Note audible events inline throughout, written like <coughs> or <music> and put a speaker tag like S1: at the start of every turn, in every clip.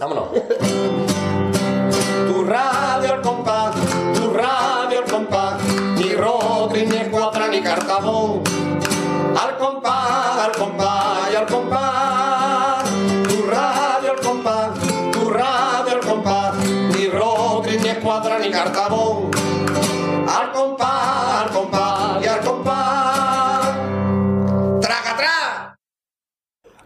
S1: Vámonos. tu radio al compás, tu radio al compás, ni Rodri, ni Escuadra, ni Cartabón. Al compás, al compás y al compás. Tu radio al compás, tu radio al compás, ni Rodri, ni Escuadra, ni Cartabón. Al compás, al compás y al compás. ¡Traca, atrás!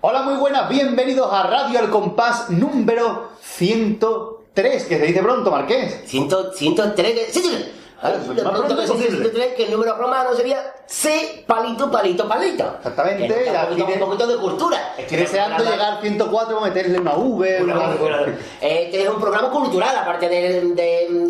S2: Hola, muy buenas, bienvenidos a Radio Al Compás número 103, que se dice pronto, Marqués.
S3: 100, 103, que- sí, sí.
S2: Ah,
S3: Lo
S2: lo más
S3: pronto
S2: pronto
S3: que se dice
S2: posible.
S3: 103, que el número romano sería C, palito, palito, palito.
S2: Exactamente,
S3: Que nos da
S2: ya
S3: un, poquito,
S2: tiene-
S3: un poquito de cultura.
S2: Estoy deseando
S3: Una-
S2: llegar al 104 para meterle una V.
S3: una-
S2: una-
S3: una- una- Este es un programa cultural, aparte de,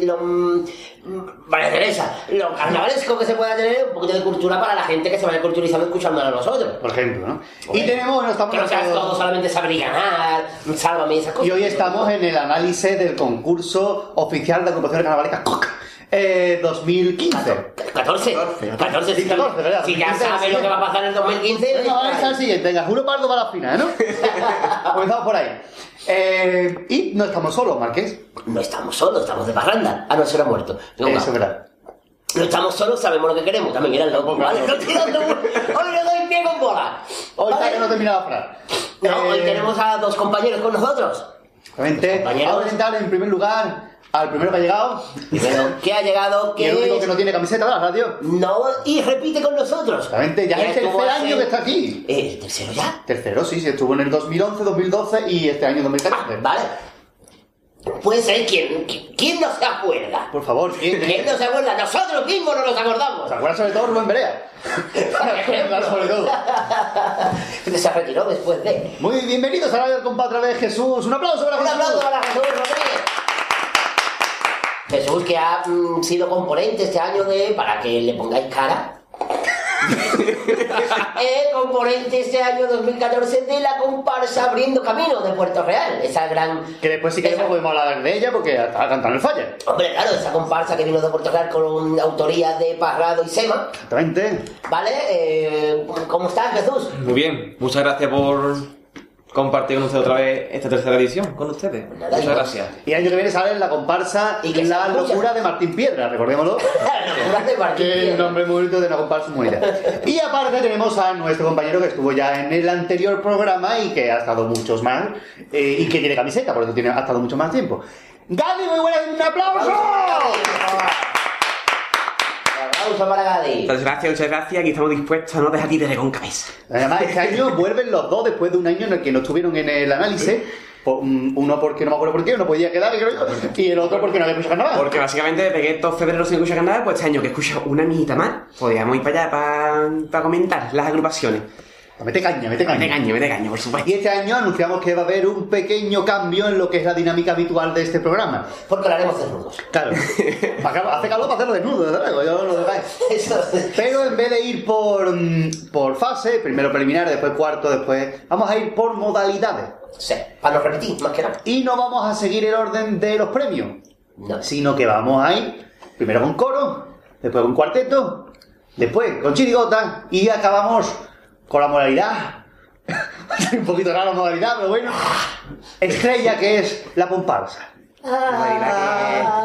S3: de lo. mm, Vale, Teresa, lo carnavalesco que se pueda tener, un poquito de cultura para la gente que se vaya culturizando escuchando a nosotros.
S2: Por ejemplo, ¿no?
S3: Hombre,
S2: Y tenemos, no estamos
S3: Que no seas todo solamente saber y ganar, sálvame y esas cosas.
S2: Y hoy estamos en el análisis del concurso oficial de agrupaciones carnavalescas COC eh, 2015.
S3: 14, 14, 14,
S2: Sí, 14, ¿verdad?
S3: si ya sabes lo que va a pasar en el 2015.
S2: Venga, vamos al siguiente. Venga, Juro Pardo para la
S3: <laughs>
S2: final, ¿no? Comenzamos por ahí. Eh, y no estamos solos, Marqués.
S3: No estamos solos, estamos de parranda. Ah, no, se ha muerto. No,
S2: Eso
S3: va.
S2: es verdad.
S3: No estamos solos, sabemos lo que queremos. También eran locos, ¿vale? <laughs> No estoy dando- Hoy no doy pie con bola.
S2: Hoy
S3: ¿Vale?
S2: todavía no he terminado la frase.
S3: No, hoy
S2: Eh,
S3: tenemos a dos compañeros con nosotros.
S2: Exactamente. Vamos
S3: compañeros.
S2: a presentar en primer lugar al primero que ha llegado. <laughs>
S3: Primero, que ha llegado,
S2: Y
S3: que
S2: el único que
S3: es-
S2: no tiene camiseta de la radio.
S3: No, y repite con nosotros.
S2: Exactamente. Ya es el
S3: estuvo
S2: tercer
S3: hace-
S2: año que está aquí.
S3: Eh, ¿El tercero ya?
S2: Tercero, sí, sí. Estuvo en el 2011, 2012 y este año 2014.
S3: Vale. Puede ser quien, quien no se acuerda.
S2: Por favor, ¿quién?
S3: ¿Quién no se acuerda? Nosotros mismos no nos acordamos. <laughs>
S2: ¿Se acuerdan sobre todo Rubén Berea? <laughs> Se acuerdan sobre todo.
S3: Se retiró después de.
S2: Muy bien, bienvenidos a Radio del Compa otra vez, Jesús. Un aplauso para
S3: Un
S2: Jesús.
S3: aplauso para Jesús Rodríguez. Jesús que ha mm, sido componente este año de. para que le pongáis <laughs> cara. es componente este año 2014 de la comparsa Abriendo Camino de Puerto Real. Esa gran.
S2: Que después, si queremos,
S3: esa-
S2: podemos hablar de ella porque está cantando el falla.
S3: Hombre, claro, esa comparsa que vino de Puerto Real con autoría de Parrado y Sema.
S2: Exactamente.
S3: ¿Vale? Eh, ¿Cómo estás, <laughs> Jesús?
S4: Muy bien, muchas gracias por compartir con ustedes otra vez esta tercera edición con ustedes.
S3: Nada,
S4: Muchas
S3: igual.
S4: gracias.
S2: Y el año que viene sale la comparsa
S3: Y que
S2: La
S3: sea tuya.
S2: locura de Martín Piedra, recordémoslo.
S3: La locura de Martín
S2: Que es un
S3: Piedra.
S2: nombre muy bonito de una comparsa muy bonita. Y aparte tenemos a nuestro compañero que estuvo ya en el anterior programa y que ha estado muchos más. eh, y que tiene camiseta, por eso tiene, ha estado mucho más tiempo. Gaby, muy buenas, un aplauso.
S3: Aplauso para Gadi.
S5: Muchas gracias, muchas gracias. Aquí estamos dispuestos a no dejar títere con cabeza.
S2: Además, este año vuelven los dos después de un año en el que no estuvieron en el análisis. Por- mm, Uno porque no me acuerdo por qué, uno podía quedar, creo yo, y el otro porque no había escuchado nada.
S5: Porque básicamente desde que todo febrero se escucha cantar, pues este año que escucha una mijita más, podríamos ir para allá para, comentar las agrupaciones.
S2: Mete caña, mete
S5: Mete
S2: caña.
S5: caño, mete caño, por supuesto.
S2: Y este año anunciamos que va a haber un pequeño cambio en lo que es la dinámica habitual de este programa.
S3: Porque lo haremos desnudos.
S2: Claro. Hace calor para hacerlo desnudo, desde luego, ya lo dejáis.
S3: <laughs> Eso
S2: Pero en vez de ir por, mm, por fase, primero preliminar, después cuarto, después. Vamos a ir por modalidades.
S3: Sí, para no repetir, más que nada.
S2: Y no vamos a seguir el orden de los premios,
S3: No.
S2: sino que vamos a ir primero con coro, después con cuarteto, después con chirigota y acabamos con la modalidad. <laughs> un poquito raro la modalidad, pero bueno. Estrella, que es la comparsa.
S5: Modalidad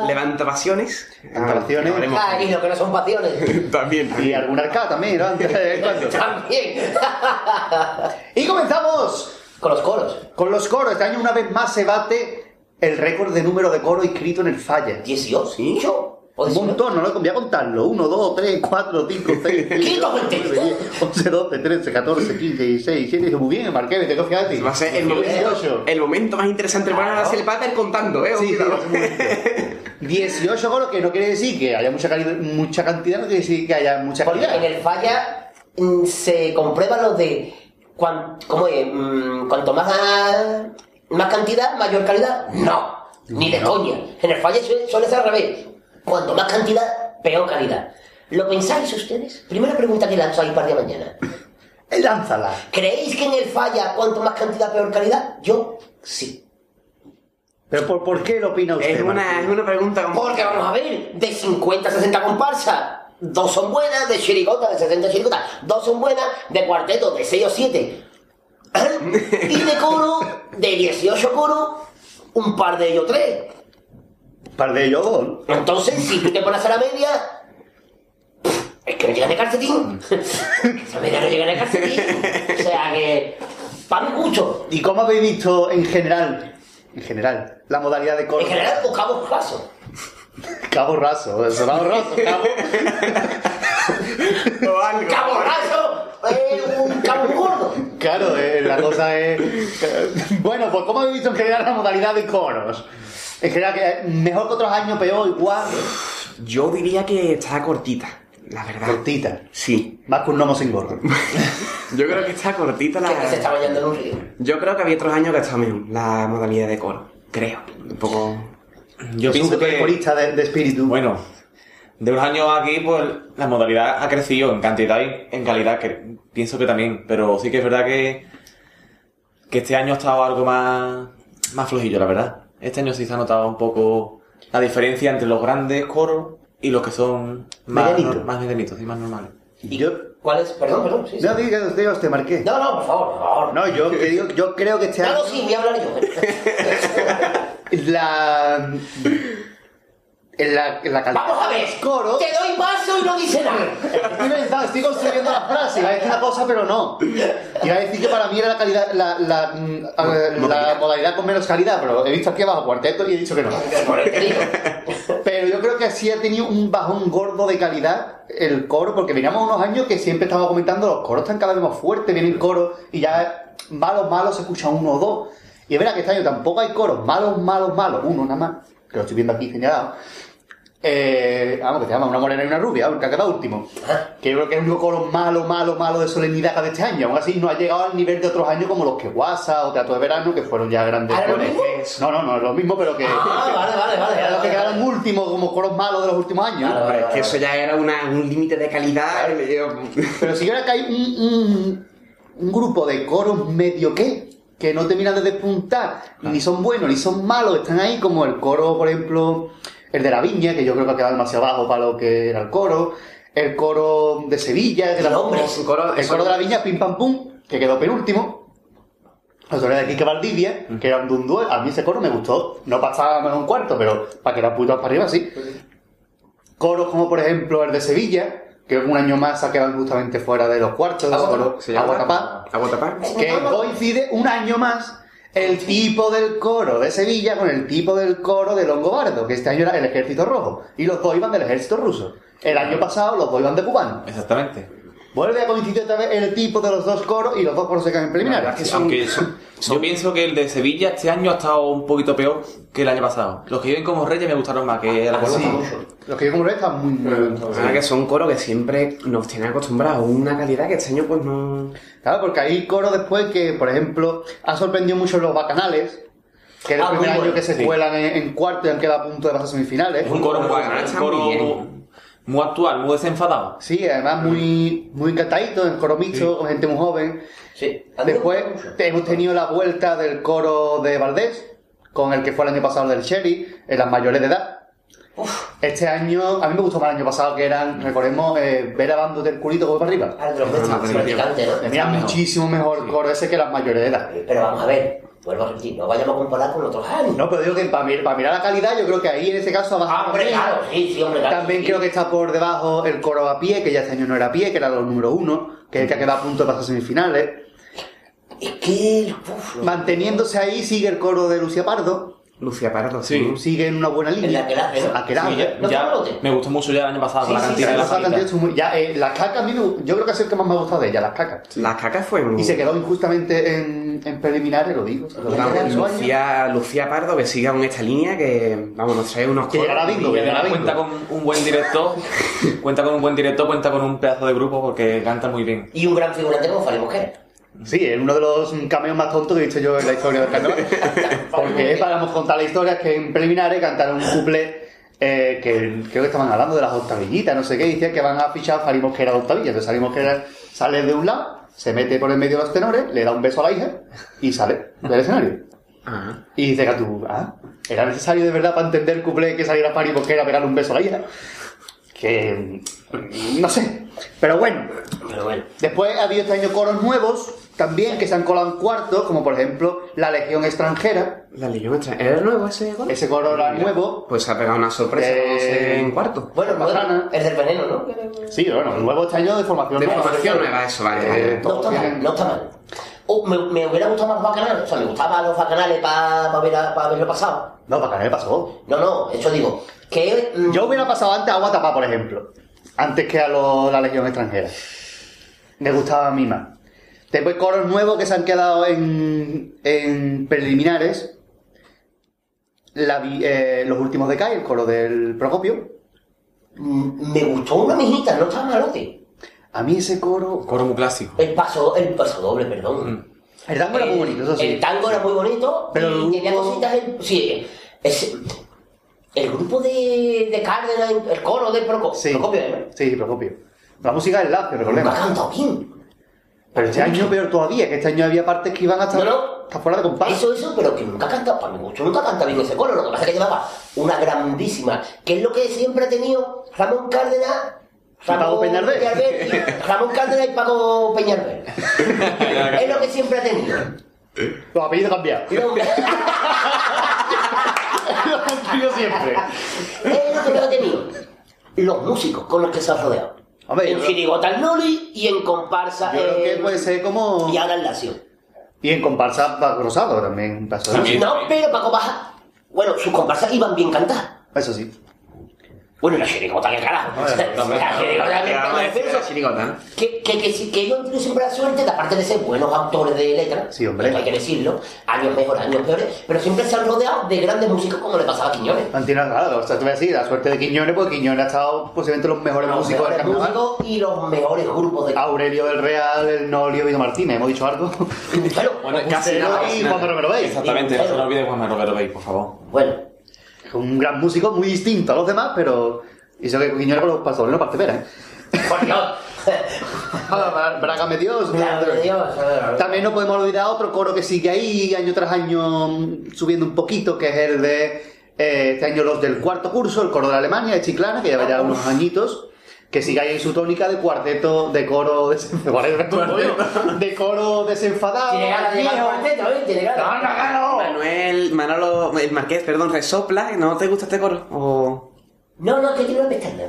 S5: que Levanta pasiones.
S2: Levanta pasiones.
S5: Ah, veremos.
S3: Ah, y lo que no
S2: <laughs>
S3: son pasiones. <laughs>
S5: <laughs> También,
S2: Y
S5: también.
S2: algún arcada también, ¿no? Antes de- cuando.
S3: También.
S2: Y comenzamos
S3: Con los coros.
S2: con los coros. Este año una vez más se bate el récord de número de coros inscrito en el Falla.
S3: 18. O
S2: Un
S3: 19.
S2: montón, no lo voy a contarlo. 1, 2, 3, 4,
S5: <laughs>
S2: 5, 6, 7, 8, 9, 10, 11, 12, 13, 14, 15, 16, 17. Muy bien, Marqués, me tengo que fiar de ti.
S5: Va a ser el momento,
S2: 18.
S5: el momento más interesante. Bueno, ahora se le va a estar contando, ¿eh?
S2: Sí, sí,
S5: Cuidado.
S2: va a ser
S5: <laughs>
S2: muy bonito. 18 coros, que no quiere decir que haya mucha, calidad, mucha cantidad, no quiere decir que haya mucha
S3: Porque en
S2: calidad.
S3: el falla mm, se comprueba lo de. Cuan, ¿Cómo es? Mm, cuanto más, más cantidad, mayor calidad. No. Ni de
S2: No.
S3: coña. En el falla suele, suele ser al revés. Cuanto más cantidad, peor calidad. ¿Lo pensáis ustedes? Primera pregunta que lanzo ahí para el día de mañana.
S2: Lánzala.
S3: ¿Creéis que en el falla cuanto más cantidad, peor calidad? Yo sí.
S2: Pero ¿por, por qué lo opina usted?
S5: Es una,
S2: Marqués?
S5: es una pregunta como...
S3: Porque vamos a ver, de 50 a 60 comparsas, dos son buenas, de chirigota, de 60 chirigotas, dos son buenas, de cuarteto, de 6 o 7. y de coro, de 18 coros, un par de ellos tres.
S2: Par de ellos dos, ¿no?
S3: Entonces, si tú te pones a la media, es que no llegan de calcetín. Esa media no llega de calcetín. O sea que, para mi gusto,
S2: ¿Y cómo habéis visto en general, en general, la modalidad de coro?
S3: en general buscamos pasos.
S2: Cabo raso, eso, cabo raso, cabo.
S5: <laughs> O algo.
S3: ¡Cabo raso! Es un cabo gordo.
S2: Claro, eh, la cosa es... Bueno, pues ¿cómo habéis visto en general la modalidad de coros? En general, que mejor que otros años, peor, igual,
S5: Yo diría que está cortita, la verdad.
S2: cortita.
S5: Sí.
S2: Más que un gnomo sin gorro.
S5: Yo creo que está cortita
S3: Que es que se está
S5: la.
S3: bañando en un río.
S5: Yo creo que había otros años que estaba mejor la modalidad de coro. Creo. Un poco.
S4: Yo
S2: es
S4: pienso
S2: un
S4: que.
S2: corista de, de espíritu.
S4: Bueno, de unos años aquí, pues la modalidad ha crecido en cantidad y en calidad, que pienso que también. Pero sí que es verdad que, que este año ha estado algo más, más flojillo, la verdad. Este año sí se ha notado un poco la diferencia entre los grandes coros y los que son más,
S2: Medianitos.
S4: nor- más medianitos y más normales.
S2: Y yo...
S3: ¿Cuál es? Perdón, perdón. Sí, sí.
S2: No, diga usted, os te marqué.
S3: No, no, por favor, por favor.
S2: No, yo, que digo- yo creo que este
S3: No,
S2: año...
S3: no, sí, voy a hablar
S2: <laughs>
S3: yo.
S2: La... En la, en la calidad
S3: Vamos a
S2: de
S3: ver.
S2: los coros-
S3: Te doy paso y no dice nada.
S2: Estoy pensando, estoy construyendo la frase, iba a decir una cosa, pero no. Iba a decir que para mí era la calidad, la, la, mm, eh, la modalidad con menos calidad, pero he visto aquí abajo cuarteto y he dicho que no.
S3: Por el trío.
S2: Pero yo creo que sí ha tenido un bajón gordo de calidad el coro, porque veníamos unos años que siempre estábamos comentando, los coros están cada vez más fuertes, vienen coros y ya malos, malos se escuchan uno o dos. Y es verdad que este año tampoco hay coros malos, malos, malos, uno nada más, que lo estoy viendo aquí señalado. Eh, vamos, que se llama una morena y una rubia, el que ha quedado último. Que yo creo que es el único coro malo, malo, malo de solemnidad de este año. Aún así, no ha llegado al nivel de otros años como los que Guasa o Teatro de Verano, que fueron ya grandes.
S3: ¿Ahora lo
S2: coros.
S3: mismo?
S2: No, no, no es lo mismo, pero que.
S3: Ah, vale, vale, vale.
S2: Era lo que
S3: vale,
S2: quedaron
S3: vale.
S2: últimos, como coros malos de los últimos años.
S3: Claro.
S5: Hombre, es que eso ya era una- un límite de calidad. eh,
S2: Pero si ahora que hay un, un- un grupo de coros medio que, que no terminan de despuntar, ni son buenos, ni son malos, están ahí como el coro, por ejemplo, el de la viña, que yo creo que ha quedado demasiado bajo para lo que era el coro, el coro de Sevilla, que
S3: Y
S2: tampoco-
S3: hombres.
S5: Un coro,
S2: el coro de la viña, pim pam pum, que quedó penúltimo. La historia de Kike Valdivia,
S5: Mm.
S2: que era un dundue, a mí ese coro me gustó. No pasaba más de un cuarto, pero para que era putas para arriba, sí. Coros como, por ejemplo, el de Sevilla, que un año más se ha quedado justamente fuera de los cuartos, de los coros,
S5: Se llama-
S2: Aguatapá,
S5: Aguatapá.
S2: que coincide un año más el tipo del coro de Sevilla con el tipo del coro de Longobardo, que este año era el ejército rojo, y los dos iban del ejército ruso. El año pasado los dos iban de cubano.
S4: Exactamente.
S2: Vuelve a coincidir otra vez el tipo de los dos coros y los dos coros se quedan en
S5: La verdad
S2: preliminares.
S5: es
S4: Aunque yo pienso que el de Sevilla este año ha estado un poquito peor que el año pasado. Los que viven como reyes me gustaron más que la
S2: Ah, Sí.
S4: corona.
S2: Los que yo compré están muy, muy bien.
S5: Ah, que son coros que siempre nos tienen acostumbrados a una calidad que este año pues no...
S2: Claro, porque hay coros después que, por ejemplo, ha sorprendido mucho los bacanales, que es el
S3: Ah, muy
S2: primer año
S3: bueno,
S2: que se
S4: sí.
S2: cuelan en, en cuarto y han quedado a punto de pasar semifinales.
S4: Es un coro, muy,
S5: Guadalajara
S4: un
S5: está
S4: coro
S5: muy bien.
S4: muy actual, muy desenfadado.
S2: Sí, además muy, muy encantadito, el coro mixto, con gente muy joven.
S3: Sí. A mí me
S2: Después
S3: gusta mucho.
S2: hemos tenido la vuelta del coro de Valdés, con el que fue el año pasado del Sherry, en las mayores de edad. Este año, a mí me gustó más el año pasado, que eran, recordemos, eh, Vera Bando del culito como para arriba.
S3: Ah, de los nuestros,
S5: no, no,
S3: practicante, ¿no?
S2: Era
S4: mejor.
S2: muchísimo mejor el coro ese que las mayores de edad.
S3: Pero vamos a ver, vuelvo a repetir, no vayamos a comparar con otros años.
S2: No, pero digo que para, mir- para mirar la calidad, yo creo que ahí en ese caso ha bajado.
S3: Ah, hombre,
S2: también.
S3: claro, sí, sí, hombre, claro.
S2: También
S3: sí.
S2: creo que está por debajo el coro a pie, que ya este año no era a pie, que era lo número uno, que es el que ha quedado a punto de pasar semifinales.
S3: Es que... uf, no.
S2: Manteniéndose ahí sigue el coro de Lucía Pardo,
S5: Lucía Pardo.
S4: Sí.
S2: sigue en una buena línea.
S3: la que la hace, ¿no?
S2: Aquelarre.
S4: Sí, ya-
S3: ¿No te
S4: ya
S3: acuerdas?
S4: me gustó mucho ya el año pasado
S3: Sí,
S4: la
S3: sí,
S4: cantidad
S3: sí,
S4: de
S2: Esa
S4: la
S2: cantidad
S4: cantidad.
S2: es muy- ya, eh, las cacas, a mí me gu- yo creo que es el que más me ha gustado de ella, las cacas.
S5: Las cacas fue muy...
S2: Y se quedó injustamente en, en preliminares, lo digo. se quedó
S5: Vamos,
S2: en su año.
S5: Lucía, Lucía Pardo que siga aún esta línea que vamos nos trae unos
S2: Que llegará
S5: coros.
S2: bingo, que llegará
S4: Pues Cuenta
S2: bingo.
S4: con un buen director, cuenta con un buen director, cuenta con un pedazo de grupo porque canta muy bien.
S3: Y un gran figurante como Fali Mosquera.
S2: Sí, es uno de los cameos más tontos que he visto yo en la historia del carnaval.
S3: <laughs>
S2: Porque es para contar la historia que en preliminares cantaron un couplet eh, que creo que estaban hablando de las octavillitas, no sé qué, y decían que van a fichar a Fali Mosquera de octavillas. Entonces Fali Mosquera sale de un lado, se mete por el medio de los tenores, le da un beso a la hija y sale del escenario.
S5: Ah,
S2: Y dice tú, ah, era necesario de verdad para entender el cuplé que saliera Fari porque era pegarle un beso a la hija. Que. mm, No sé. Pero bueno,
S3: Pero bueno.
S2: después ha habido este año coros nuevos también que se han colado en cuartos, como por ejemplo la Legión Extranjera,
S5: La Legión Extranjera. ¿Era nuevo ese gol?
S2: ese coro era nuevo.
S5: Pues se ha pegado una sorpresa
S2: Eh,
S5: no sé, en cuarto.
S3: Bueno,
S2: Por Pastrana.
S3: bueno, es del veneno, ¿no?
S2: Sí, bueno, nuevo este año de formación
S5: De
S2: nueva.
S5: formación nueva, eso, vale.
S2: Eh,
S3: No está mal, no está mal. Oh, me, me hubiera gustado más bacanales, o sea, me gustaban los bacanales para ver, a- pa haberlo pasado.
S2: No, para Canarias pasó.
S3: No, no, eso digo. Que. mm,
S2: Yo hubiera pasado antes a Guatapá, por ejemplo, antes que a lo- la Legión Extranjera. Me gustaba a mí más. Después coros nuevos que se han quedado en, en preliminares. La vi- eh, los últimos de CAI, el coro del Procopio.
S3: mm, me gustó una mijita, no está malote.
S2: A mí ese coro...
S4: Coro muy clásico.
S3: El paso, el paso doble, perdón.
S2: Mm. El tango era muy
S3: El-
S2: bonito, eso sí.
S3: Eh, El tango era muy bonito.
S2: Pero
S3: y
S2: el
S3: tenía
S2: grupo-
S3: cositas. en- sí, es- el grupo de, de Cárdenas, el coro de Proco-
S2: Sí,
S3: Procopio, ¿eh?
S2: sí, Procopio. La música es la, pero
S3: me ha
S2: problema.
S3: cantado bien.
S2: Pero este año peor todavía, que este año había partes que iban hasta,
S3: No, no.
S2: hasta fuera de compás.
S3: Eso, eso, pero que nunca canta, para mi gusto, nunca canta bien ese coro. Lo que pasa es que llevaba una grandísima, que es lo que siempre ha tenido Ramón Cárdenas.
S2: Y Paco
S3: Ramón
S2: Peñalver.
S3: Peñalver, Ramón Cárdenas y Paco Peñalver.
S4: <laughs>
S3: es lo que siempre ha tenido.
S2: Los apellidos
S3: <laughs>
S2: cambiados.
S3: Lo-
S2: Yo siempre.
S3: es lo que no ha tenido. Los músicos con los que se ha rodeado.
S2: Hombre,
S3: en
S2: yo-
S3: Chirigota el Noli y en comparsa.
S2: Yo creo que
S3: el-
S2: puede ser como...
S3: Y ahora el Lazio.
S2: Y en comparsa Paco Rosado Pues también pasó eso.
S4: También.
S3: No, pero Paco Baja. Bueno, sus comparsas iban bien cantadas.
S2: Eso sí.
S3: Bueno, la chirigota, que carajo.
S2: Bueno,
S3: <laughs> la chirigota, que- me refiero a eso.
S5: chirigota.
S3: que, que, que, sí, que ellos han tenido siempre la suerte, de, aparte de ser buenos autores de letras,
S2: Sí, hombre.
S3: esto hay que decirlo, años mejores, años peores, pero siempre se han rodeado de grandes músicos como le pasaba a Quiñones.
S2: No entiendo nada, o sea, te voy a decir, la suerte de Quiñones, porque Quiñones ha estado posiblemente los mejores
S3: Los
S2: músicos del
S3: mejores
S2: carnaval. Ah,
S3: músicos y los mejores grupos de
S2: Aurelio del Real, el Nolio, Vido Martínez, hemos dicho algo.
S3: Claro,
S4: Bueno,
S3: pues,
S4: casi
S2: Usted
S4: nada.
S2: no,
S4: casi
S2: y
S4: nada.
S2: Juan Romero Bey.
S4: Exactamente,
S3: Y-
S4: no se nos olvide Juan Manuel Romero Bey, por favor.
S3: bueno,
S2: Un gran músico muy distinto a los demás, pero. Y eso que Quiñones con los pastores no parte
S3: <laughs>
S2: vera, ¿eh?
S3: por
S2: <laughs>
S3: Dios.
S2: Ah, bra- Brágame Dios.
S3: Claro, de Dios, claro.
S2: También no podemos olvidar otro coro que sigue ahí año tras año mm, subiendo un poquito, que es el de eh, este año los del cuarto curso, el coro de Alemania, de Chiclana, que lleva ya unos añitos, que sigue ahí en su tónica de cuarteto, <laughs> de coro desenfadado, de coro desenfadado.
S3: Tiene ganas de llegar al
S2: viejo.
S3: cuarteto, ¿eh? Tiene ganas.
S5: Manuel, Manolo, el Marqués, perdón, resopla. ¿No te gusta este coro? O...
S3: No, no, es que tiene una pestaña.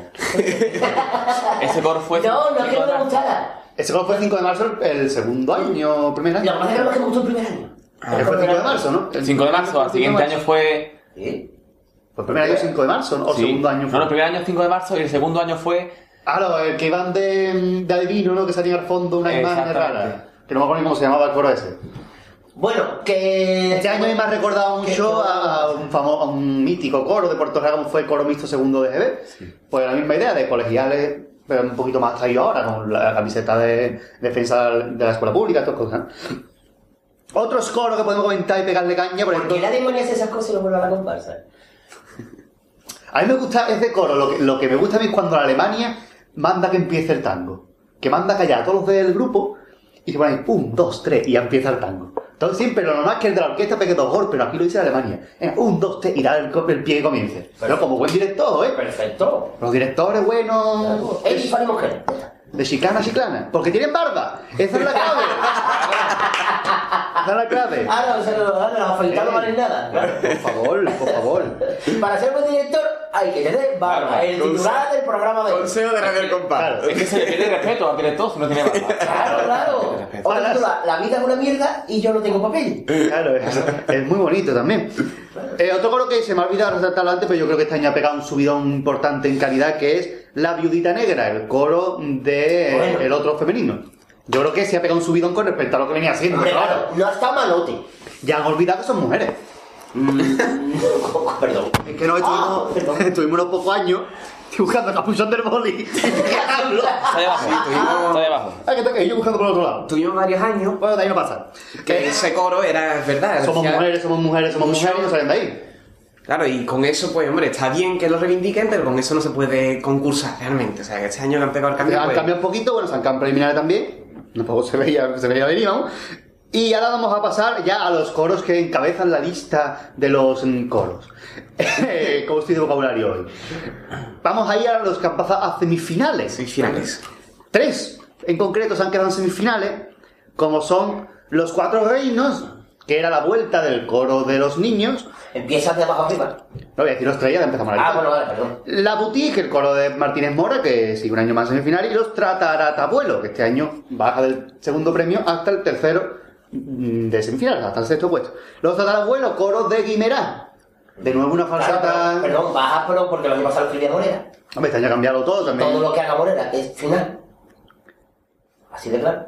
S4: Ese coro
S2: Pues,
S4: fue.
S3: No, no es
S2: ¿eh?
S3: que no me gustara.
S2: Ese coro fue el 5 de marzo, el segundo año, primer
S3: Lo que
S2: año.
S3: pasa es que no me gustó el primer año.
S2: Ese fue Ah, el 5 de marzo, ¿no?
S4: El 5 de marzo, al siguiente año fue.
S3: Sí.
S2: Fue el primer año 5 de marzo, ¿no? O
S4: sí.
S2: segundo año
S4: No,
S2: fue.
S4: no, el primer año es 5 de marzo y el segundo año fue.
S2: Ah, no, el que iban de, de adivino, ¿no? Que salía al fondo una imagen
S4: Exactamente.
S2: rara. Que no me acuerdo ni cómo se llamaba el coro ese.
S3: Bueno, que...
S2: Este año me ha recordado
S3: que-
S2: mucho a, a un famoso, a un mítico coro de Puerto Real, como fue el coro mixto segundo de GB. Pues la misma idea de colegiales, pero un poquito más traído ahora, con la camiseta de defensa de la escuela pública, estas cosas. Otros coros que podemos comentar y pegarle caña, por
S3: Porque
S2: ejemplo.
S3: la demonía hace esas cosas y lo vuelve a la comparsa.
S2: A mí me gusta ese coro, lo que, lo que me gusta a mí es cuando la Alemania manda que empiece el tango. Que manda callar a todos los del grupo y se ponen ahí, un, dos, tres, y ya empieza el tango. Entonces siempre lo normal es que el de la orquesta pegue dos golpes, pero aquí lo dice la Alemania. Venga, un, dos, tres, y da el, co- el pie que comience. Pero como buen director, ¿eh?
S3: Perfecto.
S2: Los directores buenos...
S3: Él y Fanny Mujer.
S2: De chiclana a chiclana. Porque tienen barba. Esa es la clave. Esa es la clave.
S3: Ahora, o sea, los, ahora los afeitados no valen nada.
S2: Por favor, por favor.
S3: Para ser buen director hay que tener barba.
S4: Barba,
S3: El titular del programa de hoy.
S5: de Radio El
S2: Claro.
S4: Es que se le pierde respeto al director si no tiene barba.
S3: Claro, <laughs> claro. O
S2: Para-
S3: el titular, la vida es una mierda y yo no tengo papel.
S2: Claro, es, es muy bonito también. Eh, otro coro que se me ha olvidado resaltarlo antes, pero yo creo que este año ha pegado un subidón importante en calidad, que es La Viudita Negra, el coro de eh,
S3: Bueno.
S2: el otro femenino. Yo creo que se ha pegado un subidón con respecto a lo que venía haciendo.
S3: Hombre,
S2: pero
S3: <laughs> claro, no está malote. <laughs>
S2: claro, Ya han olvidado que son mujeres.
S3: Perdón.
S2: Es que no, Ah,
S3: estuvimos-
S2: estuvimos unos pocos años <laughs> buscando el capuchón del boli.
S4: Está ahí abajo. Está ahí abajo.
S2: <laughs> Ah, que tengo que ir yo buscando por otro lado.
S5: Tuvimos varios años
S2: Bueno, de ahí no pasa.
S5: que
S2: Eh,
S5: ese coro era, es verdad.
S2: somos
S5: decía-
S2: mujeres, somos mujeres, somos
S5: Mucho-
S2: mujeres y no salen de ahí.
S5: Claro, y con eso, pues, hombre, está bien que lo reivindiquen, pero con eso no se puede concursar realmente. O sea, que este año que han pegado el cambio.
S2: han
S5: pues,
S2: cambiado un poquito, bueno, se han cambiado preliminares también. No poco se veía, se veía venir, vamos. Y ahora vamos a pasar ya a los coros que encabezan la lista de los mm, coros. <laughs> Como estoy de vocabulario hoy. Vamos a ir a los que han pasado a semifinales.
S5: Semifinales.
S2: Tres en concreto se han quedado en semifinales. como son los cuatro reinos, que era la vuelta del coro de los niños.
S3: Empiezas de abajo arriba.
S2: No voy a decir los tres, ya empezamos la
S3: Ah,
S2: lista.
S3: bueno, vale, perdón.
S2: La Boutique, el coro de Martínez Mora, que sigue un año más en el final, y los Trataratabuelos, que este año baja del segundo premio hasta el tercero mm, de semifinal, hasta el sexto puesto. Los Tratarabuelos, coro de Guimerá. De nuevo una falsata.
S3: Claro, perdón, bajas, pero porque lo que pasa lo escribía Morera.
S2: Hombre, este año ha cambiado todo también.
S3: Todo lo que haga Morera es final. Así de claro.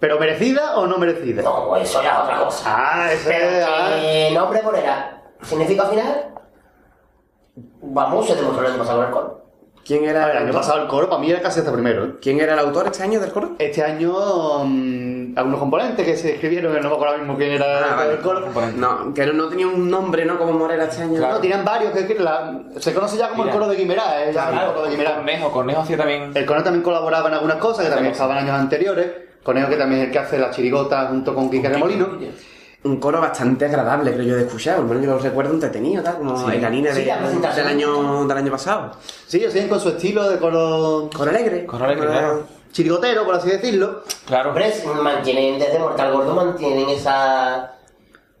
S2: ¿Pero merecida o no merecida?
S3: No, eso ya es otra cosa.
S2: Ah, ese.
S3: Pero
S2: ah.
S3: que nombre Morera significa final. Vamos, se demostró el año pasado con el coro.
S5: ¿Quién
S2: A
S5: era,
S2: ver, el año pasado el coro para mí era casi hasta primero. ¿eh?
S5: ¿Quién era el autor este año del coro?
S2: Este año, mm, algunos componentes que se escribieron, no me acuerdo ahora mismo quién era el autor
S3: Ah,
S2: del coro.
S5: No, que no, no tenía un nombre, ¿no? Como Morera este año.
S2: No, tenían varios que, que la- se conoce ya como el
S4: Mira.
S2: coro de Guimerá, ¿eh? ya el coro de Guimerá.
S4: Cornejo, Cornejo hacía también.
S2: El coro también colaboraba en algunas cosas que también
S4: Algunas
S2: estaban años anteriores. Conejo que también es el que hace la chirigota junto con Quique Remolino.
S5: Un coro bastante agradable, creo yo, de escuchar. Bueno, yo lo recuerdo entretenido, tal, como en la línea
S3: Sí,
S5: de-
S3: la presentación.
S5: del, año, del año pasado.
S2: Sí, ellos siguen con su estilo de coro
S5: Coro alegre.
S4: Coro alegre, claro.
S2: chirigotero, por así decirlo.
S4: Claro.
S3: Hombre, es- mantienen desde Mortal Gordo mantienen esa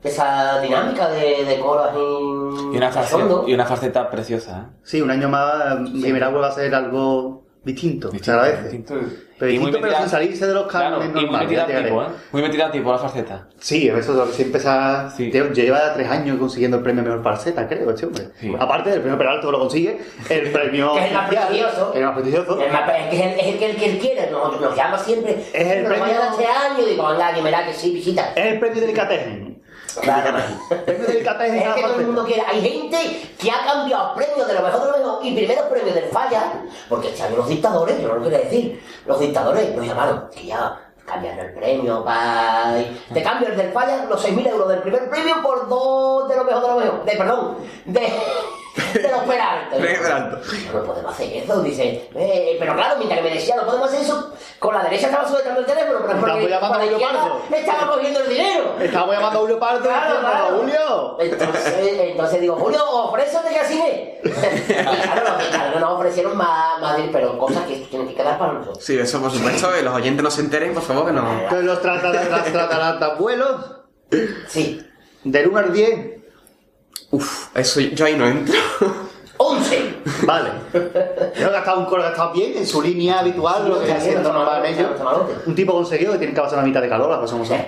S3: esa dinámica de, de coro así
S4: Y una, faceta,
S3: cachondo.
S4: y una faceta preciosa. ¿eh?
S2: Sí, un año más Guimerá vuelve a ser algo distinto, se
S4: Distinta,
S2: agradece.
S4: distinto.
S2: Pero
S4: Y
S2: distinto,
S4: muy
S2: pero
S4: metida-
S2: sin salirse de los
S4: Claro,
S2: cánones
S4: y muy
S2: normales, ya
S4: metida
S2: llegaré.
S4: tipo, ¿eh? Muy metida tipo la faceta.
S2: Sí, eso es lo que siempre se ha...
S4: Sí.
S2: Teo, Lleva tres años consiguiendo el premio Mejor Parceta, creo, este hombre.
S4: Sí.
S2: Aparte del premio Peralto que lo consigue, el premio...
S3: Que es el más
S2: oficial,
S3: prestigioso.
S2: que es el más prestigioso.
S3: Es, más, es que es el, es el que el que él quiere, nos, nos llama siempre.
S2: el
S3: "Pero
S2: premio-
S3: vaya este año, digo, anda, que verá que sí, visita.
S2: Es el premio Delicatessen.
S3: Claro.
S2: El premio Delicatessen
S3: Es
S2: a
S3: que todo el
S2: Parceta.
S3: mundo quiere. Hay gente que ha cambiado premios de lo mejor de lo mejor y primeros premios del falla, porque este año los dictadores, yo no lo quería decir, los dictadores nos llamaron, que ya cambiaron el premio, bye. Te cambio el del falla, los 6.000 euros del primer premio por dos de lo mejor de lo mejor, de, perdón, de, de los Peralta.
S5: De Peralta.
S3: No lo podemos hacer eso, dice. eh, pero claro, mientras que me decía, no podemos hacer eso, con la derecha estaba sujetando el teléfono, pero
S2: Estamos
S3: porque
S2: llamando
S3: con la
S2: a Julio
S3: izquierda
S2: Pardo.
S3: me estaba cogiendo el dinero.
S2: Estamos llamando a Julio Pardo
S3: Claro,
S2: diciendo,
S3: claro.
S2: Julio.
S3: Entonces, entonces digo, Julio, ofrécete que así es. Y claro, no, claro, nos ofrecieron más, más bien, pero cosas que tienen que quedar para nosotros.
S5: Sí, eso por supuesto, que los oyentes no se enteren, por favor, que no.
S2: Entonces los trataratabuelos,
S3: Sí.
S2: del 1 al 10,
S5: Uf, eso yo ahí no entro.
S3: 11.
S2: vale. Creo que ha estado un coro que ha estado bien en su línea habitual, lo que
S3: Está bien,
S2: hacen
S3: está
S2: normal
S3: bien,
S2: ellos.
S3: está bien.
S2: Un tipo conseguido que tiene que pasar una mitad de calor, las cosas como son.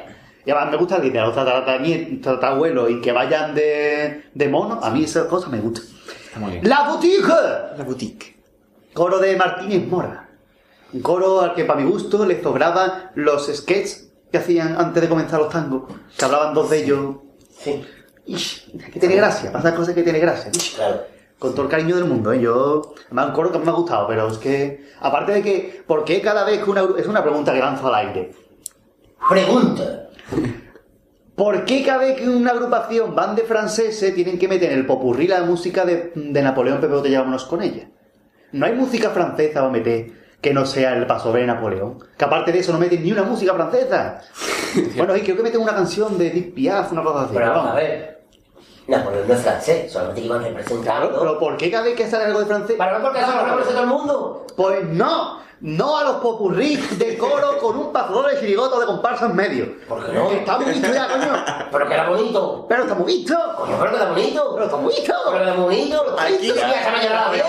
S2: Y además me gusta el dinero, los trataratabuelos tatarabuelos y que vayan de, de mono, a mí esas cosas me gustan.
S4: Está muy bien.
S2: La boutique.
S5: La boutique.
S2: Coro de Martínez Mora. Un coro al que, para mi gusto, le sobraba los sketches que hacían antes de comenzar los tangos. Que hablaban dos de ellos.
S3: Sí,
S2: Ish, que tiene gracia, pasa cosas que tiene gracia. Ish,
S3: claro.
S2: Con todo el cariño del mundo, ¿eh? Yo. Además, un coro que me ha gustado, pero es que. Aparte de que. ¿Por qué cada vez que una. gru- Es una pregunta que lanzo al aire.
S3: Pregunta.
S2: ¿Por qué cada vez que una agrupación van de franceses tienen que meter en el popurrí la música de, de Napoleón Pepe Botella Vámonos con ella? No hay música francesa para meter que no sea el paso de Napoleón. Que aparte de eso no meten ni una música
S3: <laughs>
S2: francesa. bueno, y creo que meten una canción de Edith Piaf, una cosa así.
S3: Pero vamos
S2: ¿no?
S3: a ver. Napoleón no es francés, solamente que iban representando.
S2: Pero ¿por qué cada vez que sale algo de francés?
S3: Para no porque eso lo conoce todo el mundo.
S2: Pues no, no a los popurrí de coro con un pasador de chirigoto de comparsa en medio.
S3: ¿Por qué no?
S2: Está muy visto ya, coño.
S3: Pero que era bonito.
S2: Pero está muy visto.
S3: Coño, pero que era bonito.
S2: Pero está muy visto.
S3: Pero que era bonito. Lo
S2: Aquí,
S3: sí, hasta mañana a las 10.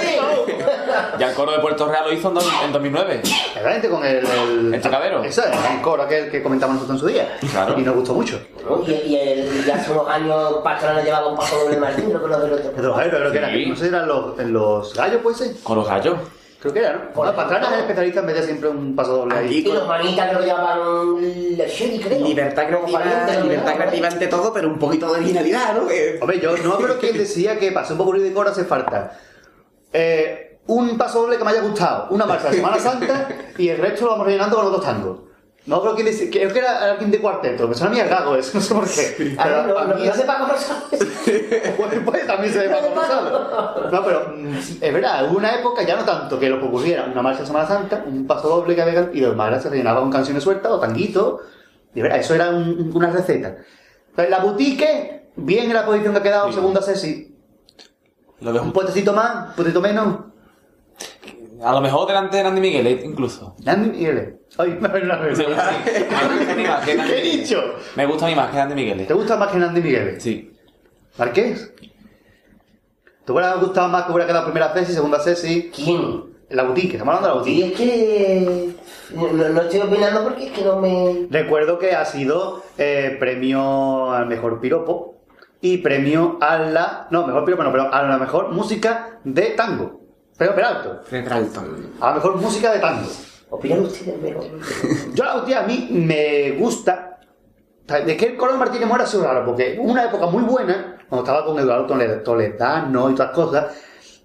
S4: Ya el coro de Puerto Real lo hizo en, dos- en 2009.
S2: Exactamente, con el... El,
S4: ¿El chacabero?
S2: Eso es, el coro aquel que comentamos nosotros en su día.
S4: Claro.
S2: Y nos gustó mucho.
S3: ¿no? <laughs> Y, y, el, y hace unos años Pastrana llevaba un paso doble Martín, creo que lo del
S2: De los
S3: otro.
S2: gallos creo que era.
S4: Sí.
S2: No sé si eran los, en los gallos, puede ser.
S4: Con los gallos.
S2: Creo que era, ¿no?
S3: Por
S2: Bueno, Pastrana
S3: ejemplo.
S2: es el especialista en meter siempre un paso doble
S3: Y
S2: ahí.
S3: los manitas creo que llevaban Lecheri, creo.
S5: Libertad
S3: Como
S5: creativa,
S3: pariente, ¿no?
S5: libertad creativa ante todo, pero un poquito de originalidad, ¿no? Que-
S2: Hombre, yo no <laughs> creo que decía que pasó un poco de coro hace falta. Eh, un paso doble que me haya gustado, una marcha de Semana Santa y el resto lo vamos rellenando con otros tangos. No creo que decía, creo que era alguien de cuarteto, me suena a mí al gago eso, no sé por qué.
S3: A
S2: Pero
S3: ver, no,
S2: a
S3: no,
S2: mí
S3: no
S2: es-
S3: se paga por eso.
S2: Pues, pues, también se ve Paco Gonzalo. No, pero mm, es verdad, hubo una época, ya no tanto, que lo que ocurriera, una marcha de Semana Santa, un paso doble que había y los malas se rellenaba con canciones sueltas o tanguitos. Y es verdad, eso era un- una receta. Entonces, la boutique, bien en la posición que ha quedado, segunda sesi.
S4: Lo de
S2: Un
S4: Ju-
S2: puestecito más, un puestecito menos. <laughs>
S4: A lo mejor delante de Andy Miguel, eh, incluso.
S2: Andy Miguel. Ay, <laughs> no, no, no.
S4: Me gusta- me gusta mi más que Dante
S2: ¿Qué he
S4: Migueles.
S2: dicho?
S4: Me gusta mi más que Dante
S2: ¿Te
S4: Migueles.
S2: gusta más que Nandi Miguel?
S4: Sí.
S2: ¿Marqués? ¿Te hubiera gustado más que hubiera quedado primera tesis, segunda tesis?
S3: ¿Quién?
S2: La boutique, estamos hablando de la
S3: Y
S2: boutique.
S3: es que. No, no estoy opinando porque es que no me.
S2: Recuerdo que ha sido eh, premio al mejor piropo y premio a la. No, mejor piropo no, pero a la mejor música de tango. Pero Peralto.
S5: Fred Ralton.
S2: A la mejor música de tango.
S3: Opinan ustedes, pero.
S2: Yo la boutique a mí me gusta. De que el Colón Martínez Mora ha sido raro, porque hubo una época muy buena, cuando estaba con Eduardo Tole- Toledano y otras cosas,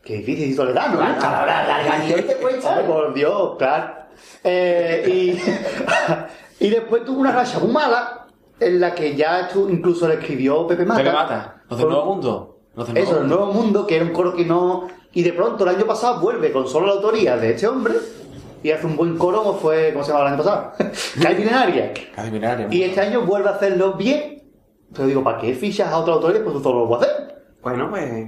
S2: que difícil decir Toledano, ¿eh?
S3: Las palabras largas y hoy te
S2: Hombre,
S3: cuentan.
S2: por Dios, claro. Eh, y, <laughs> y después tuvo una racha muy mala en la que ya estu- incluso le escribió Pepe Mata.
S4: Pepe Mata. Los del
S2: Por-
S4: Nuevo Mundo. Los del
S2: Eso,
S4: Nuevo
S2: el
S4: Mundo.
S2: Nuevo Mundo, que era un coro que no... Y de pronto el año pasado vuelve con solo la autoría de este hombre y hace un buen coro como fue, ¿cómo se llamaba el año pasado? <laughs> Cae Milenaria.
S4: Casi milagro.
S2: Y este año vuelve a hacerlo bien. Pero digo, ¿para qué fichas a otro autor y después tú solo lo voy a hacer?
S5: Bueno, pues.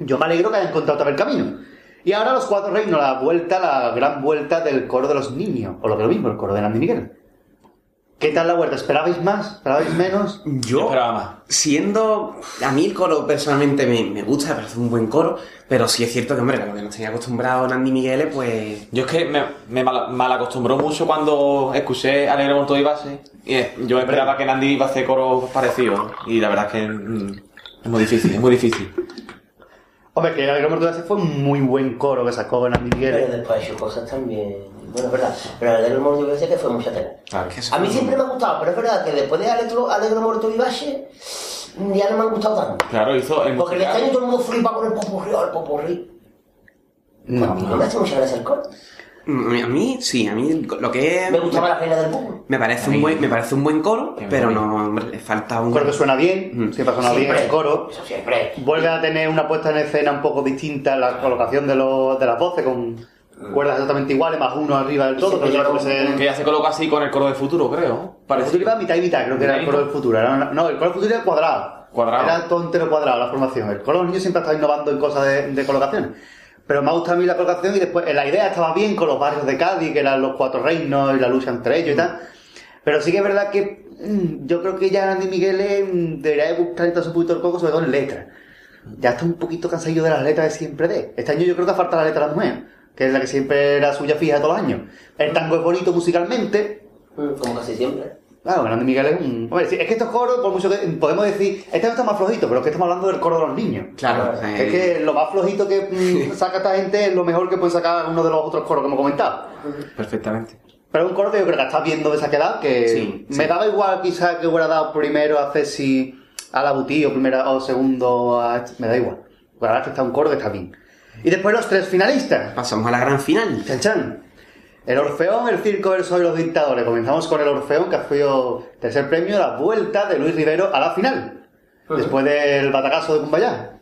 S2: Yo me alegro que hayan encontrado otra vez el camino. Y ahora los cuatro reinos, la vuelta, la gran vuelta del coro de los niños, o lo que es lo mismo, el coro de Nandi Miguel. ¿Qué tal la vuelta? ¿Esperabais más? ¿Esperabais menos?
S4: Yo
S5: Yo.
S4: esperaba más.
S5: Siendo. A mí el coro personalmente me, me gusta, me parece un buen coro. Pero sí es cierto que, hombre, a lo que nos tenía acostumbrado Nandi Migueles, pues.
S4: Yo es que me, me mal, malacostumbró mucho cuando escuché Alegre con todo y base. Y eh, yo esperaba que Nandi iba a hacer coros parecidos. Y la verdad es que mm, es muy difícil, es muy difícil.
S2: Hombre, que el Gran Mortal fue un muy buen coro que sacó Nandi
S3: Pero
S2: Miguel.
S3: después sus cosas también. Bueno, es verdad. Pero la verdad, el humor yo creo que fue mucha tela.
S4: Claro. Ah,
S5: que eso-
S3: A mí siempre me ha gustado, pero es verdad que después de Alegro, Alegro Muerto y Valle, ya no me han gustado tanto.
S4: Claro, hizo el
S3: Porque este año
S4: musical.
S3: todo el mundo flipa con el popurrí o el popurrí. A mí no
S2: No.
S3: me hace mucha gracia el coro.
S5: Mm, A mí, sí, a mí el co- lo que es.
S3: Me gustaba la reina del pueblo.
S5: Me parece, un buen, me parece un buen coro,
S4: Que me
S5: pero
S4: mola.
S5: no, hombre, le falta un.
S2: Un coro que suena bien,
S5: Mm.
S2: siempre ha sonado bien el coro.
S3: Eso siempre.
S2: Vuelve a tener una puesta en escena un poco distinta, la colocación de, los, de las voces con cuerdas exactamente iguales, más uno arriba del todo.
S3: se
S2: Pero ya
S3: pegaron
S2: fue ese-
S4: Que ya se colocó así con el coro de futuro, creo.
S2: Para el futuro iba mitad y mitad, creo que era el
S4: Mitad y
S2: coro del
S4: mitad.
S2: futuro. era una- no, el coro del futuro era cuadrado.
S4: Cuadrado.
S2: Era todo entero cuadrado la formación. El coro de los niños siempre ha estado innovando en cosas de, de colocaciones. Pero me ha gustado a mí la colocación y después eh, la idea estaba bien con los barrios de Cádiz, que eran los cuatro reinos y la lucha entre
S4: Mm.
S2: ellos y tal. Pero sí que es verdad que mm, yo creo que ya Andy Miguel mm, debería de buscar entonces un poquito el coco, sobre todo en letras. Ya está un poquito cansadillo de las letras de siempre de. Este año yo creo que ha faltado la letra de la mujer, que es la que siempre era suya fija todos los años. El tango es bonito musicalmente,
S3: Mm, Como casi siempre.
S2: Claro, Grande Miguel es un. Hombre, sí, es que estos coros, por mucho que podemos decir, este no está más flojito, pero es que estamos hablando del coro de los niños.
S5: Claro, eh, o sea,
S2: Es que lo más flojito que mm,
S5: <laughs>
S2: saca esta gente es lo mejor que puede sacar uno de los otros coros que hemos comentado.
S4: Perfectamente.
S2: Pero es un coro que yo creo que está viendo de esa quedad, que
S5: Sí,
S2: me
S5: sí.
S2: daba igual quizás que hubiera dado primero a Ceci a la Butí o primero o segundo a. este, Me da igual. Pero ahora es que está un coro que está bien. Y después los tres finalistas.
S5: pasamos a la gran final.
S2: Chan Chan. El Orfeón, el Circo del Sol y los Dictadores. Comenzamos con el Orfeón, que ha sido tercer premio, la vuelta de Luis Rivero a la final. Después del batacazo de Cumbayá.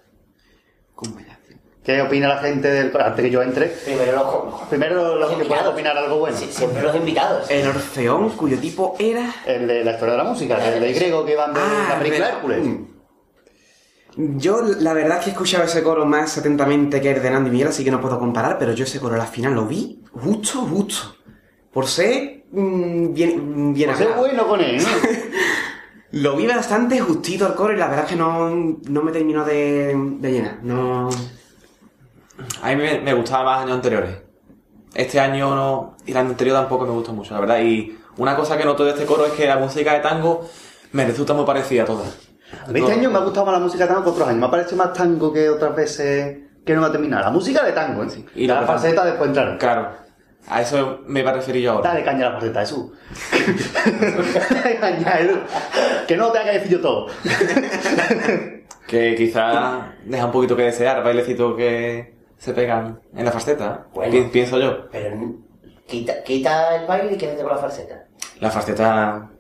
S5: ¿Cómo era?
S2: ¿Qué opina la gente del Antes que yo entre.
S3: Primero los co-
S2: Primero los que puedan opinar algo bueno.
S3: Sí, siempre los invitados.
S5: El Orfeón, cuyo tipo era.
S2: El de la historia de la música, el de griego que van de
S3: Ah,
S2: la película
S5: verdad.
S2: Hércules.
S3: Mm.
S5: Mm. Yo la verdad es que escuchaba ese coro más atentamente que el de Nandi Miguel, así que no puedo comparar, pero yo ese coro a la final lo vi justo, justo. Por ser mm, bien, bien
S2: Pues es
S5: hablado.
S2: bueno con
S3: <laughs>
S2: él, ¿no?
S5: Lo vi bastante justito el coro y la verdad es que no, no me terminó de, de llenar. No.
S4: A mí me, me gustaba más años anteriores. Este año no, y el año anterior tampoco me gustó mucho, la verdad. Y una cosa que noto de este coro es que la música de tango me resulta muy parecida a todas.
S2: A mí este año me ha gustado más la música de tango que otros años. Me ha parecido más tango que otras veces que no me ha terminado. La música de tango, en sí.
S4: Y
S2: Y
S4: la
S2: la,
S4: verdad.
S2: faceta después entraron.
S4: Claro. A eso me va a referir yo ahora.
S2: Dale caña a la faceta, Jesús. Dale caña, Edu. Que no te haga decir yo todo.
S4: Que quizás deja un poquito que desear, bailecitos que se pegan en la faceta.
S3: Bueno.
S4: Pi- pienso yo.
S3: Pero n- quita, quita el baile y quédate con la falseta.
S4: La faceta.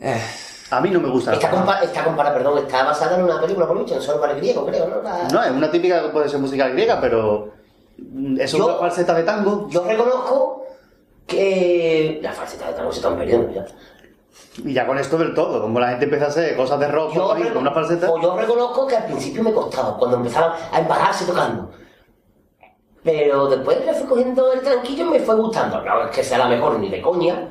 S4: eh,
S2: A mí no me gusta. la
S3: Está,
S2: faceta.
S3: compa está compara, perdón, está basada en una película por mucho, en solo para el griego, creo, ¿no? La-
S2: No, es una típica composición musical griega, pero. mm, ¿Eso
S3: Yo-
S2: es una falseta de tango?
S3: Yo reconozco que la falseta de tango se están perdiendo ya.
S2: Y ya con esto del todo, como la gente empieza a hacer cosas de rock
S3: Yo,
S2: ahí,
S3: reco-
S2: con una falseta.
S3: o yo reconozco que al principio me costaba, cuando empezaban a embalarse tocando. Pero después le fui cogiendo el tranquillo y me fue gustando. No es que sea la mejor ni de coña,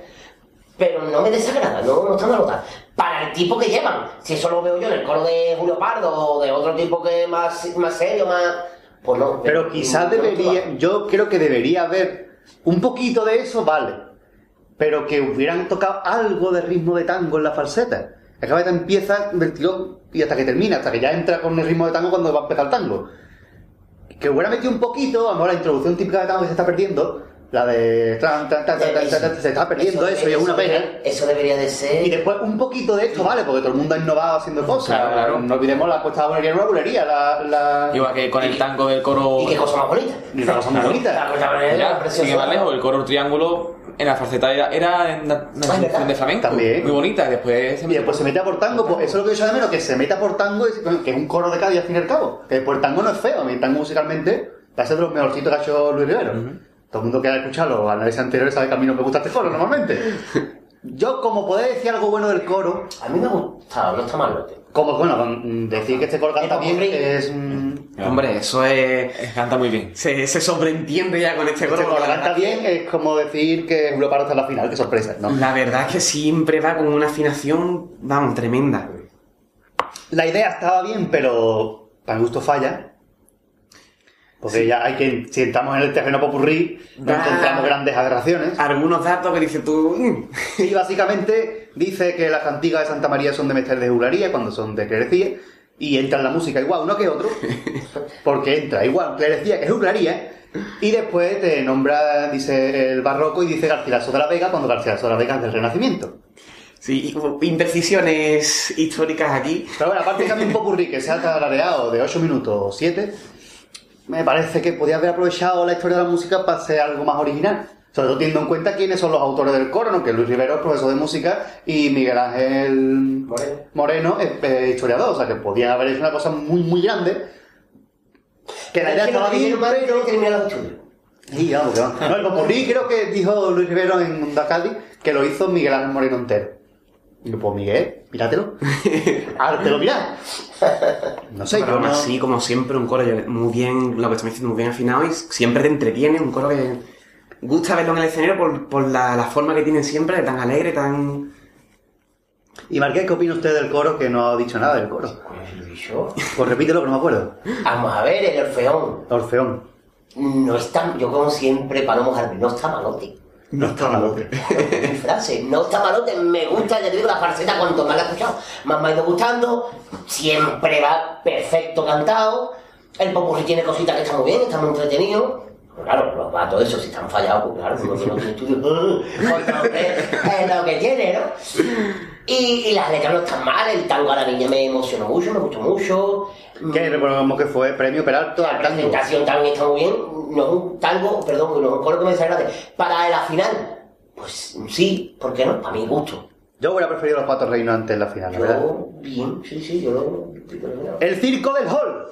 S3: pero no me desagrada, no, no está una nota. Para el tipo que llevan, si eso lo veo yo en el coro de Julio Pardo o de otro tipo que es más, más serio, más. Pues no.
S2: Pero
S3: no-
S2: quizás
S3: no me
S2: debería,
S3: motiva.
S2: yo creo que debería haber un poquito de eso, vale. Pero que hubieran tocado algo de ritmo de tango en la falseta. Acaba de empieza del tirón y hasta que termina, hasta que ya entra con el ritmo de tango cuando va a empezar el tango. Que hubiera metido un poquito, a lo mejor la introducción típica de tango que se está perdiendo, la de tran, tran, tran, tran, tran, tran, tran, se está perdiendo eso, y es una pena.
S3: debería- Eso debería de ser.
S2: Y después un poquito de esto, vale, porque todo el mundo ha innovado haciendo cosas.
S4: Claro, claro.
S2: No olvidemos la puesta de bulería en una bulería, la, la...
S4: Igual que con el tango del coro.
S3: Y qué cosa más bonita.
S2: y una cosa muy bonita.
S3: La cosa más
S4: Ya,
S3: preciosa.
S4: sin ir más lejos, el coro triángulo en la faceta era, era en la- una
S3: Ah,
S4: canción
S3: ¿verdad?
S4: de flamenco.
S2: También.
S4: Muy bonita. y Después se
S2: Y
S4: metió-
S2: después se mete a por tango, pues eso es lo que yo de menos, que se meta por tango, y se- que es un coro de Cádiz al fin y al cabo. Que después el tango no es feo, a mí el tango musicalmente parece de los mejorcitos que ha hecho Luis Rivero. Todo el mundo que ha escuchado los análisis anteriores sabe que a mí no me gusta este coro normalmente. Yo, como poder decir algo bueno del coro,
S3: A mí me ha gustado, no está mal. ¿no?
S2: como bueno, con- decir que este coro canta
S3: Es
S2: bien
S3: popurrí.
S2: es un.
S4: Ya.
S5: Hombre, eso es.
S4: Canta muy bien.
S5: Se, se sobreentiende ya con este
S2: Este
S5: coro.
S2: coro
S5: porque la
S2: canta
S5: verdad-
S2: bien es como decir que Julio Pardo está en la final, qué sorpresa, ¿no?
S5: La verdad es que siempre va con una afinación, vamos, tremenda.
S2: La idea estaba bien, pero para mi gusto falla. Porque ya hay que, si entramos en el terreno popurrí, no
S5: Ah.
S2: encontramos grandes aberraciones.
S5: Algunos datos que dices tú. mm,
S2: Y básicamente dice que las cantigas de Santa María son de Mester de Jularía cuando son de clerecía. Y entra en la música igual uno que otro, porque entra igual clerecía que juglaría. Y después te nombra, dice el barroco y dice Garcilaso de la Vega cuando Garcilaso de la Vega es del Renacimiento.
S5: Sí, y- imprecisiones históricas aquí.
S2: Pero bueno, aparte que a mí un popurrí que se ha talareado de 8 minutos o 7, me parece que podía haber aprovechado la historia de la música para hacer algo más original. Sobre todo teniendo en cuenta quiénes son los autores del coro, ¿no? que Luis Rivero es profesor de música y Miguel Ángel
S3: Moreno.
S2: Moreno es eh, historiador, o sea que podían haber hecho una cosa muy, muy grande. Que la idea
S3: Es que lo
S2: estaba
S3: que
S2: bien,
S3: quiero más es
S2: pero...
S3: terminar los estudios.
S2: Sí, vamos, que vamos. No, el popurrí creo que dijo Luis Rivero en Mundo Cádiz que lo hizo Miguel Ángel Moreno entero. Y yo, pues Miguel,
S5: <laughs>
S2: míratelo. Ahora te lo mirás. No sé,
S5: pero
S2: yo
S5: aún
S2: no...
S5: así, como siempre, un coro yo- muy bien, lo que estoy diciendo, muy bien afinado y siempre te entretiene, un coro que gusta verlo en el escenario por, por la, la forma que tienen siempre, de tan alegre, tan...
S2: Y Marqués, ¿qué opina usted del coro que no ha dicho nada del coro?
S3: Coño, si lo vi yo.
S2: Pues repítelo que no me acuerdo.
S3: Vamos a ver, el Orfeón.
S2: Orfeón.
S3: No está, yo como siempre, para no mojarme, no está malote.
S2: No está malote.
S3: Mi frase, no está malote, me gusta, ya te digo, la farceta cuanto más la he escuchado, más me ha ido gustando, siempre va perfecto cantado, el popurrí tiene cositas que están muy bien, están muy entretenidos, Pero claro, los vatos esos si están fallados, pues claro, porque no tiene estudio, pues, hombre, <laughs> es lo que tiene, ¿no? Y, y las letras no están mal, el tango a la niña me emocionó mucho, me gustó mucho.
S2: Que
S3: Mm,
S2: recordamos que fue premio Peralto
S3: la
S2: al tango.
S3: presentación también está muy bien. No es un tango, perdón, no es un coro que me desagrade. Para la final, pues sí, ¿por qué no? Para mi gusto.
S2: Yo hubiera preferido los cuatro reinos antes en la final, la verdad.
S3: Yo, bien, sí, sí, yo lo. yo lo-
S2: El circo del hall.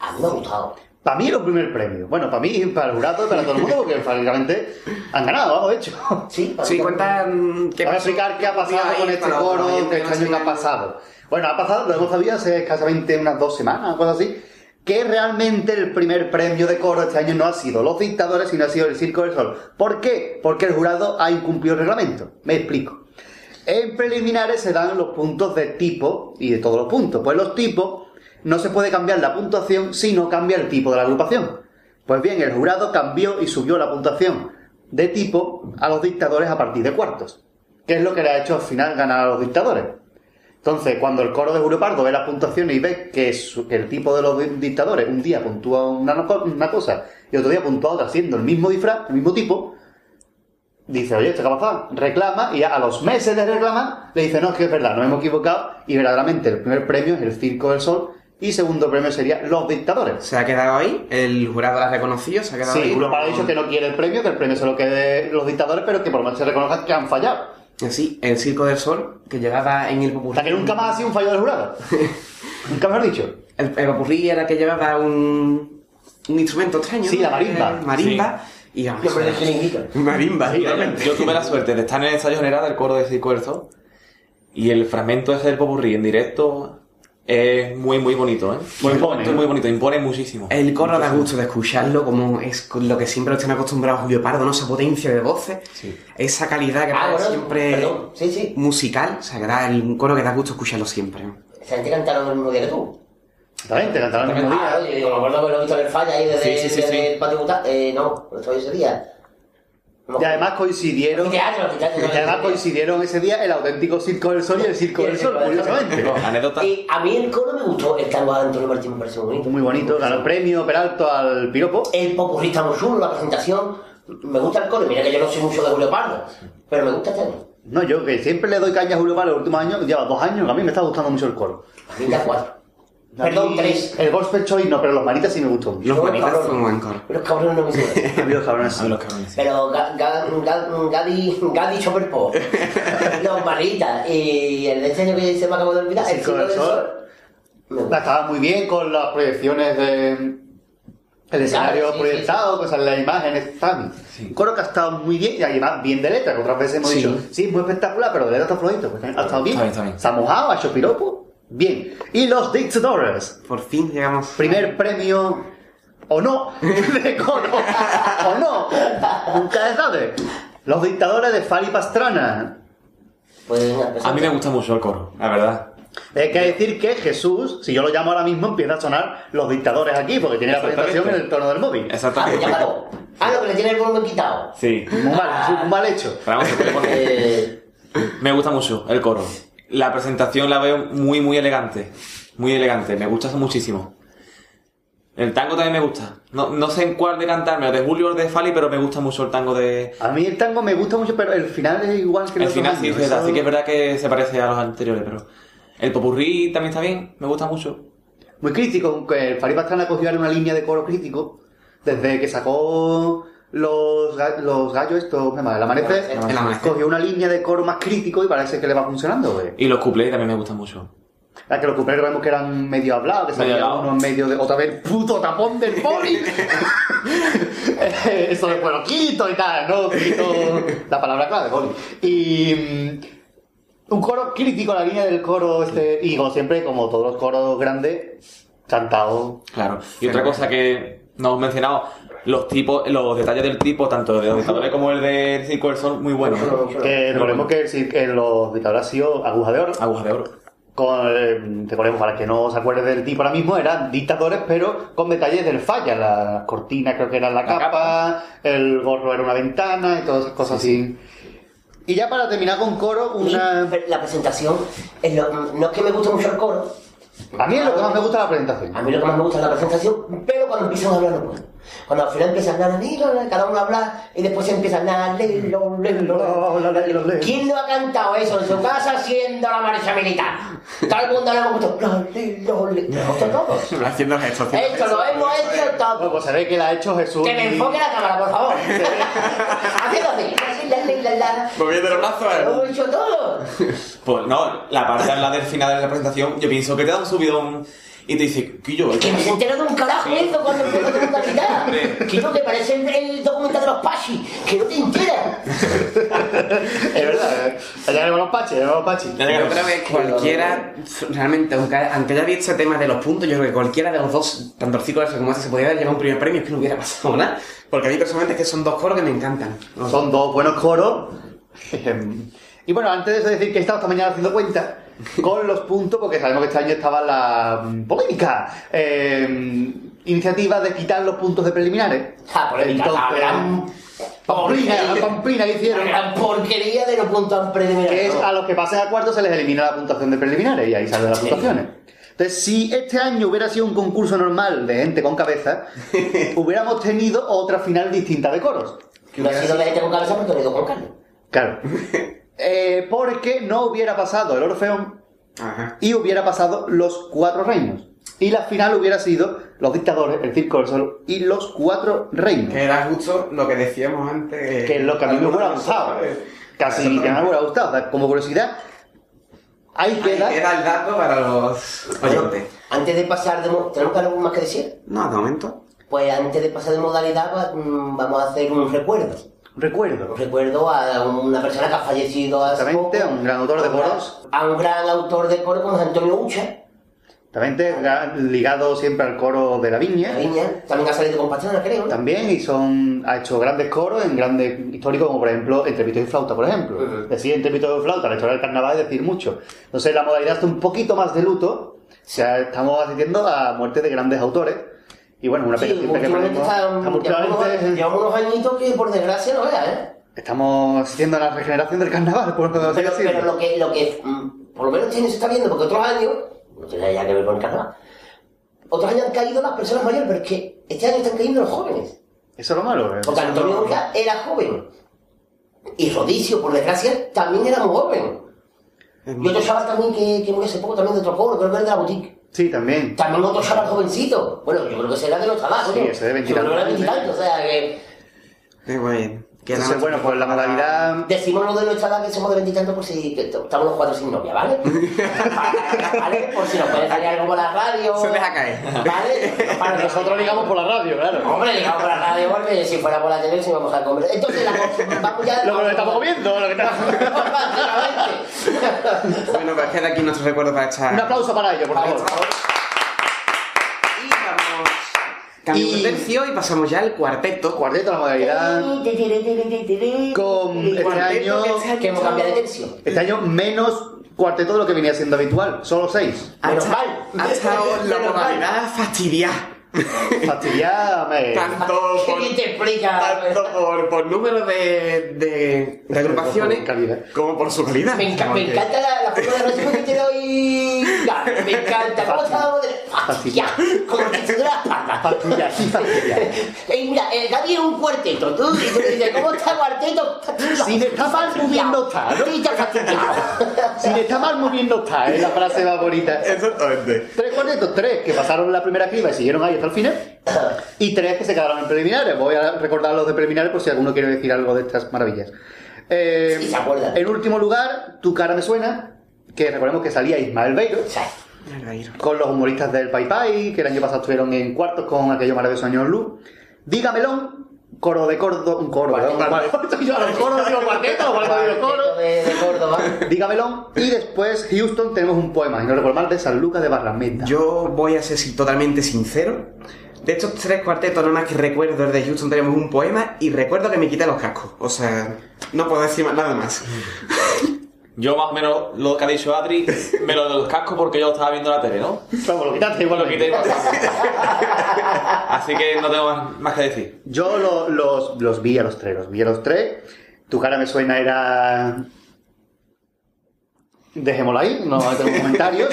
S3: A mí me ha gustado.
S2: Para mí era un primer premio. Bueno, para mí, para el jurado y para todo el mundo, porque <laughs> francamente han ganado, vamos, de hecho.
S3: Sí, para
S5: Sí,
S3: mí-
S5: cuenta mm, qué
S2: Voy a
S5: pasó.
S2: explicar qué ha pasado
S5: Ahí,
S2: con este
S5: para los
S2: coro,
S5: oyentes
S2: qué
S5: no
S2: extraño que ha
S5: saben.
S2: pasado. Bueno, ha pasado, lo hemos sabido hace escasamente unas dos semanas, o cosas así, que realmente el primer premio de coro este año no ha sido los dictadores, sino ha sido el Circo del Sol. ¿Por qué? Porque el jurado ha incumplido el reglamento. Me explico. En preliminares se dan los puntos de tipo y de todos los puntos. Pues los tipos no se puede cambiar la puntuación si no cambia el tipo de la agrupación. Pues bien, el jurado cambió y subió la puntuación de tipo a los dictadores a partir de cuartos, que es lo que le ha hecho al final ganar a los dictadores. Entonces, cuando el coro de Julio Pardo ve las puntuaciones y ve que, su- que el tipo de los di- dictadores un día puntúa una, no- una cosa y otro día puntúa otra, siendo el mismo disfraz, el mismo tipo, dice, oye, ¿esto qué ha pasado? Reclama y a los meses de reclamar le dice, no, es que es verdad, nos hemos equivocado y verdaderamente el primer premio es el Circo del Sol y segundo premio sería los dictadores.
S5: Se ha quedado ahí, el jurado la ha reconocido, se ha quedado ahí.
S2: Sí, Julio Pardo ha dicho que no quiere el premio, que el premio se lo quede los dictadores, pero que por lo menos se reconozca que han fallado.
S5: Sí, el Circo del Sol, que llevaba en el popurrí...
S2: Hasta que nunca más ha sido un fallo del jurado. nunca mejor dicho.
S5: El, el popurrí era que llevaba un, un instrumento extraño.
S2: Sí, la
S5: ¿no?
S2: marimba.
S5: Eh, Marimba. Y vamos,
S3: Yo me lo chiringuito.
S5: Marimba,
S2: Sí,
S5: realmente.
S4: Yo tuve la suerte de estar en el ensayo general del coro de Circo del Sol y el fragmento ese del popurrí en directo Es muy, muy bonito, ¿eh?
S2: Impone.
S4: Es muy bonito, impone muchísimo.
S5: El coro da gusto de escucharlo, como es con lo que siempre están acostumbrados Julio Pardo, ¿no? Esa potencia de voces,
S4: Sí.
S5: esa calidad que da siempre
S3: Ah, Perdón, sí, sí.
S5: musical, o sea, que da el un coro que da gusto escucharlo siempre. ¿no?
S3: Se han cantaron el mismo día que tú.
S2: También te cantarán el mismo día.
S3: Ah, yo me acuerdo que lo he visto en el falla ahí desde,
S4: Sí, sí, sí,
S3: desde
S4: sí.
S3: el patio buta- Eh, no, lo estoy ese día. No.
S2: Y además coincidieron.
S3: Y teatro, y teatro,
S2: y además coincidieron ese día el auténtico Circo del Sol y el Circo
S3: Y el
S2: del Sol,
S3: Circo del Sol.
S2: curiosamente.
S4: No, anécdota.
S3: Y a mí el coro me gustó, el tango de Antonio Martín me pareció bonito.
S2: Muy bonito, ganó el premio Peralto al piropo.
S3: El popurrista muy chulo, la presentación. Me gusta el coro, mira que yo no soy mucho de Julio Pardo, pero me gusta este año.
S2: No, yo que siempre le doy caña a Julio Palo los últimos años, lleva dos años, que a mí me está gustando mucho el coro.
S3: A mí me da cuatro.
S2: A
S3: Perdón,
S2: mí
S3: tres.
S2: El Gospel Choice no, pero los manitas sí me gustó mucho.
S5: Los
S3: Yo,
S5: manitas
S3: cabrón.
S5: son buen coro.
S3: Pero cabrón no me suena.
S2: A mí los cabrones
S4: A
S2: sí.
S4: ver los cabrones.
S3: Pero Ga- Ga- Ga- Gadi, Gadi Chopperpo, los Marritas y el de este año que se me acabó de olvidar, el
S2: Circo
S3: Circo
S2: del
S3: del
S2: Sol.
S3: Sol. Me gusta.
S2: Estaba muy bien con las proyecciones de el escenario
S3: Claro, sí,
S2: proyectado, cosas en las imágenes, está bien.
S4: Sí.
S2: Un coro que ha estado muy bien y además bien de letra, que otras veces hemos
S5: Sí.
S2: dicho, sí, muy espectacular, pero de letra está flojito, pues, ha estado bien.
S4: Está bien, está bien.
S2: Se ha mojado, ha hecho piropo, bien. Y los Dictadores,
S5: Por fin llegamos.
S2: primer premio o no <laughs> de coro, o no, nunca se sabe. Los dictadores de Fali Pastrana.
S3: Pues venga, empezamos.
S4: A mí me gusta mucho el coro, la verdad.
S2: Hay que decir que Jesús, si yo lo llamo ahora mismo, empieza a sonar los dictadores aquí, porque tiene la presentación en el tono del móvil.
S3: Ah, pues
S4: Exactamente.
S3: llámalo. Ah, no, que le tiene el volumen quitado.
S4: <laughs> Sí.
S2: Muy mal, Jesús, muy mal hecho.
S4: Pero vamos, se puede poner.
S3: Eh,
S4: Me gusta mucho el coro. La presentación la veo muy, muy elegante. Muy elegante. Me gusta eso muchísimo. El tango también me gusta. No, no sé en cuál de cantarme, o de Julio o de Fali, pero me gusta mucho el tango de...
S2: A mí el tango me gusta mucho, pero el final es igual que
S4: El
S2: otros
S4: final sí,
S2: años.
S4: es verdad.
S2: Eso-
S4: Sí que es verdad que se parece a los anteriores, pero... El popurrí también está bien. Me gusta mucho.
S2: Muy crítico, aunque el Farid Pastrana cogió ahora una línea de coro crítico desde que sacó los, ga- los gallos estos, ¿cómo se llama? el amanecer,
S3: El
S5: Amanecer.
S2: cogió una línea de coro más crítico y parece que le va funcionando, pues. güey.
S4: Y los cuplés también me gustan mucho.
S2: La Ah, que los cumpleaños vemos que eran medio hablados, que
S4: Medio
S2: salía
S4: hablado.
S2: uno en medio de. Otra vez, puto tapón del móvil. Eh, Eso de bueno, quito y tal, ¿no? Quito la palabra clave, boli. Y. mm, Un coro crítico a la línea del coro, este. Y como siempre, como todos los coros grandes, cantado.
S4: Claro. Y otra cosa que no hemos mencionado, los tipos, los detalles del tipo, tanto de los dictadores como el de Circo del Sol, muy buenos.
S3: chulo, chulo.
S2: Que recordemos que, sí, que los dictadores ha sido aguja de oro.
S4: Agujas de oro.
S2: Con, eh, recordemos, para el que no se acuerde del tipo ahora mismo, eran dictadores, pero con detalles del falla. Las cortinas creo que eran la,
S4: La
S2: capa,
S4: capa.
S2: el gorro era una ventana y todas esas cosas así. Y ya para terminar con coro, una...
S3: Y La presentación, es lo- no es que me guste mucho el coro,
S2: A mí es lo que más me gusta de la presentación.
S3: A mí lo que más me gusta es la presentación, pero cuando empiezan a hablar no puedo. Cuando al final empiezan a hablar, cada uno a hablar, y después empiezan a...
S2: Oh,
S3: ¿Quién no ha cantado eso en su casa haciendo la marcha militar? Todo el mundo le hemos gustado. Lo gusta todos.
S5: Haciendo gestos. haciendo
S3: Esto lo hemos hecho
S2: Bueno,
S3: todos.
S2: pues se ve que la ha hecho Jesús.
S3: Que me enfoque la cámara, por favor. <laughs> Haciendo así.
S5: gestos. Moviendo los brazos. ¿eh?
S3: Lo hemos hecho todos.
S4: Pues no, la parte habla del final de la presentación, yo pienso que te da un subidón y te dice, Quillo,
S3: Que no se entera de un carajo eso cuando empieza todo el mundo a gritar.
S4: Hombre.
S3: Que no, que parece el, el documental de los Pachi. Que no te enteras.
S2: <laughs> es verdad, eh. allá llevan los paches, llevan los paches.
S4: Ya
S5: Yo
S4: llegaron.
S5: creo que cualquiera, realmente, aunque, aunque haya habido este tema de los puntos, yo creo que cualquiera de los dos, tanto el ciclo de como este, se podía haber llevado un primer premio, es que no hubiera <laughs> pasado nada. Porque a mí personalmente es que son dos coros que me encantan. Los dos.
S2: Son dos buenos coros. <laughs> y bueno, antes de decir que he estado esta mañana haciendo cuenta con los puntos, porque sabemos que este año estaba la mm, polémica eh, iniciativa de quitar los puntos de preliminares.
S3: Ja, Ah, polémica, la gran
S2: pamplina,
S3: <laughs>
S2: la pamplina que hicieron.
S3: La gran porquería de los puntos han preliminares.
S2: Que es
S3: ¿no?
S2: a los que pasen a cuartos se les elimina la puntuación de preliminares y ahí salen las puntuaciones. Entonces, si este año hubiera sido un concurso normal de gente con
S3: <laughs>
S2: cabeza, hubiéramos tenido otra final distinta de coros.
S3: No ha sido de gente con cabeza porque no he ido con carne.
S2: Claro. <laughs> Eh, porque no hubiera pasado el Orfeón
S5: Ajá.
S2: y hubiera pasado los cuatro reinos. Y la final hubiera sido los dictadores, el circo del sol y los cuatro reinos.
S5: Que era justo lo que decíamos antes. eh,
S2: Que es lo que a mí me hubiera gustado.
S5: eh,
S2: Casi que me hubiera gustado. O sea, Como curiosidad, ahí
S5: Ahí
S2: queda.
S5: queda el dato para los oyentes.
S3: Antes de pasar de mo- ¿Tenemos que algo más que decir?
S5: No, de momento.
S3: Pues antes de pasar de modalidad va- mm, vamos a hacer un recuerdo.
S2: Recuerdo.
S3: Un recuerdo a una persona que ha fallecido hace
S2: Exactamente,
S3: poco.
S2: a un gran autor de
S3: A un gran-
S2: coros.
S3: A un gran autor de coros como es Antonio Ucha.
S2: Exactamente, ra- ligado siempre al coro de la
S3: La
S2: viña.
S3: viña también ha salido con Pastrana, creo. ¿no?
S2: También, y son, ha hecho grandes coros en grandes históricos, como por ejemplo Entrepito y Flauta, por ejemplo.
S3: Ujú.
S2: Decir Entrepito y Flauta, la historia del carnaval es decir mucho. Entonces, la modalidad está un poquito más de luto. O sea, estamos asistiendo a muertes de grandes autores. Y bueno, una
S3: Sí,
S2: pena siempre que
S3: últimamente
S2: perdemos-
S3: está,
S2: estamos
S3: llevamos, unos,
S2: últimamente-
S3: llevamos unos añitos que por desgracia no vea, ¿eh?
S2: Estamos asistiendo a la regeneración del carnaval, por decirlo
S3: Pero,
S2: así.
S3: pero lo que, lo que mm, por lo menos este año se está viendo, porque otros años, no tiene nada que ver con el carnaval, otros años han caído las personas mayores, pero es que este año están cayendo los jóvenes.
S2: Eso es lo malo. ¿eh?
S3: Porque Antonio Orca era joven. Y Rodicio, por desgracia, también era muy joven.
S5: Es
S3: Y
S5: muy-
S3: otro chaval también que, que murió hace poco, también de otro pueblo, creo que era de la boutique.
S2: Sí, también.
S3: También otro chaval jovencito. Bueno, yo creo que será de los trabajos.
S2: Sí,
S3: ¿no?
S2: ese de
S3: Yo creo que era
S2: 20 y tantos.
S3: veintitantos, o sea que...
S5: Es bueno. Que
S2: Entonces, bueno, pues la modalidad
S3: Decimos lo de nuestra edad que somos de veintitantos por si que to- estamos los cuatro sin novia,
S5: <laughs>
S3: ¿vale? ¿Vale? Por si nos puede salir algo por la radio.
S5: Se
S2: <laughs>
S5: deja caer.
S3: ¿Vale? Para
S2: Nosotros ligamos por la radio, claro.
S3: Hombre, ligamos por la radio, porque si fuera por la tele, sí vamos a comer. Entonces, la, vamos ya.
S2: Lo que nos estamos comiendo, lo que estamos...
S3: Básicamente.
S5: Bueno, pues queda aquí nuestro recuerdo para echar.
S2: Un aplauso para ello, por
S5: Ahí
S2: favor.
S5: está. Y vamos. Cambiamos
S2: Y-
S5: de tercio y pasamos ya al cuarteto.
S2: Cuarteto, la modalidad. Con este año,
S3: que hemos cambiado de tercio.
S2: este año menos cuarteto de lo que venía siendo habitual, solo seis.
S3: <laughs>
S5: Ha
S3: Menos
S5: estado-
S3: mal.
S5: Ha estado la
S3: Menos mal.
S5: modalidad fastidiada.
S3: <laughs>
S2: Fastidiame.
S5: Tanto por,
S3: ¿Qué te explica?
S5: tanto por, por número de, de, de agrupaciones
S2: Por calidad.
S5: como por su calidad.
S3: Me, enca- me
S5: Porque-
S3: encanta la, la forma de resumen que te doy. Ya, me encanta. ¿Cómo estábamos de
S2: Pastilla.
S3: pastilla? Como que te la espalda.
S2: Pastilla, sí, pastilla.
S3: <laughs> Ey, mira, el Gaby es un cuarteto. Tú y tú dices, ¿cómo está cuarteto?
S2: Si te está mal moviendo, está, ¿no?
S3: Sí, está fastidiado.
S2: <laughs> Si le está mal moviendo, está, es la frase más bonita.
S5: Exactamente.
S2: Tres cuartetos, tres que pasaron la primera criba y siguieron ahí hasta el
S3: <laughs>
S2: final. Y tres que se quedaron en preliminares. Voy a recordar los de preliminares por si alguno quiere decir algo de estas maravillas. Eh,
S3: Sí, se acuerda.
S2: en último lugar, Tu cara me suena, que recordemos que salía Ismael Beiro.
S3: O sea,
S2: con los humoristas del Pai Pai, que el año pasado estuvieron en cuartos con aquello maravilloso año en luz. Dígamelo, coro de cordo, un coro, ¿verdad? Un <laughs> cuarteto. Yo a los coros digo cuarteto, cuarto digo coro.
S3: cuarteto de, de Córdoba.
S2: Dígamelo, y después Houston tenemos un poema, y no recuerdo mal, de San Lucas de Barrameda.
S5: Yo voy a ser si- totalmente sincero. De estos tres cuartetos, nada más que recuerdo el de Houston, tenemos un poema y recuerdo que me quité los cascos. O sea, no puedo decir más- nada más.
S4: Yo más o menos lo que ha dicho Adri, me lo de los cascos porque yo estaba viendo la tele, ¿no?
S2: Vamos, lo quitaste igual
S4: Lo quité bastante. Así que no tengo más, más que decir.
S2: Yo lo- los, los vi a los tres, los vi a los tres. Tu cara me suena era... Dejémoslo ahí, no tengo comentarios.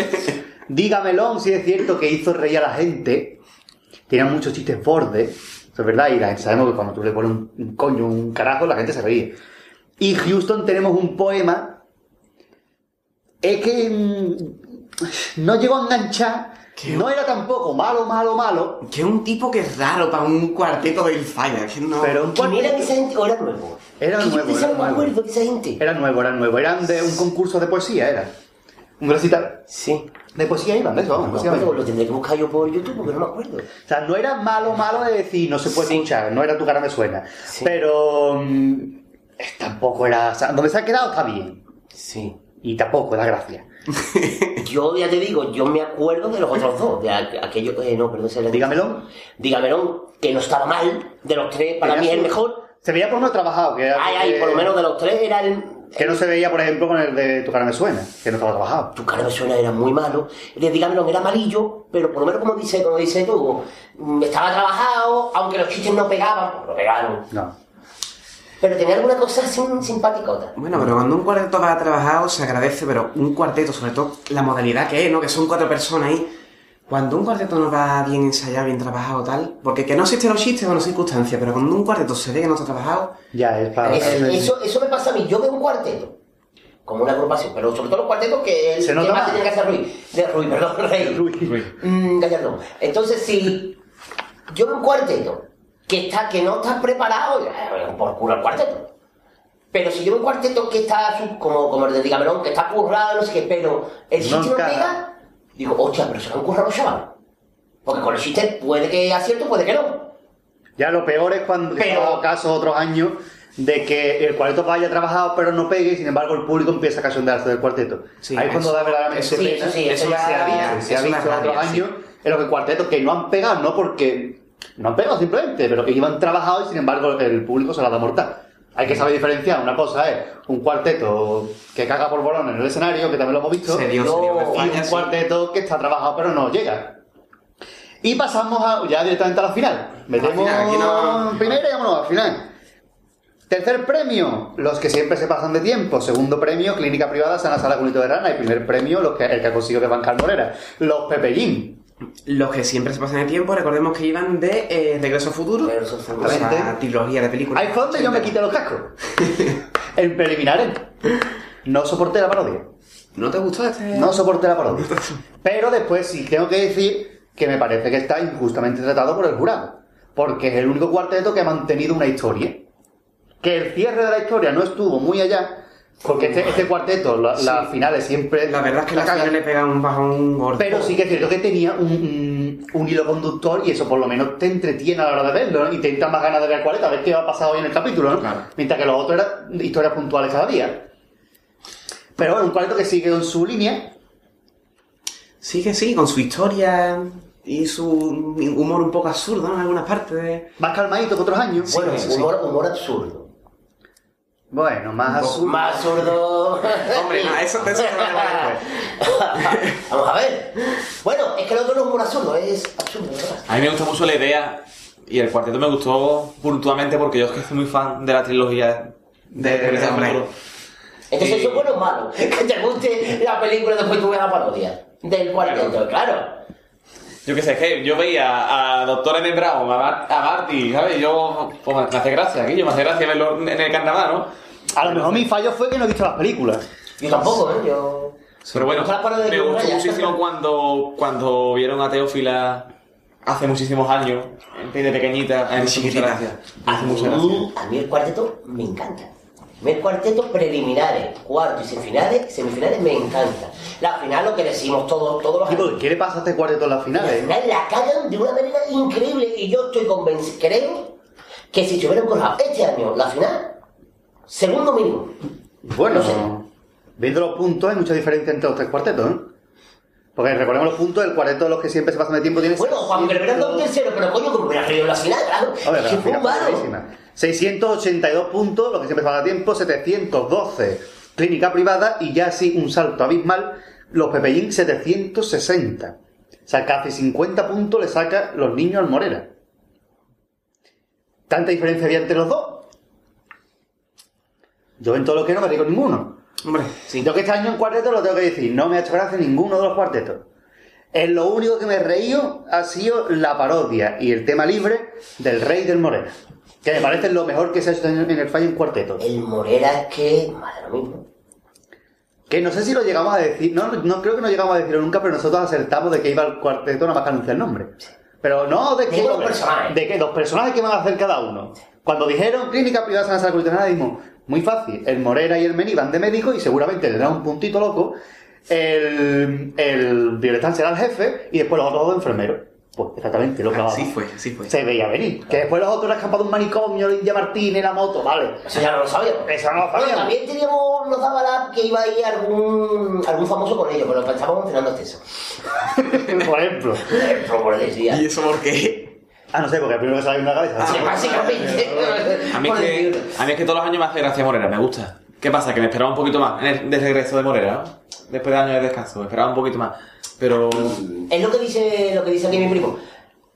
S2: Dígamelo si es cierto que hizo reír a la gente. Tenía muchos chistes bordes, eso es verdad, y la gente sabemos que cuando tú le pones un, un coño, un carajo, la gente se ríe. Y Houston tenemos un poema... Es que... mm, No llegó a enganchar.
S5: ¿Qué?
S2: No era tampoco malo, malo, malo.
S5: Que un tipo que es raro para un cuarteto del Fire. que no-
S2: Pero un
S3: ¿Quién
S2: cuarteto-
S3: era esa gente? ¿O era nuevo?
S2: Era
S3: Que yo
S2: nuevo,
S3: pensaba,
S2: era
S3: no me
S2: nuevo.
S3: acuerdo de esa gente.
S2: Era nuevo, era nuevo. Eran de un concurso de poesía, era. Un recital
S3: Sí.
S2: de poesía iban, de eso,
S3: No me
S2: vamos,
S3: acuerdo,
S2: básicamente.
S3: lo tendré que buscar yo por YouTube porque no me acuerdo.
S2: O sea, no era malo, malo de decir no se puede escuchar, no era tu cara me suena. Pero mm, eh, tampoco era. o sea, donde se ha quedado está bien.
S3: Sí.
S2: Y tampoco da gracia.
S3: Yo ya te digo, yo me acuerdo de los otros dos, de aqu- aquello que no, perdón, se le-
S2: Dígamelo.
S3: Dígamelo, que no estaba mal, de los tres, para
S2: Tenía
S3: mí es el
S2: su-
S3: mejor.
S2: Se veía por no trabajado, que era.
S3: Ay,
S2: que-
S3: ay, por lo menos de los tres era el.
S2: Que no se veía, por ejemplo, con el de tu cara me suena, que no estaba trabajado.
S3: Tu cara me suena, era muy malo. El de Dígamelo era malillo, pero por lo menos como dice, como dice tú, mm, estaba trabajado, aunque los chistes no pegaban, pues no pegaron.
S2: No.
S3: Pero tenía alguna cosa sin, simpaticota.
S5: Bueno, pero cuando un cuarteto va trabajado se agradece, pero un cuarteto, sobre todo la modalidad que es, ¿no? Que son cuatro personas ahí. Cuando un cuarteto no va bien ensayado, bien trabajado, tal, porque que no existen los chistes o las circunstancias, pero cuando un cuarteto se ve que no está trabajado,
S2: Ya, es para.
S3: Es-
S2: <laughs>
S3: eso, eso me pasa a mí, yo veo un cuarteto. Como una agrupación, pero sobre todo los cuartetos que el
S2: Se nota
S3: que más
S2: más.
S3: tiene que hacer Ruiz. De Ruiz, <laughs> perdón, Rey. Mm, Gallardo. Entonces, si yo veo un cuarteto que, está, que no está preparado, eh, por culo el cuarteto. Pero si yo veo un cuarteto que está, su- como, como el de Digamelón, que está currado, no sé qué, pero el chiste
S2: No
S3: no,
S2: encaja.
S3: pega, digo, hostia, pero se lo han currado los chavales. Porque con el chiste puede que acierto, puede que no.
S2: Ya lo peor es cuando
S3: Pero-
S2: casos otros años de que el cuarteto vaya trabajado pero no pegue y sin embargo el público empieza a cachondearse del cuarteto.
S5: Sí,
S2: Ahí es
S5: eso-
S2: cuando da verdaderamente
S5: eso-
S3: sí,
S2: pena.
S3: eso sí, eso
S2: se
S3: ya-
S2: ha visto, se ha
S5: es una
S2: visto otros
S5: rabia, sí.
S2: años en los que cuartetos que no han pegado, no porque no han pegado simplemente, pero que iban trabajados y sin embargo el público se la da mortal. Hay que saber diferenciar. Una cosa es un cuarteto que caga por bolón en el escenario, que también lo hemos visto
S5: Se dio, se dio.
S3: No,
S5: que
S2: y
S5: falla,
S2: un
S5: sí.
S2: cuarteto que está trabajado pero no llega. Y pasamos a- ya directamente a la final. Metemos
S5: final, aquí no-
S2: primera y vámonos al final. Tercer premio, los que siempre se pasan de tiempo. Segundo premio, clínica privada Sana Sala Cunito de Rana. Y primer premio, los que, el que ha conseguido que bancar Morera. Los Pepellín.
S5: Los que siempre se pasan el tiempo, recordemos que iban de eh, Regreso al Futuro.
S3: Regreso al Futuro.
S5: O sea,
S2: Exactamente.
S5: trilogía de películas.
S2: Ahí fue donde yo me quité los
S5: <laughs>
S2: cascos. en preliminares. No soporté la parodia.
S5: ¿No te gustó este?
S2: No soporté la parodia. Pero después sí tengo que decir que me parece que está injustamente tratado por el jurado. Porque es el único cuarteto que ha mantenido una historia. Que el cierre de la historia no estuvo muy allá. Porque este, este cuarteto, la- las finales siempre.
S5: La verdad es que la
S2: cagan.
S5: cara le pega un bajón gordo.
S2: Pero sí que es cierto que tenía un, un- un hilo conductor y eso por lo menos te entretiene a la hora de verlo ¿no? y te entra más ganas de ver cuál es, a ver qué va a pasar hoy en el capítulo, ¿no?
S5: Claro.
S2: Mientras que los otros eran historias puntuales cada día. Pero bueno, un cuarteto que sigue en su línea,
S5: Sí que sí, con su historia y su humor un poco absurdo ¿no? en algunas partes. De...
S2: más calmadito que otros años.
S3: Bueno,
S5: sí, sí.
S3: humor, humor absurdo.
S2: Bueno, más azul.
S3: Más absurdo.
S5: <laughs> Hombre, no, eso- eso lo voy a poner
S3: <laughs>
S5: pues.
S3: Vamos a ver. Bueno, es que el otro no es humor absurdo, es absurdo, ¿verdad?
S4: A mí me gusta mucho la idea y el cuarteto me gustó puntualmente porque yo es que soy muy fan de la trilogía
S5: De-
S4: de
S5: de-
S4: Regreso al
S5: hombre.
S4: Futuro.
S3: Entonces,
S4: Sí.
S3: eso es bueno o malo. <laughs> Que te guste la película después tú ves la parodia del cuarteto, claro.
S4: Yo qué sé, es que yo veía a Doctor M. Brown, a, Mar- a Marty, ¿sabes? Yo, pues me hace gracia, aquí yo me hace gracia verlo en el carnaval, ¿no?
S2: A lo mejor mi fallo fue que no he visto las películas.
S3: Yo tampoco, ¿eh? Yo.
S4: Pero bueno,
S3: Ojalá para de
S4: me
S3: que
S4: gustó
S3: vaya.
S4: muchísimo cuando, cuando vieron a Teófila hace muchísimos años, en fin, de pequeñita, a mí me hizo mucha
S5: Chiquitita.
S4: gracia. Me
S3: A
S4: hizo mucha gracia.
S3: mí, a mí el cuarteto me encanta. A mí el cuarteto preliminares, cuartos y semifinales, semifinales me encanta. La final, lo que decimos todos, todos los
S2: Y porque, ¿Qué le pasa a este cuarteto en las
S3: Y al
S2: finales?
S3: final la cagan de una manera increíble y yo estoy convencido, creo, que si se hubieran colado este año la final, segundo mínimo.
S2: Bueno,
S3: No sé.
S2: viendo los puntos, hay mucha diferencia entre los tres cuartetos, ¿no? Porque recordemos los puntos, el cuarteto de los que siempre se pasan de tiempo tiene.
S3: Bueno, Juan Guerrero era un
S2: 600.
S3: tercero, pero coño, como hubiera reído en la final, claro.
S2: A ver,
S3: Es que
S2: la
S3: fue
S2: final
S3: un malo.
S2: fue buenísima. 682 puntos, lo que siempre se pasan de tiempo, 712 clínica privada y ya así un salto abismal, los Pepellín 760. O sea, casi 50 puntos le saca los niños al Morera. ¿Tanta diferencia había entre los dos? Yo en todo lo que no me digo ninguno.
S5: Hombre, sí.
S2: Yo que este año en cuarteto lo tengo que decir, no me ha hecho gracia ninguno de los cuartetos. En lo único que me he reído ha sido la parodia y el tema libre del Rey del Morena. Que me parece lo mejor que se ha hecho en en el fallo en cuarteto.
S3: El Morera es que, madre mía,
S2: Que no sé si lo llegamos a decir, no, no creo que no llegamos a decirlo nunca, pero nosotros acertamos de que iba el cuarteto nada más que anunciar el nombre. Pero no de que,
S3: Digo los personajes.
S2: de que los personajes que van a hacer cada uno. Cuando dijeron clínica privada San Sacro dijimos, muy fácil, el Morera y el Meni van de médico y seguramente le dan un puntito loco, el, el Violetán será el jefe y después los otros dos enfermeros. Pues exactamente lo que
S5: Así
S2: hablaba.
S5: fue, así fue.
S2: Se veía venir. Que después los otros eran escapado de un manicomio, India Martínez, la moto, vale. <laughs>
S3: eso ya no lo sabíamos.
S2: Eso no lo sabíamos.
S3: Bueno, también teníamos, nos daba la que iba a ir algún, algún famoso con ellos, pero pensábamos cenando hasta <laughs> eso.
S2: Por ejemplo.
S3: El favor decía.
S5: ¿Y eso por qué?
S2: Ah, no sé, porque el primero que sale en la cabeza.
S3: Ah, Sí, Básicamente.
S4: A mí, es
S3: Por el
S4: que,
S3: libro.
S4: a mí es que todos los años me hace gracia Morera, me gusta. ¿Qué pasa? Que me esperaba un poquito más en el, de regreso de Morera, ¿no? Después de años de descanso, me esperaba un poquito más. Pero.
S3: Es lo que dice, lo que dice aquí mi primo.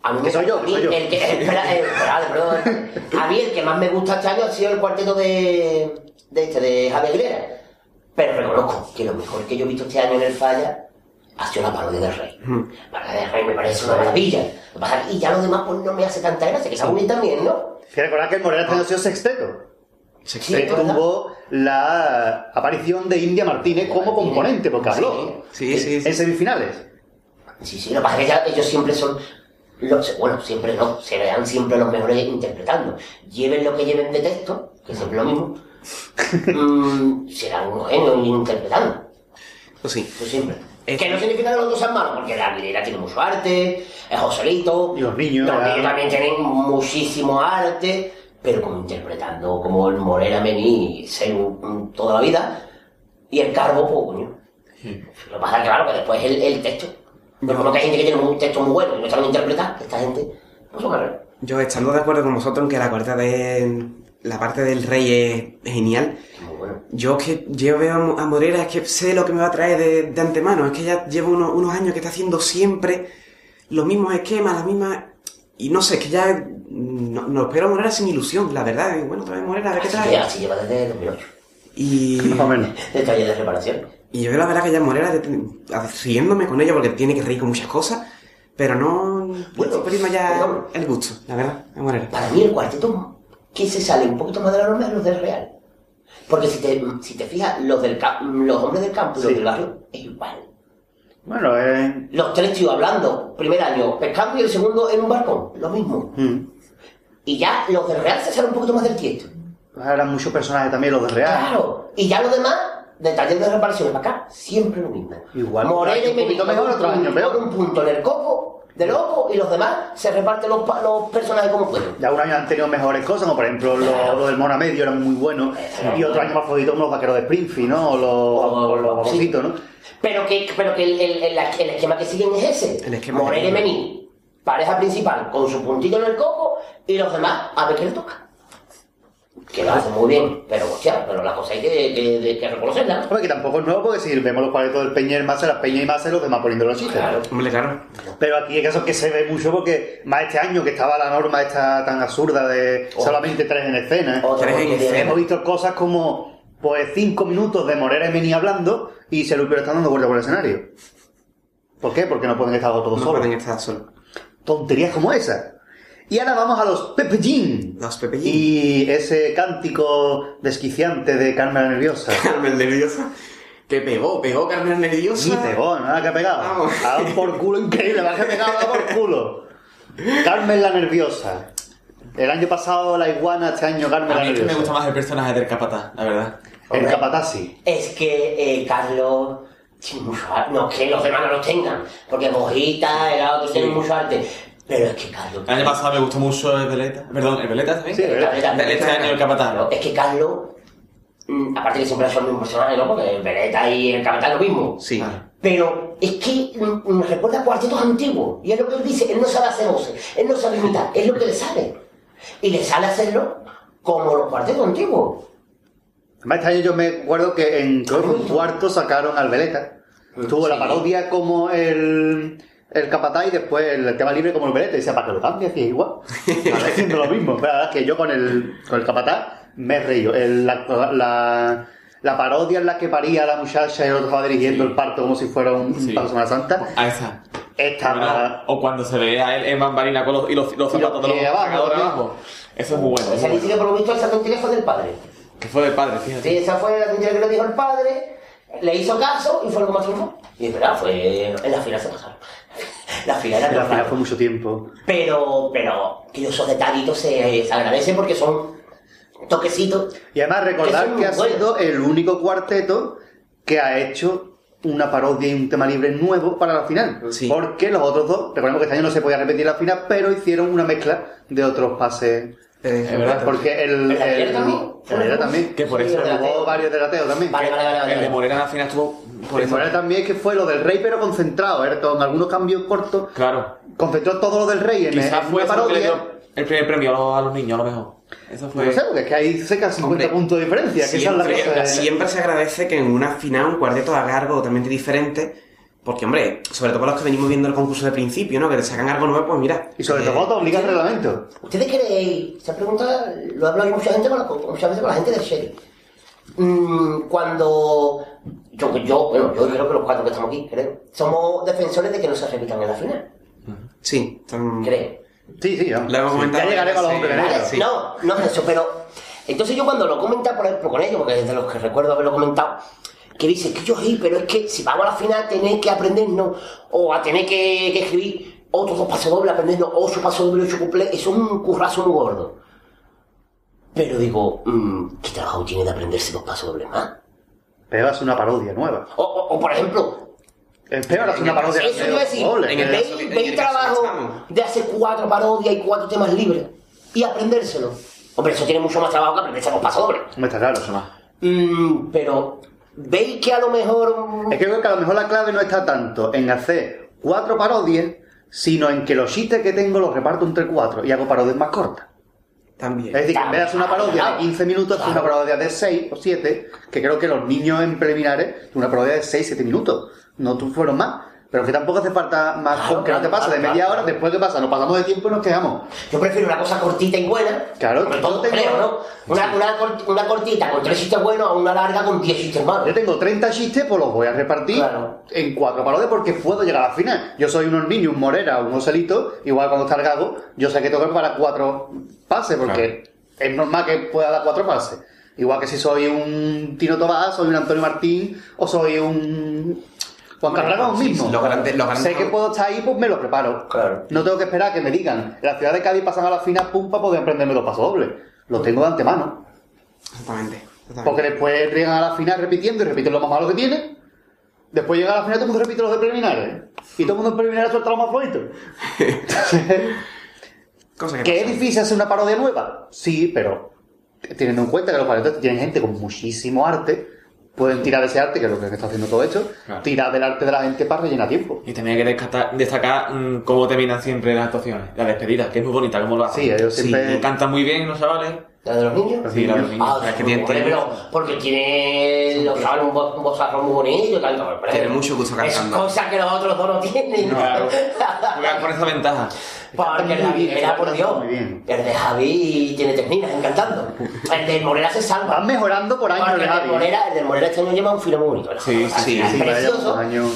S3: A mí
S2: Que soy yo, que
S3: a mí
S2: soy yo.
S3: El que, <laughs> espera, eh, espera, perdón. eh. A mí el que más me gusta este año ha sido el cuarteto de, de este, de Javier Aguilera. Pero reconozco que lo mejor que yo he visto este año en el Falla ha sido la parodia del Rey. La parodia del Rey me parece una maravilla. Lo que pasa es que- Y ya lo demás pues, no me hace tanta gracia, que está muy bien también, ¿no?
S2: Que recordar que el Morera este año ha sido sexteto.
S3: Sí,
S2: Se
S3: ¿verdad?
S2: tuvo la aparición de India Martínez como
S3: Martínez.
S2: componente, porque habló
S5: Sí, sí, sí.
S2: en semifinales.
S3: Sí, sí, lo que pasa es que ya ellos siempre son. Los, bueno, siempre no, serán siempre los mejores interpretando. Lleven lo que lleven de texto, que es siempre lo mismo, mm, serán unos genios interpretando.
S5: Eso sí.
S3: Eso siempre.
S5: Es-
S3: Que no significa que los otros sean malos, porque la Aguilera tiene mucho arte, el Joselito.
S2: Y los niños, ah.
S3: Los
S2: ya.
S3: niños también tienen muchísimo arte, pero como interpretando como el Morera Mení, Selu mm, toda la vida, y el Carbo, pues, coño. Lo que pasa es que, claro, que después el, el texto. Yo creo que hay gente que tiene un texto muy bueno y no saben interpretar, esta gente, pues son carreras.
S5: Yo estando de acuerdo con vosotros en que la cuarta de la parte del rey es genial,
S3: Muy bueno.
S5: yo es que yo veo a Mo- a Morera, es que sé lo que me va a traer de, de antemano, es que ya llevo uno- unos años que está haciendo siempre los mismos esquemas, las mismas... Y no sé, es que ya mm, no, no espero a Morera sin ilusión, la verdad. Y Bueno, otra vez Morera, a ver qué
S3: Así, que,
S5: trae.
S3: así lleva desde 2008.
S5: Y...
S2: Más o menos.
S3: El taller de reparación.
S5: Y yo la verdad que ya Morera, de- riéndome con ella porque tiene que reír con muchas cosas, pero no...
S3: Bueno,
S5: Bueno, prima ya
S2: pues,
S3: perdón.
S5: el gusto, la verdad, a Morera.
S3: Para mí el cuarteto que se sale un poquito más de la norma es los del Real. Porque si te, si te fijas, los, del ca- los hombres del campo y los
S2: Sí.
S3: del barrio es igual.
S2: Bueno, eh.
S3: Los tres tíos hablando, primer año pescando y el segundo en un barco, lo mismo.
S2: mm.
S3: Y ya los del Real se salen un poquito más del tiesto.
S2: Eran muchos personajes también los de Real.
S3: Claro. Y ya los demás, del taller de reparaciones para acá, siempre lo mismo.
S2: Igual,
S3: Moreno y
S2: un poquito
S3: Benito,
S2: mejor, otro año
S3: con
S2: peor.
S3: un punto en el coco, de loco, y los demás se reparten los, pa- los personajes como pueden.
S2: Ya un año han tenido mejores cosas, como por ejemplo los lo del Mona Medio eran muy buenos. Y otro año más flojito como los vaqueros de Springfield, ¿no? O los, o los babocitos, ¿no?
S3: Pero que, pero que el, el- el- el esquema que siguen es ese.
S5: El esquema
S3: Morel
S5: que-
S3: y Menín, pareja principal, con su puntito en el coco, y los demás a ver qué le toca. Que lo hacen muy bien, pero hostia, pero la cosa hay que, que, de- que reconocerla.
S2: Hombre, que tampoco es nuevo porque si vemos los cuadritos del Peña y el Mace, las Peña y Mace, los demás poniendo los chistes.
S3: Claro.
S5: Hombre, claro.
S2: Pero aquí es eso que se ve mucho porque más este año que estaba la norma esta tan absurda de
S3: Oh.
S2: solamente tres en escena. ¿eh?
S3: Otra
S5: Tres en
S3: oportunidad.
S5: escena.
S2: Hemos visto cosas como pues cinco minutos de Morera y Meni hablando y Serupio está dando vuelta por el escenario. ¿Por qué? Porque no pueden estar todos
S5: No
S2: solos.
S5: pueden estar solos.
S2: Tonterías como esas. Y ahora vamos a los Pepellín.
S5: Los Pepellín.
S2: Y ese cántico desquiciante de Carmen
S5: <laughs>
S2: Nerviosa.
S5: Carmen nerviosa. Que pegó, pegó Carmen nerviosa.
S2: Y pegó, nada que ha pegado.
S5: Vamos.
S2: Ha dado un por culo increíble, va que ha pegado, ha dado por culo. Carmen la Nerviosa. El año pasado la iguana, este año Carmen
S4: A
S2: la
S4: mí es que
S2: Nerviosa.
S4: me gusta más el personaje del capataz, la verdad.
S2: El capatazzi.
S3: Es que eh, Carlos tiene mucho arte. No, que los demás no los tengan, porque Mojita, el otro tiene mucho arte. Pero es que Carlos.
S4: El año pasado me gustó mucho el Veleta. Perdón, el Veleta también.
S2: Sí, el Veleta.
S4: El de Este año el capataz, ¿no?
S3: Es que Carlos, mm, aparte que siempre son el mismo personaje, ¿no? Porque Veleta y el capitán lo mismo.
S5: Sí.
S2: Ah.
S4: Claro.
S3: Pero es que mm, mm, recuerda cuartetos antiguos. Y es lo que él dice, él no sabe hacer voces, él no sabe imitar, es lo que le sale. Y le sale hacerlo como los cuartetos antiguos.
S2: Además, este año yo me acuerdo que en creo que fue un cuarto sacaron al Veleta. Tuvo la
S3: Sí.
S2: parodia como el, el capataz y después el tema libre como el Veleta. Y decía, ¿para que lo cambias? Que es igual. Ahora haciendo lo mismo. Pero la verdad es que yo con el, con el capataz me he reído. El- la, la- la parodia en la que paría la muchacha y el otro estaba dirigiendo el parto como si fuera un
S4: Sí.
S2: parto de Semana Santa.
S4: Ahí está.
S2: Esta
S4: O cuando se ve a él en Bambarina con los, y los, los
S2: Y los
S4: zapatos de los
S2: pies abajo,
S4: sacadores
S2: ¿no?
S4: abajo. Eso es muy bueno.
S3: Esa
S4: muy
S3: dice que
S4: bueno.
S3: por lo visto esa tontería fue del padre.
S4: Que fue del padre, fíjate.
S3: Sí, esa fue la tontería que le dijo el padre, le hizo caso y fue lo que más triunfó. Y es verdad, fue. En la final se pasaron. <laughs> La final era
S2: la
S3: normal.
S2: final fue mucho tiempo.
S3: Pero, pero, que esos detallitos se, se agradecen porque son toquecitos.
S2: Y además
S3: Que
S2: recordar
S3: son
S2: que ha
S3: muy
S2: sido el único cuarteto que ha hecho una parodia y un tema libre nuevo para la final.
S5: Sí.
S2: Porque los otros dos, recordemos que este año no se podía repetir la final, pero hicieron una mezcla de otros pases.
S5: Eh,
S4: Es verdad.
S2: Porque el...
S3: ¿El de ayer
S2: el-
S3: también?
S2: el de ayer también.
S4: Que por
S3: Sí,
S4: eso
S3: el de
S2: Pero
S3: la
S2: hubo
S3: tele.
S2: varios del ateo también.
S3: Vale, vale, vale.
S4: El
S3: vale,
S4: de
S3: vale.
S4: Morena al final estuvo por
S2: El
S4: eso.
S2: moral también es que fue lo del rey, pero concentrado, ¿eh? con algunos cambios cortos.
S4: Claro.
S2: Concentró todo lo del rey en, en
S4: Quizás
S2: una
S4: fue eso lo que le
S2: parodia.
S4: dio el primer premio a los, a los niños, a lo mejor. Eso fue.
S2: No sé, porque es que hay cerca de 50
S5: Hombre,
S2: puntos de diferencia. que esa es la
S5: Siempre,
S2: cosa, ¿eh?
S5: siempre se agradece que en una final un cuarteto haga algo totalmente diferente. Porque, hombre, sobre todo para los que venimos viendo el concurso de principio, ¿no? Que te sacan algo nuevo, pues mira.
S2: Y sobre
S5: eh,
S2: todo te obliga el reglamento.
S3: ¿Ustedes creéis? Esa pregunta lo he hablado yo mucha gente con la- con- muchas veces con la gente del serie. Mm, cuando yo, yo, bueno, yo creo que los cuatro que estamos aquí, creo, somos defensores de que no se repitan en la final,
S5: Sí, están-
S3: creo.
S2: Sí, sí, vamos.
S5: Lo hemos
S2: Sí.
S5: comentado.
S2: Ya llegaré con los
S5: Sí,
S2: hombres
S5: vale,
S2: negros.
S5: sí.
S3: No, no es eso, pero. Entonces yo cuando lo comenta, por ejemplo, con ellos, porque es de los que recuerdo haberlo comentado, que dice que yo sí, pero es que si vamos a la final tenéis que aprendernos, o a tener que, que escribir otros dos pasos dobles, aprendernos ocho pasos dobles, ocho cuplés, eso es un currazo muy gordo. Pero digo, mm, ¿qué trabajo tiene de aprenderse dos pasos dobles más?
S2: Peor hace una parodia nueva.
S3: O, o- o, por ejemplo,
S2: Es peor hace una parodia
S3: eso iba a decir,
S2: doble.
S5: en el
S2: que-
S5: caso que-
S3: veis
S5: en
S3: veis
S5: el caso que
S3: trabajo
S5: estamos.
S3: de hacer cuatro parodias y cuatro temas libres y aprendérselo. Hombre, eso tiene mucho más trabajo que aprenderse los pasos dobles.
S2: Me está claro, Soma.
S3: Mm, pero veis que a lo mejor... mm,
S2: Es que creo que a lo mejor la clave no está tanto en hacer cuatro parodias, sino en que los chistes que tengo los reparto entre cuatro y hago parodias más cortas. Es
S5: También.
S2: decir, que en vez de hacer una parodia de 15 minutos, hacer una
S3: Claro.
S2: parodia de 6 o 7, que creo que los niños en preliminares, una parodia de 6, 7 minutos. No tú fueron más. Pero que tampoco hace falta más
S3: Claro,
S2: que no te
S3: claro,
S2: pasa de
S3: claro,
S2: media
S3: claro.
S2: hora, después que pasa, nos pasamos de tiempo y nos quedamos.
S3: Yo prefiero una cosa cortita y buena.
S2: Claro,
S3: sobre
S2: yo
S3: todo
S2: tengo-
S3: creo, ¿no? Una, una cort- una cortita con tres chistes buenos a una larga con diez chistes malos.
S2: Yo tengo 30 chistes, pues los voy a repartir
S3: Claro.
S2: en cuatro parodias porque puedo llegar al final. Yo soy un Ormiño, un Morera, un Oselito, igual cuando está el gago, yo sé que tengo que para cuatro pases porque es normal que pueda dar cuatro pases. Igual que si soy un Tino Tobás, soy un Antonio Martín o soy un Juan
S5: Bueno,
S2: Carlos Ramos
S5: sí,
S2: mismo.
S5: sí, los grandes- los
S2: Sé
S5: grandes-
S2: que puedo estar ahí, pues me lo preparo.
S3: Claro.
S2: No tengo que esperar a que me digan. En la ciudad de Cádiz pasan a la final, pum, para poder aprenderme los pasos dobles. Los tengo de antemano.
S5: Exactamente. exactamente.
S2: Porque después llegan a la final repitiendo y repiten lo más malo que tienen. Después llegan a la final y todo el mundo repite los de preliminares. Y todo el mundo en preliminares suelta lo más flojito.
S5: Cosa que,
S2: que es
S5: pasa.
S2: difícil hacer una parodia nueva. Sí, pero teniendo en cuenta que los panelistas tienen gente con muchísimo arte, pueden tirar de ese arte, que es lo que está haciendo todo esto,
S4: Claro.
S2: tirar del arte de la gente para rellenar tiempo.
S4: Y también hay que descata- destacar mm, cómo terminan siempre las actuaciones. La despedida, que es muy bonita, cómo lo hacen.
S2: Sí, ellos
S4: Sí,
S2: siempre-
S4: cantan muy bien los chavales.
S3: ¿La de los niños?
S4: Sí, la de los niños.
S3: Ah,
S4: Es que
S3: muy
S4: tienen-
S3: bueno,
S4: tienen-
S3: pero porque tiene los chavales un, bo- un bozarrón muy bonito y tal. no, pero
S5: Tiene mucho gusto cantando.
S3: Es cosa que los otros dos no tienen. <laughs>
S4: Claro. Juegan con esa ventaja.
S3: Porque
S2: Está
S3: la
S2: muy bien,
S3: era por
S2: está
S3: Dios.
S2: muy bien.
S3: El de Javi tiene técnicas encantando. El de Morera se salva.
S2: Van mejorando por años,
S3: Porque el, de
S2: Javi. ¿eh?
S3: Morera, el del Morera este año lleva un filo muy bonito. ¿verdad?
S4: Sí, sí,
S2: Sí,
S3: Es
S2: sí, vaya,
S3: precioso.
S2: por años.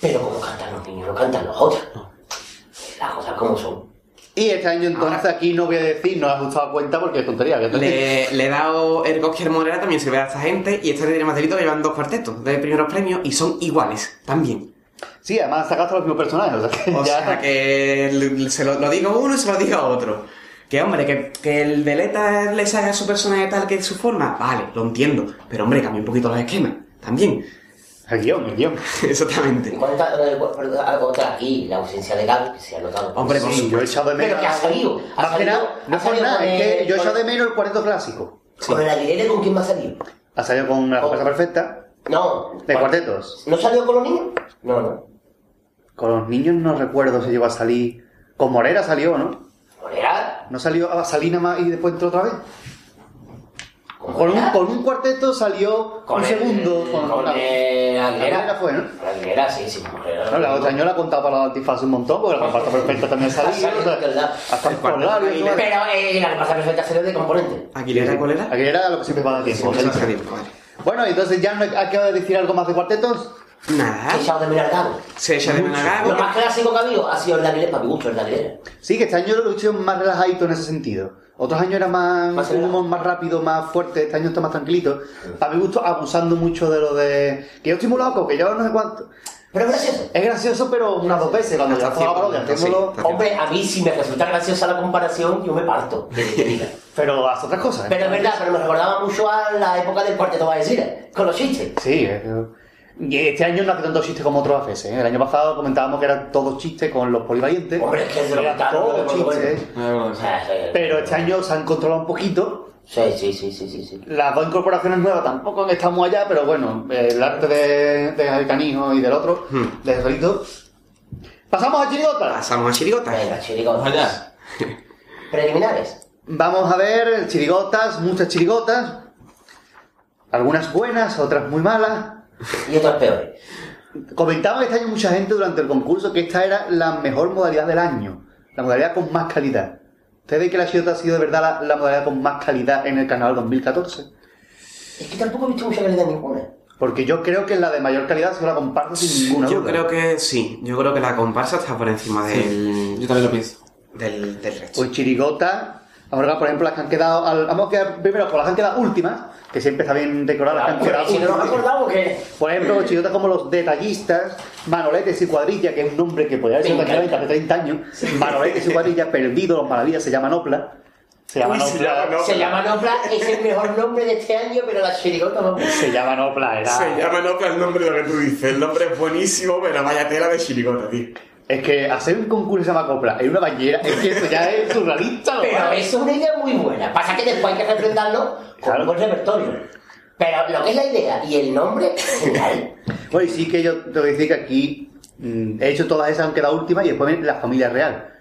S3: Pero como cantan los niños, no cantan los otros. Las cosas como son.
S2: Y este año entonces aquí no voy a decir, no he ajustado cuenta porque es tontería. que entonces-
S5: Le, le he dado el Goskier Morera también se ve a esta gente y este esta de más delito llevan dos cuartetos de primeros premios y son iguales también.
S2: Sí, además sacaste los mismos personajes. O sea, que
S5: O
S2: ya-
S5: sea que l- se lo, lo digo a uno y se lo digo a otro. Que hombre, que, que el de Leta le salga su personaje tal que es su forma, vale, lo entiendo. Pero hombre, cambia un poquito los esquemas, también. <laughs>
S2: El guión, el guión.
S3: ¿Y
S5: Exactamente.
S3: cuál está, eh, cuál- perdón, algo otra aquí? La ausencia de Gaby, que se ha notado.
S5: Hombre, por
S2: Sí, yo he
S5: supuesto.
S2: echado de menos.
S3: Pero que ha salido, ha
S2: Más que
S3: salido,
S2: nada, no
S3: ha
S2: es por
S3: salido
S2: nada,
S3: con
S2: es que
S3: el-
S2: yo he
S3: con-
S2: echado de menos el cuarteto clásico.
S3: ¿Con el alirete con quién más salió?
S2: Ha salido con la
S3: Oh.
S2: comparsa perfecta
S3: No.
S2: de
S3: ¿cuál-
S2: cuartetos.
S3: ¿No salió con los niños? No, no.
S2: Con los niños no recuerdo si llegó a salir. Con Morera salió, ¿no?
S3: Morera.
S2: No salió a salir nada más y después entró otra vez. Con un,
S3: Morera,
S2: con un cuarteto salió
S3: con
S2: un
S3: el-
S2: segundo.
S3: Con,
S2: la-
S3: el Aguilera.
S2: Aguilera fue, ¿no?
S3: Aguilera, sí, sí. Morera.
S2: No, la otra año la contaba para la antifaz un montón, porque la comparsa perfecta también
S3: Ha
S2: salía.
S3: salido, <laughs>
S2: o sea,
S3: es verdad.
S2: hasta
S5: El
S2: el
S5: cuarteto de
S2: formulario.
S5: Aguilera.
S2: todo.
S3: Pero eh, la repasa perfecta salió de componente.
S5: ¿Aguilera cuál era?
S2: Aquí era lo que siempre va a tiempo.
S5: Eso
S2: o
S5: no
S2: sea,
S5: se dijo, vale.
S2: Bueno, entonces ya no acaba de decir algo más de cuartetos. Ah.
S5: Nada.
S3: He echado de mirar Gaby.
S5: Se echa de menos a Gago,
S3: Lo más clásico que ha habido ha sido el de Aguilera, para mi gusto, el de Aguilera.
S2: Sí, que este año lo he hecho más relajadito en ese sentido. Otros años era más,
S3: Más
S2: un
S3: relajado.
S2: humor más rápido, más fuerte. Este año está más tranquilito. Para mi gusto, abusando mucho de lo de. Que yo estoy muy loco, que yo no sé cuánto.
S3: Pero es gracioso.
S2: Es gracioso, pero unas dos veces. Cuando ya
S5: Hasta
S2: hago la parodia,
S5: cierto punto, sí.
S2: hacémoslo.
S3: Hombre, a mí si me resulta graciosa la comparación, yo
S2: <laughs>
S3: me parto. de vida.
S2: Pero haz otras cosas. ¿eh?
S3: pero es verdad, pero me recordaba mucho a la época del cuarteto Vallecina, con los chistes.
S2: Sí, es- y este año no hace tantos chistes como otros veces. ¿eh? El año pasado comentábamos que eran todos chistes con los polivalientes.
S3: Hombre, es que es de lo que
S2: Eran
S3: está,
S2: todos
S3: lo que bueno.
S2: chistes.
S3: O sea, eh,
S2: Pero este año se han controlado un poquito.
S3: Sí, sí, sí, sí, sí. sí.
S2: Las dos incorporaciones nuevas tampoco han estado muy allá, pero bueno, el arte de, de Javi Canijo y del otro,
S5: Hmm.
S2: de Rito. Pasamos a Chirigota.
S5: Pasamos a Chirigota.
S3: Venga, chirigón.
S4: Vamos allá.
S3: Preliminares.
S2: Vamos a ver chirigotas, muchas chirigotas. Algunas buenas, otras muy malas.
S3: Y otros peores.
S2: Comentaba este año mucha gente durante el concurso que esta era la mejor modalidad del año, la modalidad con más calidad. ¿Ustedes ven que la chirigota ha sido de verdad la, la modalidad con más calidad en el canal 2014?
S3: Es que tampoco he visto mucha calidad ninguna.
S2: Porque yo creo que la de mayor calidad se la comparto sin ninguna
S5: Yo
S2: duda.
S5: creo que sí, yo creo que la comparsa está por encima
S4: Yo
S5: del,
S4: también lo pienso.
S5: del, del resto.
S2: Pues chirigota. Ahora, por ejemplo, las que han quedado. al- Vamos a quedar primero con las que han quedado últimas, que siempre está bien decorar las que han
S3: Porque
S2: quedado
S3: Si no nos
S2: últimas.
S3: acordamos que...
S2: Por ejemplo, chirigotas como los detallistas, Manoletes y Cuadrilla, que es un nombre que podría haber sido
S3: Me
S2: tranquilamente hace
S3: encanta.
S2: 30 años. Manoletes y Cuadrilla, perdido, los maravillas, se llaman Opla. Se llaman
S5: Uy, se llaman
S2: Opla.
S5: Opla.
S3: Se llama Nopla, es el mejor nombre de este año, pero la chirigota no.
S2: Se llaman Opla, era.
S5: Se llama Nopla el nombre de lo que tú dices. El nombre es buenísimo, pero vaya tela de chirigota, tío.
S2: Es que hacer un concurso que se llama Copla en una bañera, es que eso ya es surrealista. lo
S3: Pero
S2: cual.
S3: eso es una idea muy buena. Pasa que después hay que refrendarlo con
S2: Claro.
S3: un buen repertorio. Pero lo que es la idea y el nombre, genial.
S2: Bueno, y sí que yo tengo que decir que aquí mm, he hecho todas esas, aunque la última, y después viene la familia real.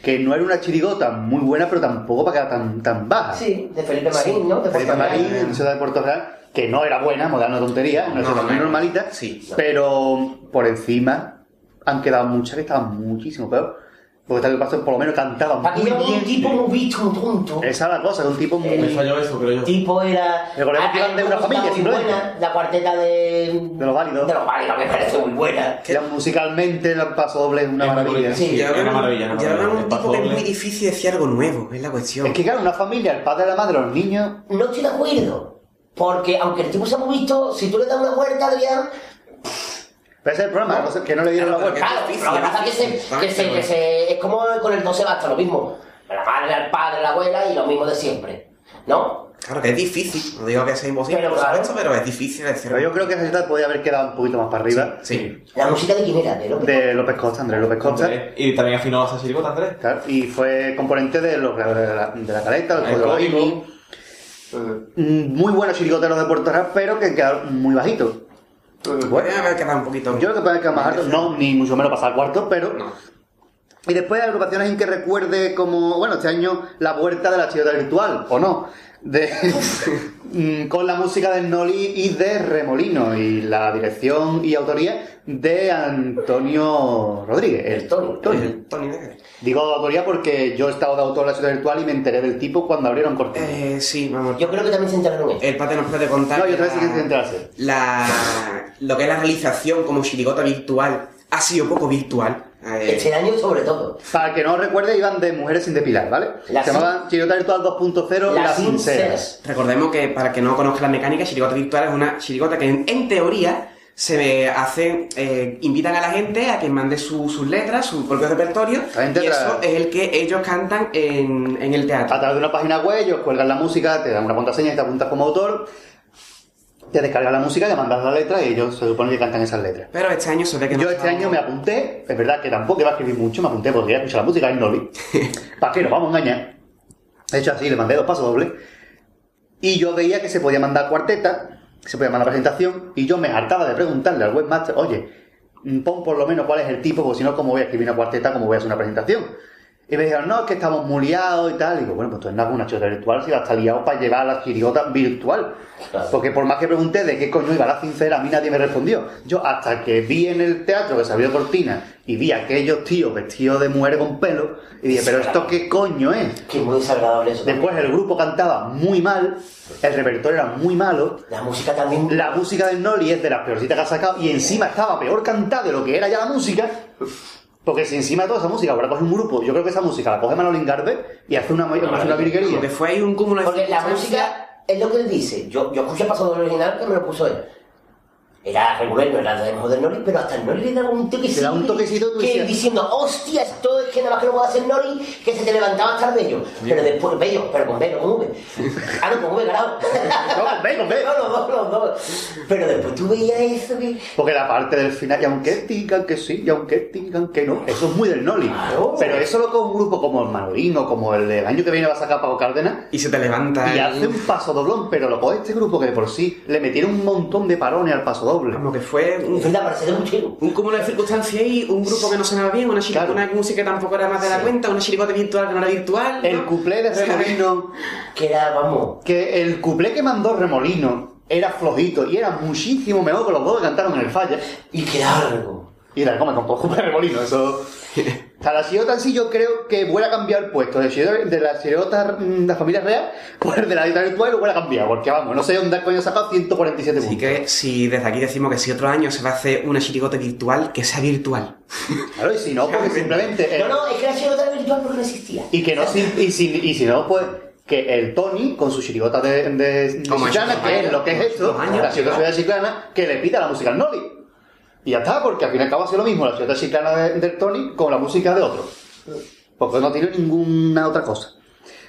S2: Que no era una chirigota muy buena, pero tampoco para quedar tan, tan baja.
S3: Sí, de Felipe Marín, ¿no? De
S2: Felipe
S3: Puerto Real.
S2: Marín, en Ciudad de Puerto Real, que no era buena, moderna tontería, una cosa muy normalita,
S5: Sí.
S2: pero por encima han quedado muchas que estaban muchísimo peor. Porque tal que pasó, por lo menos cantaba
S3: Aquí
S2: muy
S3: era un
S2: bien.
S3: tipo muy bicho, un tonto.
S2: Esa es la cosa, que un tipo muy.
S3: Eh,
S4: Me falló eso, creo yo.
S3: tipo era.
S2: Recordemos que
S3: Ah,
S2: eran de
S3: hay
S2: una
S3: música
S2: familia,
S3: muy
S2: simplemente.
S3: buena, La cuarteta de.
S2: De los válidos.
S3: De los válidos, me parece muy buena.
S2: Ya musicalmente el paso doble es una
S4: Es
S2: maravilla.
S4: bonito, sí,
S5: Ya
S4: es una
S5: ven-
S4: maravilla. es una
S5: ya ven
S4: maravilla.
S5: un
S4: Paso
S5: tipo que es
S4: doble.
S5: muy difícil decir algo nuevo, es la cuestión.
S2: Es que claro, una familia, el padre, la madre, los niños.
S3: No estoy de acuerdo. Porque aunque el tipo sea muy visto, si tú le das una vuelta, Adrián,
S2: Pero ese es el problema, no sé, que no le dieron la
S5: Claro,
S2: vuelta.
S3: Claro,
S5: difícil,
S3: lo que pasa es
S5: difícil.
S3: que, se,
S5: Vale,
S3: que, se,
S5: pero
S3: que
S5: bueno.
S3: se- es como con el 12 basta, lo mismo. La madre, el padre, la abuela y lo mismo de siempre. ¿No?
S5: Claro que es difícil, no digo que sea imposible,
S3: Pero
S5: por
S3: claro.
S5: supuesto, pero es difícil decir.
S2: Pero yo creo que esa ciudad podía haber quedado un poquito más para arriba.
S5: Sí.
S3: La música de quién era, de López.
S2: De López Costa, Andrés López Costa.
S4: Andrés. Y también afinó a Sachiricota, Andrés.
S2: Claro, y fue componente de, los, creadores de, la, de la caleta, los
S4: El
S2: Código
S4: Código.
S2: Bimi. Mm, Muy buenos chirigoteros de Puerto Real, pero que quedaron muy bajitos. Bueno,
S5: Podría haber quedado un poquito.
S2: yo creo que pueden quedar más altos, no, ni mucho menos pasar al cuarto, pero. Y después hay agrupaciones en que recuerde como, bueno, este año la vuelta de la chirigota virtual, o no. De, <laughs> Mm, con la música de Noli y de Remolino y la dirección y autoría de Antonio Rodríguez.
S3: El Tony.
S5: El Tony Negro.
S2: Digo autoría porque yo he estado de autor en la ciudad virtual y me enteré del tipo cuando abrieron cortina.
S5: Eh, sí, vamos.
S3: Yo creo que también se enteraron en esto.
S5: El padre nos puede contar.
S2: No, y otra vez
S5: que
S2: tiene que
S5: la-
S2: enterarse.
S5: la, lo que es la realización como chirigota virtual ha sido poco virtual. Eh,
S3: Este año sobre todo.
S2: Para el que no lo recuerde, iban de mujeres sin depilar, ¿vale?
S3: La
S2: Se
S3: sin-
S2: llamaban Chirota Virtual 2.0
S3: Las
S2: Las Sinceras.
S3: sinceras.
S5: Recordemos que para el que no conozca la mecánica, chirigota virtual es una chirigota que en, en teoría se hace, eh, invitan a la gente a que mande su- sus letras, su propio repertorio,
S2: La Ah. gente
S5: y eso
S2: tra-
S5: es el que ellos cantan en, en el
S2: A
S5: teatro.
S2: través de una página web, ellos cuelgan la música, te dan una contraseña y te apuntas como autor, te descargas la música, le mandas la letra y ellos se supone que cantan esas letras.
S5: Pero este año se ve que no
S2: Yo este
S5: estaba-
S2: año me apunté, es verdad que tampoco iba a escribir mucho, me apunté porque quería escuchar la música en Noli. ¿Para qué nos vamos a engañar? De hecho, así le mandé dos pasos dobles. Y yo veía que se podía mandar cuarteta, que se podía mandar presentación, y yo me hartaba de preguntarle al webmaster, oye, mm, pon por lo menos cuál es el tipo, porque si no, ¿cómo voy a escribir una cuarteta? ¿Cómo voy a hacer una presentación? Y me dijeron, no, es que estamos muy liados y tal. Y digo, bueno, pues entonces no hago una chota virtual si la está liado para llevar a la chirigota virtual.
S3: Claro.
S2: Porque por más que pregunté de qué coño iba la sincera, a mí nadie me respondió. Yo hasta que vi en el teatro que se abrió cortina y vi a aquellos tíos vestidos de mujer con pelo, y dije, pero esto qué coño es.
S3: Que es muy desagradable eso.
S2: Después el grupo cantaba muy mal, el repertorio era muy malo,
S3: La música también.
S2: la música del Noli es de las peorcitas que ha sacado y encima estaba peor cantada de lo que era ya la música. Porque si encima de toda esa música ahora coge un grupo, yo creo que esa música la coge Manolín Garbe y hace una, hace una virguería.
S5: Como que fue ahí un cúmulo de
S3: Porque la
S5: circunstancias.
S3: música es lo que él dice. Yo, yo escuché el paso del original que me lo puso él. Era regular, no era de mejor del Nori, pero hasta el Nori le daba un toquecito.
S2: Le daba un toquecito, tú
S3: que
S2: decías-
S3: diciendo, hostia, esto es que nada más que no puedo hacer Nori, que se te levantaba hasta el bello. Pero después, bello, pero con bello, con
S2: <laughs>
S3: V. Ah, no, con V, claro.
S2: No, con B, con B.
S3: <laughs> No, los dos, los dos. Pero después tú veías eso que.
S2: Porque la parte del final, y aunque digan que sí, y aunque digan que no, eso es muy del Noli.
S3: Claro.
S2: Pero eso lo con un grupo como el Manolín o como el del año que viene va a sacar Paco Cárdenas,
S5: Y se te levanta.
S2: y
S5: el-
S2: hace un paso doblón, pero lo coge este grupo que de por sí le metieron un montón de parones al paso doble.
S5: Como que fue
S3: En fin,
S5: un,
S3: la parece de un chico.
S5: un cúmulo de circunstancias y un grupo que no sonaba bien, una, chirigota,
S2: Claro.
S5: una música que tampoco era más de la cuenta, una chirigota virtual que no era virtual.
S2: El
S5: ¿no?
S2: cuplé de Remolino,
S3: Que era, vamos.
S2: que el cuplé que mandó Remolino era flojito y era muchísimo mejor que los dos que cantaron en el falla.
S3: Y que largo.
S2: Y la come con todo cuplé de Remolino, eso. A la chirota en sí yo creo que vuelve a cambiar el puesto de, chirota- de la chirota mm, de la familia real <laughs> por el de la dieta virtual lo vuelve a cambiar, porque vamos, no sé dónde coño ha sacado 147
S5: Así
S2: puntos.
S5: que si desde aquí decimos que si otro año se va a hacer una chirigota virtual, que sea virtual.
S2: Claro, y si no, porque simplemente... el-
S3: No, no, es que la chirota virtual porque no existía.
S2: Eh, Y que no si- y si, y si no, pues que el Tony, con su chirigota de, de, de
S5: Como
S2: chiclana,
S5: Chico
S2: que
S5: Mario,
S2: es lo que es
S5: como
S2: esto,
S5: Chico Mario,
S2: la chirigota
S5: claro.
S2: de chiclana, que le pida la música al Noli. Y ya está, porque al fin y al cabo ha sido lo mismo la chirigota chiclana de- del Tony con la música de otro. Porque no tiene ninguna otra cosa.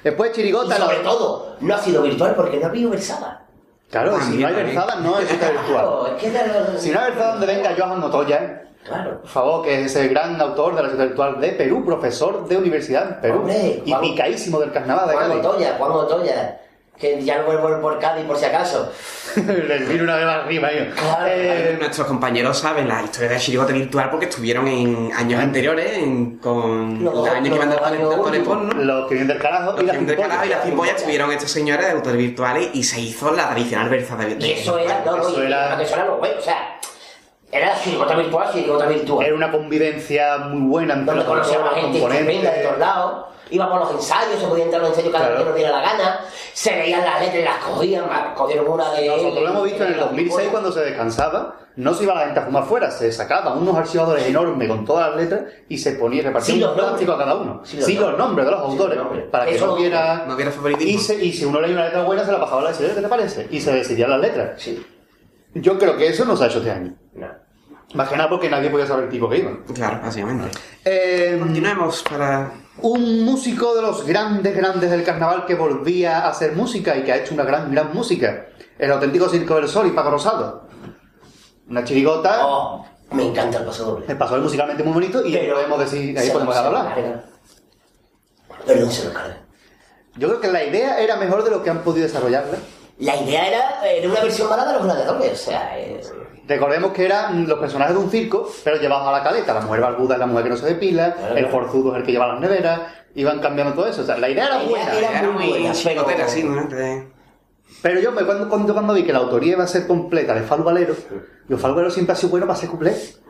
S2: Después
S3: Y
S2: chirigota... la-
S3: sobre todo, no ha sido virtual porque no ha habido versada.
S2: Claro,
S5: Ah,
S2: si no
S5: mira,
S2: hay
S5: eh.
S2: versadas no es virtual.
S5: <laughs>
S3: Claro, es que era lo-
S2: Si no hay versada donde venga Johan Motoya, ¿eh?
S3: Claro.
S2: Por favor, que es el gran autor de la sociedad virtual de Perú, profesor de universidad en Perú.
S3: Hombre,
S2: y
S3: Juan-
S2: picaísimo del carnaval de
S3: Juan
S2: Cádiz.
S3: Otoya, Juan Otoya. Que ya no vuelvo por Cádiz por si acaso.
S2: <laughs> Les vino una vez arriba, ellos.
S3: Claro,
S2: Eh,
S5: Nuestros compañeros saben la historia de la chirigota virtual porque estuvieron en años anteriores en- con
S3: Los
S5: los
S3: dos-
S5: años que van
S3: los
S5: de
S3: dos años
S5: actores
S3: últimos.
S5: porno.
S2: Los que vienen del carajo
S5: Los
S2: y las
S5: que entre carajo y
S2: pimpollas.
S5: las
S3: Pimpollas.
S5: cimboyas estuvieron estos señores de autores virtuales y se hizo la tradicional versada de
S3: Y eso era, no, no,
S2: Eso
S3: y-
S2: era-
S3: que eso era lo bueno, o sea, era chirigota virtual, chirigota virtual.
S2: Era una convivencia muy buena entre
S3: donde
S2: todos
S3: conocíamos a
S2: los
S3: gente estupenda de
S2: componentes.
S3: todos lados, íbamos a los ensayos, se podía entrar a los ensayos cada vez
S2: Claro.
S3: que nos diera la gana, se leían las letras y las cogían, ma- cogieron una de...
S2: Nosotros lo hemos visto en el 2006 cuando se descansaba, no se iba la gente a fumar fuera, se sacaban unos archivadores enormes con todas las letras y se ponía repartido
S3: Sí, los
S2: un plástico a
S3: nombres.
S2: cada uno.
S3: Sí,
S2: Sí,
S3: los
S2: los, nombres
S3: nombres.
S2: de los
S3: Sí, los
S2: autores,
S3: nombres.
S2: para que
S3: Eso
S2: no hubiera...
S5: No hubiera favoritismo.
S2: y, se- y si uno leía una letra buena, se la bajaba a la decidida, ¿qué te parece? Y se decidían las letras.
S3: Sí,
S2: Yo creo que eso no se ha hecho este año.
S3: no.
S2: Más que nada porque nadie podía saber el tipo que iba.
S5: Claro, básicamente.
S2: Eh,
S5: Continuemos para.
S2: un músico de los grandes, grandes del carnaval que volvía a hacer música y que ha hecho una gran, gran música. El auténtico Circo del Sol y Paco Rosado. Una chirigota.
S3: Oh, me encanta el paso doble.
S2: El paso es musicalmente muy bonito y ahí podemos decir, ahí
S3: se
S2: podemos
S3: lo- se lo
S2: hablar.
S3: cargan. Perdón, se lo cargan.
S2: Yo creo que la idea era mejor de lo que han podido desarrollarla.
S3: La idea era, era una versión mala de los gladiadores, o sea, es-
S2: Recordemos que eran los personajes de un circo, pero llevados a la caleta. La mujer barbuda es la mujer que no se depila,
S3: Claro.
S2: el forzudo es el que lleva las neveras, iban cambiando todo eso. O sea, la idea
S3: La
S2: era
S3: idea
S2: buena.
S3: era-
S5: Era
S3: muy
S5: muy
S3: buena,
S5: chirigotera,
S3: pero-
S5: sí, durante.
S2: Pero yo me- cuando, cuando, cuando vi que la autoría iba a ser completa de Falu Valero, yo Falu Valero siempre ha sido bueno para hacer cuplés.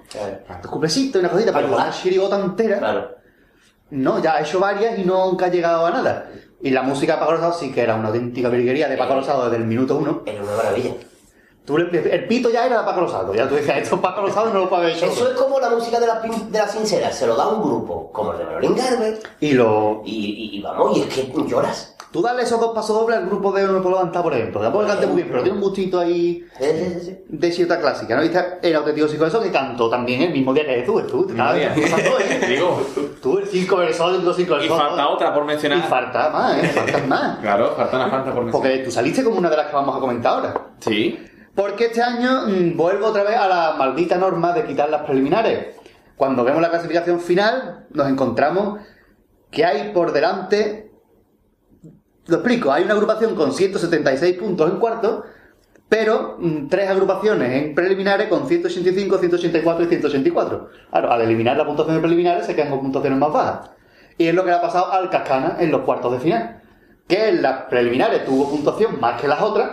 S2: Un cuplecito y una cosita, pero
S3: Claro.
S2: una chirigota entera.
S3: Ah, Claro.
S2: No, ya ha hecho varias y nunca ha llegado a nada. Y la música de Paco Rosado sí que era una auténtica virguería de Paco Rosado desde el minuto uno.
S3: Era una maravilla.
S2: Tú le- el pito ya era de Paco Rosado. Ya tú decías, esto es Paco Rosado, no lo puede haber hecho.
S3: Eso es como la música de las pin- de las sinceras, se lo da un grupo, como el de Manolín Garber,
S2: Y lo...
S3: y, y- y vamos, y es que lloras.
S2: Tú dale esos dos pasos dobles al grupo de Uno por Levantar, por ejemplo. Tampoco cante muy bien, pero tiene un gustito ahí
S3: Sí, sí, sí.
S2: de cierta clásica, ¿no? Y está el auténtico psico eso que cantó también el mismo día que tú, tú. te estás
S4: día.
S2: pasando, ¿eh?
S4: Te digo.
S2: Tú, el 5 versos, el 5
S4: Y falta otra por mencionar.
S2: Y falta más, ¿eh? Faltan más.
S4: <laughs> Claro, falta una falta por mencionar.
S2: Porque tú saliste como una de las que vamos a comentar ahora.
S4: Sí.
S2: Porque este año mm, vuelvo otra vez a la maldita norma de quitar las preliminares. Cuando vemos la clasificación final, nos encontramos que hay por delante. Lo explico, hay una agrupación con 176 puntos en cuarto, pero mm, tres agrupaciones en preliminares con 185, 184 y 184. Claro, al eliminar la puntuación de preliminares se quedan con puntuaciones más bajas. Y es lo que le ha pasado al Cascana en los cuartos de final. Que en las preliminares tuvo puntuación más que las otras,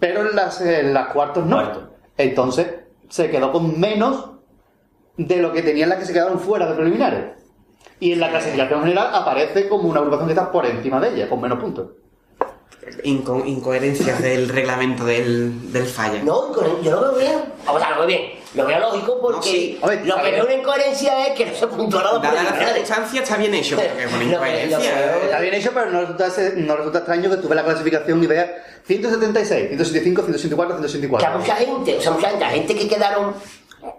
S2: pero en las, en las cuartos no.
S3: Cuarto.
S2: Entonces se quedó con menos de lo que tenían las que se quedaron fuera de preliminares. Y en la clasificación general aparece como una agrupación que está por encima de ella, con menos puntos.
S5: inco- incoherencias del reglamento del, del falla.
S3: No, incoher- yo lo veo bien. O sea, lo veo bien. Lo veo lógico porque
S5: No, sí.
S2: A ver,
S3: lo
S2: a
S3: que
S2: ver.
S3: veo una incoherencia es que no se puntuó nada por
S5: Dada
S3: las
S5: la
S3: preliminares.
S5: circunstancia, está bien hecho. porque es una
S3: Lo que- lo que-
S5: incoherencia.
S2: Está bien hecho, pero no resulta, ser- no resulta extraño que tú veas la clasificación y veas 176, 175, 184,
S3: Que a
S2: 184.
S3: mucha gente, o sea, mucha gente, a gente que quedaron,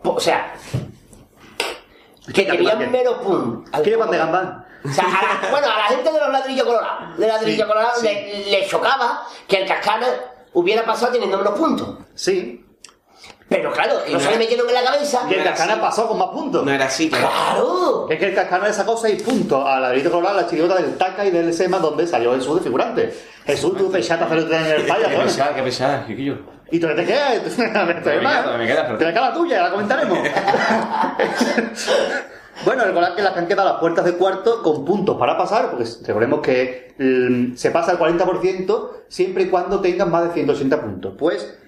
S3: po- o sea, que
S2: ¿qué?
S3: querían menos puntos.
S2: ¿Qué van de gambán?
S3: O sea, a la, bueno, a la gente de los ladrillos colorados, de ladrillo colorado, le, le chocaba que el cascana hubiera pasado teniendo menos puntos.
S2: Sí.
S3: Pero claro, que no se le
S5: Claro.
S3: metieron en la cabeza.
S2: Que el
S5: era
S2: Cascana
S5: así.
S2: pasó con más puntos.
S5: No era así, claro.
S3: Claro.
S2: Es que el Cascana le sacó 6 puntos a la derecha colorada, la chirigota del Taca y del Sema, donde salió Jesús de figurante. Jesús, tú pechaste a hacer el tren en el falla,
S4: Qué
S2: coño.
S4: pesada, qué pesada, chiquillo.
S2: ¿Y tú te quedas? <laughs> ¿Tú te quedas?
S4: Todavía me queda, todavía me queda, pero-
S2: Te la queda la tuya, la
S4: <laughs>
S2: comentaremos. <laughs> bueno, recordad que las que han quedado a las puertas de cuarto con puntos para pasar, porque recordemos que mm, se pasa al 40% siempre y cuando tengan más de 180 puntos. Pues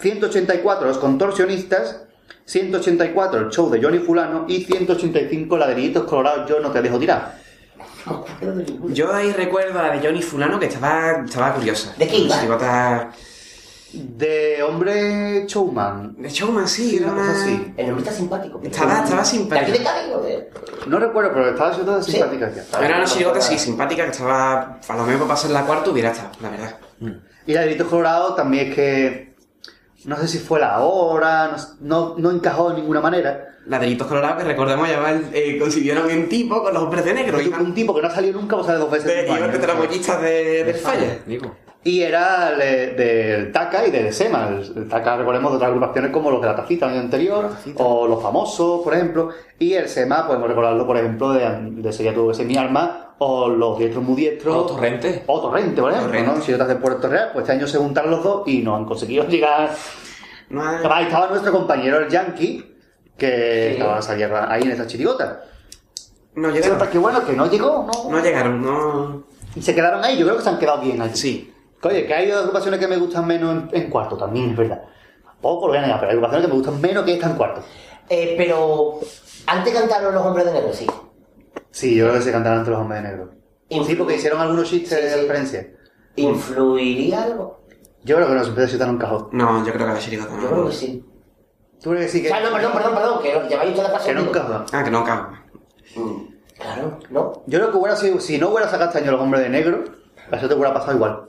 S2: 184 los contorsionistas, 184 el show de Johnny Fulano y 185 ladrillitos colorados, yo no te dejo tirar.
S5: Yo ahí recuerdo a la de Johnny Fulano que estaba, estaba curiosa.
S3: ¿De qué iba?
S5: Chirigota-
S2: De hombre showman.
S5: De showman, sí, era
S2: una
S5: una...
S2: cosa así.
S3: El nombre está simpático. pero-
S5: Estaba, estaba
S3: ¿De aquí de
S5: simpática.
S3: Cádiz, joder?
S2: No recuerdo, pero estaba siendo
S3: Sí.
S2: simpática ya.
S5: Era una chirigota, sí, simpática, que estaba... A lo mejor para pasar la cuarta hubiera estado, la verdad.
S2: Y la de Delitos Colorado también es que. No sé si fue la hora, no s- no, no encajó de ninguna manera.
S5: Ladrillitos colorados que recordemos llamaban, eh, consiguieron un tipo con los hombres de negro.
S2: Pero
S5: Iban
S2: un tipo que no ha salido nunca, o sea, pues dos veces.
S5: de,
S2: en un
S5: iban
S2: año.
S5: de tramoyistas de, del falla.
S4: Digo.
S2: Y era el, eh, del Taca y del Sema. El, el Taca, recordemos, de otras agrupaciones como los de la tacita del año anterior, o los famosos, por ejemplo. Y el Sema, podemos recordarlo, por ejemplo, de, de Sería tu ese mi alma, o los diestros muy diestros.
S4: Los Torrente.
S2: O Torrente, por ejemplo,
S4: Torrente.
S2: ¿no? Si yo te haces Puerto Real, pues este año se juntaron los dos y no han conseguido <laughs> llegar.
S5: No hay-
S2: Además, estaba nuestro compañero el Yankee, que
S3: Sí.
S2: estaba saliendo ahí en esta chirigota.
S5: No
S2: Pero
S5: llegaron.
S2: que bueno, que no llegó, ¿no?
S5: No llegaron, no.
S2: Y se quedaron ahí, yo creo que se han quedado bien allí.
S5: Sí.
S2: Oye, que hay agrupaciones que me gustan menos en, en cuarto también, es verdad. Poco lo voy a negar, pero hay agrupaciones que me gustan menos que esta en cuarto.
S3: Eh, pero antes cantaron los hombres de negro, sí.
S2: Sí, yo creo que se cantaron entre los hombres de negro.
S3: Influ-
S2: Sí, porque hicieron algunos chistes
S3: Sí, sí.
S2: de referencia.
S3: ¿Influiría algo?
S2: Yo creo que nos empezó a chutar un cajón.
S5: No, yo creo que la chirigota
S3: Yo creo
S5: no.
S3: que sí.
S2: ¿Tú crees que sí
S3: O
S2: que,
S3: sea, no, perdón, perdón, perdón, que lo- lleváis ustedes para
S2: que no un
S3: sonido.
S2: cajón?
S5: Ah, que no cago.
S3: Mm, Claro, ¿no?
S2: Yo creo que hubiera sido, si no hubiera sacado este año los hombres de negro, eso te hubiera pasado igual.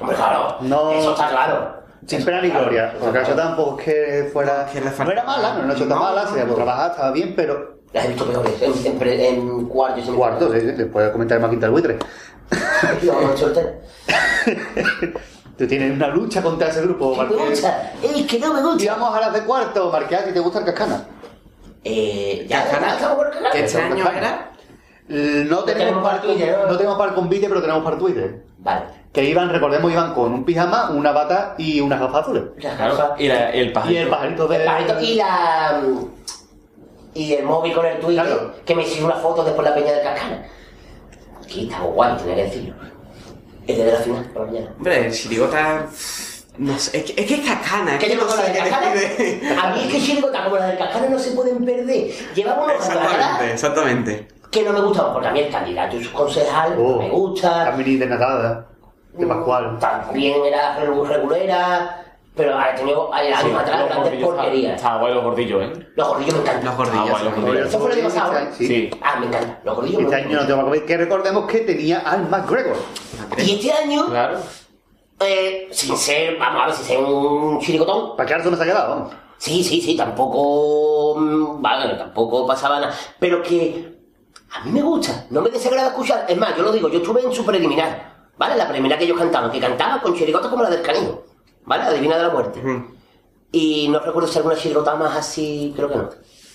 S3: Hombre, claro.
S2: No.
S3: Eso está claro.
S2: Sin
S3: Eso
S2: pena ni
S3: está
S2: gloria,
S3: claro,
S2: porque la
S3: eso está
S2: chota tampoco es que fuera...
S5: Que le falta-
S2: No era mala, no era una chota
S5: No,
S2: mala,
S5: no,
S2: se la
S5: no.
S2: trabajaba, estaba bien, pero
S3: claro. Las he visto peores, en, en, pre- en cuarto.
S2: En cuarto, sí, sí, después de comentar más quinta del buitre.
S3: No, no, suerte.
S2: Tú tienes una lucha contra ese grupo,
S3: No me
S2: Marqués.
S3: gusta, es que no me
S2: Y
S3: gusta.
S2: vamos a las de cuarto, Marqués, si te gusta el cascana.
S3: Eh, ya, ya,
S5: Cascana.
S3: ya estamos con el canal.
S5: ¿Qué
S2: Eso,
S5: este año
S2: Cascana.
S5: era?
S2: Eh, No tenemos
S3: tenemos
S2: par con-
S3: partida, ¿no?
S2: no tenemos par con Vite, pero tenemos par Twitter.
S3: Vale.
S2: Que iban, recordemos, iban con un pijama, una bata y unas gafas azules.
S3: Las
S4: Claro.
S3: gafas.
S4: Y la- el
S2: Y
S4: pajarito.
S2: el pajarito de...
S3: El pajarito y la. mm, Y el móvil con el Twitter,
S2: Claro.
S3: que me hicieron una foto después de la peña de Cascana. Aquí estamos guay, tenía que decirlo. Es desde la final, por la mañana.
S5: Hombre, chirigota. No sé, es que es, que es cascana.
S3: Que yo
S5: no
S3: como la
S5: sé
S3: del
S5: qué
S3: Cascana.
S5: decide.
S2: <laughs>
S3: A mí es que chirigota como la del Cascana no se pueden perder. Llevamos unos
S5: Exactamente,
S3: cascanas
S5: exactamente.
S3: que no me gustan, porque a mí el candidato y su concejal no
S2: Oh,
S3: me gusta.
S2: Carmen de Natada, de
S3: Uh.
S2: Pascual.
S3: Mm, También era muy regulera, pero ahora tengo al
S4: Sí,
S3: año atrás
S4: los
S3: grandes
S4: gordillos, ah,
S3: porquerías.
S4: Estaba guay los gordillos, ¿eh?
S3: Los gordillos me encantan.
S5: Los gordillos.
S4: Ah, bueno,
S2: Oye,
S3: Eso fue el año
S2: este
S3: pasado.
S2: año-
S4: Sí.
S2: Sí.
S3: Ah, me encantan. Los gordillos
S2: Este
S3: me
S2: año no
S3: encantan.
S2: tengo más COVID, que recordemos que tenía al McGregor.
S3: Y este año,
S4: Claro.
S3: eh, sin ser, vamos a ver, sin ser un chiricotón,
S2: ¿Para qué harto me se ha quedado? vamos?
S3: Sí, sí, sí, tampoco. mm, Vale, tampoco pasaba nada. Pero que. A mí me gusta, no me desagrada escuchar. Es más, yo lo digo, yo estuve en su preliminar, ¿vale? La preliminar que ellos cantaban, que cantaba con chirigotas como la del canino, ¿vale? La divina de la muerte.
S5: Ujú.
S3: Y no recuerdo si alguna chirigota más así, creo que no.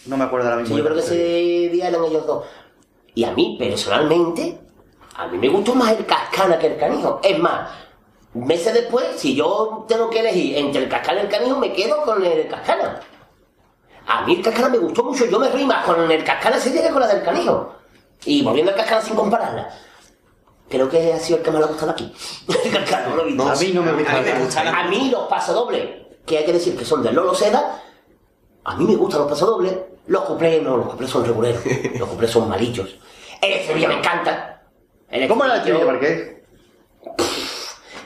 S2: No me acuerdo ahora
S3: Sí,
S2: mismo.
S3: yo creo que ese día eran ellos dos. Y a mí, personalmente, a mí me gustó más el cascana que el canijo. Es más, meses después, si yo tengo que elegir entre el cascana y el canijo, me quedo con el cascana. A mí el cascana me gustó mucho, yo me reí más con el cascana ese día que con la del canijo. Y volviendo al cascana sin compararla. Creo que ha sido el que más le ha gustado aquí. <laughs> El cascana, no lo he visto.
S2: A mí no me
S5: A mí
S2: gusta.
S5: me gusta.
S3: A mí los pasodobles, que hay que decir que son de Lolo Seda, a mí me gustan los pasodobles. Los cuplés no, los cuplés
S2: <laughs>
S3: son reguleros. Los cuplés son malillos. El estribillo me encanta. El
S2: ¿Cómo era el
S3: estribillo-
S2: chico, Marqués?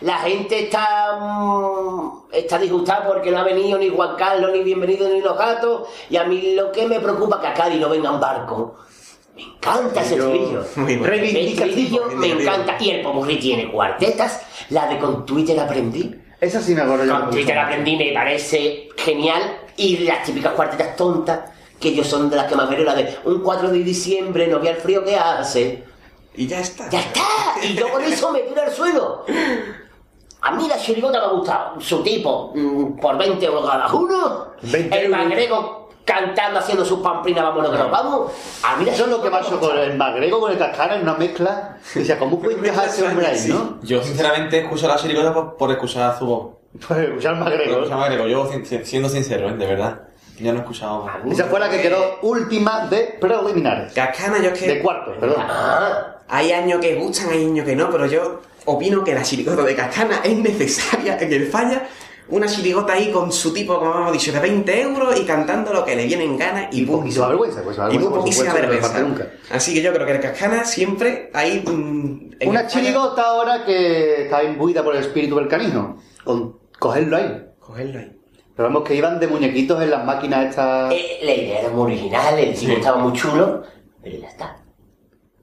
S3: La gente está, mm, está disgustada porque no ha venido ni Juan Carlos, ni Bienvenido, ni Los Gatos. Y a mí lo que me preocupa es que a Cádiz no venga un barco. Me encanta ese
S2: Yo- <laughs>
S3: estribillo.
S5: Muy bueno.
S3: El estribillo me
S5: indicativo.
S3: encanta. Y el popurrí tiene cuartetas. La de con Twitter aprendí.
S2: Esa sí me acuerdo yo.
S3: Con Twitter aprendí, me parece genial. Y las típicas cuartetas tontas, que yo son de las que más veo, la de un 4 de diciembre, no vea el frío que hace.
S5: Y ya está.
S3: ¡Ya está! Y yo con eso me tiro al suelo. A mí la chirigota me ha gustado. Su tipo, mm, por 20 euros cada uno.
S2: 20
S3: El
S2: euros.
S3: magrego cantando, haciendo sus pamplinas, vámonos que nos vamos. A mí la
S2: Eso es lo que
S3: chirigota me ha
S2: pasó con
S3: gustado.
S2: el magrego con el cascara en una mezcla. Dice, ¿cómo puedes dejar a ese hombre ahí,
S5: Sí.
S2: no?
S4: Yo, sinceramente, escucho a la chirigota por, por escuchar su voz.
S2: Pues escuchar al
S4: Por
S2: magrego.
S4: escuchar a Magrego. Yo, sin- sin- siendo sincero, ¿eh? de verdad. Yo no he escuchado más.
S2: Esa fue la que quedó última de preliminares.
S5: Cascana, yo es que.
S2: De cuarto, perdón.
S3: Ah,
S5: Hay años que gustan, hay años que no, pero yo opino que la chirigota de Cascana es necesaria en el falla. Una chirigota ahí con su tipo, como hemos dicho, de 20 euros y cantando lo que le viene en gana y
S2: Y, pues, y se va a vergüenza, pues se va a
S5: Y
S2: vergüenza.
S5: muy
S2: por
S5: poquísima
S2: supuesto, no le
S5: vergüenza.
S2: falta nunca.
S5: Así que yo creo que el Cascana siempre hay. mm, en el
S2: Una
S5: falla-
S2: chirigota ahora que está imbuida por el espíritu del canino. Con cogerlo ahí.
S5: Cogerlo ahí.
S2: Pero vemos que iban de muñequitos en las máquinas estas.
S3: eh, la idea era muy original, el tipo
S4: Sí.
S3: estaba muy chulo, pero ya está.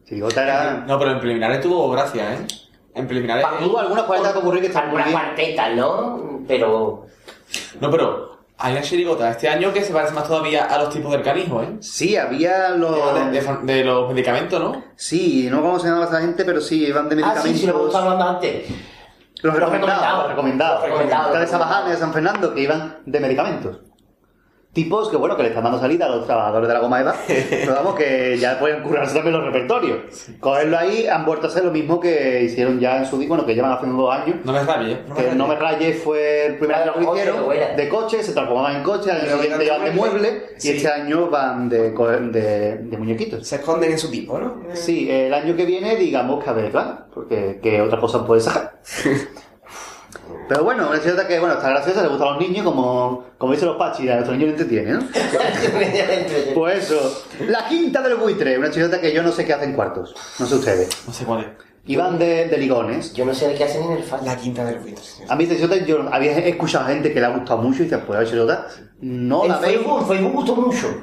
S2: Chirigota
S3: eh,
S2: era.
S4: No, pero en preliminares tuvo gracia, ¿eh? En preliminares.
S2: Para mí hubo algunas cuartetas que ocurrir que estaban muy
S3: Algunas
S2: bien.
S3: cuartetas, ¿no? Pero.
S4: No, pero hay una chirigota este año que se parece más todavía a los tipos del canijo, ¿eh?
S2: Sí, había los.
S4: De, de- de los medicamentos, ¿no?
S2: Sí, no cómo se llamaba esa gente, pero sí, iban de
S3: Ah, sí,
S2: medicamentos.
S3: sí, lo hemos estado hablando antes.
S2: Los recomendados, los
S3: Los recomendados.
S2: recomendados.
S3: Los recomendados.
S2: Está de Sabajana y de San Fernando que iban de medicamentos. Tipos que, bueno, que le están dando salida a los trabajadores de la goma Eva, pero vamos, que ya pueden curarse también los repertorios. Cogerlo ahí, han vuelto a hacer lo mismo que hicieron ya en su día, bueno, que llevan haciendo dos años,
S4: No me ¿eh? rayes.
S2: que No me rayes fue el primer
S3: Era de
S2: año que
S3: los
S2: lo
S3: coches,
S2: hicieron,
S3: que vuelan.
S2: de coches, se transformaban en coches, al año
S5: Pero
S2: siguiente
S5: eran
S2: iban de
S5: de
S2: muebles y
S4: Sí.
S2: este año van de, co- de, de muñequitos.
S5: Se esconden en su tipo, ¿no?
S2: Sí, el año que viene digamos que a ver, ¿verdad? Porque que otra cosa puede sacar. Pero bueno, es cierto que bueno, está graciosa, le gusta a los niños, como, como dicen los pachis, a nuestros niños no entretiene, ¿no? Pues eso. La quinta del buitre, una chillota que yo no sé qué hacen cuartos, no sé ustedes.
S4: No sé cuál es.
S2: Y van de, de ligones.
S3: <laughs> Yo no sé de qué hacen en el falla.
S5: La quinta del buitre. señor.
S2: A mí esta chillota yo había escuchado gente que le ha gustado mucho y dice, pues la chillota no
S3: En
S2: la veis.
S3: Facebook, Facebook gustó mucho.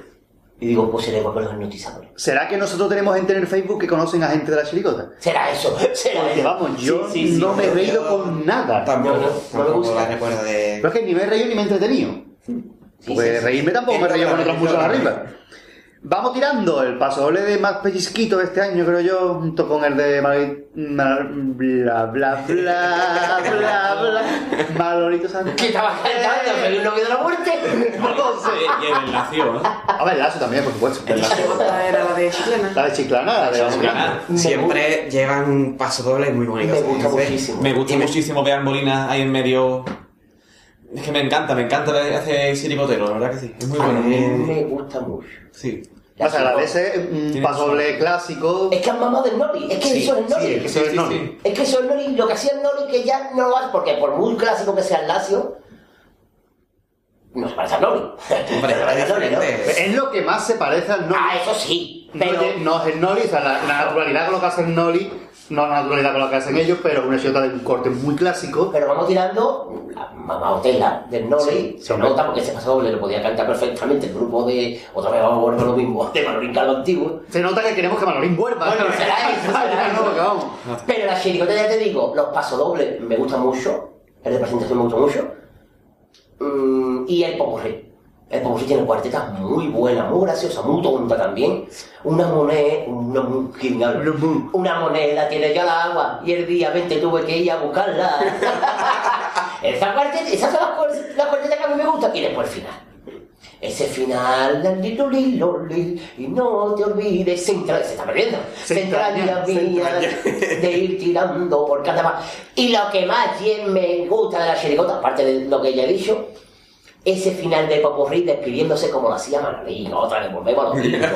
S3: Y digo, pues seré igual que los hipnotizadores.
S2: ¿Será que nosotros tenemos gente en el Facebook que conocen a gente de la chiricota?
S3: Será eso, será
S2: Porque
S3: eso.
S2: vamos, yo
S4: Sí, sí, sí,
S2: no me he
S5: pero
S2: reído
S5: yo-
S2: con nada.
S5: Tampoco,
S3: No, no, no me
S5: tampoco
S3: gusta.
S5: la recuerdo de...
S2: Pero es que ni me he reído ni me he entretenido.
S3: Sí,
S2: Porque
S3: sí, sí.
S2: Pues reírme tampoco me he reído con otros muchos arriba. Vamos tirando el paso doble de más pellizquito de este año, creo yo, junto con el de Mal... Mal- Bla, bla, bla, bla, bla. Eh. Malorito Santos.
S3: Que estaba cantando, feliz novio de la <laughs> muerte.
S4: Y el enlacio, ¿no?
S2: A ver, Lazo también, por supuesto.
S4: El lazo.
S5: Era la de Chiclana.
S2: La de Chiclana, la de Chiclana.
S3: Me
S5: Siempre llevan un paso doble muy bonito.
S3: Me gusta
S5: Entonces,
S3: muchísimo.
S4: Me gusta
S5: Y me-
S4: muchísimo ver Armolinas ahí en medio. Es que me encanta, me encanta hacer siricotero, la verdad que sí. Es muy
S3: A mí
S4: bueno.
S3: me gusta mucho.
S4: Sí.
S2: O sea, la de ese un
S4: Tiene
S2: paso doble clásico.
S3: Es que han mamado del Nori, es que
S2: Sí,
S3: eso es el Nori.
S2: sí, es que eso es Nori.
S3: Es que eso es Nori, lo que hacía el Nori que ya no lo hace, porque por muy clásico que sea el Lazio, no se parece al Nori. <laughs>
S5: Hombre,
S3: No se parece al Nori, ¿no?
S5: diferente.
S2: Es lo que más se parece al Noli.
S3: Ah, eso sí, pero...
S2: No, no es el Noli, o sea, la, la naturalidad con lo que hace el Noli, no la naturalidad con lo que hacen ellos, pero una chillota de un corte muy clásico.
S3: Pero vamos tirando la mamá tela del Noli,
S2: Sí, sí,
S3: se
S2: hombre.
S3: nota porque se pasó doble, lo podía cantar perfectamente el grupo de... Otra vez vamos a volver a lo mismo, de Manolín Calvo antiguo.
S2: Se nota que queremos que Manolín vuelva.
S3: Bueno, será eso, será
S2: No, porque vamos.
S3: Pero la chiricota ya te digo, los pasodobles me gustan mucho, el de presentación me gusta mucho, Mm, y el popurrí. El popurrí tiene cuartetas muy buenas, muy graciosas, muy tonta también. Una moneda, una, mon- ¿quién habla?
S2: Una mon-
S3: una moneda tiene yo al agua y el día 20 tuve que ir a buscarla. esa cuarteta, esas son las, cuar- las cuartetas que a mí me gustan y después el final. Ese final, la li, lo, li, lo, li, y no te olvides, se, entra- se está perdiendo.
S2: Se
S3: Se entraña
S2: entraña, se
S3: mía de ir tirando por cada más. Y lo que más bien me gusta de la chiricota, aparte de lo que ya he dicho, ese final de Popurrí despidiéndose como lo hacía Manolín, otra vez volvemos a los
S2: <laughs>
S3: mismos.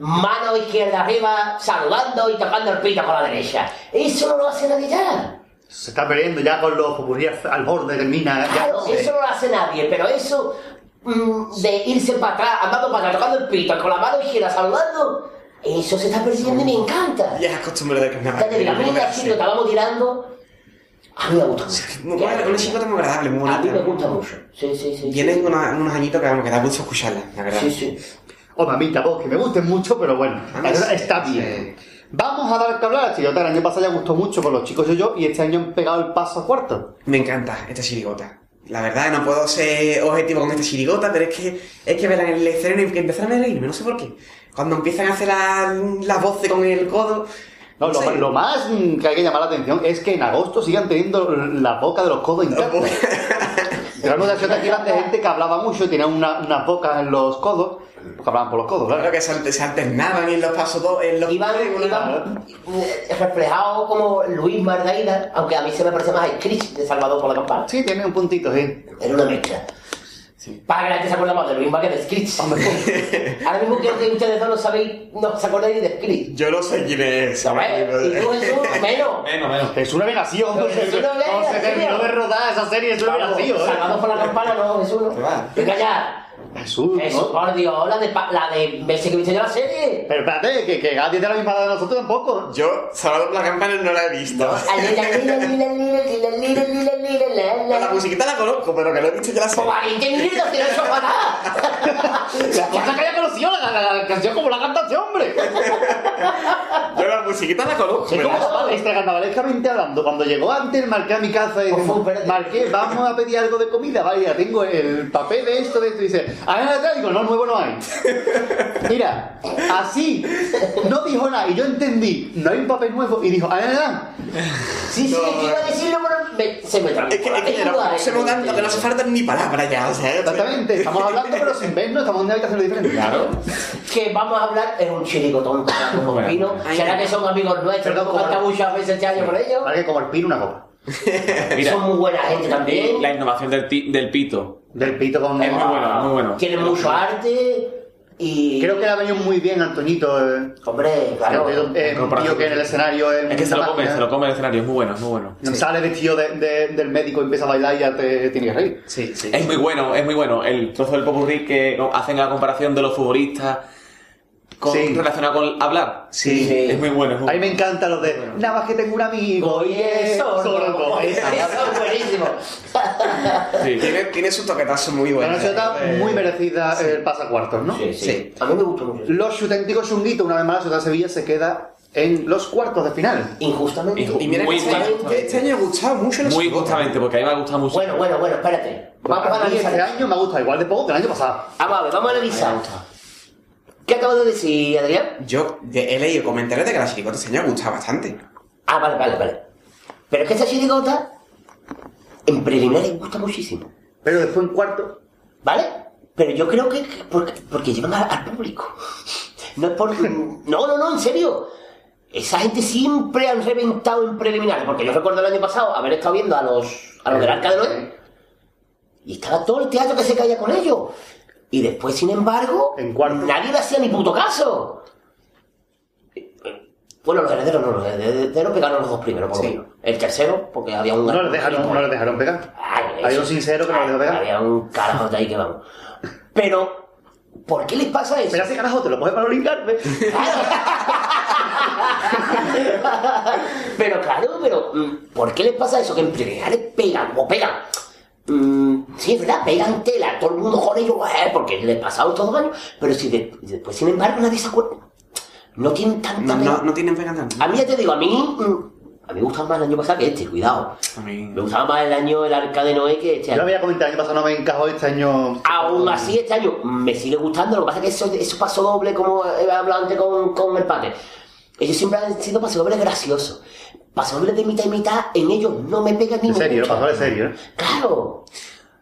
S3: Mano izquierda arriba, saludando y tocando el pito con la derecha. Eso no lo hace nadie ya.
S2: Se está perdiendo ya con los popurrías al borde del mina. ya
S3: Claro,
S2: no sé.
S3: eso no lo hace nadie, pero eso mm, de irse para atrás, andando para atrás, tocando el pito, con la mano izquierda saludando, eso se está perdiendo y me encanta.
S5: Ya es costumbre de que me
S3: Ya te digo, a mí la chiricota vamos tirando, a mí me gusta
S5: Muy
S3: mucho.
S5: buena, Una chicota muy agradable, muy
S3: A
S5: bonita.
S3: mí me gusta mucho. Sí, sí, sí.
S5: Tienen una- unos añitos que, vamos, que da gusto escucharla, la verdad.
S3: Sí, sí.
S2: O Oh, mamita, vos, que me gusten mucho, pero bueno,
S5: A
S3: Ah,
S5: mí
S2: eso
S5: sí,
S2: está
S5: sí.
S2: bien. Vamos a dar que hablar. La chillota del año pasado ya gustó mucho con los chicos yo yo y este año han pegado el paso a cuarto.
S5: Me encanta esta chirigota. La verdad, no puedo ser objetivo con esta chirigota, pero es que es que verla en el escenario y que empezaron a reírme, no sé por qué. Cuando empiezan a hacer la- las voces con el codo.
S2: No, lo,
S5: sé.
S2: lo más mm, que hay que llamar la atención es que en agosto sigan teniendo la boca de los codos intactas. Era una ocasión aquí iban de gente que hablaba mucho y tenía una- unas bocas en los codos, porque hablaban por los codos,
S5: Claro
S2: claro.
S5: que se, al- se alternaban en los pasos dos, en los
S3: Iván,
S5: tres, una-
S3: Iván eh, reflejado como Luis Margaida, aunque a mí se me parece más el Chris de Salvador por la campana.
S2: Sí, tiene un puntito, sí.
S3: Era una mezcla. Para que la gente se acuerde más de Luis Margaida que de Chris. <laughs>
S5: pues.
S3: Ahora mismo creo que ustedes dos no sabéis, no se acordáis ni de Chris.
S5: Yo no sé quién es.
S3: Y tú Jesús, menos.
S4: Menos, menos.
S2: Es una venación, no
S3: Pero
S2: se
S3: es una venación.
S2: no se terminó de rodar esa serie, es una venación, ¿eh?
S3: Salvador por la campana, no, Jesús no.
S5: Te va.
S3: Venga ya.
S2: Jesús, ¿no?
S3: Jesús, por Dios, la de, pa- la de Messi que viste yo la serie.
S2: Pero espérate, que, que Gatti tiene la misma edad de nosotros tampoco.
S5: <laughs> Yo, Salvador la Campana, no la he visto.
S3: Alila, lila, lila, lila, lila, lila, lila, lila, la, la.
S5: La musiquita la conozco, pero que no he visto que la soba.
S3: ¡Valiente mierda, que no se va nada!
S2: La cosa que haya conocido la, la- la canción como la canta este hombre.
S5: Yo la musiquita la conozco.
S2: Es
S5: pero-
S2: como papá extracanabalescamente hablando. Cuando llegó antes, marqué a mi casa y
S3: Por
S2: dice,
S3: favor, espérate.
S2: marqué, vamos a pedir algo de comida. Vale, ya tengo el papel de esto, de esto. Y dice, a ver, atrás, digo, no, nuevo no hay. Mira, así, no dijo nada. Y yo entendí, no hay un papel nuevo. Y dijo, a ver, atrás.
S3: Sí, sí,
S5: No,
S3: que iba a
S5: eh.
S3: decirlo, pero me- se me trancó
S5: Es que,
S3: la eh.
S5: es que
S3: lengua,
S5: no, se me
S3: entonces-
S5: que no hace falta ni palabra ya, o sea...
S2: Exactamente, estamos hablando pero sin vernos, estamos en habitaciones diferentes.
S1: Claro.
S3: que vamos a hablar es un chiricotón como un pino. ¿Será que son amigos nuestros?
S2: Perdón,
S3: ¿No canta muchas veces este año con ellos?
S2: Para que como el pino una copa.
S4: Mira,
S3: Son muy buena gente también.
S4: la innovación del, ti- del pito.
S2: Del pito con...
S4: Es muy bueno, es muy bueno.
S3: Tienen mucho arte y...
S2: Creo que le ha venido muy bien a Antoñito. eh,
S3: Hombre, claro.
S2: Antoñito, eh,
S4: en
S2: un tío
S4: comparación.
S2: que en el escenario es...
S4: Es que se lo
S2: una
S4: come,
S2: máquina.
S4: se lo come el escenario, es muy bueno, es muy bueno.
S2: Sale vestido de- de- del médico, empieza a bailar y ya te tienes que reír.
S5: Sí, sí.
S4: Es muy bueno, es muy bueno. El trozo del popurrí que no, hacen la comparación de los futbolistas con,
S2: Sí.
S4: relacionado con hablar.
S2: Sí.
S3: Sí.
S4: Es muy bueno, es muy
S2: A mí
S4: bueno.
S2: me encanta lo de... Nada más que tengo un amigo
S3: Voy eso,
S2: sordo.
S3: no, eso
S2: Esa.
S3: es buenísimo.
S4: Sí.
S5: Tiene, tiene su toquetazo muy
S2: La
S5: bueno.
S2: noche está
S5: Eh,
S2: muy merecida el pasacuartos, ¿no?
S3: Sí, sí.
S5: Sí.
S3: A mí me gustó mucho.
S2: Los auténticos chunguitos, una vez más, la Ciudad de Sevilla se queda en los cuartos de final.
S3: Injustamente.
S4: Inju-
S5: Y mira
S4: Muy
S5: que este año,
S3: injustamente.
S5: este año ha gustado mucho la
S4: Muy
S5: segunda.
S4: justamente, porque a mí me ha gustado mucho.
S3: Bueno, bueno, bueno, espérate. Vamos a
S2: A mí este
S3: analizar.
S2: año me ha gustado igual de poco que el año pasado.
S3: Vamos a ver, vamos a analizar. ¿Qué acabas de decir, Adrián?
S5: Yo de- he leído comentarios de que la chiricota este año ha gustado bastante.
S3: Ah, vale, vale, vale. Pero es que esta chirigota en preliminares gusta muchísimo.
S2: Pero después en cuarto.
S3: ¿Vale? Pero yo creo que que porque, porque llevan al, al público. No es por. No, no, no, en serio. Esa gente siempre han reventado en preliminares. Porque yo recuerdo el año pasado haber estado viendo a los, a los del Arca de Noé. Y estaba todo el teatro que se caía con ellos. Y después, sin embargo,
S2: En cuarto.
S3: nadie le hacía ni puto caso. Bueno, los herederos no, los herederos pegaron los dos primeros, por lo
S5: Sí.
S3: menos. El tercero, porque había un.
S2: No les dejaron, no les dejaron pegar.
S3: Ay,
S2: Hay
S3: eso-
S2: un sincero que no les dejó pegar.
S3: Había un carajo de ahí que vamos. Pero, ¿por qué les pasa eso?
S2: Pero ese carajo te lo coge para
S4: <laughs>
S2: orincarme.
S3: Pero claro, pero mm, ¿por qué les pasa eso? Que en preliminares pegan, o pegan. Mm, sí, es verdad, pegan tela, todo el mundo con ellos, eh, porque les pasaron todos los años, pero si de- después, sin embargo, nadie se acuerda. No tienen tanta
S5: No,
S3: pega.
S5: no, no tienen pega tanto.
S3: A mí ya te digo, a mí, mm, a mí me gustaba más el año pasado que este, cuidado.
S4: A mí-
S3: Me gustaba más el año del Arca de Noé que este
S2: Yo
S3: año.
S2: lo había comentado el año pasado, no me encajó este año.
S3: Aún así, este año me sigue gustando. Lo que pasa es que eso, eso pasó doble, como he hablado antes con, con el padre. Ellos siempre han sido paso dobles graciosos. Paso dobles de mitad y mitad, en ellos no me pega
S2: En
S3: ningún.
S2: serio, lo pasó de serio. ¿eh?
S3: Claro.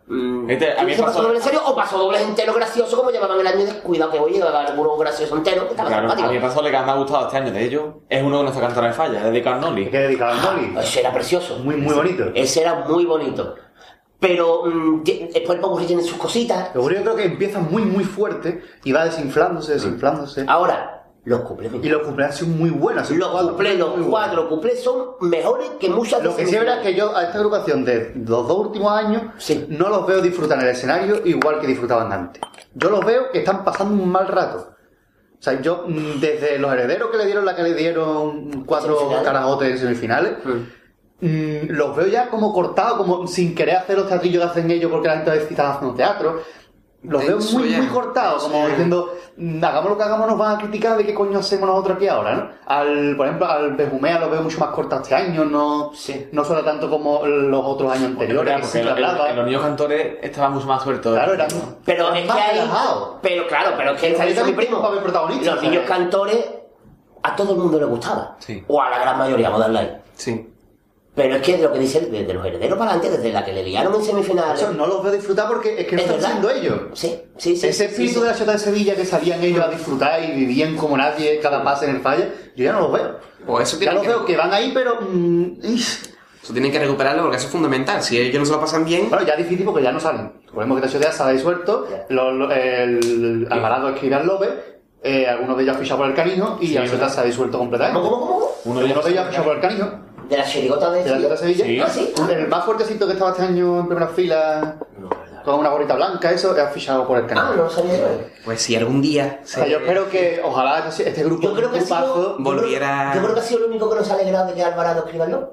S3: Mm,
S4: Este, a mí
S3: ¿Hice
S4: pasó-
S3: paso doble en serio o paso dobles entero gracioso, como llamaban el año de cuidado que voy a llevar algunos graciosos enteros? que estaba
S4: Claro, a
S3: simpático.
S4: mí me pasó le que más me ha gustado este año de ellos. Es uno que no se cantará en falla, es dedicado a
S2: Es
S4: Noli.
S2: que dedicado al boli.
S3: Ese era precioso.
S2: Muy, muy bonito.
S3: Ese era muy bonito. Pero mm, ti- después el Popurrí tiene sus cositas.
S2: Lo único que creo que empieza muy, muy fuerte y va
S3: Ah.
S2: desinflándose, desinflándose.
S3: Ahora, los cumpleaños.
S2: Y los cumpleaños son muy buenos. son
S3: Los
S2: cuatro
S3: cuplés, los
S2: muy buenos.
S3: cuatro cuplés son mejores que muchas
S2: Lo que sí es verdad es que yo a esta agrupación de los dos últimos años
S3: Sí.
S2: no los veo disfrutar en el escenario igual que disfrutaban antes. Yo los veo que están pasando un mal rato. O sea, yo mm, desde los herederos que le dieron la que le dieron cuatro
S3: Semifinales.
S2: carajotes en semifinales, mm, los veo ya como cortados, como sin querer hacer los teatrillos que hacen ellos porque la gente a veces está haciendo teatro. Los veo
S5: Eso
S2: muy,
S5: ya.
S2: muy cortados,
S5: Eso
S2: como
S5: ya.
S2: diciendo, mm, hagamos lo que hagamos, nos van a criticar de qué coño hacemos nosotros aquí ahora, ¿no? Al, por ejemplo, al Bejumea lo veo mucho más cortado este año, no,
S3: Sí.
S2: no suena tanto como los otros años anteriores,
S4: Porque
S2: que sí que
S4: en- en-
S2: hablaba.
S4: en los niños cantores estaba mucho más suelto.
S2: Claro, eran
S3: Pero
S2: eran
S3: es
S2: más
S3: que hay.
S2: relajados.
S3: Pero claro, pero es que
S2: Pero
S3: está
S2: ahorita
S3: mi
S2: hay
S3: primo.
S2: tiempo para ver protagonistas,
S3: Los
S2: ¿sabes?
S3: niños cantores a todo el mundo le gustaba.
S4: Sí.
S3: O a la gran mayoría, vamos a darle ahí.
S5: Sí.
S3: Pero es que lo que dice él, desde los herederos para adelante, desde la que le liaron en semifinales.
S2: Eso no los veo disfrutar porque es que no
S3: es
S2: están
S3: verdad.
S2: siendo ellos.
S3: Sí, sí, sí.
S2: Ese
S3: sí,
S2: espíritu
S3: sí.
S2: de la ciudad de Sevilla que salían ellos a disfrutar y vivían como nadie cada pase en el falla, yo ya no los veo.
S5: O Pues eso
S2: Ya
S5: tienen,
S2: los
S5: que,
S2: veo que van ahí, pero... mm, ish.
S5: eso tienen que recuperarlo porque eso es fundamental. Si ellos no se lo pasan bien,
S2: Bueno, ya es difícil porque ya no salen. Recordemos que esta ciudad sale suelto, lo- lo- el Alvarado escribe al López, eh, algunos de ellos han fichado por el canijo y
S4: Sí,
S2: ya la ciudad
S4: ¿verdad?
S2: se ha disuelto completamente.
S3: ¿Cómo, cómo, cómo?
S4: Uno
S2: Uno
S4: de
S2: de
S4: ellos
S2: ellos ha fichado por el canijo.
S3: De la chirigota de.
S2: de la Tierra Sevilla.
S4: Sí.
S3: Ah, sí. Ah.
S2: El más fuertecito que estaba este año en primera fila,
S3: No, verdad.
S2: con una gorrita blanca, eso, es fichado por el
S3: Ah,
S2: canal.
S3: no lo sabía yo.
S5: pues si algún día
S2: O sea, yo espero que, ojalá este este grupo,
S3: Yo creo que ha sido-
S2: grupazo-
S5: volviera...
S3: Yo creo que ha sido el único que nos ha alegrado de que Alvarado escriba el no.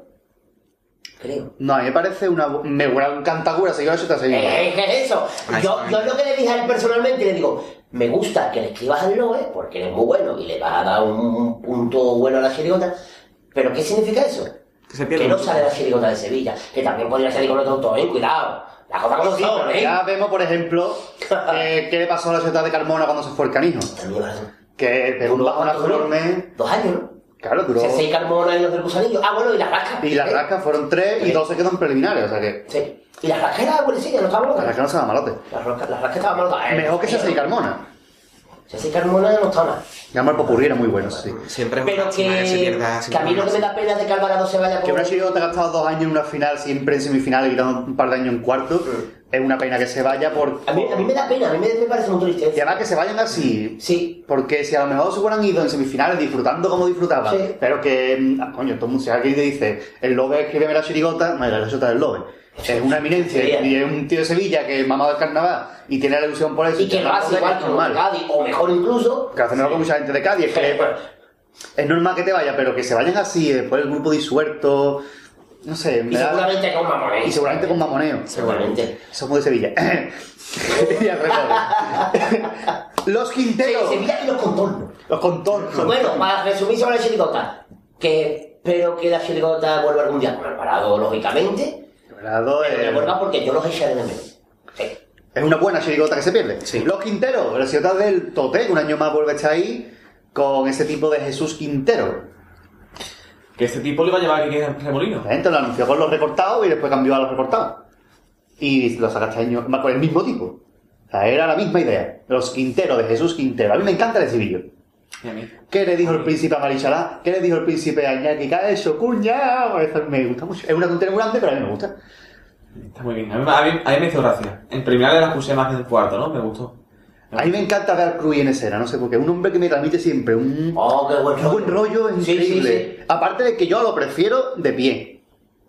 S3: Creo.
S2: No, a mí me parece una bu- me buena cantagura, seguir eso está seguido.
S3: Eh, ¿Qué es eso?
S5: Ahí
S3: Yo,
S5: está.
S3: yo lo que le dije a él personalmente, le digo, me gusta que le escribas al Loe, porque eres muy bueno y le vas a dar un, un punto bueno a la chirigota, pero ¿qué significa eso?
S5: Que se
S3: Que
S5: pierden.
S3: no sale la chirigota de Sevilla, que también podría salir con otro autor, ¿eh? cuidado, la cosa como
S2: Sí,
S3: son,
S2: pero
S3: ¿eh?
S2: ya vemos, por ejemplo, eh, qué le pasó a la ciudad de Carmona cuando se fue el canijo.
S3: También lleva razón.
S2: Que pegó un
S3: Uno,
S2: bajón
S3: ¿cuánto duró?
S2: enorme.
S3: Dos años, ¿no?
S2: Claro, duró.
S3: Se seca el mono y los del gusanillo. Ah, bueno, y la rasca.
S2: Y las
S3: ¿Eh?
S2: rascas fueron tres y
S3: Sí.
S2: dos se quedan preliminares, o sea que.
S3: Sí. Y la rasca era buenísima, no estaba
S2: Las
S3: malota.
S2: rascas no se dan malote.
S3: La rasca, la rasca estaba malota. Eh,
S2: Mejor que
S3: sí.
S2: se y Carmona.
S3: Se seca el mono no estaba mal.
S2: Llama el popurrí era muy bueno, sí.
S5: Siempre es una
S3: Pero
S5: lástima que se
S3: que,
S5: pierda.
S3: que a mí lo que me da pena es de que Alvarado se vaya
S2: Que
S3: con...
S2: hubiera sido te has gastado dos años en una final, siempre en semifinal y dando un par de años en cuarto, es una pena que se vaya por.
S3: A mí, a mí me da pena, a mí me, me parece muy triste.
S2: Y además que se vayan así.
S3: Sí,
S2: Porque si a lo mejor se hubieran ido en semifinales disfrutando como disfrutaban,
S3: Sí.
S2: pero que, mm, ah, coño, todo el mundo se aquí y te dice, el Lobe escribe la chirigota, no, la chirigota del Lobe. Es una eminencia
S3: Sí. eh.
S2: y es un tío de Sevilla que es mamado del carnaval y tiene la ilusión por eso.
S3: y que lo hace igual que
S2: que
S3: los de Cádiz, o mejor incluso.
S2: Que hace mejor que mucha gente de Cádiz, es que
S3: Pero-
S2: es normal que te vaya, pero que se vayan así, eh, por el grupo disuelto, no sé,
S3: Y
S2: me da-
S3: seguramente con mamonés.
S2: y seguramente con mamoneo.
S3: Seguramente.
S2: Somos de Sevilla. <laughs> Y al revés.
S3: <laughs>
S2: Los
S3: Sí,
S2: Quinteros.
S3: Sevilla y los contornos.
S2: Los contornos.
S3: Bueno, para resumir sobre la chiricota, que espero que la chiricota vuelva algún día con Alvarado, lógicamente,
S2: Colorado
S3: pero que
S2: es-
S3: vuelva porque yo los echaré de menos. Sí.
S2: Es una buena chirigota que se pierde.
S5: Sí.
S2: Los Quinteros, la ciudad del Toté, que un año más vuelve a estar ahí, con ese tipo de Jesús Quintero.
S4: Que este tipo le va a llevar aquí en Remolino.
S2: La gente lo anunció con los recortados y después cambió a los recortados. Y lo sacaste año, más con el mismo tipo. O sea, era la misma idea. Los Quinteros, de Jesús Quintero. A mí me encanta el civillo.
S4: Y a mí.
S2: ¿Qué le dijo el príncipe a Marichalá? ¿Qué le dijo el príncipe a Iñaki? ¿Qué ha hecho, cuñado? Eso me gusta mucho. Es una tontería muy grande, pero a mí me gusta.
S4: Está muy bien. A mí, a mí- a mí me hizo gracia. En preliminares la escuché más que en el cuarto, ¿no? Me gustó.
S2: A mí me encanta ver a Cruz en escena, no sé por qué. Es un hombre que me transmite siempre un,
S3: Oh, qué buen
S2: un buen rollo
S3: Sí, sí,
S2: increíble.
S3: sí.
S2: Aparte de que yo lo prefiero de pie.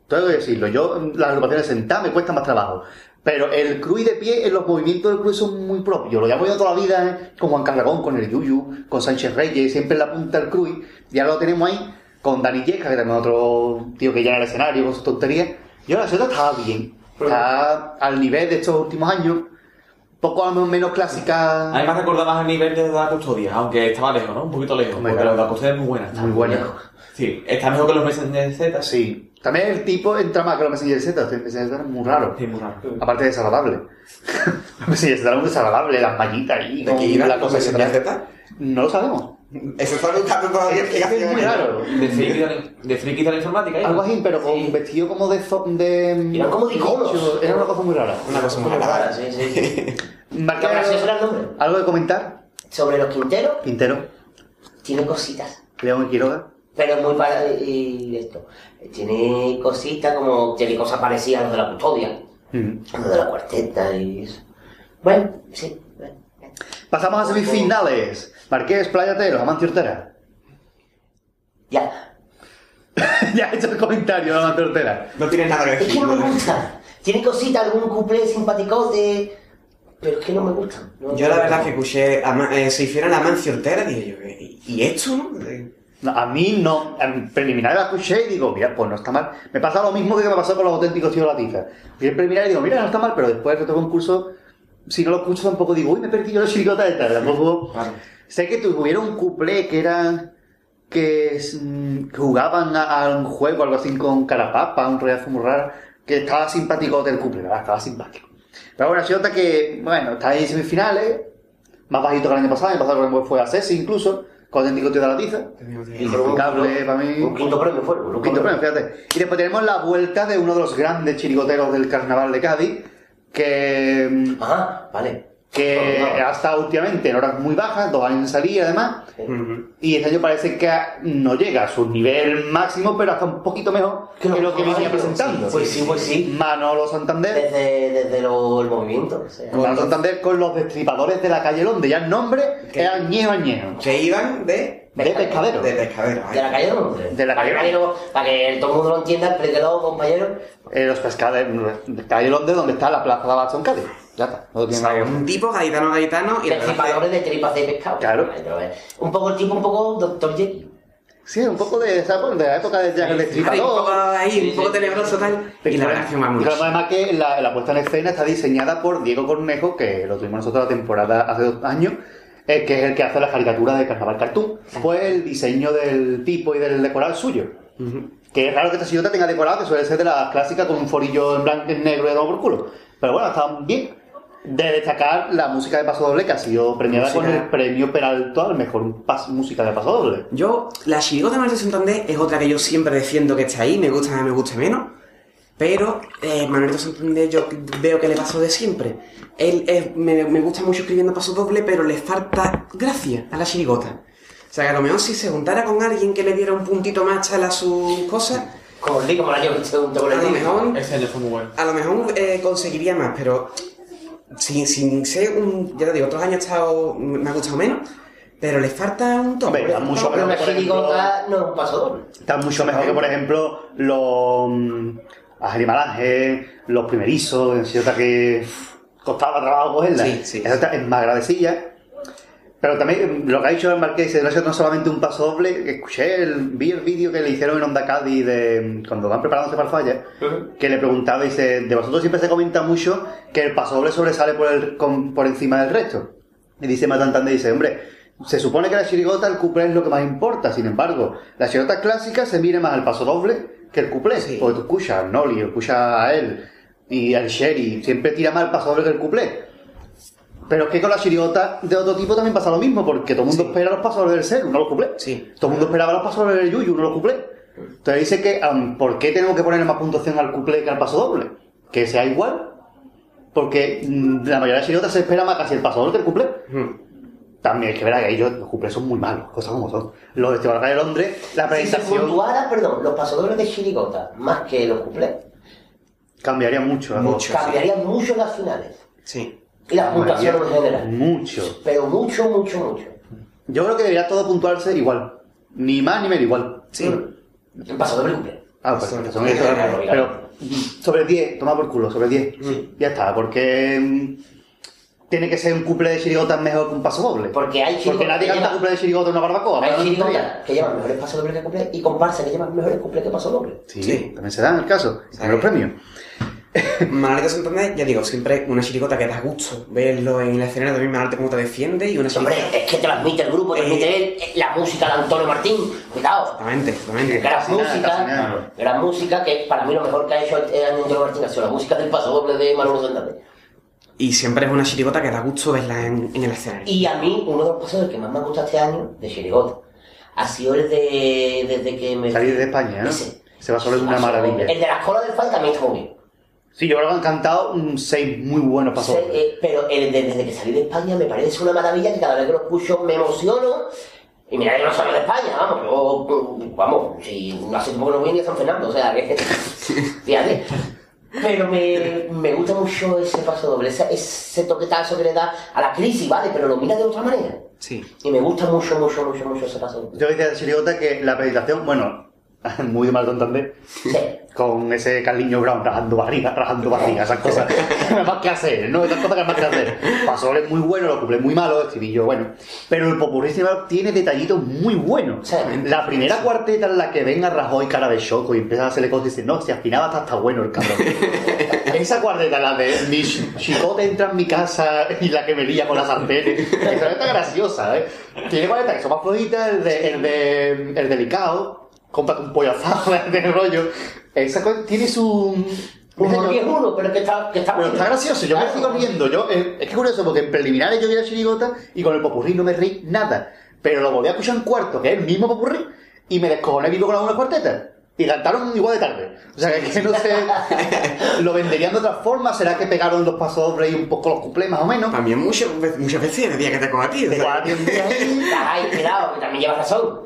S2: Tengo que decirlo, yo mm, las agrupaciones sentadas me cuesta más trabajo. Pero el Cruz de pie, en los movimientos del Cruz son muy propios. Yo lo llamo yo toda la vida ¿eh? con Juan Carragón, con el Yuyu, con Sánchez Reyes, siempre en la punta del Cruz. Ya lo tenemos ahí con Dani Yesca, que también es otro tío que llega al escenario con sus tonterías. Yo la ciudad estaba bien. Está al nivel de estos últimos años. Poco menos, menos clásica.
S4: A mí me recordaba más el nivel de la custodia, aunque estaba lejos, ¿no? Un poquito lejos,
S2: Hombre,
S4: porque
S2: claro. Mm.
S4: la de la custodia es muy buena.
S2: Muy buena.
S4: Sí, está mejor que los Messenger Z.
S2: Sí. También el tipo entra más que los Messenger Z. Los Messenger Z es muy raro.
S4: Sí, muy raro.
S2: Aparte de desagradable. <laughs> los Messenger Z es muy desagradable. Las mallitas ahí.
S5: ¿De "Pues,
S2: con
S5: qué iba
S2: la
S5: la cosa
S2: cosa
S5: de
S2: que trae.
S5: señal Z?
S2: No lo sabemos.
S5: Eso está preguntando por la
S2: Es muy raro.
S4: De friki de, la- de, friki de la informática. ¿eh?
S2: Algo así, pero con vestido como de... zo- de mm,
S3: Eran como de iconos.
S2: Era una cosa muy rara.
S5: Una cosa muy
S3: Alvarado,
S5: rara.
S3: sí, sí, sí.
S2: Marca-
S3: Lo gracioso era el nombre.
S2: ¿Algo de comentar?
S3: Sobre los Quinteros,
S2: Quintero.
S3: tiene cositas.
S2: León y Quiroga.
S3: Pero muy para y esto. Tiene cositas como. Tiene cosas parecidas a los de la custodia.
S2: Mm.
S3: a Los de la cuarteta y eso. Bueno, sí. bueno.
S2: Pasamos a semifinales. Marqués, Playatero, Amancio Ortera.
S3: Ya.
S2: <laughs> ya he hecho el comentario de Amancio Ortera.
S5: No tienes nada que
S3: Es que
S5: decir.
S3: no me
S5: ¿no?
S3: gusta. Tiene cositas, algún cuplé simpaticote. Pero es que no me gusta. No-
S5: Yo la verdad que escuché, a Ma- eh, se hicieron a Mancio Ortega y dije yo, ¿y y esto? no? Eh,
S2: No, a mí no, en preliminar la escuché y digo, mira, pues no está mal. Me pasa lo mismo que me pasó con los auténticos tíos de la tiza. Y en preliminar digo, mira, no está mal, pero después de todo concurso, si no lo escucho tampoco digo, uy, me perdí yo la chiricota de tal. Tampoco-
S4: Claro.
S2: Sé que tuvieron un cuplé que era que es, mm, que jugaban a, a un juego, algo así con carapapa, un rollazo muy raro, que estaba simpático del cuplé, la verdad, estaba simpático. Pero bueno, se nota que, bueno, está ahí en semifinales, más bajito que el año pasado, el año pasado fue a Cesi incluso, con el auténtico tío de la tiza. Impecable, para mí.
S3: Un quinto premio fue.
S2: Un quinto premio, fíjate. Y después tenemos la vuelta de uno de los grandes chirigoteros del carnaval de Cádiz, que,
S3: Ajá, Ah, vale.
S2: que
S3: Por un lado.
S2: ha estado últimamente en horas muy bajas, dos años en salida además,
S5: ujú.
S2: y este año parece que no llega a su nivel máximo, pero hasta un poquito mejor que lo que venía presentando.
S3: Pues sí, pues sí.
S2: Manolo Santander,
S3: Desde, desde lo- el movimiento. o sea.
S2: Manolo Santander con los destripadores de la calle Londres, ya el nombre
S5: ¿Qué?
S2: era Añejo Añejo,
S5: Que iban de,
S2: de pescadero.
S5: de pescadero.
S3: De la calle Londres.
S2: De la
S3: para
S2: calle
S3: Que, nadie lo- para que todo el mundo lo entienda, explíquelo, compañero.
S2: Eh, los pescadores, calle Londres, donde está la plaza de Abasón Cádiz. Ya está, no tiene nada que ver.
S5: Un tipo gaditano gaditano y la verdad
S3: Destripadores de tripas de pescado.
S2: Claro.
S3: Ahí te lo ves. Un poco el tipo, un poco Dr. Jekyll.
S2: Sí, un poco de, esa- bueno, de la época de Jack el
S5: es que- Ay, un poco
S2: Destripador.
S5: ahí, un poco tenebroso tal. Y la verdad es que me
S2: Y
S5: mucho.
S2: claro, además que la, la puesta en escena está diseñada por Diego Cornejo, que lo tuvimos nosotros la temporada hace dos años, eh, que es el que hace las caricaturas de Carnaval Cartoon. Fue el diseño del tipo y del decorado el suyo. Que es raro que esta sillota tenga decorado, que suele ser de las clásicas con un forillo en blanco en negro y dado por culo. Pero bueno, está bien. De destacar la música de Paso Doble, que ha sido premiada con
S5: Música.
S2: el premio Peralta al mejor pas- música de Paso Doble.
S5: Yo, la chirigota Manuel de Santander es otra que yo siempre defiendo que está ahí, me gusta más, me gusta menos. Pero eh, Manuel de Santander yo veo que le pasó de siempre. Él es- me, me gusta mucho escribiendo paso doble, pero le falta gracia a la chirigota. O sea, que a lo mejor si se juntara con alguien que le diera un puntito más a sus cosas,
S3: Como os digo, como el año <laughs> que se juntó con
S5: a
S3: el
S5: lo
S3: disco.
S5: mejor
S4: Este año fue muy bueno.
S5: a lo mejor eh, conseguiría más, pero sin, sin ser un. Ya te digo, otros años he estado, me ha gustado menos, pero le falta un toque.
S2: Hombre,
S5: le
S2: da
S5: falta
S2: mucho
S5: un-
S3: Pero una
S2: Por ejemplo-
S3: chirigota no es un paso doble.
S2: Está mucho mejor que, por ejemplo, los mm, Ángel y Malaje, los primerizos, en cierta que uf, costaba trabajo cogerla.
S5: Sí, sí.
S2: Esa está- es más agradecilla. Pero también mm, lo que ha dicho el Marqués de Gracia no es solamente un paso doble, que escuché, el- vi el vídeo que le hicieron en Onda Cádiz de mm, cuando van preparándose para el falla, que le preguntaba y dice, de vosotros siempre se comenta mucho que el paso doble sobresale por, el, con- por encima del resto. Y dice Matantande, dice, hombre, se supone que la chirigota, el cuplé es lo que más importa, sin embargo, la chirigota clásica se mira más al paso doble que el cuplé,
S5: Sí.
S2: porque tú escuchas al Noli, escuchas a él y al Sherry, siempre tira más el paso doble que el cuplé. Pero es que con la chirigota de otro tipo también pasa lo mismo, porque todo el mundo
S5: Sí.
S2: espera los pasos dobles del ser, no los cuplé.
S5: Sí.
S2: Todo el mundo esperaba los pasos dobles del Yuyu, no los cuplé. Entonces dice que, am, ¿por qué tenemos que ponerle más puntuación al cuplé que al paso doble? Que sea igual. Porque mm, la mayoría de las chirigotas se espera más casi el paso doble que el cuplé.
S5: Ujú.
S2: También es que verá que ellos, los cuplés son muy malos, cosas como son. Los festivales de Londres, la
S3: Si se
S2: presentación
S3: puntuara, perdón, los pasodobles de chirigota, más que los cuplés,
S2: cambiaría mucho. ¿no?
S5: Mucho.
S3: cambiarían mucho las finales.
S5: Sí.
S3: Y las
S2: Cambiaría
S3: puntuaciones en general.
S2: Mucho.
S3: Pero mucho, mucho, mucho.
S2: Yo creo que debería todo puntuarse igual. Ni más ni menos igual.
S5: Sí.
S3: Mm. En pasodoble cumple.
S2: Ah, pues,
S5: Son-
S2: pues, son estos,
S3: claro,
S2: pero
S3: claro.
S2: mm, sobre 10, toma por culo, sobre 10. Ya está, porque mm, tiene que ser un cuple de chirigotas mejor que un paso doble.
S3: Porque hay
S2: Porque
S3: chirigotas
S2: nadie
S3: que
S2: canta
S3: llevan-
S2: cuple de chirigota en una barbacoa.
S3: Hay
S2: ¿verdad?
S3: chirigotas que llevan mejores pasodobles que cuplés y comparsa que llevan mejores cuplés que pasodobles.
S2: Sí,
S5: Sí.
S2: también se da en el caso.
S5: Sí.
S2: Tiene los premios.
S5: Manolete Santander, ya digo, siempre una chiricota que da gusto verlo en la escena, también Manolete como te defiende y una
S3: Hombre,
S5: chiricota...
S3: es que transmite el grupo, transmite él, eh, la música de Antonio Martín. Cuidado.
S5: Exactamente, exactamente.
S3: Gran
S2: Casi nada, casi
S3: música,
S2: nada.
S3: gran música que para mí lo mejor que ha hecho eh, Antonio Martín ha sido la música del pasodoble de Manolo Fernández.
S5: Y siempre es una chiricota que da gusto verla en, en el escenario.
S3: Y a mí, uno de los pasos que más me ha gustado este año, de Chirigota, ha sido el de. desde que me.
S2: Salir de España, ¿no?
S3: Ese.
S2: Se va solo es una
S3: Paso doble.
S2: maravilla.
S3: El de las colas del fan también está muy bien.
S2: Sí, yo creo que han cantado 6 muy buenos pasos
S3: Sí,
S2: dobles.
S3: eh, pero el de- desde que salí de España me parece una maravilla que cada vez que lo escucho me emociono. Y mira, yo no soy de España, vamos, yo, mm, vamos, si hace tiempo que no voy ni a San Fernando, o
S2: <laughs>
S3: sea, que, fíjate. Pero me, me gusta mucho ese paso doble, ese, ese toquetazo que le da a la crisis, ¿vale? Pero lo mira de otra manera.
S5: Sí.
S3: Y me gusta mucho, mucho, mucho, mucho ese paso doble.
S2: Yo decía de chirigota que la presentación, bueno, <laughs> muy de mal también.
S3: Sí.
S2: con ese Carliño Brown rajando barriga, rajando barriga, esas cosas. <laughs> No hay más que hacer, ¿no? Esas cosas que hay más que hacer. Pasó es muy bueno, lo cumple muy malo, estribillo bueno. Pero el Popurrí Estival tiene detallitos muy buenos.
S3: Sí.
S2: La primera cuarteta en la que ven a Rajoy cara de choco y empiezan a hacerle cosas y dicen, no, si afinaba está, está bueno el cabrón. Esa cuarteta, la de mi chi- chicote entra en mi casa y la que me lía con las sartenes. Esa está graciosa, ¿eh? Tiene cuartetas que son más flojitas, el de, el de, el delicado, cómprate un pollo asado, <laughs> el de rollo. Esa cosa tiene su...
S3: Dice que es uno, pero que está, que está
S2: Pero está
S3: bueno.
S2: gracioso, yo me estoy riendo. Yo, eh, es que es curioso, porque en preliminares yo vi la chirigota y con el popurrí no me reí nada. Pero lo volví a escuchar en cuarto, que es el mismo popurrí, y me descojoné vivo con alguna cuarteta. Y cantaron igual de tarde. O sea, que, es que no <laughs> sé. lo venderían de otra forma. ¿Será que pegaron los pasos dobles y un poco los cuplés, más o menos?
S5: También muchas, ve- muchas veces decía que te coja a ti. o sea,
S2: Pero ahora tiene un día ahí.
S3: Ay, cuidado, que también llevas razón.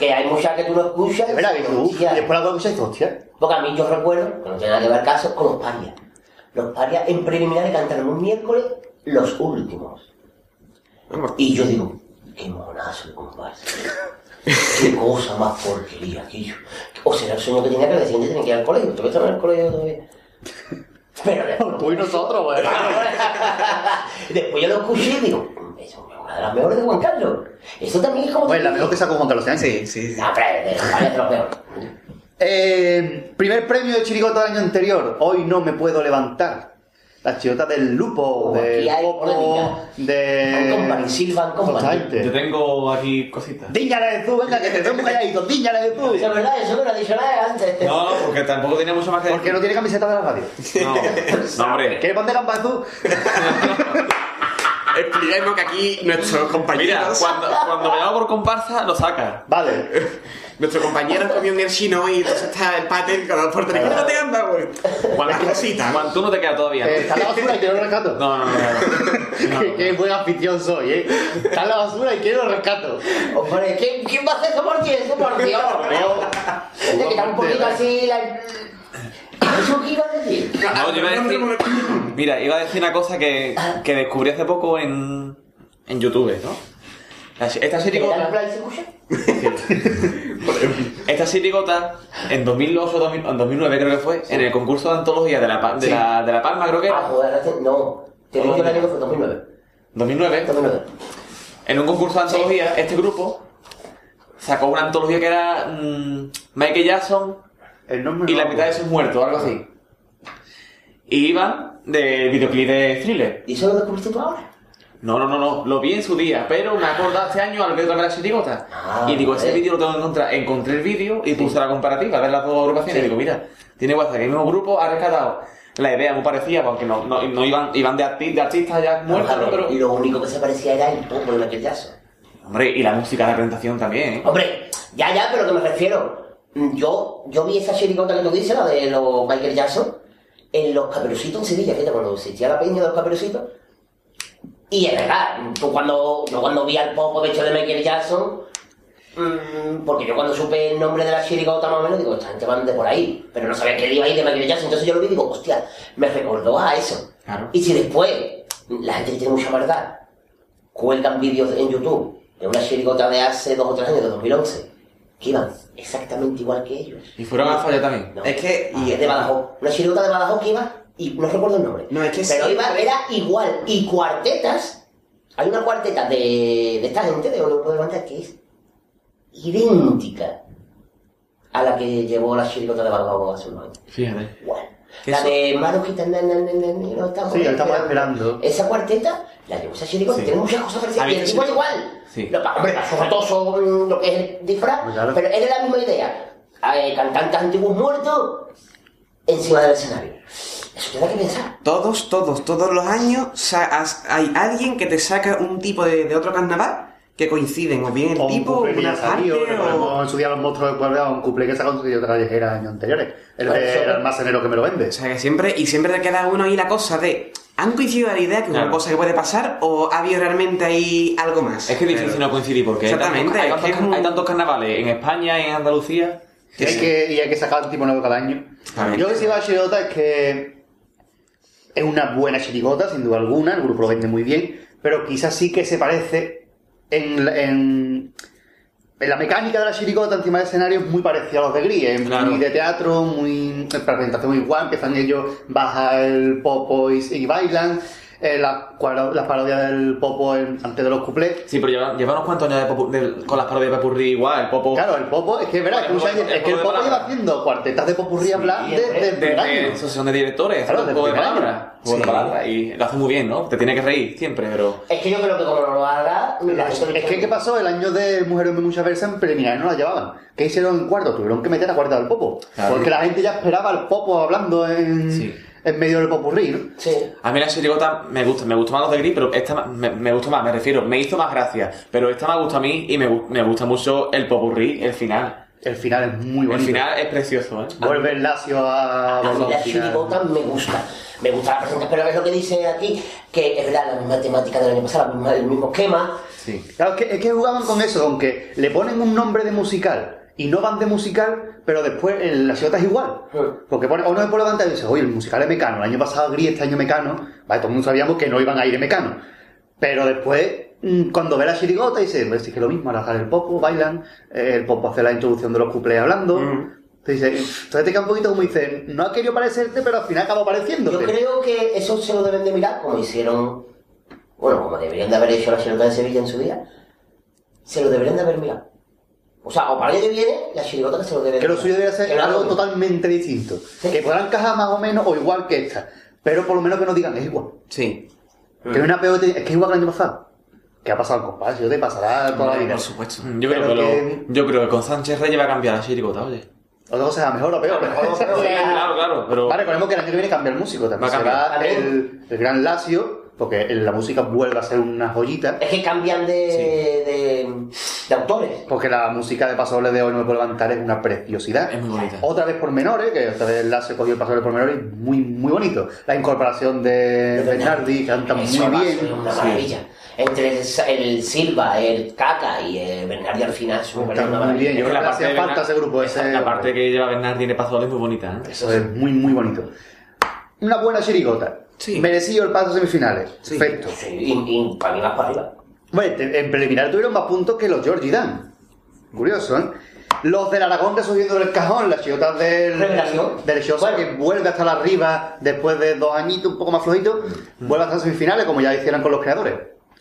S3: Que hay muchas que tú no escuchas.
S2: De verdad, que dices, "Uf", y
S3: Hostia.
S2: después la voy a escuchar y dices, hostia.
S3: Porque a mí yo recuerdo, que no tiene nada que ver caso, con los parias. Los parias en preliminares cantaron un miércoles los últimos.
S5: vamos,
S3: Y yo digo, qué monazo de comparsa. qué cosa más porquería aquello. O será el sueño que tenía que al día siguiente tenía que ir al colegio. Todavía estaba en el colegio todavía.
S2: <laughs>
S3: Pero
S2: Tú y nosotros, pues. güey.
S3: <laughs> Después yo lo escuché y digo, eso es una de las mejores de Juan Carlos. Eso también es como.
S2: Bueno, Pues la mejor que sacó Juan Carlos Sánchez.
S5: Sí, sí, sí.
S3: No, pero de los padres de los peores.
S2: Eh, primer premio de Chirigota del año anterior. Hoy no me puedo levantar. Las chiotas del lupo,
S3: Como
S2: del
S3: Oh, aquí hay
S2: popo,
S3: polémica.
S2: de.
S3: Con Company, Silvan Company.
S4: Yo
S2: Exactamente.
S4: tengo aquí cositas.
S2: Díñale tú, venga, que te tengo calladito, díñale tú.
S3: Eso Pues es verdad, eso no lo ha dicho nadie antes.
S4: No, no, porque tampoco tenía mucho más que
S2: Porque no tiene camiseta de la radio.
S4: decir. No, no, hombre.
S2: ¿Quieres ponte campa tú?
S5: Expliquemos que aquí nuestros
S4: Mira,
S5: compañeros.
S4: cuando, cuando me llamo por comparsa, lo saca.
S2: Vale. eh,
S5: Nuestro compañero comió un chino y entonces está el patel con los puertorriqueños. ¿Dónde anda, güey?
S4: Cuando,
S5: Las cositas.
S4: cuando tú no te quedas todavía.
S2: Eh, Está en la basura y quiero el rescato.
S4: No, no, no. no, no, no.
S2: <laughs> Qué buen anfitrión soy, ¿eh? Está en la basura y quiero el rescato.
S3: <laughs> Hombre, ¿quién, ¿quién va a hacer eso por ti? Eso
S2: <laughs>
S3: por Dios. Hay que quitar un poquito así la... ¿Eso qué iba
S2: <laughs>
S3: a decir?
S4: No, yo iba a decir, mira, iba a decir una cosa que, que descubrí hace poco en, en YouTube, ¿no? La- Esta
S3: ¿Que
S4: sirigota,
S3: dan play se escucha?
S4: esta sirigota, en 2008 o 2000 en 2009 creo que fue, en el concurso de antología de La, Pa- de la, de la Palma, creo que
S3: Ah,
S4: era,
S3: joder, hace- no. Te lo dije el año que fue 2009.
S4: 2009,
S3: 2009.
S4: en un concurso de antología, este grupo sacó una antología que era mm, Michael Jackson,
S2: El nombre
S4: y
S2: no
S4: la
S2: lo
S4: mitad de
S2: recuerdo.
S4: sus muertos, algo así. Y iban del videoclip de Thriller.
S3: ¿Y eso lo descubriste tú ahora?
S4: No, no, no, no, lo vi en su día, pero me acordé hace años al ver otra vez la chirigota.
S3: Ah,
S4: y digo, ese
S3: vale.
S4: vídeo lo tengo que encontrar. Encontré el vídeo y puse la comparativa de las dos agrupaciones. Y digo, mira, tiene WhatsApp, que el mismo grupo ha rescatado la idea muy parecida, porque no, no, no iban, iban de, arti- de artistas ya
S3: Vamos
S4: muertos,
S3: a ver,
S4: pero.
S3: Y lo único que se parecía era el poco de aquel yazo.
S4: Hombre, y la música, la presentación también, ¿eh?
S3: Hombre, ya, ya, pero que me refiero. Mm, Yo, yo vi esa chiricota que tú dices, la de los Michael Jackson, en los caperucitos en Sevilla, fíjate, cuando existía la peña de los caperucitos. Y es verdad, mm, tú cuando, yo cuando vi al popo hecho de Michael Jackson, mm, porque yo cuando supe el nombre de la chiricota más o menos, digo, esta gente van de por ahí, pero no sabía que él iba a ir de Michael Jackson, entonces yo lo vi y digo, hostia, me recordó a eso.
S4: Claro.
S3: Y si después, la gente que tiene mucha maldad, cuelgan vídeos en YouTube de una chirigota de hace dos o tres años, de 2011, que iban exactamente igual que ellos.
S4: Y fueron a la falla también.
S3: No.
S5: Es que-
S3: Ah, de Badajoz. Una chirigota de Badajoz que iba, y no recuerdo el nombre.
S5: No, es que
S3: Pero
S5: sí.
S3: iba, era igual. Y cuartetas, hay una cuarteta de, de esta gente, de un grupo de banda, que es idéntica a la que llevó la chirigota de Badajoz hace unos años.
S4: Fíjate.
S3: Igual.
S4: ¿Qué
S3: La
S4: son?
S3: de Manos Gitanas, na, na, na, na, no estamos
S2: Sí, estamos esperando.
S3: Esa cuarteta, la llevó ese chirico,
S4: Sí.
S3: tiene muchas
S2: Ah,
S3: cosas parecidas.
S4: A
S3: Y
S4: mí
S3: el
S4: sí
S3: tipo
S4: me-
S3: es igual.
S4: Sí.
S3: Lo, hombre, más forrotoso, mm, lo que es el disfraz.
S2: Pues claro.
S3: Pero era la misma idea. Eh, cantantes antiguos muertos encima del escenario. Eso te da que pensar.
S5: Todos, todos, todos los años sa- has- hay alguien que te saca un tipo de, de otro carnaval que coinciden, o bien el
S2: O un
S5: tipo,
S2: cuplé que
S5: una
S2: ya salió,
S5: parte, o...
S2: recordemos en su día los monstruos de Puebla, un cuplé que sacó en su idiota callejera años anteriores. El
S3: Claro,
S2: del
S3: eso-
S2: almacenero que me lo vende.
S5: O sea que siempre, y siempre te queda uno ahí la cosa de, ¿han coincidido a la idea que es una
S4: Claro.
S5: cosa que puede pasar o ha habido realmente ahí algo más?
S4: Es que es difícil no coincidir porque hay tantos-
S5: Exactamente,
S4: hay
S5: es
S4: tantos,
S5: que es un-
S4: hay tantos carnavales en España y en Andalucía.
S2: Y hay, que, y hay que sacar un tipo nuevo cada año.
S5: Exactamente.
S2: Yo lo que digo a la chirigota es que es una buena chirigota, sin duda alguna, el grupo lo vende muy bien, pero quizás sí que se parece en, la- en, en la mecánica de la chirigota encima del escenario es muy parecida a los de Gris, es
S4: Claro.
S2: muy de teatro, muy la presentación muy igual, empiezan ellos, baja el popo y, y bailan, eh, la, cuaro- la parodia del popo en- antes de los cuplés.
S4: Sí, pero lleva, lleva unos cuantos años de popu- de- con las parodias de Papurri igual, el popo.
S2: Claro, el popo, es que es verdad, que
S4: El
S2: muchas
S4: Popo-
S2: veces- es
S4: el
S2: que el
S4: Popo de
S2: popo lleva
S4: Málaga.
S2: haciendo cuartetas de popurrí habla
S3: Sí,
S2: desde
S3: desde-
S2: el primer
S4: Desde
S2: año.
S4: asociación de directores,
S2: Claro,
S4: un
S2: desde
S4: juego de
S2: el primer
S4: palabras.
S2: año.
S4: juego de
S5: Sí.
S4: palabras, Y lo hace muy bien, ¿no? Te tiene que reír siempre, pero.
S3: Es que yo creo que como no lo haga, la gente-
S2: Es que, ¿qué pasó? El año de Mujeres Hombre, Muchas Veces en preliminar no la llevaban. ¿Qué hicieron en cuarto? Tuvieron que meter a cuarta del popo.
S4: Claro.
S2: Porque la gente ya esperaba al popo hablando en,
S4: Sí.
S2: en medio del popurrí. ¿no?
S3: Sí.
S4: A mí la chirigota me gusta, me gustó más los de Gris, pero esta me, me gustó más, me refiero, me hizo más gracia. Pero esta me gusta a mí y me, gu- me gusta mucho el popurrí, el final.
S2: El final es muy
S4: El
S2: bonito.
S4: final Ah, es precioso, ¿eh?
S2: Vuelve el Lacio a...
S3: A mí
S2: al
S3: la
S2: final.
S3: chirigota me gusta. Me gusta la presentación, pero es lo que dice aquí, que es verdad, la misma temática del año pasado, la misma- el mismo esquema.
S4: Sí.
S2: Claro, es que, es que jugaban con eso, con que le ponen un nombre de musical y no van de musical, pero después el- la ciudad es igual.
S3: Sí.
S2: Porque pone, uno se pone delante y dice, oye, el musical es Mecano, el año pasado Gris, este año Mecano, vale, todo el mundo sabíamos que no iban a ir de Mecano. Pero después, mm, cuando ve la chirigota, dice, pues sí que lo mismo, ahora sale el popo, bailan, eh, el popo hace la introducción de los cuplés hablando. Te dice, entonces te queda un poquito como dice, no ha querido parecerte, pero al final acaba pareciéndote.
S3: Yo creo que eso se lo deben de mirar como hicieron, bueno, como deberían de haber hecho la chirigota de Sevilla en su día, se lo deberían de haber mirado. O sea, o para el año que viene, la chirigota que se lo deben
S2: Que
S3: de
S2: lo suyo debería
S3: Que
S2: ser
S3: no
S2: algo
S3: hagan.
S2: totalmente distinto. Que podrán encajar más o menos o igual que esta. Pero por lo menos que nos digan, es igual.
S5: Sí.
S2: Que no hay una peor, es que es igual que el año pasado. ¿Qué ha pasado con compás? Yo te pasará toda la
S5: Hombre,
S2: vida.
S5: por supuesto.
S4: Yo creo, que
S2: Pero
S4: lo- yo creo que con Sánchez Reyes va a cambiar la chiricota, oye.
S2: Otra cosa es a mejor o peor.
S4: <laughs>
S2: <laughs>
S4: Claro, claro, pero...
S2: Vale, recordemos que el año que viene cambia el músico
S4: Va
S2: también.
S4: a
S2: Se
S4: cambiar.
S2: va el, el gran Lacio, porque el- la música vuelve a ser una joyita.
S3: <laughs> Es que cambian de, de, de autores.
S2: Porque la música de Paso Doble de hoy no me puedo levantar es una preciosidad.
S4: Es muy bonita.
S2: Otra vez por menores, que otra vez Lacio cogió el Paso Doble por menores, muy, muy bonito. La incorporación de Bernardi, canta muy
S3: Eso va a ser
S2: bien.
S3: una maravilla. Entre el, Sa- el Silva, el Caca y el Bernardi al final, eso me parece una
S2: Canta muy
S3: maravilla.
S2: bien. Yo
S4: Es
S2: creo
S4: que
S2: que
S4: la parte
S2: hacía
S4: de
S2: falta ese
S4: Bernard-
S2: grupo.
S4: esa-
S2: Ese,
S4: La parte que lleva Bernard tiene Pazola es muy bonita, ¿eh?
S2: Eso es muy, muy bonito. Una buena chirigota.
S5: Sí.
S2: Merecido el paso a semifinales.
S5: Sí.
S2: Perfecto.
S3: Sí, y, y para mí más para arriba.
S2: Bueno, te- en preliminar tuvieron más puntos que los Georgie Dan. Curioso, ¿eh? Los del Aragón resurgiendo del cajón, las chiotas del.
S3: Revelación.
S2: Del Xhosa,
S3: Bueno.
S2: que vuelve hasta la arriba después de dos añitos un poco más flojitos,
S3: Mm.
S2: vuelve hasta las semifinales, como ya hicieron con los creadores.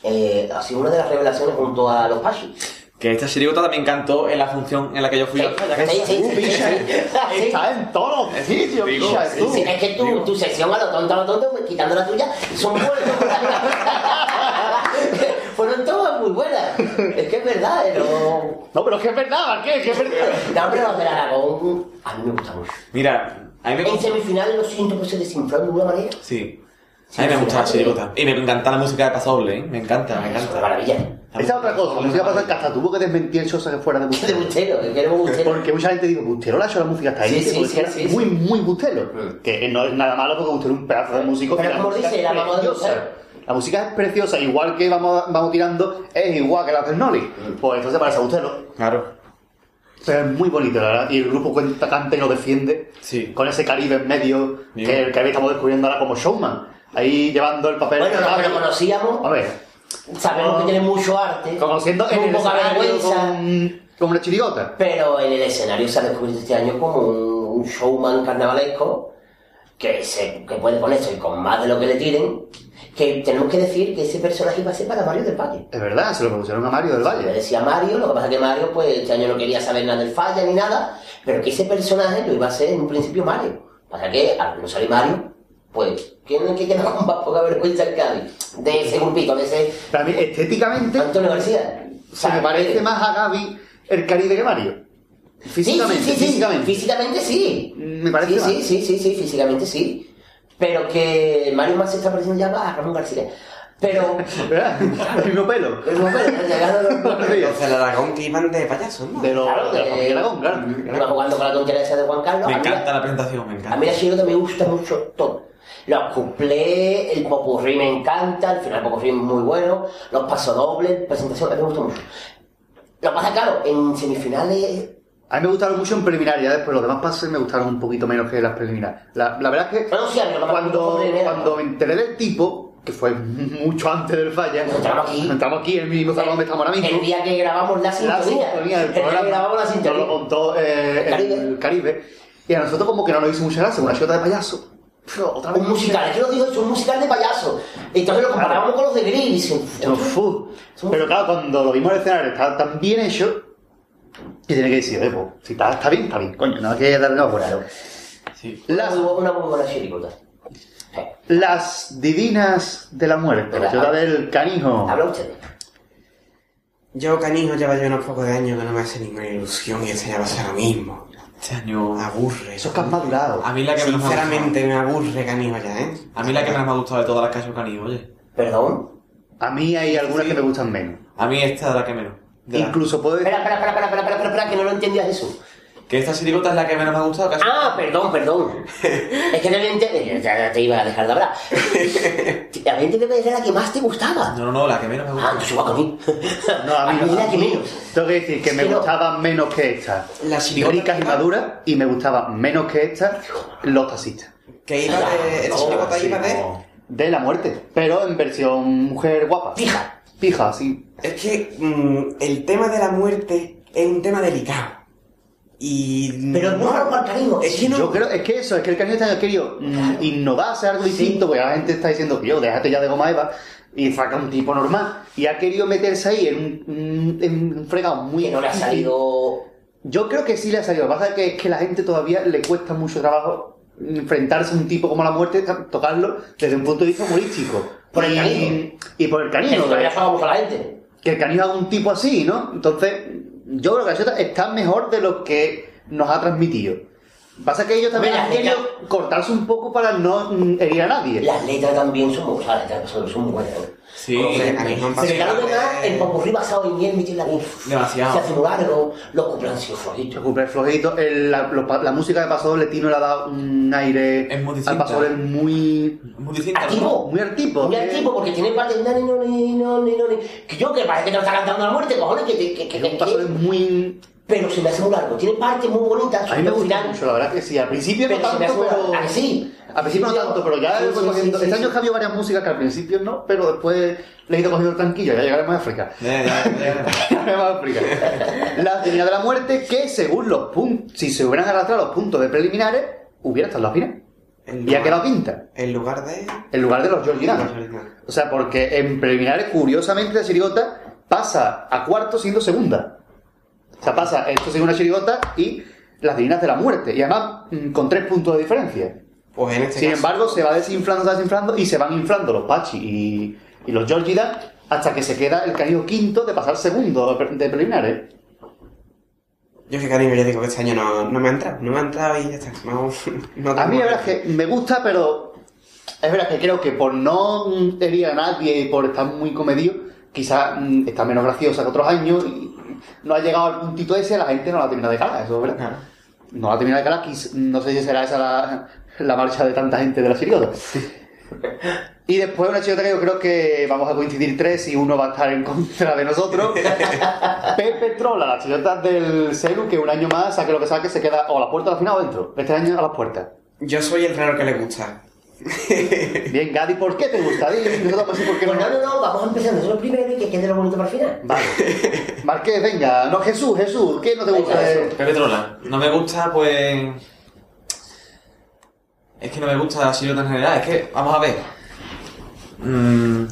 S3: Eh, ha sido una de las revelaciones junto a los Pachi.
S4: Que esta chirigota también cantó en la función en la que yo fui.
S3: Sí, sí, sí,
S2: Uh,
S3: sí,
S2: picha,
S3: sí, sí.
S2: Está en todos los sitios,
S4: digo,
S2: picha,
S4: sí,
S2: tú.
S3: Sí, es que tú, tu sección a lo tonto, a lo tonto, pues, quitando la tuya, son buenas. <laughs> Fueron todas muy buenas. Es que es verdad, eh, no.
S2: No, pero es que es verdad, Marqués, es que es
S3: <laughs>
S2: verdad.
S3: No, pero los del Aragón a mí me gusta mucho.
S4: Mira, a mí me
S3: En
S4: gusta...
S3: semifinales los siento que se desinflan de una manera.
S4: Sí. A mí me gusta la chirigota. Y me encanta la música de Paso Doble, ¿eh? Me encanta,
S3: Es
S4: me
S3: una
S4: encanta.
S3: maravilla.
S2: Esa es otra cosa, la música pasa que hasta tuvo que desmentir el Sosa que fuera de
S3: Es de
S2: Bustelo.
S3: Bustelo, es que era un Bustelo.
S2: Porque mucha gente dice, Bustelo la ha hecho la música hasta ahí,
S3: Sí, sí,
S2: porque
S3: sí,
S2: era
S3: sí,
S2: muy, muy Bustelo. Que no es nada malo porque Bustelo es un pedazo de músico.
S3: Pero
S2: y la
S3: como
S2: música
S3: dice,
S2: es
S3: la mamá de
S2: preciosa.
S3: Bustelo.
S2: La música es preciosa, igual que vamos, vamos tirando, es igual que la del Noli. Pues entonces parece a Bustelo.
S4: Claro.
S2: Pero es muy bonito, la verdad. Y el grupo cuenta, canta y lo defiende.
S4: Sí.
S2: Con ese Caribe en medio,
S4: Bien.
S2: que el Caribe estamos descubriendo ahora como showman. Ahí llevando el papel.
S3: Bueno,
S2: de
S3: no, pero
S2: Pablo. A
S3: conocíamos,
S2: ver,
S3: sabemos que tiene mucho arte,
S2: conociendo en
S3: muy
S2: el
S3: poca
S2: escenario
S3: vergüenza.
S2: con, con una chirigota.
S3: Pero en el escenario se ha descubierto este año como un, un showman carnavalesco que, se, que puede ponerse con más de lo que le tiren. Que tenemos que decir que ese personaje iba a ser para Mario del Valle.
S2: Es verdad, se lo propusieron a Mario del
S3: Le
S2: Valle.
S3: decía Mario, lo que pasa es que Mario pues este año no quería saber nada del falla ni nada, pero que ese personaje lo iba a ser en un principio Mario. Pasa que al no salir Mario, pues, ¿quién es el que queda con más poca vergüenza en Cádiz? De ese grupito, de ese
S2: Para mí, estéticamente,
S3: Antonio García. O
S2: se
S3: sea,
S2: me
S3: que-
S2: parece más a Gaby el Caribe que Mario. Físicamente,
S3: sí, sí, sí,
S2: físicamente.
S3: Sí, físicamente sí.
S2: Me parece
S3: Sí,
S2: mal.
S3: sí, sí, sí, sí, físicamente sí. Pero que Mario Más se está pareciendo ya más a Ramón García. Pero.
S2: ¿Verdad?
S3: <laughs>
S2: El mismo pelo.
S3: pero no, pero ya ganó
S2: <laughs>
S3: los-
S5: Los del Aragón que iban de payaso, ¿no?
S2: De los
S3: Claro, Mm,
S2: de la familia
S3: de-
S2: Aragón, claro.
S3: Iba jugando con la tontería esa de Juan Carlos.
S4: Me
S3: A mí la-
S4: encanta la presentación, me
S3: A mí
S4: encanta.
S3: la chirigota me gusta mucho todo. Los cuplés, el popurrí me encanta, al final el popurrí es muy bueno, los pasodobles, presentación, a mí me gusta mucho. Lo que pasa, claro, en semifinales
S2: A mí me gustaron mucho en preliminar, ya después los demás pases me gustaron un poquito menos que las preliminares. La, la verdad es que
S3: Bueno, sí, a mí lo que más me gustó
S2: cuando,
S3: fue preliminar.
S2: cuando me enteré del tipo, que fue <laughs> mucho antes del falla,
S3: Nos encontramos Pues aquí.
S2: nos encontramos aquí en el mismo salón donde estamos ahora mismo.
S3: El día que grabamos la sintonía.
S2: la sintonía del
S3: el día
S2: programa.
S3: que grabamos la
S2: Nos lo
S3: sintonía.
S2: contó eh, el
S3: Caribe.
S2: Caribe. Y a nosotros como que no nos hizo mucha gracia, una chota de payaso. Pero otra vez.
S3: Un musical, es que lo digo, es un musical de payaso. Entonces lo comparábamos con los de Grill y dicen,
S2: Yo, fu. Pero claro, cuando lo vimos en el escenario estaba tan bien hecho que tiene que decir, eh, pues, si está, está bien, está bien, coño, no hay que darle una fuera.
S4: Sí.
S3: una,
S2: Las,
S3: muy, bu- una muy buena chiricota. Eh,
S2: las divinas de la muerte, la chota del canijo.
S3: Habla usted.
S5: Yo, canijo, lleva yo unos pocos de años que no me hace ninguna ilusión y este ya va a ser lo mismo.
S4: Este año...
S5: Aburre.
S2: Eso es que has madurado.
S4: A mí la que menos me ha gustado...
S5: Sinceramente me aburre, canijo, ya, ¿eh?
S4: A mí la que menos me ha gustado de todas las que ha hecho Canijo, oye.
S3: Perdón.
S2: A mí hay algunas que me gustan menos.
S4: A mí esta es la que menos. De las-
S2: Incluso puedo
S3: Espera, espera, espera, espera, espera, espera, espera, que no lo entendías eso.
S4: Que esta chirigota es la que menos me ha gustado. que ha sido-
S3: Ah,
S2: <laughs>
S3: perdón, perdón. es que no lo entendí. Ya, ya te iba a dejar de hablar. la gente que era la que más te gustaba.
S4: No, no, no, la que menos me ha
S3: Ah,
S4: gustado.
S3: entonces igual que a mí.
S2: No, a
S3: <laughs>
S2: mí no.
S3: la que menos.
S2: Tengo que decir que me
S3: Pero-
S2: gustaban menos que esta.
S5: La chirigota
S2: Ricas y
S5: que-
S2: maduras, y me gustaban menos que esta los taxistas.
S5: Que iba de. El
S2: Ah,
S3: No,
S5: chirigota
S4: sí,
S5: iba de.
S2: Oh.
S4: no.
S2: De la muerte, pero en versión mujer guapa.
S3: Fija.
S2: Pija, sí.
S5: Es que mm, el tema de la muerte es un tema delicado. Y.
S3: Pero no era por cariño.
S5: Es que no.
S2: Yo creo, es que eso, es que el cariño está querido mm, innovar, hacer algo distinto, porque la gente está diciendo, yo, déjate ya de goma Eva, y saca un tipo normal. Y ha querido meterse ahí en un, un- en un fregado muy...
S3: Que no le ha
S2: difícil.
S3: salido.
S2: Yo creo que sí le ha salido. Lo que pasa es que, es que la gente todavía le cuesta mucho trabajo enfrentarse a un tipo como la muerte, tocarlo desde un punto de vista humorístico.
S3: Por el
S2: Y-
S3: canijo.
S2: Y por el
S3: Eso
S2: canijo.
S3: también
S2: que-
S3: ha pagado mucho a la gente.
S2: que el canijo haga un tipo así, ¿no? Entonces, yo creo que Gaviota está mejor de lo que nos ha transmitido. Pasa que ellos también
S3: Hombre,
S2: han
S3: la
S2: querido
S3: gente-
S2: cortarse un poco para no mm, herir a nadie.
S3: Las letras también son muy o sea, las letras son, son muy buenas.
S4: Sí.
S3: Entonces,
S5: A mí me han
S3: Se
S5: pasado.
S3: quedaron de más en Popurrí basado en miel, Michel Lavín.
S4: Demasiado.
S3: Se hace muy largo, los cumplan sin
S2: Se
S3: flojitos.
S2: ocupa el flojito, el- la, los pa- la música de Paso Doble Tino le ha dado un aire
S4: Es muy
S2: al
S4: distinta.
S2: Paso Doble muy,
S4: Muy distinta.
S3: Activo.
S2: muy al tipo.
S3: Mira el
S2: que-
S3: tipo, porque tiene parte de no, no, no, no, no, que yo que parece que te lo está cantando la muerte, cojones, que, que, que,
S2: que
S3: que,
S2: es un Paso Doble muy...
S3: pero se me hace muy largo. Tiene partes muy bonitas,
S2: A mí me
S3: al
S2: gusta
S3: final,
S2: mucho, la verdad que sí. Al principio
S3: pero
S2: no
S3: se me hace
S2: tanto,
S3: muy largo.
S2: pero...
S3: ¿A que sí?
S2: Al principio no tanto, pero ya
S3: Sí,
S2: le voy
S3: sí,
S2: cogiendo.
S3: sí,
S2: este
S3: sí,
S2: año
S3: sí.
S2: he cambiado varias músicas que al principio no, pero después le he ido cogiendo el tranquillo, ya llegaremos a África.
S4: Ya, ya, ya, ya.
S2: Vamos a explicar. La teoría de la muerte que según los puntos, si se hubieran arrastrado los puntos de preliminares, hubiera estado en la final.
S5: En
S2: Y ha
S5: lugar-
S2: quedado quinta,
S5: En lugar de.
S2: en lugar de los georgianos. O sea, porque en preliminares, curiosamente, la chirigota pasa a cuarto siendo segunda. O sea, pasa esto siendo una chirigota y las divinas de la muerte. Y además mm, con tres puntos de diferencia.
S5: Pues en este
S2: Sin
S5: caso-
S2: embargo, se va desinflando, se va desinflando y se van inflando los Pachi y, y los Georgida hasta que se queda el caído quinto de pasar segundo de pre- de preliminares.
S5: Yo es que cariño, ya digo que este año no, no me ha entrado, no me ha entrado y ya está. No, <laughs> no
S2: A mí la
S5: tengo-
S2: verdad es que me gusta, pero es verdad que creo que por no mm, herir a nadie y por estar muy comedido, quizás mm, está menos graciosa que otros años y no ha llegado al puntito ese, la gente no la termina de calar, eso es verdad.
S5: Claro.
S2: No la termina de calar, quiz- no sé si será esa la, la marcha de tanta gente de la chirigota. <laughs> Y después una chirigota que yo creo que vamos a coincidir tres y uno va a estar en contra de nosotros. Pepe Trola, la chirigota del Celu, que un año más, saque lo que saque, se queda o a las puertas al final o dentro. Este año a las puertas.
S5: Yo soy el raro que le gusta.
S2: Bien, Gadi, ¿por qué te gusta? Dile, nosotros vamos a decir por qué
S3: Pues no, no,
S2: no.
S3: no, vamos empezando, eso es lo primero que quede lo bonito para el final.
S2: Vale. Marqués, venga. No, Jesús, Jesús, ¿qué no te gusta
S3: Venga,
S2: de
S3: Jesús.
S4: Pepe Trola. No me gusta, pues. Es que no me gusta la silueta en general. Es que, vamos a ver. Mm,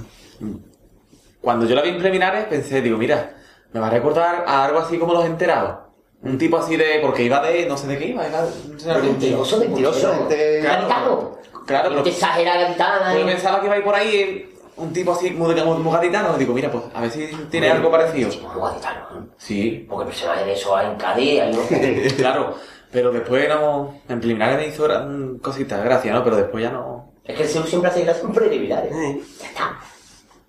S4: Cuando yo la vi en preliminares, pensé, digo, mira, me va a recordar a algo así como los enterados. Un tipo así de. Porque iba de. No sé de qué iba. iba no sé, algún-
S2: Mentiroso,
S3: Mentiroso, mentiroso.
S2: gente-
S3: Gaditano.
S4: Claro, pero-
S3: Te exagera gaditana.
S4: Pues
S3: y-
S4: pensaba que iba a ir por ahí eh, un tipo así muy, muy, muy gaditano. Digo, mira, pues a ver si tiene algo parecido.
S3: Sí, muy gaditano. ¿eh?
S4: Sí,
S3: Porque personajes de eso hay en Cádiz,
S2: <laughs>
S3: hay unos-
S4: claro. Pero después no. En preliminares me hizo gran- cositas, gracias, ¿no? Pero después ya no.
S3: Es que el Zeus siempre hace gracia en preliminares.
S5: Eh.
S3: Ya está.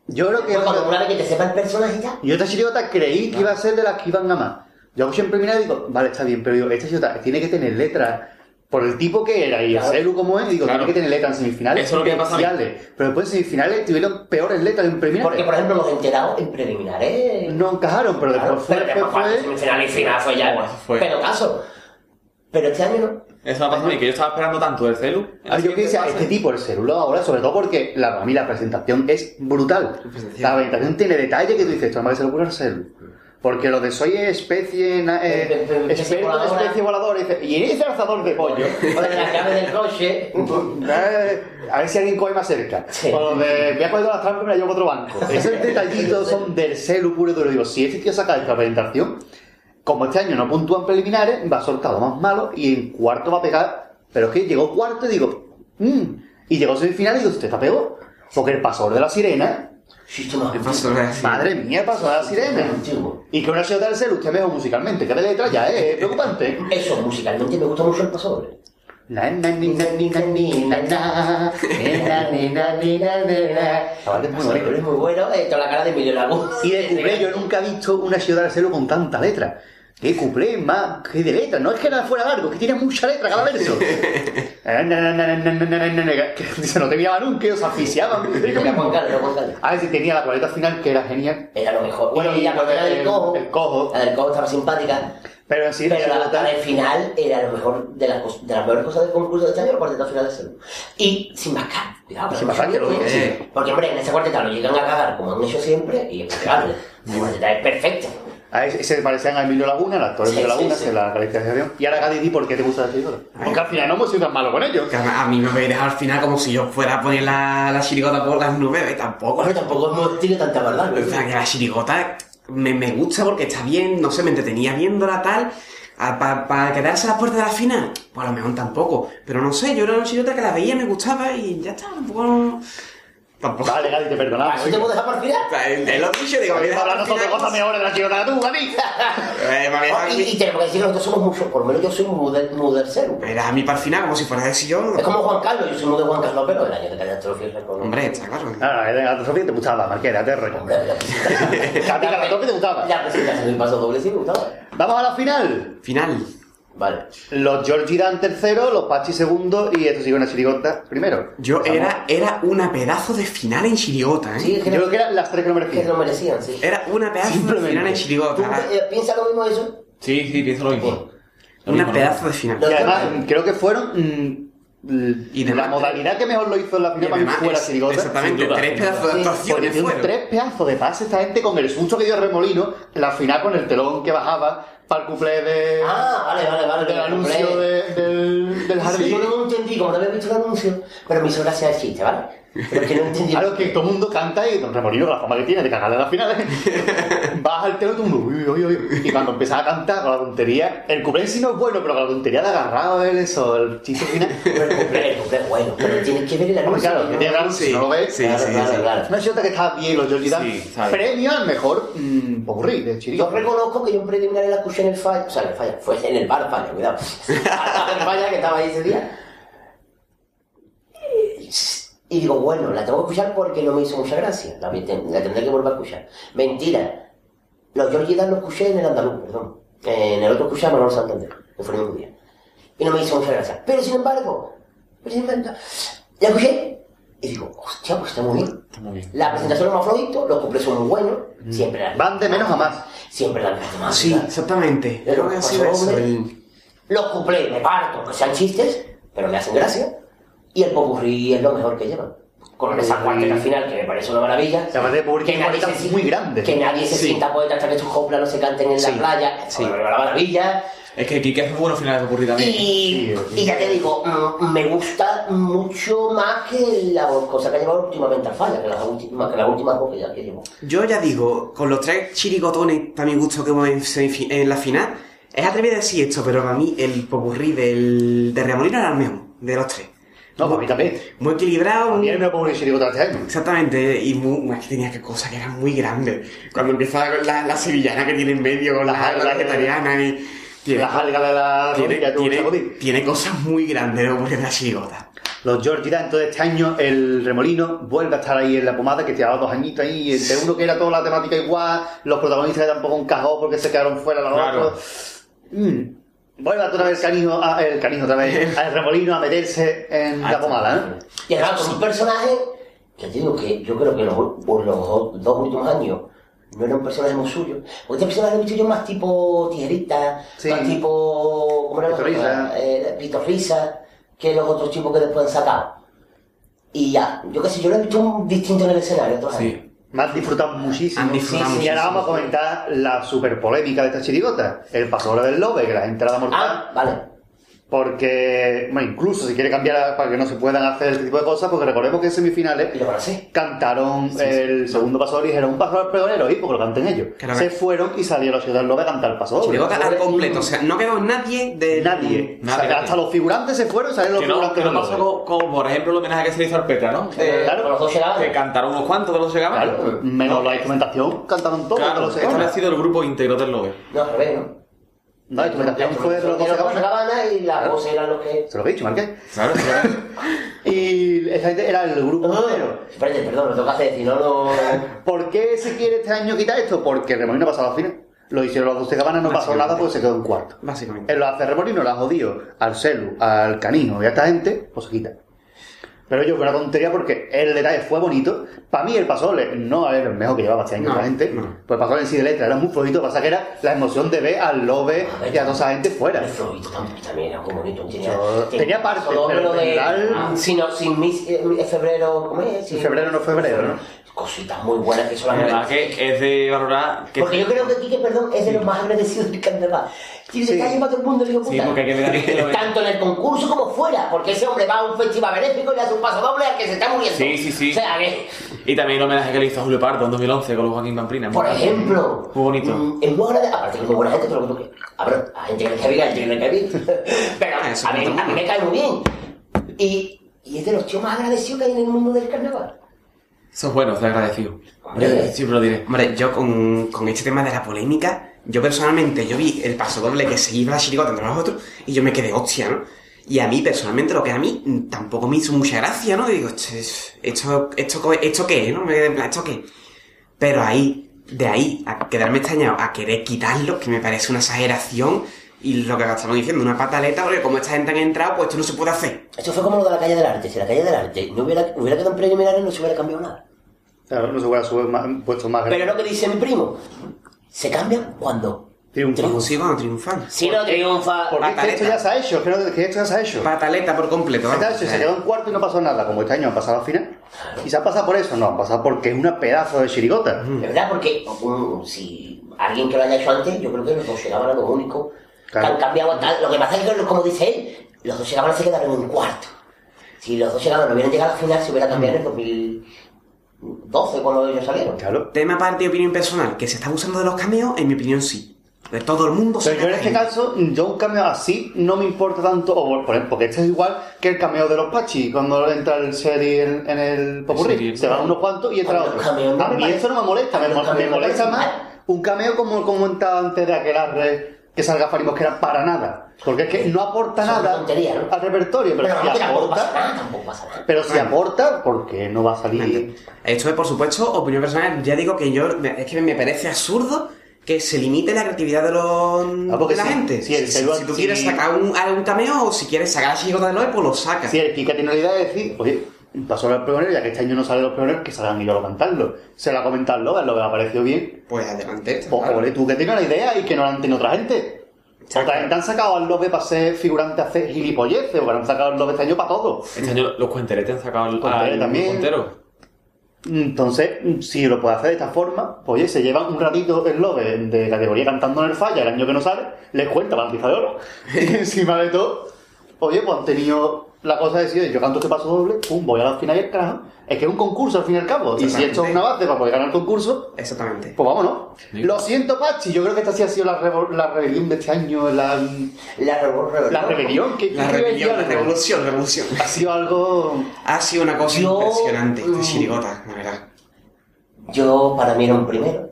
S2: Yo creo que.
S3: Pues cuando una vez que te sepa el personaje ya.
S2: Yo esta chirigota creí que iba a ser de las que iban a más. Yo hago siempre mirar y digo, vale, está bien, pero digo, esta chirigota tiene que tener letras. Por el tipo que era y el
S3: Claro.
S2: celu como es, digo,
S4: Claro.
S2: tiene que tener letras en semifinales.
S4: Eso es lo que me pasa a mí.
S2: especiales. Pero después en semifinales tuvieron peores letras en
S3: Porque,
S2: preliminares.
S3: por ejemplo, los enterados en preliminares.
S2: No encajaron, pero
S3: Claro,
S2: después fue.
S3: pero después
S2: fue-
S3: fue semifinal y final fue ya.
S4: No, eso fue.
S3: Pero caso. Pero este año no.
S4: Eso me ha pasado a mí, que yo estaba esperando tanto del celu.
S2: Ah, yo que decía, este tipo, el celular ahora, sobre todo porque la, para mí la presentación es brutal.
S5: presentación.
S2: La presentación tiene detalle que tú dices, esto no se lo ocurre al celu. Porque lo de soy especie, na- eh,
S3: Pero- pero- pero-
S2: experto en
S3: voladora.
S2: especie voladora, y dice, y eres alzador de pollo.
S3: O de la llave del coche.
S2: <laughs> Eh, A ver si alguien coge más cerca.
S3: Sí.
S2: O lo de, voy a coger todas las trampas y me la llevo a otro <laughs> banco. Esos detallitos son del celu puro y duro. Digo, si este tío saca esta presentación, como este año no puntúan preliminares, va a soltar lo más malo y en cuarto va a pegar. Pero es que llegó cuarto y digo, mm. y llegó semifinal y digo, usted está peor. Porque el pasador de la sirena,
S3: Sí, esto no.
S5: Me pasó una así.
S2: madre mía, el pasador de la sirena.
S3: Antiguo.
S2: Y que una ciudad del celu usted mejor musicalmente, que de letra ya es preocupante.
S3: Eso, musicalmente me gusta mucho el paso doble.
S2: Na, na, ni, na, ni, na, ni, na, na. Ni, na, ni, na, ni, na, ni, na. Chaval, es muy
S3: Paso doble
S2: bonito.
S3: es muy bueno. eh, toda la cara de Emilio Lago.
S2: Y de cuplé, yo nunca he visto una ciudad del celu con tanta letra. Que cuplé más que de letra, no es que nada fuera largo, que tiene mucha letra cada verso.
S3: <laughs>
S2: Na, na, na, na, na, na, na, na, na, que se no te miraba nunca, ellos se
S3: <laughs>
S2: asfixiaban.
S3: Era Juan Carlos, era Juan Carlos.
S2: A ver si tenía la coleta final, que era genial.
S3: Era lo mejor. Bueno,
S2: Y
S3: y la
S2: lo
S3: carrera
S2: del-
S3: del cojo.
S2: el cojo.
S3: La del cojo estaba simpática.
S2: Pero en sí,
S3: Pero la
S2: la
S3: batalla final era lo mejor de las, cos- de las mejores cosas del concurso de este año, el cuarteto final de salud. Y sin mascar, cuidado, pero
S2: Sin
S3: no
S2: mascar, que lo
S3: sabía,
S2: dije,
S3: ¿eh? Porque, hombre, en ese cuarteto lo llegan a cagar como han hecho siempre y es impecable. La cuarteta es perfecta.
S2: A ese se parecían a Emilio Laguna, el actor
S3: Sí,
S2: Emilio
S3: sí,
S2: Laguna,
S3: sí.
S2: que la caracterización. Y ahora, Gadi, di ¿por qué te gusta la escritora? Porque al final no hemos sido tan malos con ellos.
S3: <laughs>
S5: Que A a mí me veis al final como si yo fuera a poner la, la chirigota por las nubes, ¿eh? tampoco.
S3: Hombre, tampoco hemos tenido tanta verdad. ¿no?
S5: O sea, que la chirigota me, me gusta porque está bien, no sé, me entretenía viéndola tal. Para quedarse a la puerta de la final, pues a lo mejor tampoco. Pero no sé, yo era una chirota que la veía, me gustaba y ya está, tampoco. no- Tampoco.
S2: Vale, Gadi, te perdonamos.
S3: ¿Así te puedo dejar por final?
S5: Es lo dicho, digo,
S2: Vamos
S5: mira,
S2: a hablar
S5: al final
S2: nosotros cosas
S5: cosas-
S2: mejores de la chirona que tú, Gadi.
S5: Eh, me voy a dejar
S3: Y, y
S5: aquí.
S3: tenemos que decir que nosotros somos mucho, por lo menos yo soy muy, de, muy del cero.
S5: Me das a mí para el final, como si fuera de sillón.
S3: Es como Juan Carlos, yo soy muy de Juan Carlos, pero el año de catástrofe es con
S5: Hombre, está claro.
S2: Nada, que tenga Sofía te gustaba, Marquera, te re.
S3: <laughs> Hombre,
S2: <laughs>
S3: la presentación.
S2: A ti, Carlos, ¿qué te gustaba?
S3: La presentación del paso doble sí me gustaba.
S2: Vamos a la final.
S5: Final.
S3: Vale.
S5: ¿Eh?
S2: Los Georgie dan tercero, los Pachi segundo y esto sigue una chirigota primero.
S5: Yo
S2: Vamos.
S5: era, era una pedazo de final en chirigota, ¿eh?
S3: Sí, es
S2: Yo
S3: que,
S2: creo
S3: no,
S2: que eran las tres que no
S3: que
S2: merecían.
S3: no merecían, sí.
S5: Era una pedazo de
S2: Simplemente.
S5: final en
S3: ¿Tú
S5: chirigota.
S3: eh, piensas lo mismo de eso?
S4: Sí, sí, pienso lo mismo. Lo mismo,
S5: Una
S4: ¿no?
S5: pedazo de final.
S2: Y
S3: Los
S2: además,
S3: Georgie-
S2: creo que fueron.
S5: Y
S2: y
S5: de
S2: la
S5: más-
S2: modalidad que mejor lo hizo en la
S5: Y
S2: final para mí
S5: además,
S2: fue la
S5: es-
S2: chirigota.
S5: Exactamente,
S4: Sin duda,
S5: tres
S4: sin duda.
S5: pedazos de
S2: Porque
S5: actuaciones
S2: tiene
S5: fueron.
S2: tres pedazos de pases esta gente con el susto que dio Remolino, en la final con el telón que bajaba para el cumple de.
S3: Ah, vale, vale, vale.
S2: del
S3: lo
S2: anuncio
S3: compré.
S2: de- del, del jardín.
S3: Yo no lo entendí, como no había visto el anuncio, pero me hizo gracia el chiste, ¿vale? Pero es que no entendí.
S2: <laughs> Claro que todo el mundo canta y Don Remolino, con la fama que tiene de cagarle a las
S5: <laughs>
S2: finales, baja el telón y todo el mundo, uy, uy, uy, y cuando empiezas a cantar con la tontería, el cuplé en sí no es bueno, pero con la tontería de agarrado él, eso, el chiste
S5: <laughs>
S2: final.
S3: Pero el cumple, el cumple es bueno, pero tienes que ver el
S2: Hombre,
S3: anuncio.
S2: claro, que tiene gran si no lo ves.
S5: Sí,
S3: claro,
S5: sí,
S3: claro,
S5: sí.
S3: claro.
S2: Una chota que está bien, los Jordi Dan.
S4: Sí, sabe.
S2: Premio al mejor mm, popurrí de
S3: Yo
S2: Chirico.
S3: reconozco que yo en preliminar la escuché en el falla, o sea, en el falla, fue en el bar falla, cuidado. En el falla que estaba ahí ese día. Y digo, bueno, la tengo que escuchar porque no me hizo mucha gracia. La, vi- la tendré que volver a escuchar. Mentira. Los Georgie Dan lo escuché en el andaluz, perdón. Eh, En el otro escuché a Manuel Santander, que fue el mismo día. Y no me hizo mucha gracia. Pero sin embargo, pero sin embargo, la escuché y digo, hostia, pues está muy bien.
S4: Está muy bien. Mm.
S3: La presentación es más flojito, los cumples son muy buenos, siempre la
S2: Van de menos a más.
S3: Siempre la misma
S5: Sí,
S3: temática.
S5: exactamente.
S3: Pero
S5: Creo que ha sido
S3: pasó,
S5: eso.
S3: hombre.
S5: el-
S3: Los cuplés me parto, que sean chistes, pero me hacen gracia. Y el popurrí es lo mejor que llevan. Con esa cuarteta final que me parece una maravilla.
S2: Además de popurrí tiene
S3: nadie
S2: cuartetas
S3: se-
S2: muy grandes.
S3: Que nadie se
S5: Sí.
S3: sienta poeta hasta que sus coplas no se canten en
S5: Sí.
S3: la playa. Es
S5: Sí.
S3: una maravilla.
S4: Es que Kike es muy bueno final de ocurrir también.
S3: Y, y ya te digo, mm, me gusta mucho más que la cosa que ha llevado últimamente al falla, que las últimas, que las últimas dos que ya que llevo.
S5: Yo ya digo, con los tres chiricotones, para mi gusto, que hubo en, semifi- en la final, es atrevido a decir esto, pero para mí el popurrí del, de Remolino era el mejor, de los tres.
S2: No, para mí también.
S5: Muy equilibrado,
S2: A mí
S5: muy-
S2: el mejor popurrí de Chirico de este año.
S5: Exactamente, y muy, es que tenía que cosas que eran muy grandes. Cuando empieza con la, la sevillana que tiene en medio, con
S2: Ah,
S5: la, la
S2: la-
S5: vegetariana y. Tiene,
S2: La jalga de la
S5: tiene-
S2: rodilla, tú,
S5: tiene-
S2: Chacotín.
S5: tiene cosas muy grandes, ¿no? Porque es la chirigota.
S2: Los Georgie Dan, entonces este año el remolino vuelve a estar ahí en la pomada, que llevaba dos añitos ahí, entre uno que era toda la temática igual, los protagonistas que tampoco encajó porque se quedaron fuera los
S4: Claro.
S2: otros. Mm. Vuelve otra vez el canijo, a- el canijo otra vez,
S5: <laughs>
S2: al remolino a meterse en
S5: Ah,
S2: la pomada, ¿eh?
S3: Y además con un personaje que te digo que yo creo que los, por los dos, dos últimos años no era un personaje muy suyo. Porque este personaje lo he visto yo más tipo tijerita,
S2: Sí.
S3: más tipo. ¿Cómo era la
S2: Pitorriza.
S3: otra? Eh, pitorriza, que los otros tipos que después han sacado. Y ya, yo qué sé, yo lo he visto un- distinto en el escenario otros años.
S4: Sí.
S2: Me han disfrutado
S5: Han
S2: muchísimo.
S5: disfrutado
S2: y ahora
S5: muchísimo.
S2: vamos a comentar la super polémica de esta chirigota, el pasador del lobe, que la entrada mortal.
S3: Ah, vale.
S2: Porque, bueno, incluso si quiere cambiar para que no se puedan hacer este tipo de cosas, porque recordemos que en semifinales
S3: Y lo conocí.
S2: cantaron el segundo paso y dijeron un paso al pregonero y porque lo canten ellos.
S5: Claro.
S2: se fueron y salieron a Ciudad Lobe a cantar el paso doble.
S5: Chirigota al completo, o sea, no quedó eh, nadie de.
S2: Nadie.
S4: Nadie,
S2: O sea, hasta
S4: nadie.
S2: los figurantes se fueron y salieron
S4: Que
S2: los
S4: no,
S2: figurantes
S4: que no
S2: del
S4: pasó
S2: doble.
S4: como, como, por ejemplo, el homenaje que se le hizo al Petra, ¿no? De-
S2: Claro.
S3: Con los dos llegaban.
S4: Que cantaron unos cuantos de los llegaban.
S2: Claro, menos la instrumentación, cantaron todos
S4: Claro,
S2: los
S4: este había
S2: segamas.
S4: sido el grupo íntegro del Lobe.
S3: No, al revés, ¿no?
S2: No, la instrumentación fue de los
S3: Eran los
S2: segamas.
S3: Gabbana y las voces eran los que.
S2: Se lo he dicho, Marqués.
S4: Claro, claro.
S2: Y esa gente era el grupo
S4: Ah.
S2: entero.
S3: Espérate, perdón, lo tengo que hacer, si no, no.
S2: ¿Por qué se quiere este año quitar esto? Porque el remolino ha pasado a la final. Lo hicieron los 12 cabanas,
S4: Ah,
S2: no pasó nada porque se quedó en cuarto.
S5: Básicamente.
S2: En los hace remolino la jodido al Celu, al Canijo y a esta gente, pues se quita. Pero yo, fue una tontería porque el detalle fue bonito. Para mí, el Pasole no era el mejor que llevaba este año
S5: No,
S2: la gente.
S5: no.
S2: Pues Pasole en sí de letra era muy flojito. Pasa que era la emoción de ver al Lobe y a toda esa gente fuera.
S3: El flojito también, también era muy bonito. Tenía,
S2: Yo- tenía partes,
S3: Eh, solo
S2: pero
S3: lo
S2: en general-
S3: Ah, sí, no, sin mis, eh, mi- eh, febrero, ¿cómo es? Sin-
S2: Febrero no febrero, ¿no?
S3: Cositas muy buenas que
S4: La
S3: solamente...
S4: verdad que es de valorar. Que
S3: Porque yo creo que Quique, perdón, es de los más agradecidos del carnaval. Y se
S2: Sí.
S3: está llevando todo el mundo, digo,
S4: Sí,
S3: puta.
S4: porque hay que ver a Quique lo-
S3: Tanto en el concurso como fuera, porque ese hombre va a un festival benéfico y le hace un paso doble al que se está muriendo.
S4: Sí, sí, sí.
S3: O sea, que...
S4: Y también el homenaje que le hizo a Julio Pardo en 2011 con los Joaquín Pamplina.
S3: Por ejemplo.
S4: Muy bonito.
S3: mm, Es muy agradable. Aparte que muy buena gente, todo lo que tú quieras. A ver, a gente que le cae bien, a gente que le cae <laughs> bien. Pero
S5: Eso
S3: a mí,
S5: cuenta
S3: a mí me cae muy bien. Y, y es de los tíos más agradecidos que hay en el mundo del carnaval.
S4: Eso es bueno, estoy agradecido. Hombre, siempre lo diré.
S5: Hombre, yo con, con este tema de la polémica, yo personalmente, yo vi el paso doble que se iba la chirigota entre nosotros y yo me quedé hostia, ¿no? Y a mí, personalmente, lo que a mí mm, tampoco me hizo mucha gracia, ¿no? Y digo, "Che, esto, esto, co- esto qué, ¿no? Me quedé en plan, ¿esto qué? Pero ahí, de ahí, a quedarme extrañado, a querer quitarlo, que me parece una exageración y lo que estamos diciendo, una pataleta, porque como esta gente han entrado, pues esto no se puede hacer.
S3: Esto fue como lo de la calle del arte. Si la calle del arte no hubiera, hubiera quedado en preliminares, no se hubiera cambiado nada.
S2: Claro, no se hubiera subido más- puesto más
S3: Pero
S2: grande.
S3: es lo que dice mi primo. Se cambia cuando.
S2: Triunfa.
S5: Sí, bueno, triunfan.
S3: Si no triunfa.
S2: Porque es que esto ya se ha este hecho, es que, no- que esto ya se ha hecho.
S5: Pataleta por completo.
S2: Este
S5: vamos,
S2: año
S5: o
S2: se
S5: sea.
S2: quedó en cuarto y no pasó nada, como este año han pasado al final. Y se han pasado por eso, no, han pasado porque es una pedazo de chirigota.
S5: Mm.
S3: De verdad, porque um, si alguien que lo haya hecho antes, yo creo que los dos llegaban a lo único.
S2: Claro.
S3: Han cambiado a tal. Lo que pasa es que, como dice él, los dos llegaban se quedaron en cuarto. Si los dos llegaban no hubieran llegado a la final, se hubiera cambiado en el 2012 cuando ellos salieron.
S2: Claro.
S5: Tema aparte de opinión personal, que se está abusando de los cameos, en mi opinión sí. De todo el mundo se
S2: Pero yo en
S5: caga
S2: este
S5: en-
S2: caso, yo un cameo así no me importa tanto, o por- por ejemplo, porque este es igual que el cameo de los Pachi, cuando entra el serie en, en el Popurrí.
S4: serie.
S2: Se van unos cuantos y
S3: A
S2: entra
S3: mí
S2: otro.
S3: los cameos no
S2: A
S3: me
S2: mí
S3: parecen-
S2: eso no me molesta, me,
S3: los
S2: mo- me
S3: cameos me
S2: molesta
S3: parecen
S2: más
S3: mal.
S2: un cameo como como estaba antes de aquelarre que salga Fari Mosquera para nada. Porque es que no aporta
S3: Eso es una
S2: nada
S3: tontería, ¿no?
S2: al repertorio, pero,
S3: Pero
S2: si
S3: realmente tampoco pasa
S2: aporta,
S3: nada, tampoco pasa nada.
S2: pero si aporta, porque no va a salir.
S5: Esto es, por supuesto, opinión personal. Ya digo que yo. Es que me parece absurdo que se limite la creatividad de, los,
S2: Ah, porque
S5: de la
S2: si-
S5: gente.
S2: si el celular-
S5: tú
S2: si-
S5: quieres sacar un, algún cameo o si quieres sacar la chicota de Loe, pues lo sacas.
S2: Si el Kika tiene la idea de decir, oye, pasó los peoneros, ya que este año no sale los peoneros, que salgan ellos a cantarlo. Se lo ha comentado Logan, lo que le ha parecido bien.
S5: Pues adelante.
S2: O
S5: claro.
S2: ole, tú que tienes la idea y que no la han tenido otra gente.
S5: Exacto.
S2: Otra gente han sacado al López para ser figurante a hacer gilipolleces, o que han sacado al López este año para todo.
S4: Este año los cuenteretes han sacado al,
S2: Cuenteros
S4: al
S2: también.
S4: cuentero.
S2: Entonces, mm, si lo puede hacer de esta forma, pues oye, se llevan un ratito el López de categoría cantando en el falla el año que no sale, les cuenta baltiza de oro. <laughs> Y encima de todo, oye, pues han tenido la cosa de decir, oye, yo canto este paso doble, pum, voy a la final y el carajo. Es que es un concurso al fin y al cabo. Y si
S5: Totalmente.
S2: esto es una base para poder ganar el concurso,
S5: Exactamente.
S2: pues vámonos.
S4: Sí.
S2: Lo siento, Pachi, yo creo que esta sí ha sido la, revo- la rebelión de este año, la,
S3: La revol- revol-
S2: la rebelión. que
S5: La
S2: que
S5: rebelión, la
S2: algo.
S5: revolución, revolución.
S2: Ha sido algo...
S5: Ha sido una cosa
S3: Yo-
S5: impresionante esta
S3: mm.
S5: chirigota, la verdad.
S3: Yo, para mí, era un primero.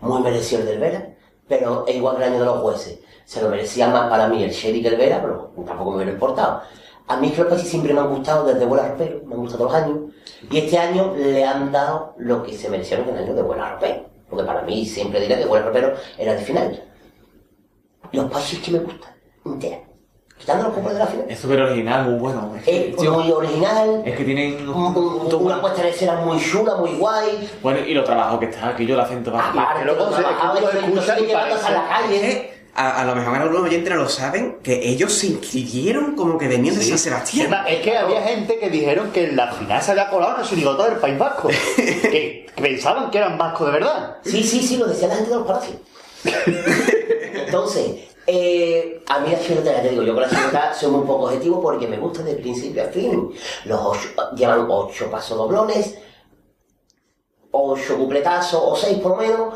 S3: Muy merecido el del Vera, pero es igual que el año de los jueces. Se lo merecía más para mí el Sherry que el Vera, pero tampoco me hubiera importado. A mí creo que sí siempre me han gustado desde Vuela Ropero, me han gustado todos los años. Y este año le han dado lo que se merecieron en el año de Vuela Ropero. Porque para mí siempre diré que Vuela Ropero era de final. Los pasos que me gustan, entera. Quitando los cupos de la final.
S4: Es súper original, muy bueno. Es que,
S3: Es
S4: tío,
S3: muy original,
S4: es que tienen
S3: un- un- una puesta en escena muy chula, muy guay,
S4: Bueno, y lo trabajo que está, que yo el
S2: Ah,
S4: acento va aquí.
S3: Aparte,
S2: Pero
S3: los
S2: entonces,
S3: trabajadores
S2: es que tú los escuchas y
S3: siguen llevando hasta la calle.
S5: Eh, A, a lo mejor algunos oyentes no lo saben, que ellos se inscribieron como que venían de San Sebastián.
S2: Es más, es que había gente que dijeron que en la final se había colado una chirigota del País Vasco. <laughs> que que pensaban que eran vascos de verdad.
S3: Sí, sí, sí, lo decía la gente de los <laughs> palacios. Entonces, eh, a mí la chirota, ya te digo, yo con la chirota soy muy poco objetivo porque me gusta de principio a fin. Los ocho, llevan ocho pasodoblones, ocho cupletazos, o seis por lo menos.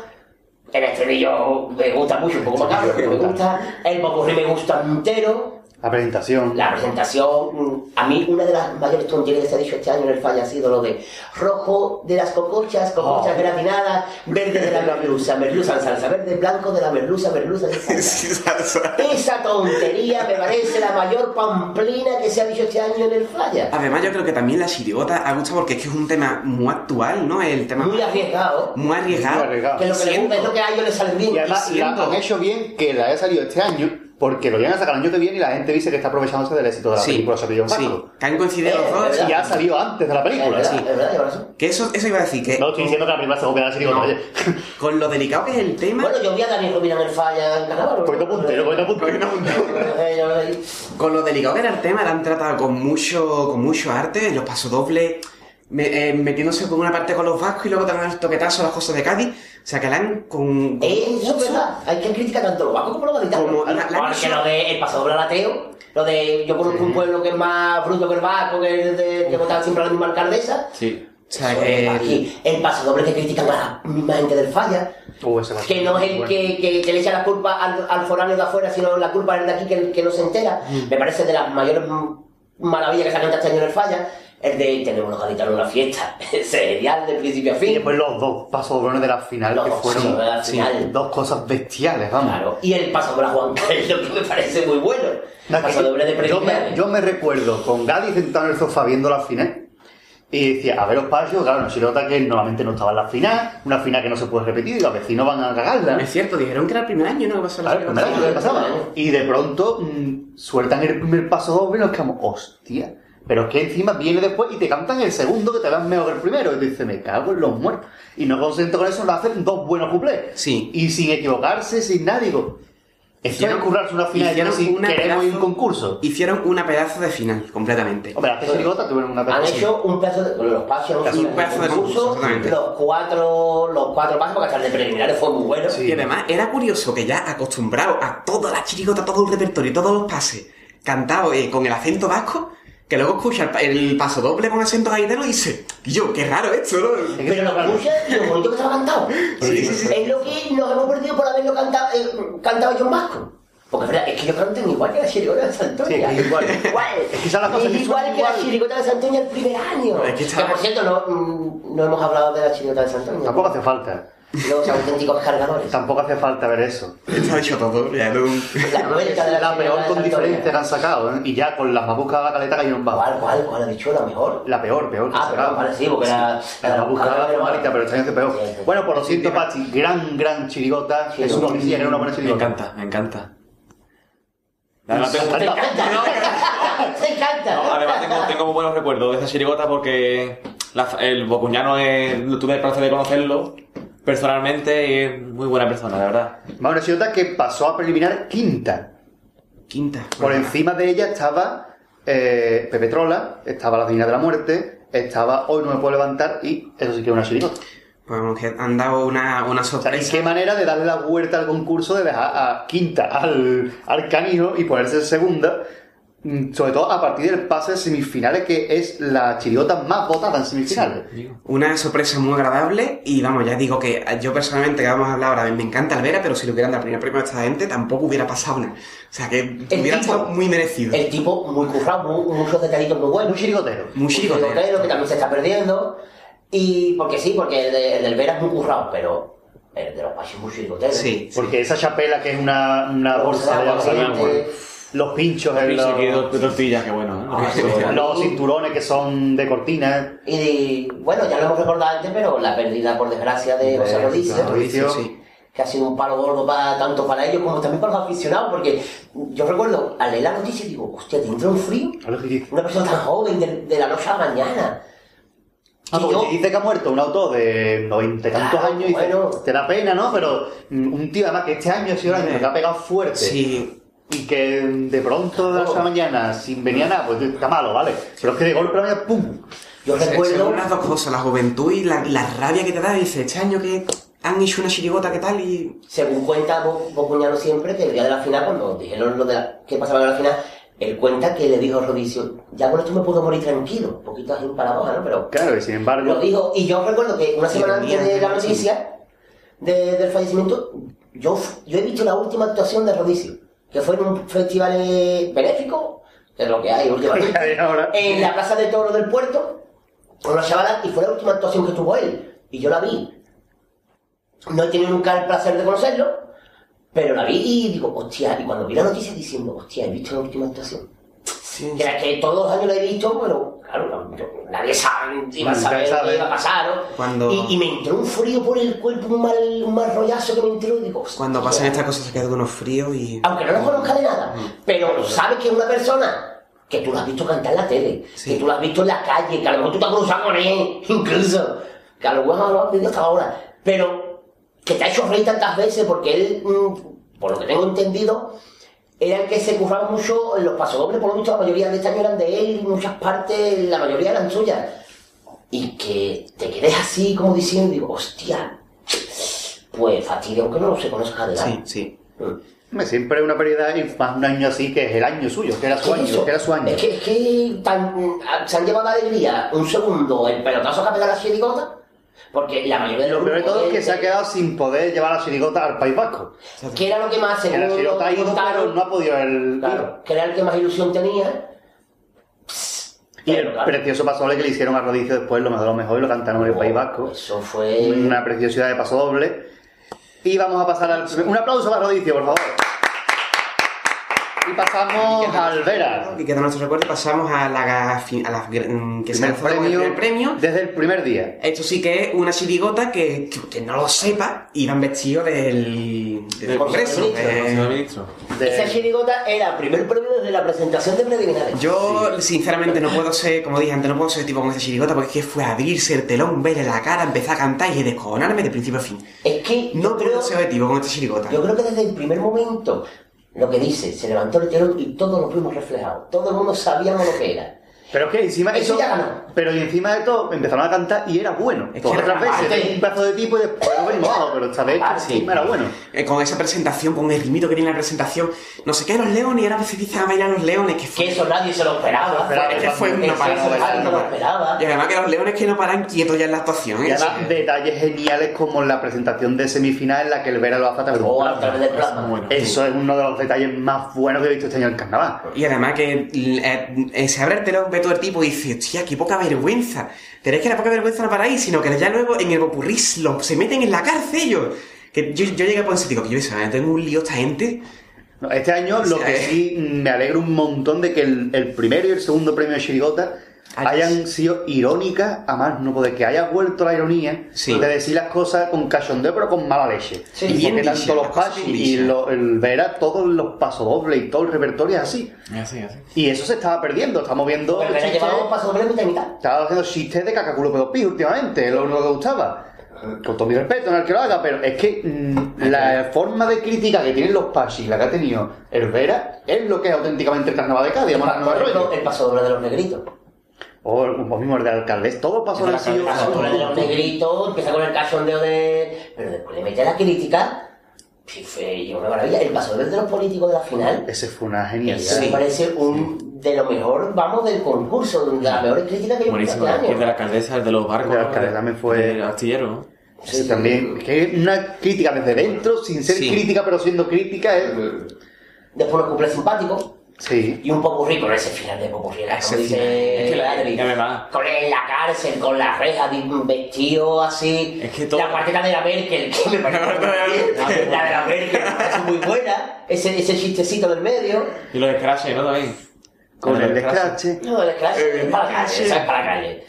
S3: El estribillo me gusta mucho, un poco más caro, pero me gusta. El popurrí me gusta entero.
S2: La presentación.
S3: La presentación, mm, a mí una de las mayores tonterías que se ha dicho este año en el falla ha sido lo de rojo de las cocochas, cocochas gratinadas, verde de la merluza, merluza en salsa verde, blanco de la merluza, merluza en salsa.
S5: <laughs> Sí, o sea,
S3: Esa tontería me parece la mayor pamplina que se ha dicho este año en el falla.
S5: Además, yo creo que también la chirigota ha gustado porque es que es un tema muy actual, ¿no? El tema
S3: Muy arriesgado,
S5: muy arriesgado.
S2: Muy arriesgado.
S3: que lo que le
S5: Siento.
S3: gusta es lo que a ellos les sale bien.
S2: Y además
S5: y
S2: la
S5: siento-
S2: han hecho bien que la haya salido este año, porque lo iban a sacar el año que viene y la gente dice que está aprovechándose del éxito de la
S5: Sí,
S2: película Los apellidos
S5: sí.
S2: vascos.
S5: Que han coincidido los
S3: Eh,
S5: dos.
S3: ¿verdad?
S2: Y ha salido antes de la
S3: Es
S2: película.
S3: verdad,
S2: Sí.
S3: es verdad, lleva razón.
S5: Que eso, eso iba a decir, que
S2: No estoy diciendo que la película se copia de la chirigota.
S5: No.
S2: oye. <laughs>
S5: con lo delicado que es el tema,
S3: Bueno, yo vi a Daniel Rubina en el falla en Carnaval.
S2: Coito puntero, coito
S5: pues
S2: puntero.
S3: Eh, yo lo leí.
S5: con lo delicado que era el tema, la han tratado con mucho, con mucho arte, los pasodobles, me- eh, metiéndose por una parte con los vascos y luego también el toquetazo las cosas de Cádiz. O sea, que la han con. con
S3: Eso es
S5: mucho-
S3: verdad, hay que criticar tanto lo vasco como lo gaditano.
S5: Como la- la-
S3: Porque lo de el paso del ateo, lo de yo conozco un pueblo que es más bruto que el vasco, que, de- que votan siempre a la misma alcaldesa,
S4: Sí.
S5: sea, eh,
S3: Eso
S5: que-
S3: es Aquí, el pasadoble que critican a la misma gente del falla,
S2: Uh, ese va a
S3: que
S2: ser
S3: no es
S2: muy
S3: el
S2: bueno.
S3: que, que- que le echa la culpa al, al foráneo de afuera, sino la culpa es el de aquí que, que no se entera. Me parece de las mayores m- maravillas que se ha cantado este año en el falla, el de tener unos gaditanos en la fiesta. <laughs> Ese es genial, de principio a
S2: Y
S3: fin.
S2: después los dos pasos de la final
S3: Los
S2: que
S3: dos
S2: fueron
S3: pasodobles de la
S2: sí,
S3: final.
S2: dos cosas bestiales, vamos.
S3: Claro. Y el pasadoble a Juan Carlos, <laughs> que me parece muy bueno.
S2: No, es que
S3: Pasadoble de
S2: yo,
S3: principio.
S2: me, yo me recuerdo con Gaby sentado en el sofá viendo la final y decía, a ver los pasos, claro, no se nota que normalmente no estaba en la final, una final que no se puede repetir y los vecinos van a cagarla.
S5: Es cierto, dijeron que era el primer año, ¿no? Que pasó la
S2: Claro,
S5: final.
S2: pues nada,
S3: sí,
S2: ¿qué pasaba?
S3: sí.
S2: Y de pronto mm, sueltan el primer paso doble y nos quedamos, hostia. Pero es que encima viene después y te cantan el segundo que te dan mejor que el primero. Y tú dices, me cago en los muertos. Y no contento con eso, lo hacen dos buenos cuplés.
S5: Sí.
S2: Y sin equivocarse, sin nada, digo. Esto es
S5: Hicieron-
S2: currarse una final
S5: hicieron
S2: sin
S5: una
S2: queremos ir a un
S5: pedazo-
S2: concurso.
S5: Hicieron una pedazo de final, completamente.
S2: Hombre, las peserigotas tuvieron una
S3: Han
S2: pedazo.
S3: hecho un pedazo de. Los pasos,
S5: Casi un pedazo de concurso, exactamente.
S3: Los cuatro, los cuatro pasos, porque hasta el de preliminares fue muy bueno.
S2: Sí.
S5: Y además era curioso que ya acostumbrado a toda la chirigota, todo el repertorio, todos los pases, cantado eh, con el acento vasco, que luego escucha el, pa- el paso doble con acento gaitero y dice, yo, qué raro esto, ¿no?
S2: Es que
S3: Pero
S2: son
S3: lo
S2: raros.
S3: escuchas y lo bonito que estaba cantado.
S5: Sí, sí, sí.
S3: Es lo que nos hemos perdido por haberlo cantado, eh, cantado John Vasco. Porque es verdad, es que yo canto igual que la chirigota de Santoña.
S2: Sí, es que
S3: <laughs>
S2: igual.
S3: igual.
S2: Es que son las cosas que son
S3: Igual que la
S2: igual.
S3: chirigota de Santoña el primer año.
S5: Es que está-
S3: por cierto, no, mm, no hemos hablado de la chirigota de Santoña.
S2: Tampoco hace falta.
S3: Los auténticos cargadores.
S2: Tampoco hace falta ver eso.
S5: Está hecho todo, ya no...
S3: La vuelta de la,
S2: La peor
S3: Chirigota de
S2: con
S3: Santoña.
S2: diferencia que han sacado. ¿eh? Y ya con las mapucas de la caleta cayeron bajo.
S3: ¿Cuál, cuál, cuál ha dicho la mejor?
S2: La peor, peor. que
S3: Ah,
S2: se
S3: pero
S2: graba.
S3: vale, sí, porque era.
S2: La más buscada
S3: era-
S2: fue Marita, pero este año hace peor.
S3: Sí, sí.
S2: Bueno, por lo siento, Pachi, gran, gran chirigota.
S3: Sí,
S2: Es una
S3: sí.
S2: policía, que era una buena
S4: Me
S2: chirigota.
S4: encanta, me encanta. Además, tengo,
S3: ¡Te encanta! ¡Te encanta!
S4: no, además tengo, tengo muy buenos recuerdos de esa chirigota porque la- el bocuñano es, tuve el placer de conocerlo personalmente y es muy buena persona, la verdad.
S2: Más una chirigota que pasó a preliminar quinta.
S5: Quinta.
S2: Por encima de ella estaba eh, Pepe Trola, estaba La Divina de la Muerte, estaba Hoy no me puedo levantar y eso sí que es una chirigota.
S5: Pues vamos, que han dado una, una
S2: O sea, ¿y
S5: sorpresa.
S2: qué manera de darle la vuelta al concurso de dejar a quinta al, al canijo y ponerse segunda? mm, Sobre todo a partir del pase de semifinales, que es la chirigota más votada en semifinales.
S5: Una sorpresa muy agradable y vamos, ya digo que eh, yo personalmente, que vamos a hablar ahora, me encanta Alvera, pero si lo hubieran dado el primer premio a esta gente, tampoco hubiera pasado nada. O sea que hubiera
S3: tipo-
S5: estado muy merecido.
S3: El tipo muy currado, muy- muchos detallitos muy buenos.
S2: Muy chirigotero.
S5: Muy chirigotero.
S3: que también se está perdiendo. Y porque sí, porque el, de- el del Vera es muy currado, pero el de los Pachi es muy chirigotero.
S5: Sí.
S2: Porque esa chapela que es una, una
S3: La
S2: bolsa de
S3: bolsa de
S2: algodón,
S3: aguardiente.
S2: los pinchos, en
S4: Piso
S2: pues, los,
S4: aquí de tortillas, qué bueno. ¿eh?
S3: Ah, eso es bueno.
S2: los cinturones que son de cortina. eh.
S3: Y de- bueno, ya lo hemos recordado antes, pero la pérdida, por desgracia, de José
S2: Eh,
S3: Rodríguez.
S2: claro.
S5: Mauricio,
S2: Mauricio.
S5: sí.
S3: que ha sido un palo gordo para, tanto para ellos como también para los aficionados, porque yo recuerdo al leer la noticia y digo, hostia, te entra un frío,
S2: A los que dice-
S3: una persona tan joven, de, de la noche a la mañana.
S2: Ah,
S3: Y
S2: porque
S3: yo-
S2: te dice que ha muerto un autor de noventa y tantos
S3: Claro,
S2: años y dice,
S3: bueno.
S2: te da pena, ¿no? Pero mm, un tío además que este año ha sido el año que ha pegado fuerte
S5: Sí,
S2: y que mm, de pronto de
S3: Claro.
S2: esa mañana sin venir a nada, pues está malo, ¿vale? Pero es que de golpe la mañana, ¡pum!
S3: Yo
S5: se-
S3: recuerdo,
S5: son las dos cosas, la juventud y la, la rabia que te da. Y dices, este año que han hecho una chirigota, ¿qué tal? Y
S3: según cuenta Bo- Bocuñano siempre, que el día de la final, cuando dijeron lo de la, qué pasaba en la final, él cuenta que le dijo a Rodicio, ya con esto me puedo morir tranquilo, un poquito así para abajo, ¿no? Pero
S2: Claro, y sin
S3: lo
S2: embargo,
S3: dijo, y yo recuerdo que una semana antes de la
S5: mía, sí.
S3: noticia de- del fallecimiento, yo, f- yo he visto la última actuación de Rodicio, que fue en un festival eh, benéfico, que es <laughs> lo que hay últimamente,
S2: Ahí ahora.
S3: en la Plaza de Toro del Puerto, con los chavalas, y fue la última actuación que tuvo él, y yo la vi. No he tenido nunca el placer de conocerlo, pero la vi y digo, hostia, y cuando vi la noticia diciendo, hostia, he visto la última actuación.
S5: sí,
S3: Que la que todos los años la he visto, pero claro, no- yo- nadie sabe, iba a
S2: Nadie
S3: saber lo
S2: sabe.
S3: que iba a pasar, ¿no?
S5: Cuando-
S3: Y, y me entró un frío por el cuerpo, un mal, un mal rollazo que me entró y digo,
S5: cuando
S3: hostia.
S5: pasan estas cosas se quedan unos fríos y...
S3: Aunque no lo conozca de nada,
S5: Mm.
S3: pero sabes que es una persona que tú la has visto cantar en la tele,
S5: Sí.
S3: que tú la has visto en la calle, que a lo mejor tú te has cruzado con él, <laughs> incluso, que a lo mejor no lo has visto hasta ahora, pero que te ha hecho reír tantas veces porque él, mm, por lo que tengo entendido, era el que se curraba mucho en los pasodobles, por lo visto la mayoría de este año eran de él, y muchas partes, la mayoría eran suyas. Y que te quedes así como diciendo, digo, hostia, pues fastidio, aunque no lo se conozca de nada.
S5: Sí, sí.
S3: Mm.
S2: Hombre, siempre hay una pérdida y más un año así que es el año suyo, que era su
S3: ¿Qué es
S2: año,
S3: eso?
S2: que era su año.
S3: Es que, es que tan- a- se han llevado la alegría un segundo el pelotazo que ha pegado la chirigota, porque la mayoría de los
S2: Lo peor de
S3: grupos
S2: todo es que
S3: de-
S2: se ha quedado sin poder llevar la chirigota al País Vasco.
S3: que era lo que más
S2: Que la
S3: según lo
S2: chirigota ha ido,
S3: contaron,
S2: pero no ha podido el...
S3: claro, que era el que más ilusión tenía.
S2: Y el
S3: Pero, claro, Oh,
S2: precioso pasodoble que le hicieron a Rodicio después, lo mejor lo mejor, y lo cantaron en el País Vasco.
S3: Eso fue.
S2: Una preciosidad de pasodoble. Y vamos a pasar al... Un aplauso para Rodicio, por favor. Y pasamos al Vera.
S5: Y que de nuestro recuerdo pasamos a la, fi- a la mm, que se
S2: Primer
S5: lanzó como
S2: premio,
S5: primer premio.
S2: Desde el primer día.
S5: Esto sí que es una chirigota que, que, que no lo sepa, iban vestidos del, del
S4: Del
S5: Congreso.
S4: Consejo de Ministros, del Consejo
S5: Eh,
S4: de Ministros.
S3: Esa
S2: De-
S3: chirigota era primer premio desde la presentación de preliminares.
S5: yo, sinceramente, no puedo ser, como dije antes, no puedo ser tipo como esa chirigota porque es que fue abrirse el telón, verle la cara, empezar a cantar y descojonarme de principio a fin.
S3: Es que
S5: No
S3: yo creo,
S5: puedo ser objetivo con esta chirigota.
S3: yo creo que desde el primer momento, lo que dice, se levantó el telón y todos nos vimos reflejados. Todo el mundo sabíamos lo que era.
S2: Pero es que encima de
S3: Eso
S2: todo-
S3: ya ganó.
S2: Pero y encima de todo empezaron a cantar y era bueno.
S5: Es que
S2: Todas
S5: era
S2: otras veces,
S5: aparte.
S2: tenía un pedazo de tipo y después lo vengo abajo, pero esta vez
S3: Ah,
S2: que
S3: sí.
S2: encima era bueno.
S5: Eh, con esa presentación, con el ritmito que tiene la presentación, no sé qué, los leones, y ahora se empiezan a bailar los leones, que fue...
S3: Que eso nadie se lo esperaba.
S2: Pero
S5: es que fue
S3: Eso
S5: una
S3: nadie
S5: parada.
S3: se lo esperaba.
S5: Y además que los leones que no paran quietos ya en la actuación.
S2: Y
S5: ¿eh?
S2: además, detalles geniales como la presentación de semifinal en la que el Vera lo hace a través de un
S3: O a
S2: plátano.
S3: través del plasma.
S4: Bueno.
S2: Eso es uno de los detalles más buenos que he visto este año en el carnaval.
S5: Y además que eh, eh, se abre el telón, ve todo el tipo y dice, hostia, qué poca vergüenza. Pero es que la poca vergüenza no para ahí, sino que ya luego en el popurrí lo- se meten en la cárcel ellos. Que yo, yo llegué a pensar, digo, que yo eso, eh, tengo un lío esta gente.
S2: No, Este año lo
S5: Sí,
S2: que
S5: eh.
S2: sí me alegro un montón de que el, el primero y el segundo premio de Chirigota
S5: Ay,
S2: hayan sido irónicas, a más no poder que haya vuelto la ironía
S5: Sí.
S2: de decir las cosas con cachondeo pero con mala leche.
S5: Sí,
S2: Porque
S5: bien
S2: tanto
S5: dicha,
S2: los
S5: las cosas
S2: pachis
S5: bien
S2: y
S5: dichas.
S2: lo- el vera todos los pasodobles y todo el repertorio es así.
S4: Así, así.
S2: Y eso se estaba perdiendo, estamos viendo
S3: Pero que
S2: chistes-
S3: llevábamos paso doble mitad y mitad.
S2: estaba haciendo chistes de cacaculo pedopí últimamente, es lo único que gustaba. Con todo mi respeto, no al que lo haga, pero es que mm, la forma de crítica que tienen los Pachis, la que ha tenido el Vera, es lo que es auténticamente el carnaval de Cádiz,
S3: Por
S2: vamos a Nueva
S3: ejemplo,
S2: York.
S3: el paso doble de los negritos.
S2: O el o mismo el de alcaldés, todo pasó en el
S3: El
S2: sitio.
S3: paso doble de los negritos, empieza con el cachondeo de. Pero después le mete la crítica. Sí, fue una maravilla. El paso doble de los políticos de la final.
S2: Ese fue una
S3: Eso me
S2: genialidad.
S3: parece un de lo mejor, vamos, del concurso, de las mejores críticas que yo he visto
S4: Buenísimo.
S3: este año.
S4: Y el de la alcaldesa, el de los barcos.
S2: El de la alcaldesa también fue-
S4: El artillero, ¿no?
S2: Ese también, que es una crítica desde dentro, sin ser
S5: Sí.
S2: crítica, pero siendo crítica, es...
S3: Después los cumple simpáticos
S2: Sí.
S3: y un poco con ese final de poco rico,
S5: Ese
S3: como dice
S4: Es que la-
S3: Adri.
S4: es verdad.
S3: Con él en la cárcel, con las rejas, de- vestido así.
S4: Es que todo-
S3: La cuarteta de la Merkel, que me parece muy bien. La de la Merkel, me parece muy buena. Ese, ese chistecito del medio.
S4: Y los scratches, ¿no? También.
S2: Con
S4: Los
S2: el
S4: scratches.
S2: escrache.
S3: No, el Clash
S4: Eh,
S3: es para la calle, esa es para la calle.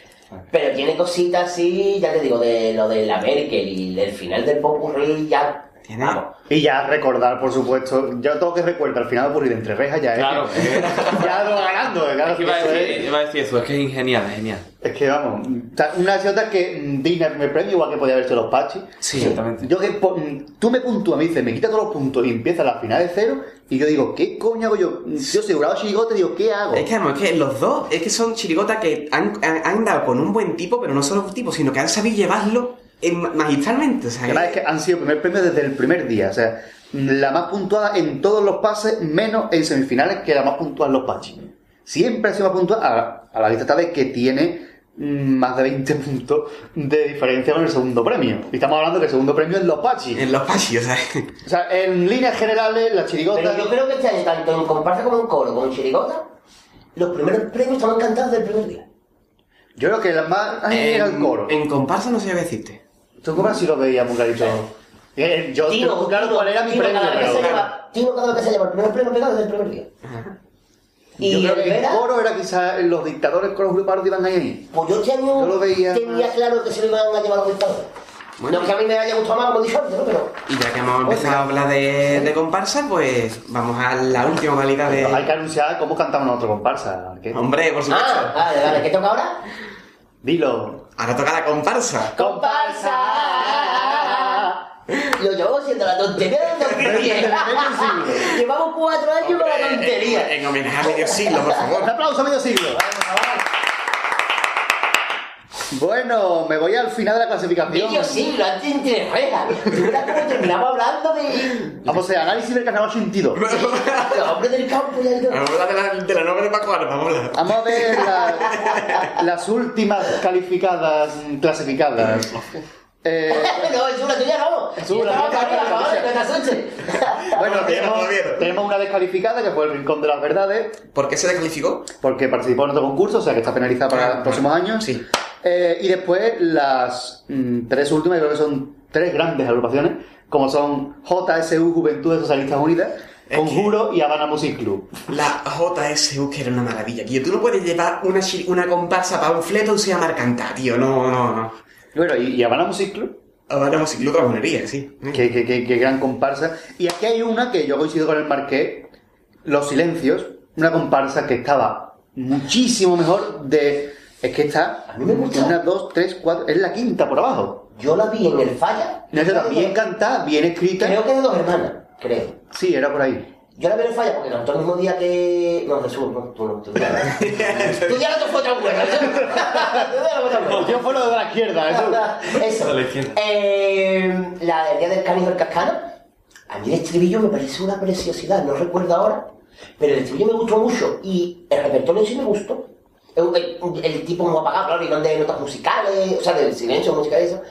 S3: Pero tiene cositas así, ya te digo, de lo de la Merkel y del final del Popurrí, ya.
S5: Tiene-
S3: Vamos.
S2: Y ya recordar, por supuesto, ya todo que recuerda al final ocurrido entre rejas ya es-
S4: Claro.
S2: ya lo ganando, claro,
S4: Es que iba a
S2: eso es-
S4: decir- iba a decir eso, es que es genial, es genial.
S2: Es que vamos, ta- una ciudad que mm, digna me premio, igual que podía haber hecho los Pachis.
S5: Sí,
S4: Exactamente.
S2: Yo que po- mm, tú me puntúas, me dices, me quita todos los puntos y empieza la final de cero, y yo digo, ¿qué coño hago yo? Yo segurado chigote, digo, ¿qué hago?
S5: Es que, vamos, es que los dos, es que son chirigotas que han, han, han dado con un buen tipo, pero no solo un tipo, sino que han sabido llevarlo en- magistralmente. O sea,
S2: Además, es
S5: que-
S2: que han sido primer premio desde el primer día, o sea, mm, la más puntuada en todos los pases, menos en semifinales, que la más puntual en los Pachis. Siempre ha sido más puntual, a, a la vista tal de que tiene mm, más de 20 <laughs> puntos de diferencia con el segundo premio. Y estamos hablando que el segundo premio es los Pachis.
S5: En los pachis, o sea.
S2: O sea, en líneas generales, la chirigota.
S3: Pero yo creo que este año, tanto en comparsa como en coro, como en chirigota, los primeros premios estaban cantados del primer día.
S2: Yo creo que la más. Ay, era el coro.
S5: en comparsa no sé qué decirte.
S2: ¿Tú cómo así lo veías, muy clarito? Eh, Yo tengo claro cuál era mi
S3: Tino
S2: premio,
S3: cada vez que
S2: pero.
S3: se lleva- Tino cada vez que se lleva el primer premio pegado desde el primer día.
S2: Yo
S3: Y
S2: creo que el
S3: Vera,
S2: coro era quizás los dictadores con los grupos iban ahí.
S3: pues yo este año
S2: Yo lo veía
S3: tenía
S2: más-
S3: claro que se lo iban a llevar los dictadores.
S5: Bueno.
S3: no es que a mí me haya gustado más como dije antes, ¿no? Pero
S5: Y ya que hemos empezado a hablar de, de comparsa, pues vamos a la última modalidad
S2: Hay
S5: de.
S2: que anunciar cómo cantamos nosotros comparsa. ¿qué?
S5: Hombre, por supuesto.
S3: Ah, vale, vale, ¿qué toca ahora?
S2: Dilo.
S5: Ahora toca la comparsa.
S3: ¡Comparsa! <laughs> Lo llevamos siendo la tontería
S2: <laughs>
S3: de tontería. Llevamos cuatro años con la tontería. <laughs>
S5: En homenaje a medio siglo, por favor.
S2: Un aplauso a medio siglo. Bueno, me voy al final de la
S3: Medio
S2: clasificación.
S3: siglo, antes entre rejas. Tú verás cómo terminamos
S2: <laughs>
S3: hablando de.
S2: Vamos a análisis del carnaval sin tiro.
S3: Los hombres del campo y el.
S4: Vamos a hablar de la, de la novela de Paco Armas, vamos a hablar.
S2: Vamos a ver la- las últimas calificadas, clasificadas. Eh,
S3: <laughs> No, es una tuya, no.
S2: Es una,
S3: Yo estaba
S2: ya está,
S3: arriba,
S2: ya está.
S3: cabrón, no te asustes.
S2: Eh, bueno,
S4: Todavía,
S2: tenemos,
S4: todavía.
S2: tenemos una descalificada que fue el Rincón de las Verdades,
S5: ¿Por qué se descalificó?
S2: porque participó en otro concurso, o sea que está penalizada para
S5: Ah,
S2: los próximos años.
S5: sí.
S2: Eh, y después las mm, tres últimas, creo que son tres grandes agrupaciones, como son JSU, Juventudes Socialistas Unidas,
S5: Es
S2: Conjuro y Habana Music Club.
S5: La JSU, que era una maravilla, tío. Tú no puedes llevar una, chi- una comparsa para un fleto y llamar cantar, tío. No, no, no.
S2: Y Bueno, y, y Habana Music Club,
S5: Ahora vamos a cabonería, sí.
S3: Mm.
S2: que, que- que- que gran comparsa. Y aquí hay una que yo coincido con el Marqués, Los Silencios, una comparsa que estaba muchísimo mejor de... Es que está...
S3: A mí me gusta.
S2: Una, dos, tres, cuatro... Es la quinta por abajo.
S3: Yo la vi en el falla.
S2: No, esa está bien cantada, bien escrita.
S3: Creo que es de dos hermanas, creo.
S2: Sí, era por ahí.
S3: Yo la vi en el falla porque cantó el mismo día que. No, Jesús, no, tú no, tú ya. Tú ya no te fue otra buena. <laughs> Tú ya no fue otra buena.
S2: Yo fue lo de la izquierda,
S3: Eso.
S4: A la izquierda.
S3: Eh, la del día del canijo del cascano. A mí el estribillo me parece una preciosidad, no recuerdo ahora. Pero el estribillo me gustó mucho y el repertorio sí me gustó. El, el- el tipo muy apagado, claro, y no de notas musicales, o sea, del silencio musical y eso.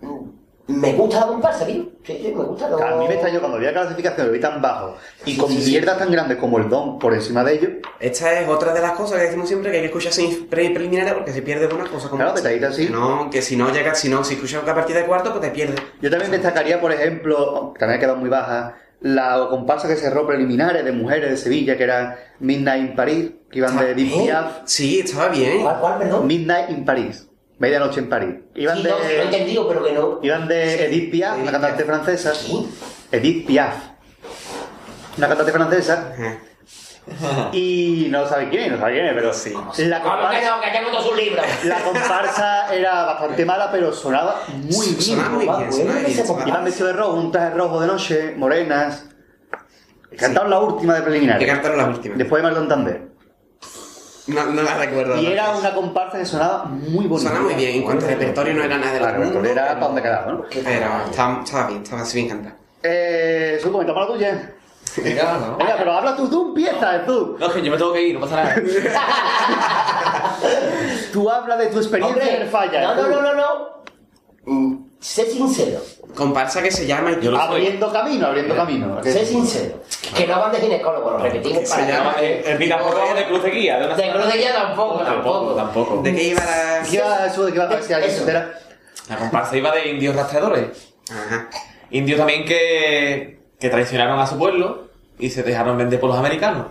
S3: Mm, Me gusta la comparsa, tío. Sí, sí, me gusta. no-
S2: <laughs> A mí me extrañó cuando vi la clasificación, lo vi tan bajo y
S3: Sí,
S2: con
S3: sí, sí.
S2: mierdas tan grandes como el Don por encima de ellos.
S5: Esta es otra de las cosas que decimos siempre que hay que escuchar sin pre preliminares porque se pierde una cosa como
S2: Claro,
S5: esta.
S2: petadita así.
S5: Que No, que si no llegas, si no, si escuchas a partir de cuarto, pues te pierdes.
S2: Yo también destacaría, por ejemplo, que también ha quedado muy baja, la comparsa que cerró preliminares de mujeres de Sevilla, que era Midnight in París, que iban de Deep Piaf.
S5: Sí, estaba bien.
S3: ¿Cuál, cuál, perdón?
S2: Midnight in París, medianoche en París. Iban
S3: Sí, no, sí, lo he
S2: de,
S3: entendido, pero que no.
S2: iban de Edith Piaf,
S5: Edith
S2: una cantante francesa.
S3: ¿Sí?
S2: Edith Piaf, una cantante francesa.
S5: Ajá.
S2: Y no sabe quién es, no sabe quién es, pero
S5: Sí.
S2: La
S3: Ah,
S2: comparsa,
S3: que Ah. no, que ya anotó su libro.
S2: La comparsa era bastante mala, pero sonaba muy bien.
S5: Sonaba muy
S3: guapo,
S5: bien,
S3: ¿eh?
S5: sonaba
S3: Ese
S5: bien, sonaba
S3: poco.
S2: Iban vestidos de rojo, un traje rojo de noche, morenas. Cantaron la última de preliminar.
S5: Que cantaron las últimas.
S2: Después de Marlon Tander.
S5: No, no la recuerdo.
S2: Y
S5: no.
S2: era una comparsa que sonaba muy bonita.
S5: Sonaba muy bien. En cuanto a repertorio no era nada de
S2: Claro,
S5: la
S2: el repertorio era para donde quedaba, ¿no?
S3: Qué
S5: Pero
S3: maravilla.
S5: estaba, estaba bien, estaba así bien cantada.
S2: Eh, Su comentamos la tuya. Venga, pero habla tú, tú empieza, eh, tú.
S4: No, que yo me tengo que ir, no pasa nada.
S2: Tú habla de tu experiencia
S3: Hombre,
S2: en el falla. eh,
S3: No, no,
S2: tú.
S3: no, no, no. Mm, Sé sincero,
S5: Comparsa que se llama... Ah,
S4: Yo lo-
S2: Abriendo camino, abriendo camino.
S3: sé sincero. Que no van de ginecólogo, lo repetimos
S5: Se
S3: para que
S5: llama-
S3: no-
S4: El el pitaporro de Cruz de Guía, de una
S3: De cruz de guía tampoco,
S4: eh. Tampoco,
S3: tampoco.
S4: tampoco.
S5: ¿De qué iba la...?
S2: Ya, eso de que va a aparecer alguien
S3: Eso.
S2: entera.
S4: La comparsa iba de indios rastreadores.
S5: Ajá.
S4: Indios también que, que traicionaron a su pueblo y se dejaron vender por los americanos.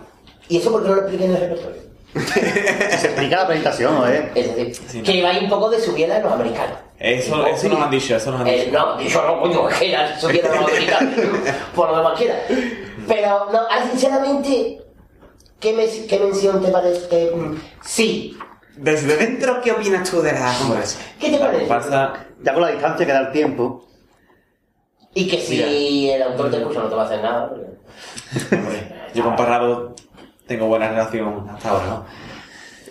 S3: ¿Y eso porque no lo expliqué en el repertorio?
S2: Se explica la presentación, ¿eh?
S3: Es decir,
S4: Sí, no.
S3: que iba ahí un poco de su vida de los americanos.
S4: Eso, eso nos han dicho, eso nos han
S3: Eh,
S4: dicho.
S3: no, yo no coño, que era su vida de los
S4: <laughs>
S3: americanos, por lo demás quiera. Pero, no, ahora, sinceramente, ¿qué, me- qué mención te parece? que, mm, sí.
S5: Desde dentro, ¿qué opinas tú de la comparsa?
S3: ¿Qué te
S4: La
S3: parece?
S4: comparsa
S2: Ya con la distancia que da el tiempo.
S3: Y que si el autor te escucha no te va a hacer nada. porque-
S4: <laughs> Yo con Parrado tengo buena relación hasta ahora, ¿no?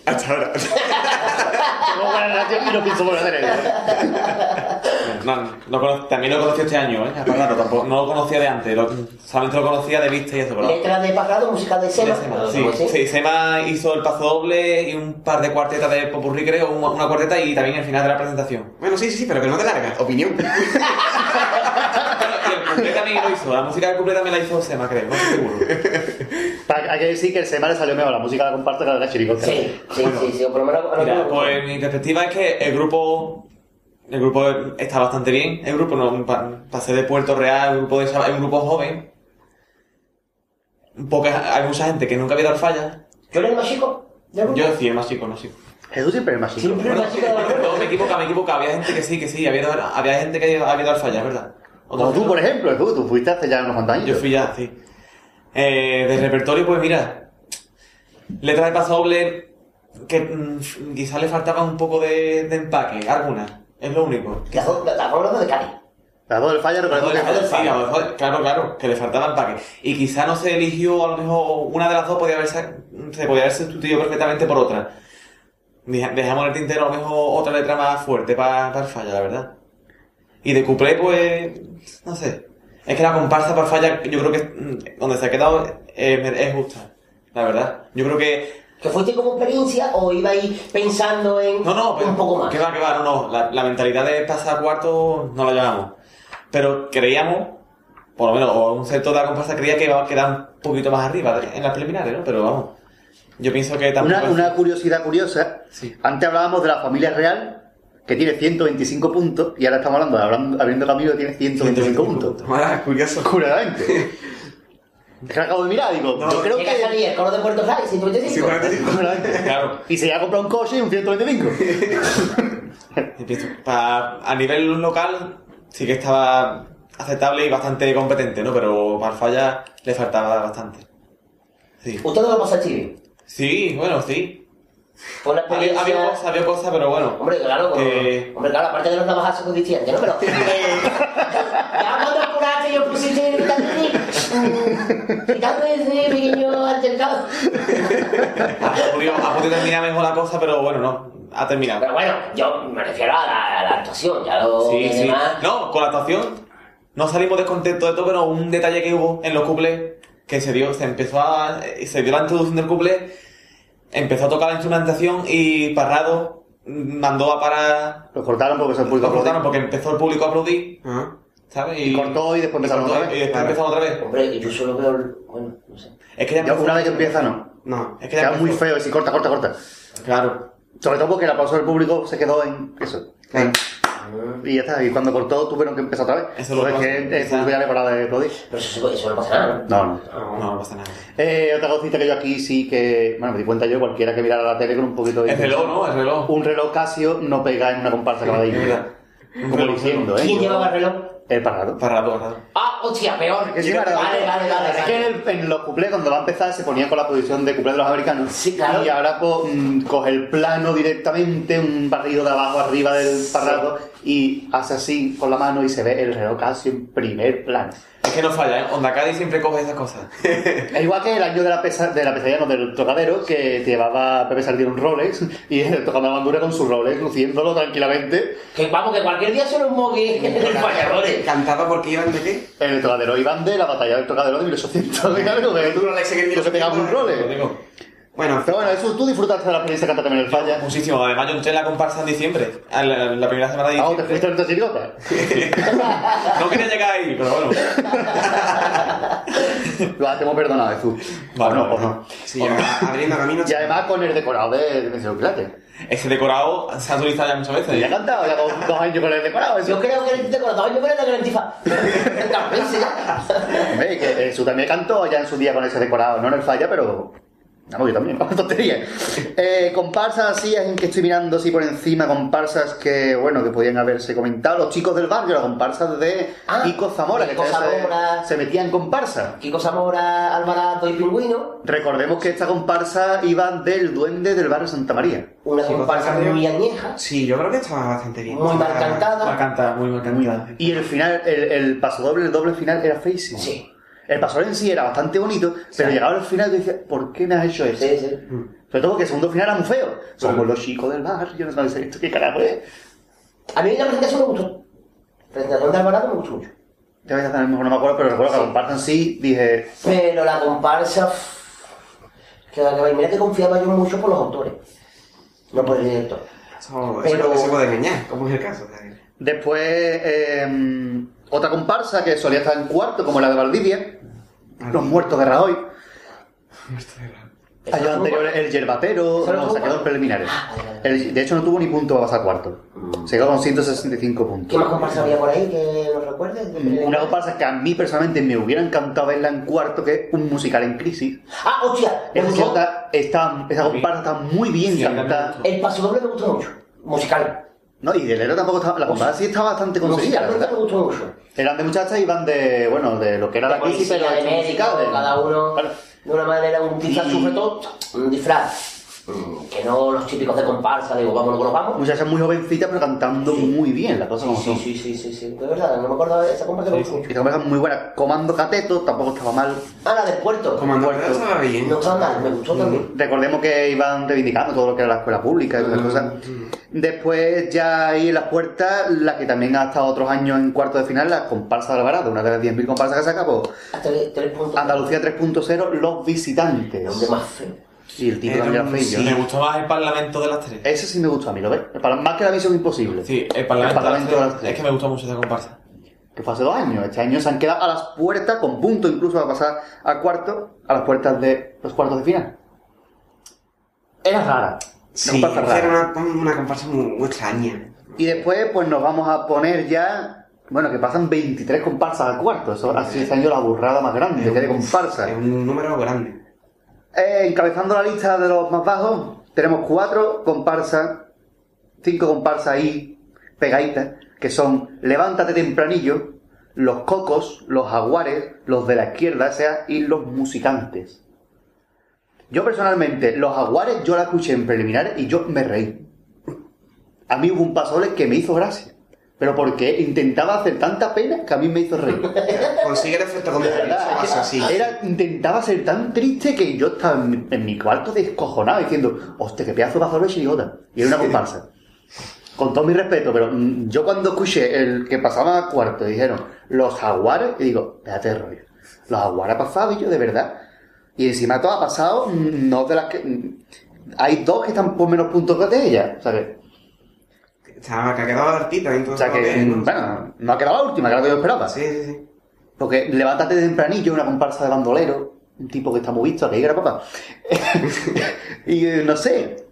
S5: Hasta ahora.
S2: Tengo buena relación y no pienso volver a tener. ¿eh?
S4: No, no cono- también lo conocí este año, ¿eh? A Parrado tampoco, no lo conocía de antes, lo, solamente lo conocía de vista y eso, pero...
S3: Ah, Letra de Pajardo, música de
S4: de
S3: Sema.
S4: Sema,
S3: ¿no?
S4: Sí,
S3: ¿Sí?
S4: sí, Sema hizo el paso doble y un par de cuartetas de Popurrí, creo, una, una cuarteta y también el final de la presentación.
S5: Bueno, sí, sí, sí, pero que no te largas. Opinión.
S4: Y el cumple también lo hizo, la música del cumple también la hizo Sema, creo, no
S3: <laughs>
S4: estoy seguro.
S2: Pa- Hay que decir que el semana salió mejor, la música la comparto con la chiricota.
S3: Sí, sí, sí, sí, o por lo menos.
S4: Mira, pues mi perspectiva es que el grupo el grupo está bastante bien. El grupo no pa- pasé de Puerto Real, el grupo de Saba- es un grupo joven. Poca, hay mucha gente que nunca ha ido al falla.
S3: ¿Yo era el más chico? ¿Yo?
S4: Yo sí, el más chico, no chico.
S2: Jesús siempre es más chico.
S3: Siempre el más chico de
S4: <laughs>
S3: la
S4: No,
S3: banda.
S4: me equivoco, me equivoco. Había gente que sí, que sí, había, ido- había gente que había ido al falla, es verdad. Otra
S2: Como tú,
S4: gente
S2: por
S4: no.
S2: ejemplo, Jesús, tú fuiste hace ya unos cuantos años.
S4: Yo fui ya, sí. Eh, de repertorio, pues mira, letras de paso doble que mm, quizá le faltaba un poco de, de empaque, alguna. Es lo único.
S3: La la hablando de Cádiz.
S2: Las dos del falla recordemos
S4: Joder,
S2: que...
S4: joder, sí, a lo mejor, claro, claro, que le faltaba empaque. Y quizá no se eligió, a lo mejor una de las dos podía haberse, se podía haber sustituido perfectamente por otra. Deja- Dejamos en el tintero a lo mejor otra letra más fuerte para el falla, la verdad. Y de cuplé, pues. No sé. Es que la comparsa para falla, yo creo que mm, donde se ha quedado eh, me- es justa, la verdad. Yo creo que.
S3: ¿Que fuiste como experiencia o ibais pensando en
S4: No, no, pero.
S3: un poco más?
S4: Que va, que va, no, no. La, la mentalidad de pasar cuarto no la llevamos. Pero creíamos, por lo menos, o un sector de la comparsa creía que iba a quedar un poquito más arriba de- en las preliminares, ¿no? Pero vamos. Yo pienso que tampoco.
S2: Una,
S4: es-
S2: una curiosidad curiosa.
S4: Sí.
S2: Antes hablábamos de la familia real, que tiene 125 puntos, y ahora estamos hablando de hablando- abriendo camino que tiene 125,
S4: 125
S2: puntos.
S5: Ah, curioso.
S4: <laughs>
S2: Curadamente. Es que acabo de mirar, digo,
S5: No,
S2: yo creo
S3: Llega a
S2: que...
S3: salir el coro de Puerto Rico, 125.
S4: Claro.
S2: Y se ha comprado un coche y un 125.
S4: Yo pienso, pa- a nivel local sí que estaba aceptable y bastante competente, ¿no? Pero para el falla le faltaba bastante. Sí,
S3: ¿Usted no lo pasa chibi?
S4: sí bueno, sí.
S3: Por la
S4: Había,
S3: experiencia...
S4: había cosas, había cosas, pero bueno.
S3: Hombre, claro, como-
S4: Eh.
S3: hombre, claro, aparte de los navajazos con distiantes, ¿no? Pero... eh, ya cuando apuraste y os pusiste en el tantín, quitando ese pequeño altercado.
S4: Ha podido, ha podido terminar mejor la cosa, pero bueno, no. Ha terminado.
S3: Pero bueno, yo me refiero a la, a la actuación, ya lo
S4: Sí, sí.
S3: demás...
S4: No, con la actuación no salimos descontentos de todo, pero un detalle que hubo en los cuplés que se dio, se empezó a. eh, se dio la introducción del cuplé, empezó a tocar la instrumentación y Parrado mm, mandó a parar.
S2: Lo cortaron porque se han
S4: Lo
S2: público
S4: cortaron porque empezó el público a aplaudir,
S5: Ah.
S4: ¿sabes?
S2: Y cortó y después empezaron
S4: cortó
S2: otra vez.
S4: y después
S5: Claro.
S4: empezaron otra vez.
S3: Hombre, yo solo veo... el- Bueno, no sé.
S4: Es que ya
S2: Ya
S4: empezó.
S2: una vez que empieza, no.
S5: No.
S4: Es que ya
S2: Queda muy
S4: empezó.
S2: feo, si corta, corta, corta.
S4: Claro.
S2: Sobre todo porque el aplauso del público se quedó en eso.
S5: Claro.
S2: Y ya está, y cuando cortó tuvieron que empezar otra vez.
S4: Eso lo
S2: Entonces,
S4: pasa.
S2: que el público ya le paraba de aplaudir.
S3: Pero eso, eso no pasa nada, ¿no?
S2: No, no.
S4: No, no pasa nada.
S2: Eh, otra cosita que yo aquí sí que. Bueno, me di cuenta yo, cualquiera que mirara la tele con un poquito de.
S4: El reloj, ¿no? El reloj.
S2: Un reloj Casio no pega en una comparsa que va de
S4: Es
S2: ir.
S4: verdad. Un
S2: Como
S4: reloj.
S2: diciendo, ¿eh?
S3: ¿Quién
S2: Yo-
S3: llevaba el reloj?
S2: El parrado.
S4: Parrado, parrado.
S3: Ah, hostia, peor.
S2: Que sí,
S3: vale,
S2: parrado.
S3: vale, vale, vale.
S2: Es que en, el- en los cuplés, cuando va a empezar, se ponía con la posición de cuplé de los americanos.
S3: Sí, claro.
S2: Y ahora pues, mm, coge el plano directamente, un barrido de abajo arriba del parrado, y hace así con la mano y se ve el reloj Casio en primer plano.
S4: Es que no falla, ¿eh? Onda Cádiz siempre coge
S2: <laughs>
S4: esas cosas.
S2: Es igual que el año de la, pesa, de la pesadilla, no, del tocadero, que llevaba Pepe Sardín un Rolex y él tocando la bandura con su Rolex, luciéndolo tranquilamente.
S3: Que vamos, que cualquier día son un moque <laughs> de falladores.
S5: ¿Cantaba porque iban de qué?
S2: En el tocadero Iván de la batalla del tocadero de 1800 y algo, que tú
S5: Rolex que
S2: no se pegaba un
S4: Lo
S2: Rolex.
S4: digo.
S5: Bueno,
S2: Pero bueno, eso tú disfrutaste de la experiencia canta también el falla.
S4: Muchísimo. Además, yo entré en la comparsa en diciembre. a La, la primera semana de
S2: Ah, te
S4: diciembre.
S2: fuiste en idiota.
S3: <laughs>
S4: No quería llegar ahí, pero bueno.
S2: Lo te hemos perdonado, Jesús.
S4: Vale,
S2: o no,
S4: vale.
S2: o no.
S5: sí, abriendo camino.
S2: Y además con el decorado de Dimensión Quilate.
S4: Ese decorado se ha utilizado ya muchas veces.
S2: Ya he cantado, ya con dos años con el decorado. Eso.
S3: Yo creo que te cortaba, yo creo que era Antifa.
S4: <laughs>
S3: <laughs>
S2: Hombre, que Jesús también cantó ya en su día con ese decorado, no en el falla, pero. No, yo también, <laughs> vamos, tontería. Eh, comparsas así, en que estoy mirando así por encima, comparsas que, bueno, que podían haberse comentado. Los chicos del barrio, las comparsas de
S3: Ah,
S2: Kiko Zamora,
S3: Kiko
S2: que esta vez se-
S3: Zamora.
S2: se metía en comparsa.
S3: Kiko Zamora, Alvarado y Pingüino.
S2: Recordemos que esta comparsa iba del duende del barrio Santa María.
S3: Una
S5: Kiko
S3: comparsa
S5: Zamora.
S3: muy añeja,
S5: Sí, yo creo que estaba bastante bien.
S3: muy mal
S5: Estaba-
S4: Me
S3: cantada.
S4: encanta, muy me encanta.
S2: Y el final, el, el paso doble, el doble final era feísimo.
S3: Sí.
S2: El paso doble en sí era bastante bonito, pero
S3: Sí.
S2: llegaba al final y decía, ¿por qué me has hecho eso?
S3: Sí, sí.
S2: Sobre todo porque el segundo final era muy feo. Somos los chicos del barrio, no sé esto, qué carajo es.
S3: A mí la presentación me gustó. La presentación de Alvarado me gustó mucho.
S2: Ya ves, a lo mejor no me acuerdo, pero recuerdo que la comparsa en sí, dije,
S3: Pero la comparsa. uff, Que la que mira que confiaba yo mucho por los autores, no por el director.
S5: Eso,
S3: Pero-
S5: eso no se puede engañar, como es el caso. ¿sabes?
S2: Después, eh, otra comparsa que solía estar en cuarto, como la de Valdivia,
S3: Ah.
S2: Los Muertos de Rajoy.
S3: ¿Eso
S2: Año
S3: no
S2: Ah, anterior,
S3: tuvo?
S2: el yerbatero,
S3: ¿Eso no
S2: no,
S3: tuvo
S2: se quedó en
S3: cuarto?
S2: preliminares.
S3: Ah, vale, vale. Mm.
S2: El- de hecho, no tuvo ni punto para pasar cuarto. Se quedó con 165
S3: ¿Qué
S2: puntos.
S3: más comparsa había por ahí que nos recuerdes?
S2: Mm, Una comparsa que a mí personalmente me hubiera encantado verla en cuarto, que es un musical en crisis.
S3: Ah, hostia, me
S2: Esa,
S3: gustó.
S2: está, está- esa comparsa está muy bien
S4: Sí,
S2: cantada.
S4: también.
S3: El paso doble me gustó mucho. Musical.
S2: No, y de Lero tampoco estaba.
S3: Pues
S2: La comparsa sí está bastante conseguida, la
S3: Musicalmente
S2: verdad.
S3: me gustó mucho.
S2: Eran de muchachas y van de, bueno, de lo que era
S3: De
S2: la crisis,
S3: policía,
S2: pero
S3: de
S2: hecho
S3: médico,
S2: musical. de-
S3: cada uno
S2: Claro.
S3: de una manera, un disfraz
S2: Y-
S3: sobre todo, un disfraz. mm, que no los típicos de comparsa, digo, vámonos, que nos vamos.
S2: Muchachas muy jovencitas, pero cantando muy bien, las cosas como
S3: Sí,
S2: son.
S3: sí, sí, sí, sí, de verdad, no me acuerdo de esa comparsa que me gustó
S2: Y
S3: mucho.
S2: también es muy buena. Comando cateto, tampoco estaba mal.
S3: Ana del Puerto.
S5: Comando
S2: Muerto.
S5: Real estaba bien.
S3: No está mal, me
S2: Mm.
S3: gustó también.
S2: Recordemos que iban reivindicando todo lo que era la escuela pública y todas esas cosas.
S5: Mm,
S2: Después ya ahí en las puertas, la que también ha estado otros años en cuarto de final, la comparsa de Alvarado, una de las 10.000 comparsas que saca, pues
S3: Tres, tres puntos.
S2: Andalucía 3.0, los
S3: El nombre
S2: visitantes.
S3: más feo.
S2: Y el título
S5: Era
S2: también
S5: un
S2: era feillo.
S4: Me gustó más el Parlamento de las Tres.
S2: Ese sí me gustó a mí, ¿lo ves? Para- Más que la misión imposible.
S4: Sí, el Parlamento,
S2: El Parlamento
S4: de
S2: de
S4: las
S2: las
S4: Tres.
S2: Tres.
S4: Es que me gustó mucho esa comparsa.
S2: que fue hace dos años. Este año se han quedado a las puertas, con punto incluso a pasar a cuarto, a las puertas de los cuartos de final. Era rara.
S5: Sí,
S2: no pasa rara.
S5: era una, una comparsa muy, muy extraña.
S2: Y después, pues nos vamos a poner ya. Bueno, que pasan 23 comparsas a cuarto. Eso ha sido este año la burrada más grande que hay de comparsas.
S5: Es un número grande.
S2: Eh, encabezando la lista de los más bajos, tenemos cuatro comparsas, cinco comparsas ahí, pegaditas, que son Levántate Tempranillo, Los Cocos, Los Jaguares, Los de la Izquierda, o sea, y Los Musicantes. Yo personalmente, Los Jaguares yo la escuché en preliminares y yo me reí. A mí hubo un pasole que me hizo gracia, pero porque intentaba hacer tanta pena que a mí me hizo reír.
S5: Consigue el efecto
S2: De
S5: contrario.
S2: verdad,
S5: Eso
S2: es que
S5: pasa así.
S2: era- intentaba ser tan triste que yo estaba en, mi- en mi cuarto descojonado diciendo, hostia, qué pedazo de pastor de chirigota. Y era una comparsa. Con todo mi respeto, pero mm, yo cuando escuché el que pasaba a cuarto, dijeron, los jaguares, y digo, espérate, rollo. Los jaguares ha pasado, y yo, de verdad. Y encima todo ha pasado, mm, no de las que. mm, Hay dos que están por menos puntos que de ella. O sea que,
S5: Estaba, que ha quedado hartita
S2: o
S5: entonces.
S2: sea que,
S5: bien, Pues ¿no?
S2: mm, bueno, no ha quedado la última, que era lo que yo esperaba.
S5: Sí, sí, sí.
S2: Porque Levántate tempranillo, una comparsa de bandolero, un tipo que está muy visto, que llega papá. <laughs> y eh, no sé,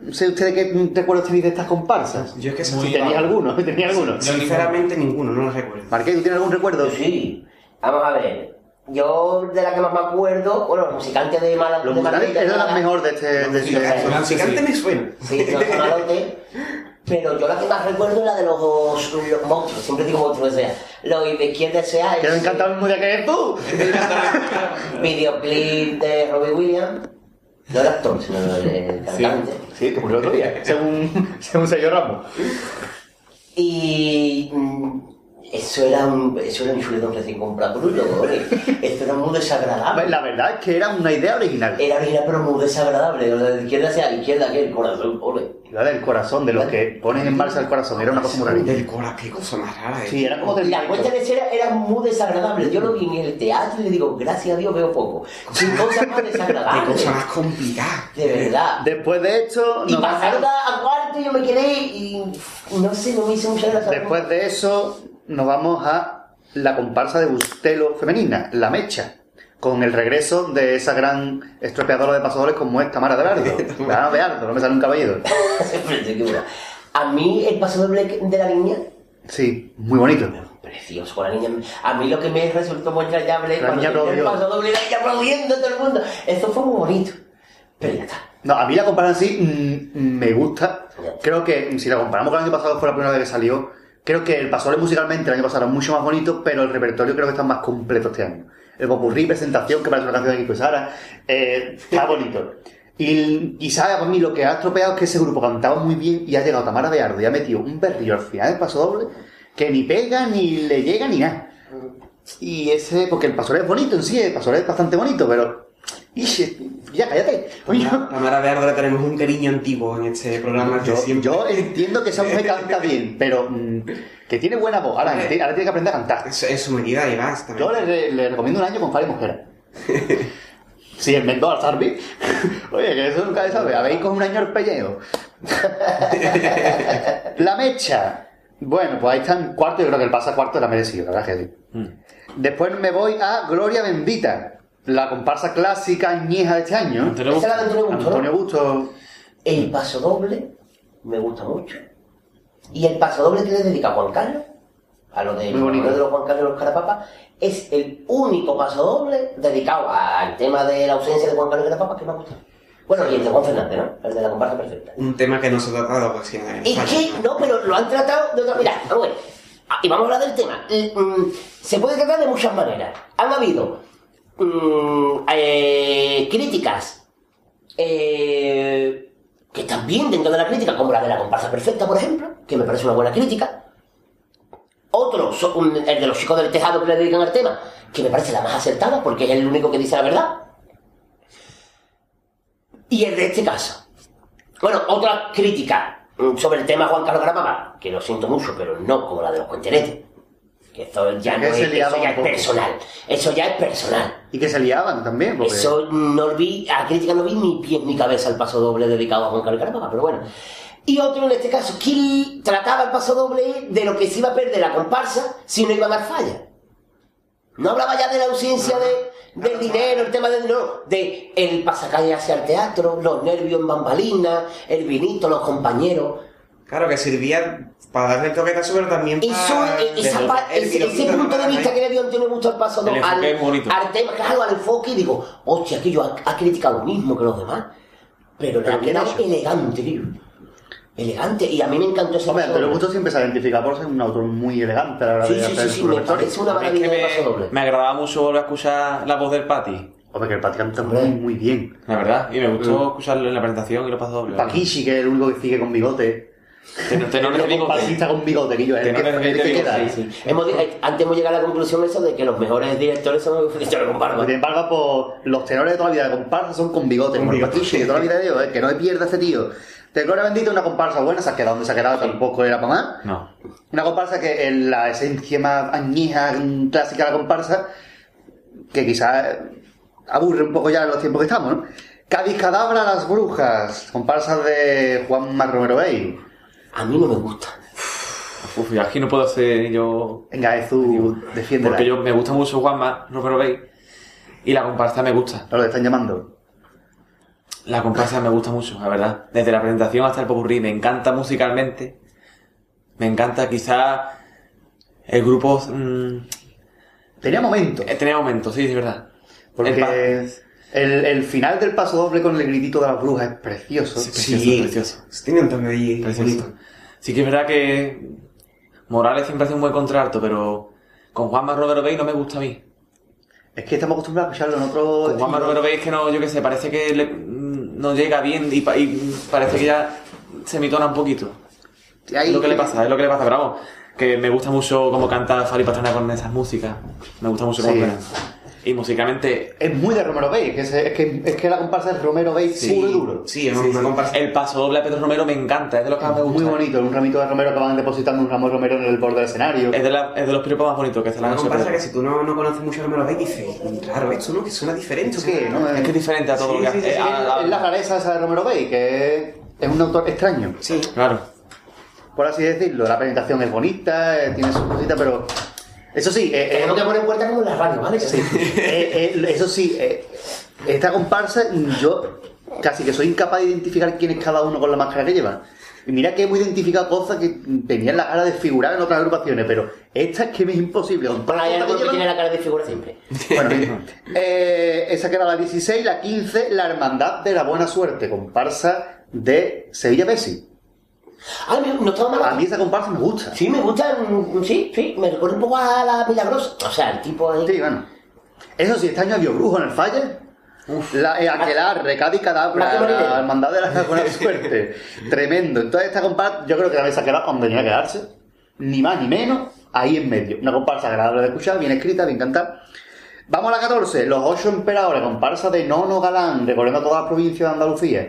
S2: no sé ustedes qué recuerdos tenéis de estas comparsas.
S5: Yo es que
S2: Si
S5: soy.
S4: Muy-
S2: tenéis
S4: vago.
S2: alguno, <laughs> si tenéis alguno.
S4: Yo
S5: Sinceramente ninguno, no lo recuerdo.
S2: Marqués, ¿tú tienes algún recuerdo?
S3: Yo sí. Vamos a ver. Yo de la que más me acuerdo, bueno, los musicantes de Mala.
S2: Los
S3: de
S2: musicales
S3: Marbella,
S2: es la
S3: Málaga.
S2: mejor de este... de este-
S3: musicales.
S5: El musicante me suena.
S3: Sí, los malotes. Pero yo la que más recuerdo es la de los, los monstruos, siempre digo monstruos, o sea, los de izquierda sea
S2: que nos
S3: el
S2: encanta el mismo día que tú.
S3: videoclip de Robbie Williams, no el actor, sino el cantante.
S2: Sí, que murió otro día, <laughs> según, según señor Ramos.
S3: Y mm, eso era un, eso era un chulo recién comprado por un hombre. Esto era muy desagradable.
S2: La verdad es que era una idea original.
S3: Era original pero muy desagradable. Lo de izquierda hacia izquierda, que el corazón, pobre.
S2: La del corazón, de los que ponen en marcha el corazón, era una cosa muy rara.
S5: Del cola, qué cosa más rara, eh.
S2: Sí, era como del...
S3: La cuenta de cera era muy desagradable. Yo lo vi en el teatro y le digo, gracias a Dios veo poco. Sin cosas más
S5: Qué
S3: desagradables.
S5: cosa más complicada.
S3: De
S2: <laughs>
S3: verdad.
S2: Después de esto...
S3: Y
S2: nos vamos-
S3: pasaron a a cuarto y yo me quedé y no sé, no me hizo mucha gracia. <laughs>
S2: Después de eso, nos vamos a la comparsa de Bustelo femenina, La Mecha, con el regreso de esa gran estropeadora de pasadores como es Tamara de Ardo. Tamara de Ardo, no me sale un caballero.
S3: Frente, qué buena. a mí el paso doble de la niña
S2: Sí, muy bonito.
S3: Precioso, la niña. A mí lo que me resultó muy entrañable es
S2: La
S3: cuando
S2: niña
S3: tenía el
S2: aplaudió.
S3: paso doble, la niña aplaudiendo todo el mundo. Eso fue muy bonito. Pero ya está.
S2: No, a mí la comparsa en sí mm, me gusta. Creo que mm, si la comparamos con el año pasado, fue la primera vez que salió. Creo que el pasador musicalmente el año pasado era mucho más bonito, pero el repertorio creo que está más completo este año. El popurrí, presentación, que parece una canción de Kiko y Sara, eh, está bonito. Y quizás para mí lo que ha estropeado es que ese grupo cantaba muy bien y ha llegado Tamara Beardo y ha metido un berrillo al final del paso doble que ni pega, ni le llega, ni nada. Y ese, porque el pasador es bonito en sí, el pasador es bastante bonito, pero... Ish, ya cállate. coño.
S5: Tamara Tamara Verdo le tenemos un cariño antiguo en este programa que
S2: Yo,
S5: siempre.
S2: yo entiendo que esa mujer canta bien, pero mm, que tiene buena voz. Ahora, ahora tiene que aprender a cantar.
S5: Es, es su medida y vas
S2: Yo
S5: también.
S2: le, re- le recomiendo un año con Fari Mujer. Si en Mendoza Sarbi. <laughs> Oye, que eso nunca se sabe. Habéis con un año el pellejo. la mecha. Bueno, pues ahí está en cuarto. Yo creo que el pasa cuarto era merecido, la verdad que sí. Después me voy a Gloria Bendita, la comparsa clásica añeja de este año.
S4: Antonio
S3: Esa es la
S4: Busto.
S3: de Antonio Busto, ¿no?
S2: Antonio Busto.
S3: El paso doble me gusta mucho. Y el paso doble que le dedica Juan Carlos, a lo de,
S2: Muy bonito.
S3: lo de los Juan Carlos y los Carapapas, es el único paso doble dedicado al tema de la ausencia de Juan Carlos y Carapapas que me ha gustado. Bueno, y el de Juan Fernández, ¿no? El de la comparsa perfecta.
S5: Un tema que no se ha tratado casi en el
S3: Es que, no, pero lo han tratado de otra manera. Vamos a ver. Ah, Y vamos a hablar del tema. Eh, mm, Se puede tratar de muchas maneras. Han habido mm, eh, críticas eh, que están bien dentro de la crítica, como la de la comparsa perfecta, por ejemplo, que me parece una buena crítica. Otro, so- un- el de los chicos del tejado que le dedican al tema, que me parece la más acertada porque es el único que dice la verdad. Y el de este caso. Bueno, otra crítica mm, sobre el tema Juan Carlos Carapapa, que lo siento mucho, pero no como la de los cuenteretes. Que eso ya no
S2: Que
S3: es,
S2: se
S3: eso
S2: liaba
S3: ya
S2: un
S3: es
S2: poco.
S3: personal. Eso ya es personal.
S2: Y que se liaban también, porque...
S3: Eso no vi, a crítica no vi ni pies ni cabeza el paso doble dedicado a Juan Carlos Carapapa, pero bueno. Y otro en este caso, que trataba el paso doble de lo que se iba a perder la comparsa si no iba a dar falla. No hablaba ya de la ausencia de, del dinero, el tema del dinero, de el pasacalle hacia el teatro, los nervios en bambalina, el vinito, los compañeros.
S5: Claro, que servía para darle el toquetazo, pero también para...
S3: Eso, eh, esa
S5: el-
S3: pa-
S5: el
S3: ese, ese
S5: virusito
S3: punto
S5: que
S3: de
S5: mandan
S3: vista
S5: ahí.
S3: que le dio Antonio Gusto al paso
S4: El
S3: no, al,
S4: enfoque es bonito.
S3: al tema, claro, al enfoque y digo, hostia, aquello ha, ha criticado lo mismo que los demás, pero le ha quedado elegante, tío. Elegante, y a mí me encantó ese
S2: Hombre,
S3: paso
S2: Antonio
S3: doble.
S2: Gusto siempre se ha identificado por ser un autor muy elegante a la hora
S3: Sí,
S2: de
S3: sí,
S2: hacer
S3: sí, sí,
S2: su
S3: me
S2: repertorio.
S3: parece una
S4: A mí es
S3: maravilla de
S4: que
S3: paso
S4: me,
S3: doble.
S4: me agradaba mucho volver a escuchar la voz del Pati,
S2: Hombre, que el Pati canta
S3: Hombre.
S2: muy, muy bien.
S4: la verdad. Y me gustó escucharlo en la presentación y lo pasó doble.
S2: Paquishi, que es el único que sigue con bigote.
S4: Tenor- tenor de
S2: El
S4: bigote.
S2: Pasista con bigote, ¿eh? que yo es el
S4: Tenor
S2: que,
S4: de-
S2: el
S4: de
S2: que
S4: bigote,
S2: queda.
S4: sí,
S2: ¿eh?
S4: sí.
S3: Hemos di- eh, antes hemos llegado a la conclusión eso de que los mejores directores son <laughs> los directores con barba.
S2: Sin embargo, por los tenores de toda la vida de comparsa son con bigote,
S5: Con
S2: como el
S5: bigote.
S2: Paquishi, de toda la vida de ellos, ¿eh? que no pierda ese tío. Te gloria bendita una comparsa buena, se ha quedado donde se ha quedado, tampoco era para más.
S4: No.
S2: Una comparsa que en la esencia más añeja, mm, clásica de la comparsa, que quizás aburre un poco ya en los tiempos que estamos, ¿no? Cádiz Cadabra las Brujas, comparsa de Juan Mar Romero Bey.
S3: A mí no me gusta.
S4: Uf, y aquí no puedo hacer yo
S2: Venga, Ezu, defiende.
S4: Porque yo me gusta mucho Juanma, Romero Bay. Y la comparsa me gusta.
S2: Lo que están llamando.
S4: La comparsa me gusta mucho, la verdad. Desde la presentación hasta el popurrí. Me encanta musicalmente. Me encanta quizá el grupo... mm,
S2: Tenía momentos.
S4: eh, tenía momentos, sí, es verdad. El pa-
S2: Porque el, el final del paso doble con el gritito de las brujas es precioso.
S4: Sí,
S5: Sí,
S4: Precioso, precioso.
S5: Tiene un tono ahí
S4: Precioso.
S5: bonito.
S4: Sí que es verdad que Morales siempre hace un buen contrato, pero con Juanma Romero Bay no me gusta a mí.
S2: Es que estamos acostumbrados a escucharlo en
S4: Con
S2: otro.
S4: Juanma
S2: estilo.
S4: Romero Bay es que no, yo qué sé, parece que le- mm, no llega bien y, pa- y parece que ya se mitona un poquito.
S2: Y ahí-
S4: Es lo que le pasa, es lo que le pasa, pero vamos, que me gusta mucho cómo canta Fali Pastrana con esas músicas. Me gusta mucho cómo
S2: Sí.
S4: suena. Y musicalmente,
S2: Es muy de Romero Bey, que es, es que, es que la comparsa es Romero Bey puro y duro.
S5: Sí, es una comparsa.
S4: el paso doble a Pedro Romero me encanta, es de los que más me gusta.
S2: Muy bonito, un ramito de Romero que van depositando un ramo de Romero en el borde del escenario.
S4: Es de, la- es de los piropos más bonitos que se le han
S5: Una
S4: hecho. a
S5: comparsa
S4: Pedro.
S5: que si tú no, no conoces mucho a Romero Bey, dices, claro, esto no, que suena diferente.
S2: ¿Esto qué, no?
S4: Es que es diferente a todo
S5: Sí,
S4: lo que
S5: sí,
S4: hace.
S5: sí, sí,
S4: a- a-
S2: Es la rareza esa de Romero Bey, que es, es un autor extraño,
S5: Sí.
S4: Claro.
S2: por así decirlo. La presentación es bonita, eh, tiene sus cositas, pero. Eso sí, eh, eh,
S3: Tenemos que poner en cuenta como en la radio, ¿vale?
S2: <laughs> Sí. Eh, eh, eso sí, eh, esta comparsa yo casi que soy incapaz de identificar quién es cada uno con la máscara que lleva. Y mira que hemos identificado cosas que tenían la cara de figurar en otras agrupaciones, pero esta es que me es imposible.
S3: Bueno,
S2: Comparsa
S3: hay
S2: que
S3: algo que
S2: llevan-
S3: tiene la cara de figura siempre. <laughs>
S2: Bueno, eh, esa que era la 16, la 15, la Hermandad de la Buena Suerte, comparsa de Sevilla Pesi.
S3: Ah, no no estaba mal.
S2: A mí esa comparsa me gusta.
S3: Sí, me gustan, sí, sí, me recuerda un poco a la milagrosa. O sea, el tipo ahí.
S2: Sí, bueno. Eso sí, este año había brujo en el falle. La, eh, aquelarre, Cádiz
S3: Más que
S2: Cadabra,
S3: Marinero.
S2: la hermandad de
S3: <laughs>
S2: la buena suerte. Tremendo. Entonces esta comparsa, yo creo que también se ha quedado cuando tenía que quedarse. Ni más ni menos, ahí en medio. Una comparsa agradable de escuchar, bien escrita, bien cantada. Vamos a la 14, los ocho emperadores, comparsa de Nono Galán, recorriendo toda la provincia de Andalucía.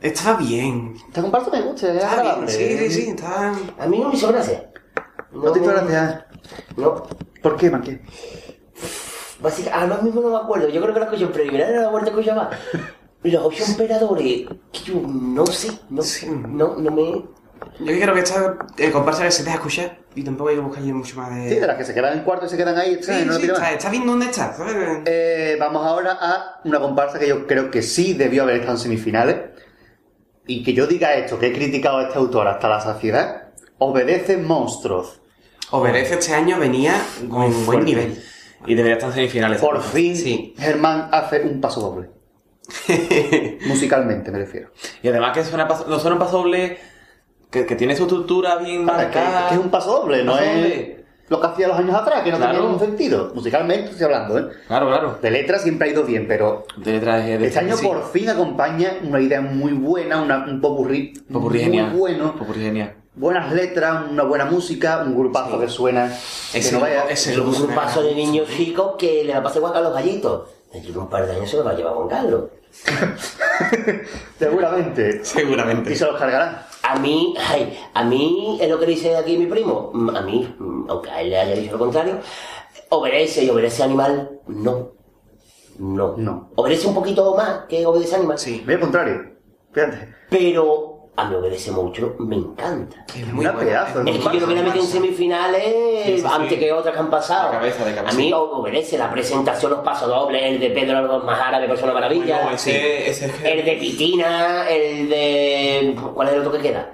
S5: Está bien.
S2: Esta comparsa me gusta, es
S5: Está
S2: agradable.
S5: Ah, bien. Sí, sí, sí, está...
S3: A mí no me hizo gracia.
S2: No te hizo gracia.
S3: No.
S2: ¿Por qué, Marqués?
S3: Básica- ahora mismo no me acuerdo. Yo creo que la escuché en preliminar, era la vuelta que escuchaba. Los ocho emperadores, eh, que yo no sé, no
S5: Sí.
S3: sé, no, no me...
S5: Yo creo que esta eh, comparsa que se deja escuchar y tampoco hay que buscarle mucho más de...
S2: Sí, de las que se quedan en cuarto y se quedan ahí.
S5: Sí,
S2: no
S5: sí,
S2: tiene más.
S5: está, está bien dónde está, ¿sabes?
S2: Eh, vamos ahora a una comparsa que yo creo que sí debió haber estado en semifinales. Y que yo diga esto, que he criticado a este autor hasta la saciedad, obedece monstruos.
S5: Oberez este año venía con buen
S4: fuerte.
S5: nivel.
S4: Y debería estar en semifinales.
S2: Por fin,
S5: Sí.
S2: Germán hace un paso doble.
S5: <laughs>
S2: Musicalmente, me refiero.
S4: Y además que suena, paso- no suena un paso doble que, que tiene su estructura bien
S2: Ahora, que,
S4: marcada.
S2: que es un paso doble, no
S4: Paso
S2: es.
S4: doble.
S2: lo que hacía los años atrás, que no
S4: Claro.
S2: tenía ningún sentido. Musicalmente estoy hablando, ¿eh?
S4: Claro, claro.
S2: De letras siempre ha ido bien, pero
S4: De letras de- de-
S2: este año
S4: sí.
S2: por fin acompaña una idea muy buena, una- un popurrí,
S4: Popurrí
S2: muy
S4: genial.
S2: bueno.
S4: Popurrí genial.
S2: Buenas letras, una buena música, un grupazo que suena.
S4: Ese-
S2: que no vaya.
S4: ese-
S3: Es un paso de niños chicos que le va a pasar igual que a los gallitos. Dentro de un par de años se lo va a llevar con Carlos.
S2: Seguramente.
S4: <laughs> Seguramente.
S2: Y se los cargará.
S3: A mí, ay, a mí, es lo que dice aquí mi primo, mm, a mí, mm, aunque a él le haya dicho lo contrario, obedece y obedece animal, no. No.
S2: No.
S3: Obedece un poquito más que obedece animal.
S5: Sí.
S2: Mira, al contrario. Fíjate.
S3: Pero a mí obedece mucho, me encanta.
S5: Es
S2: Una pedazo, ¿no?
S3: Es que yo lo que la metí en semifinales
S4: Sí, sí, sí.
S3: antes que otras que han pasado.
S4: De cabeza, de cabeza.
S3: A mí obedece la presentación, los pasos dobles, el de Pedro Alonso Majara, que es una maravilla.
S4: Bueno, ese, ese es
S3: El de Pitina, el de. ¿Cuál es el otro que queda?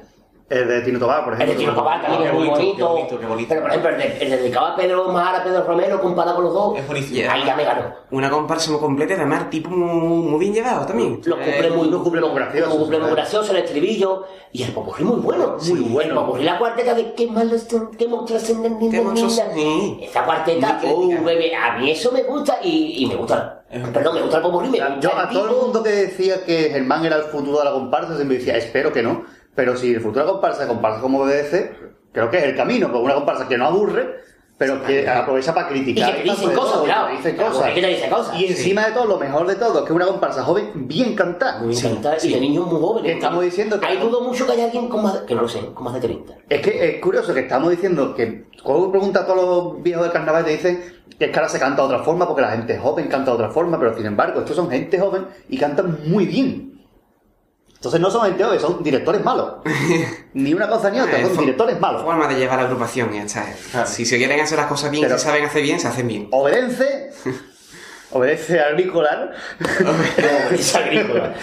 S2: El de Tino Tobar, por
S3: El
S2: ejemplo.
S3: de Tino Cabal también
S4: Qué
S3: es muy
S4: bonito, qué
S3: bonito.
S4: bonito, qué bonito.
S3: Pero por ejemplo, el, de, el dedicado a Pedro Majara, Pedro Romero, comparado con los dos,
S4: Es buenísimo.
S3: ahí ya me ganó.
S5: Una comparsa muy completa y además tipo muy, muy bien llevado también.
S3: Los
S2: Eh,
S3: cumple muy,
S2: unos cumple muy graciosos,
S3: los cumple muy
S2: ¿verdad?
S3: graciosos, el estribillo y el popurrí muy bueno.
S2: Sí, bueno.
S3: El popurrí, la cuarteta de qué malos, son, qué monstruos son, ni- ni-
S5: Qué monstruos,
S3: ni- ni-
S5: sí.
S3: Esa cuarteta,
S5: Muy
S3: uh,
S5: crítica.
S3: bebé, a mí eso me gusta y, y me gusta. Perdón, me gusta el popurrí, me gusta
S2: Yo a
S3: el
S2: todo el
S3: tipo.
S2: mundo que decía que Germán era el futuro de la comparsa, siempre decía, espero que no. Pero si el futuro de la comparsa, comparsa como obedece, creo que es el camino, porque una comparsa que no aburre, pero que aprovecha para
S3: Y que
S2: criticar.
S3: te
S2: para
S3: dicen
S2: hacer
S3: cosas,
S2: todo,
S3: cuidado.
S2: que te dicen
S3: La
S2: cosas.
S3: popurrí que te dice cosas.
S2: Y encima de todo, lo mejor de todo, es que es una comparsa joven bien cantada.
S3: Muy encantada, y de niños muy jóvenes.
S2: Que estamos diciendo que-
S3: Ahí dudo mucho que haya alguien con más, que no lo sé, con más
S2: <laughs>
S3: de 30.
S2: Es que es curioso que estamos diciendo que cuando pregunta a todos los viejos del carnaval te dicen que es que ahora se canta de otra forma porque la gente joven canta de otra forma, pero sin embargo, estos son gente joven y cantan muy bien. Entonces no son gente joven, son directores malos. ni una cosa ni
S5: Ah,
S2: otra,
S5: es
S2: son
S5: fo-
S2: directores malos.
S5: Forma de llevar la agrupación, ya está.
S4: Claro.
S5: Si se quieren hacer las cosas bien,
S2: Pero-
S5: si saben hacer bien, se hacen bien.
S2: Obedece, obedece al Nicolás, <laughs>
S3: Es agrícola.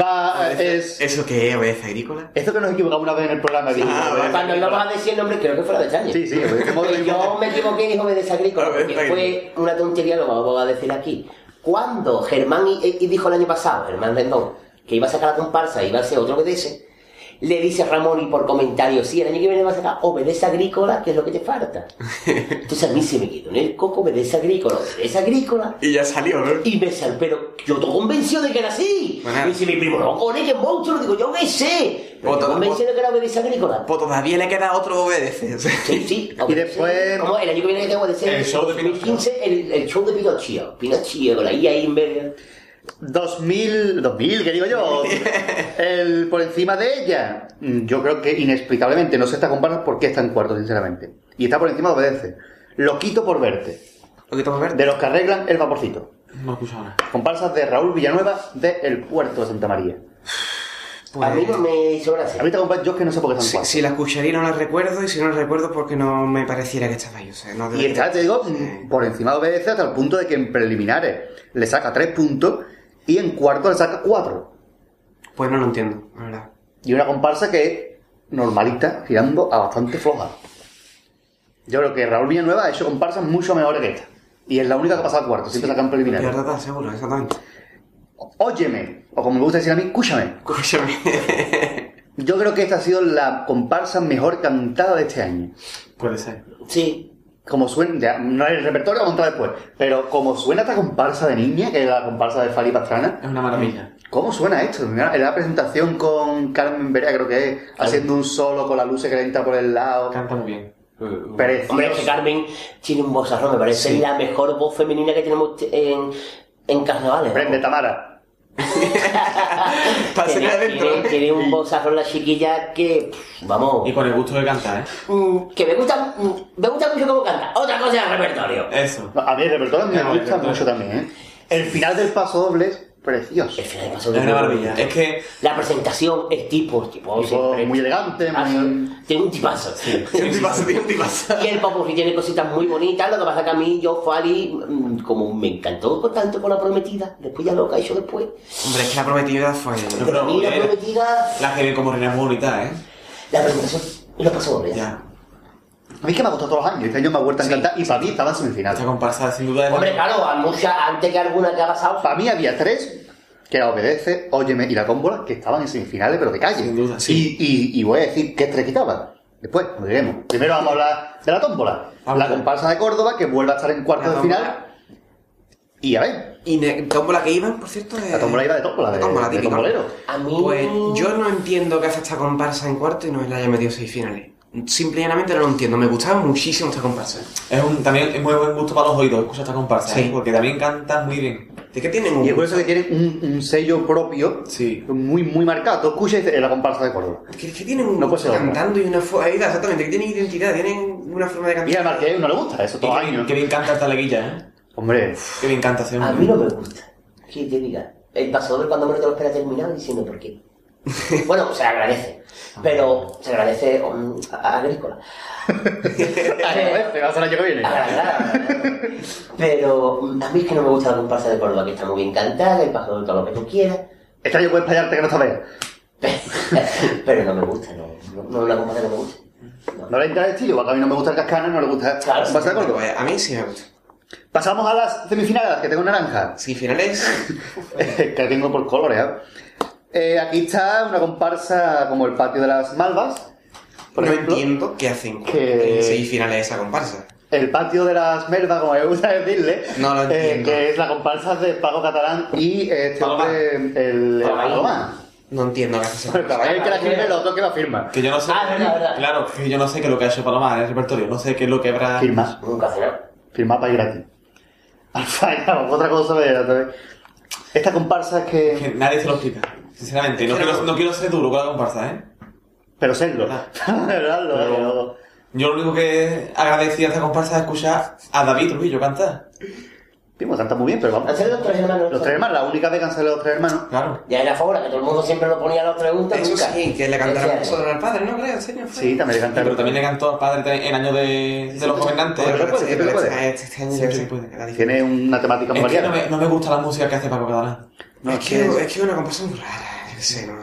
S2: va, es...
S5: ¿Eso qué es obedece agrícola?
S2: Esto que nos equivocamos una vez en el programa. dije, obedece
S3: Cuando
S2: al
S3: íbamos a
S2: Nicolás.
S3: decir el nombre, creo que fuera de Chaña.
S2: Sí, sí, obedece.
S3: Porque <laughs> yo me equivoqué y dijo me desagrícola,
S5: Obedece
S3: porque
S5: agrícola.
S3: fue una tontería, lo vamos a decir aquí. Cuando Germán y, y dijo el año pasado, Germán Rendón, que iba a sacar la comparsa y iba a ser otro obedece, le dice Ramón y por comentario, sí, el año que viene va a sacar obedece agrícola, que es lo que
S2: <laughs>
S3: te falta. Entonces a mí se me quedó en el coco obedece agrícola, obedece agrícola,
S5: Y ya salió, ¿no?
S3: Y me sal, pero yo estoy convencido de que era así.
S5: Bueno.
S3: me dice mi primo, no, con que monstruo. Digo, yo qué sé. Pero
S5: Otra-
S3: estoy convencido de que era obedece agrícola.
S5: Pues todavía le queda otro <laughs> obedece.
S3: Sí, sí.
S2: Y después-
S3: Como el año que viene que tengo de ser.
S4: El show de Pinocchio.
S3: 2015, el, el show de Pinocchio. Pinocchio, con la IA ahí en medio.
S2: 2000, 2000, que digo yo, el, por encima de ella. Mm, Yo creo que inexplicablemente, no sé esta comparsa por qué está en cuarto, sinceramente. Y está por encima de obedece. Lo quito por verte.
S5: Lo que tengo que ver.
S2: De los que arreglan el vaporcito.
S4: No he escuchado nada.
S2: Comparsas de Raúl Villanueva de El Puerto de Santa María.
S5: Pues-
S3: A mí no me hizo
S2: A
S3: gracia.
S2: mí esta comparsa, yo es que no sé por qué
S5: Si,
S2: están
S5: si la escucharía no la recuerdo y si no la recuerdo porque no me pareciera que estaba ahí. O sea, no
S2: cuatro. Y está, te digo, mm, por encima de obedece hasta el punto de que en preliminares le saca tres puntos y en cuarto le saca cuatro.
S5: Pues no lo entiendo, la verdad.
S2: Y una comparsa que es normalita, girando a bastante floja. Yo creo que Raúl Villanueva ha hecho comparsas mucho mejores que esta. Y es la única que ha pasado a cuarto, siempre sacan
S5: Pero
S2: preliminares.
S5: total, seguro, exactamente.
S2: Óyeme, o como me gusta decir a mí, escúchame.
S5: Escúchame.
S2: Yo creo que esta ha sido la comparsa mejor cantada de este año.
S4: Puede ser.
S3: Sí.
S2: Como suena, ya, no es el repertorio, lo contado después, pero como suena esta comparsa de niña, que es la comparsa de Fali Pastrana,
S4: Es una maravilla.
S2: ¿Cómo suena esto? Mira, en la presentación con Carmen Berea, creo que es, haciendo un solo con la luz que le entra por el lado.
S4: Canta muy bien.
S2: Precioso.
S3: Hombre, es que Carmen tiene un vozarrón. Me parece la mejor voz femenina que tenemos en, en carnavales.
S2: Prende, Tamara.
S5: Pásenle
S3: Tiene-
S5: adentro.
S2: ¿eh?
S3: tiene- Tiene un vozarrón la chiquilla que. pff, Vamos.
S4: Y con el gusto de cantar, ¿eh?
S3: Mm, que me gusta, mm, me gusta mucho cómo canta. Otra cosa es el repertorio.
S4: Eso.
S2: No, A mí el repertorio me
S4: Ah,
S2: gusta
S4: el repertorio.
S2: mucho también, ¿eh? El final del paso doble es precioso.
S3: El final de paso
S4: Es una
S3: doble.
S4: maravilla. Es que
S3: La presentación es tipo, tipo,
S2: Tipo
S3: siempre-
S2: muy elegante,
S3: Ah,
S2: muy-
S3: Tiene un tipazo.
S5: Tiene un tipazo, tiene un tipazo.
S3: Y el popurrí tiene cositas muy bonitas, lo que pasa que a mí, yo, Fali, mm, como me encantó con tanto con la prometida, después ya lo que ha hecho después,
S5: Hombre, es que la prometida fue.
S4: Pero eh,
S3: pero a mí la
S4: bien.
S3: prometida,
S4: la que viene como reina es muy bonita, ¿eh?
S3: la presentación, y lo pasó ¿eh? doble.
S4: Ya.
S2: A mí es que me ha gustado todos los años. Este año me ha vuelto a encantar y para mí estaba en
S4: Esta
S2: semifinal.
S4: comparsa, sin duda, es
S3: Hombre, claro, a muchas, antes que alguna que ha pasado,
S2: Para mí había tres, que era Obedece, Óyeme y La Tómbola, que estaban en semifinales, pero de calle.
S4: Sin duda, sí.
S2: Y, y, y voy a decir qué tres quitaban. Después, lo diremos. Primero vamos a hablar de la tómbola.
S5: Vamos a
S2: la
S5: ver.
S2: comparsa de Córdoba, que vuelve a estar en cuartos
S5: La
S2: de final. Y a ver,
S5: Y ne- tómbola que iban, por cierto, de...
S2: la tómbola iba de tómbola, de,
S5: tómbola
S2: de
S5: típica.
S2: tombolero.
S3: A mí.
S5: Pues yo no entiendo qué hace esta comparsa en cuarto y no la haya metido seis finales. Simple y llanamente no lo entiendo. Me gustaba muchísimo esta comparsa.
S4: Es un, también es muy buen gusto para los oídos escuchar esta comparsa,
S5: Sí.
S4: ¿eh? porque también cantan muy bien.
S5: Es que tienen un
S2: Y es por eso que tiene un, un sello propio,
S4: Sí.
S2: muy, muy marcado. Tú escuchas y dices, "Es la comparsa de Córdoba.
S5: Que, que tienen un
S2: No puede
S5: gusto
S2: ser otra.
S5: cantando y una forma. Exactamente, que tienen identidad, tienen una forma de
S2: Mira,
S5: cantar.
S2: al Marqués no le gusta, eso
S4: Y
S2: todo
S4: que,
S2: año.
S4: que bien canta esta leguilla, ¿eh?
S2: Hombre,
S4: Que bien canta ese
S5: Ah,
S3: A
S4: hombre.
S3: mí no me gusta. Que te diga. El pasador cuando menos te lo espera terminado diciendo por
S5: <laughs>
S3: qué. Bueno, se le agradece. Pero se agradece um, a, a
S5: <laughs>
S3: Agrícola.
S2: te vas a la que viene.
S3: ah. Agradar, agradar. Pero mm, a mí es que no me gusta la comparsa de Córdoba, que está muy bien cantada, el pasador todo lo que tú quieras. <laughs>
S2: Este año puedes payarte que no sabes.
S3: Pero no me gusta, no. No, no la comparsa no me gusta. No.
S2: No le entra el estilo, igual que a mí no me gusta el cascana, no le gusta el
S3: Claro,
S2: comparsa de
S5: Pero
S2: Córdoba.
S5: vaya, Pues, a mí sí me gusta.
S2: Pasamos a las semifinales, que tengo naranja. <laughs>
S5: Sí, finales.
S2: que tengo por colores. ¿eh? Eh, aquí está una comparsa como el patio de las malvas. Por
S5: no
S2: ejemplo,
S5: entiendo qué hacen
S2: que-
S5: en seis finales esa comparsa.
S2: el patio de las melvas, como me gusta decirle,
S5: No lo
S2: eh,
S5: entiendo.
S2: que es la comparsa de Pago Catalán y eh, este
S4: Paloma.
S2: hombre, el
S3: Paloma.
S2: Paloma.
S5: No entiendo qué hace esa
S2: Pero
S5: comparsa.
S2: también <laughs> el que la firma y el otro que la firma.
S4: Que yo no sé.
S3: Ah, verdad, verdad.
S4: Claro, que yo no sé qué es lo que ha hecho Paloma en el repertorio. No sé qué es lo que habrá.
S2: Firma.
S3: Nunca hace nada.
S2: Firma para ir gratis. <laughs> Alfa, claro, otra cosa de la otra vez. Esta comparsa es
S4: Que
S2: que...
S4: nadie se lo explica. Sinceramente, no
S5: Es que
S4: quiero,
S5: no-
S4: no quiero ser duro con la comparsa, ¿eh?
S2: Pero serlo.
S4: Ah.
S2: <laughs> ¿Verdad? Lo- lo-
S4: Yo lo único que agradecía a esta comparsa es escuchar a David Trujillo cantar.
S2: Vimos, canta muy bien, pero
S3: ¿Han
S2: vamos.
S3: salido los tres hermanos?
S2: Los tres hermanos, la única vez que han salido los tres hermanos
S4: Claro.
S3: Ya era favor, que todo el mundo siempre lo ponía a los preguntas.
S5: Eso
S3: nunca.
S5: sí, que le cantaron
S3: Decía,
S5: vosotros al padre, ¿no? Creo, en serio. fue.
S2: Sí, también le
S4: Sí,
S2: cantaron.
S4: Pero también le cantó al padre también en año de, de los gobernantes.
S2: Pero pues, puede,
S5: Sí,
S2: pero
S5: este-
S2: puede.
S5: Este este año
S4: Sí,
S5: ya
S4: sí
S5: se
S4: puede.
S5: era difícil.
S2: Tiene una temática muy
S4: Ah, Es que no
S2: variada.
S4: me, no me gusta la música que hace Paco Catalán.
S2: No,
S5: es, que, es que es una comparsa muy rara, yo qué sé, no.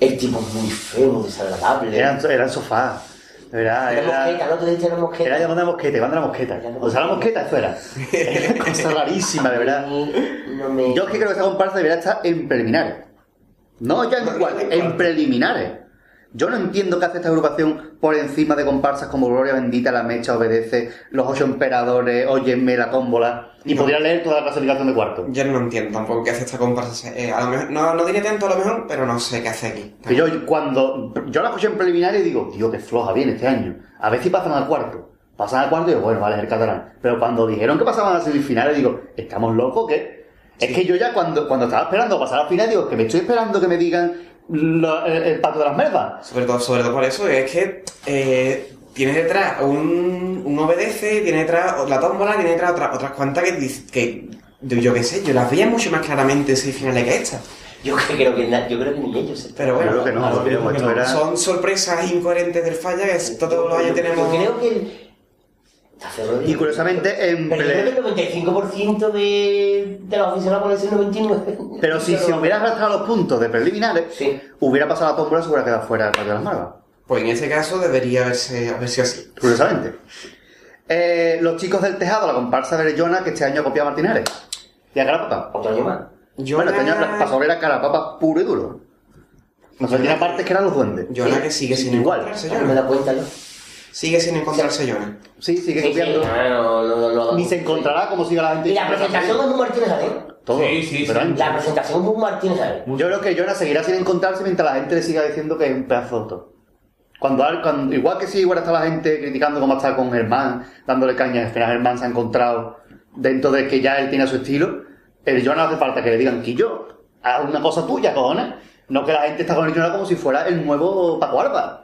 S3: El tipo es muy feo, muy desagradable.
S2: Eran, eran sofás. De verdad,
S3: Era mosqueta,
S2: era.
S3: ¿no? Tú dijiste era mosqueta.
S2: Era llamando a mosqueta, llamando a la mosqueta. O sea, la mosqueta, eso
S4: <laughs>
S2: era. Era una cosa rarísima, de verdad.
S3: Y no me...
S2: Yo es que creo que esta comparsa debería estar en preliminares. No ya en cuartos, en preliminares. Yo no entiendo qué hace esta agrupación por encima de comparsas como Gloria Bendita, La Mecha Obedece, Los Ocho Emperadores, Óyeme, La Cómbola. Y
S5: No.
S2: podría leer toda la clasificación de cuartos.
S5: Yo no entiendo tampoco qué hace esta comparsa. Eh, a lo mejor, no, no diré tanto a lo mejor, pero no sé qué hace aquí.
S2: Que yo cuando yo la escuché en preliminar y digo, tío, qué floja viene este año. A ver si pasan al cuarto. Pasan al cuarto y digo, bueno, vale, es el catalán. Pero cuando dijeron que pasaban a semifinales, digo, ¿estamos locos o qué? Es que yo ya cuando, cuando estaba esperando pasar a la final, digo, que me estoy esperando que me digan lo- el, el pato de las merdas.
S5: Sobre todo, sobre todo por eso, es que eh, tienes detrás un, un obedece, tiene detrás la tómbola, tiene detrás otra- otras cuantas que, dic- que yo, yo qué sé, yo las veía mucho más claramente en seis finales que esta.
S3: Yo que creo que, na- yo creo que ni ellos. eh.
S5: Pero bueno,
S2: Yo creo que no,
S4: claro,
S2: porque
S4: yo creo que
S2: esto
S4: no.
S2: era-
S5: son sorpresas incoherentes del falla, que es- todos
S3: Yo-
S5: los años tenemos...
S3: Yo creo que el... Está feo, ¿eh?
S2: Y curiosamente, en
S3: Pero yo
S2: ple-
S3: creo que el 95% de, de los aficionados puede ser 99%.
S2: Pero si se hubiera arrastrado los puntos de preliminares,
S3: Sí.
S2: hubiera pasado la tómbola y se hubiera quedado fuera el pato de las merdas.
S5: Pues en ese caso debería haberse, haber sido así.
S2: Curiosamente. Eh, los chicos del tejado, la comparsa de Jonah, que este año copia a Martínez. Y a Carapapa.
S3: Otro año más.
S5: Yo
S2: bueno, este año
S5: la-
S2: pasó era Carapapa puro y duro. O sea, tiene partes que eran los duendes.
S5: Yo la que sigue sin
S2: Igual.
S5: encontrarse,
S3: No me
S5: Jonah.
S3: da cuenta yo.
S5: Sigue sin encontrarse, Jonah.
S2: Sí, sigue
S3: Sí, sí,
S2: copiando.
S3: no, no, no, no.
S2: Ni se encontrará como siga la gente.
S3: Y la presentación es un Martínez Arena.
S2: Todo.
S4: Sí, sí,
S2: Pero
S4: sí.
S2: ancho.
S3: La presentación de un Martínez Arena.
S2: Yo creo que Jonah seguirá sin encontrarse mientras la gente le siga diciendo que es un pedazo de autor. Cuando, al- cuando- igual que sí, igual está la gente criticando cómo está con Germán, dándole caña, al final Germán se ha encontrado dentro de que ya él tiene su estilo. El Jonah hace falta que le digan que yo, haz una cosa tuya, cojones. No que la gente está con el Jonah como si fuera el nuevo Paco Alba.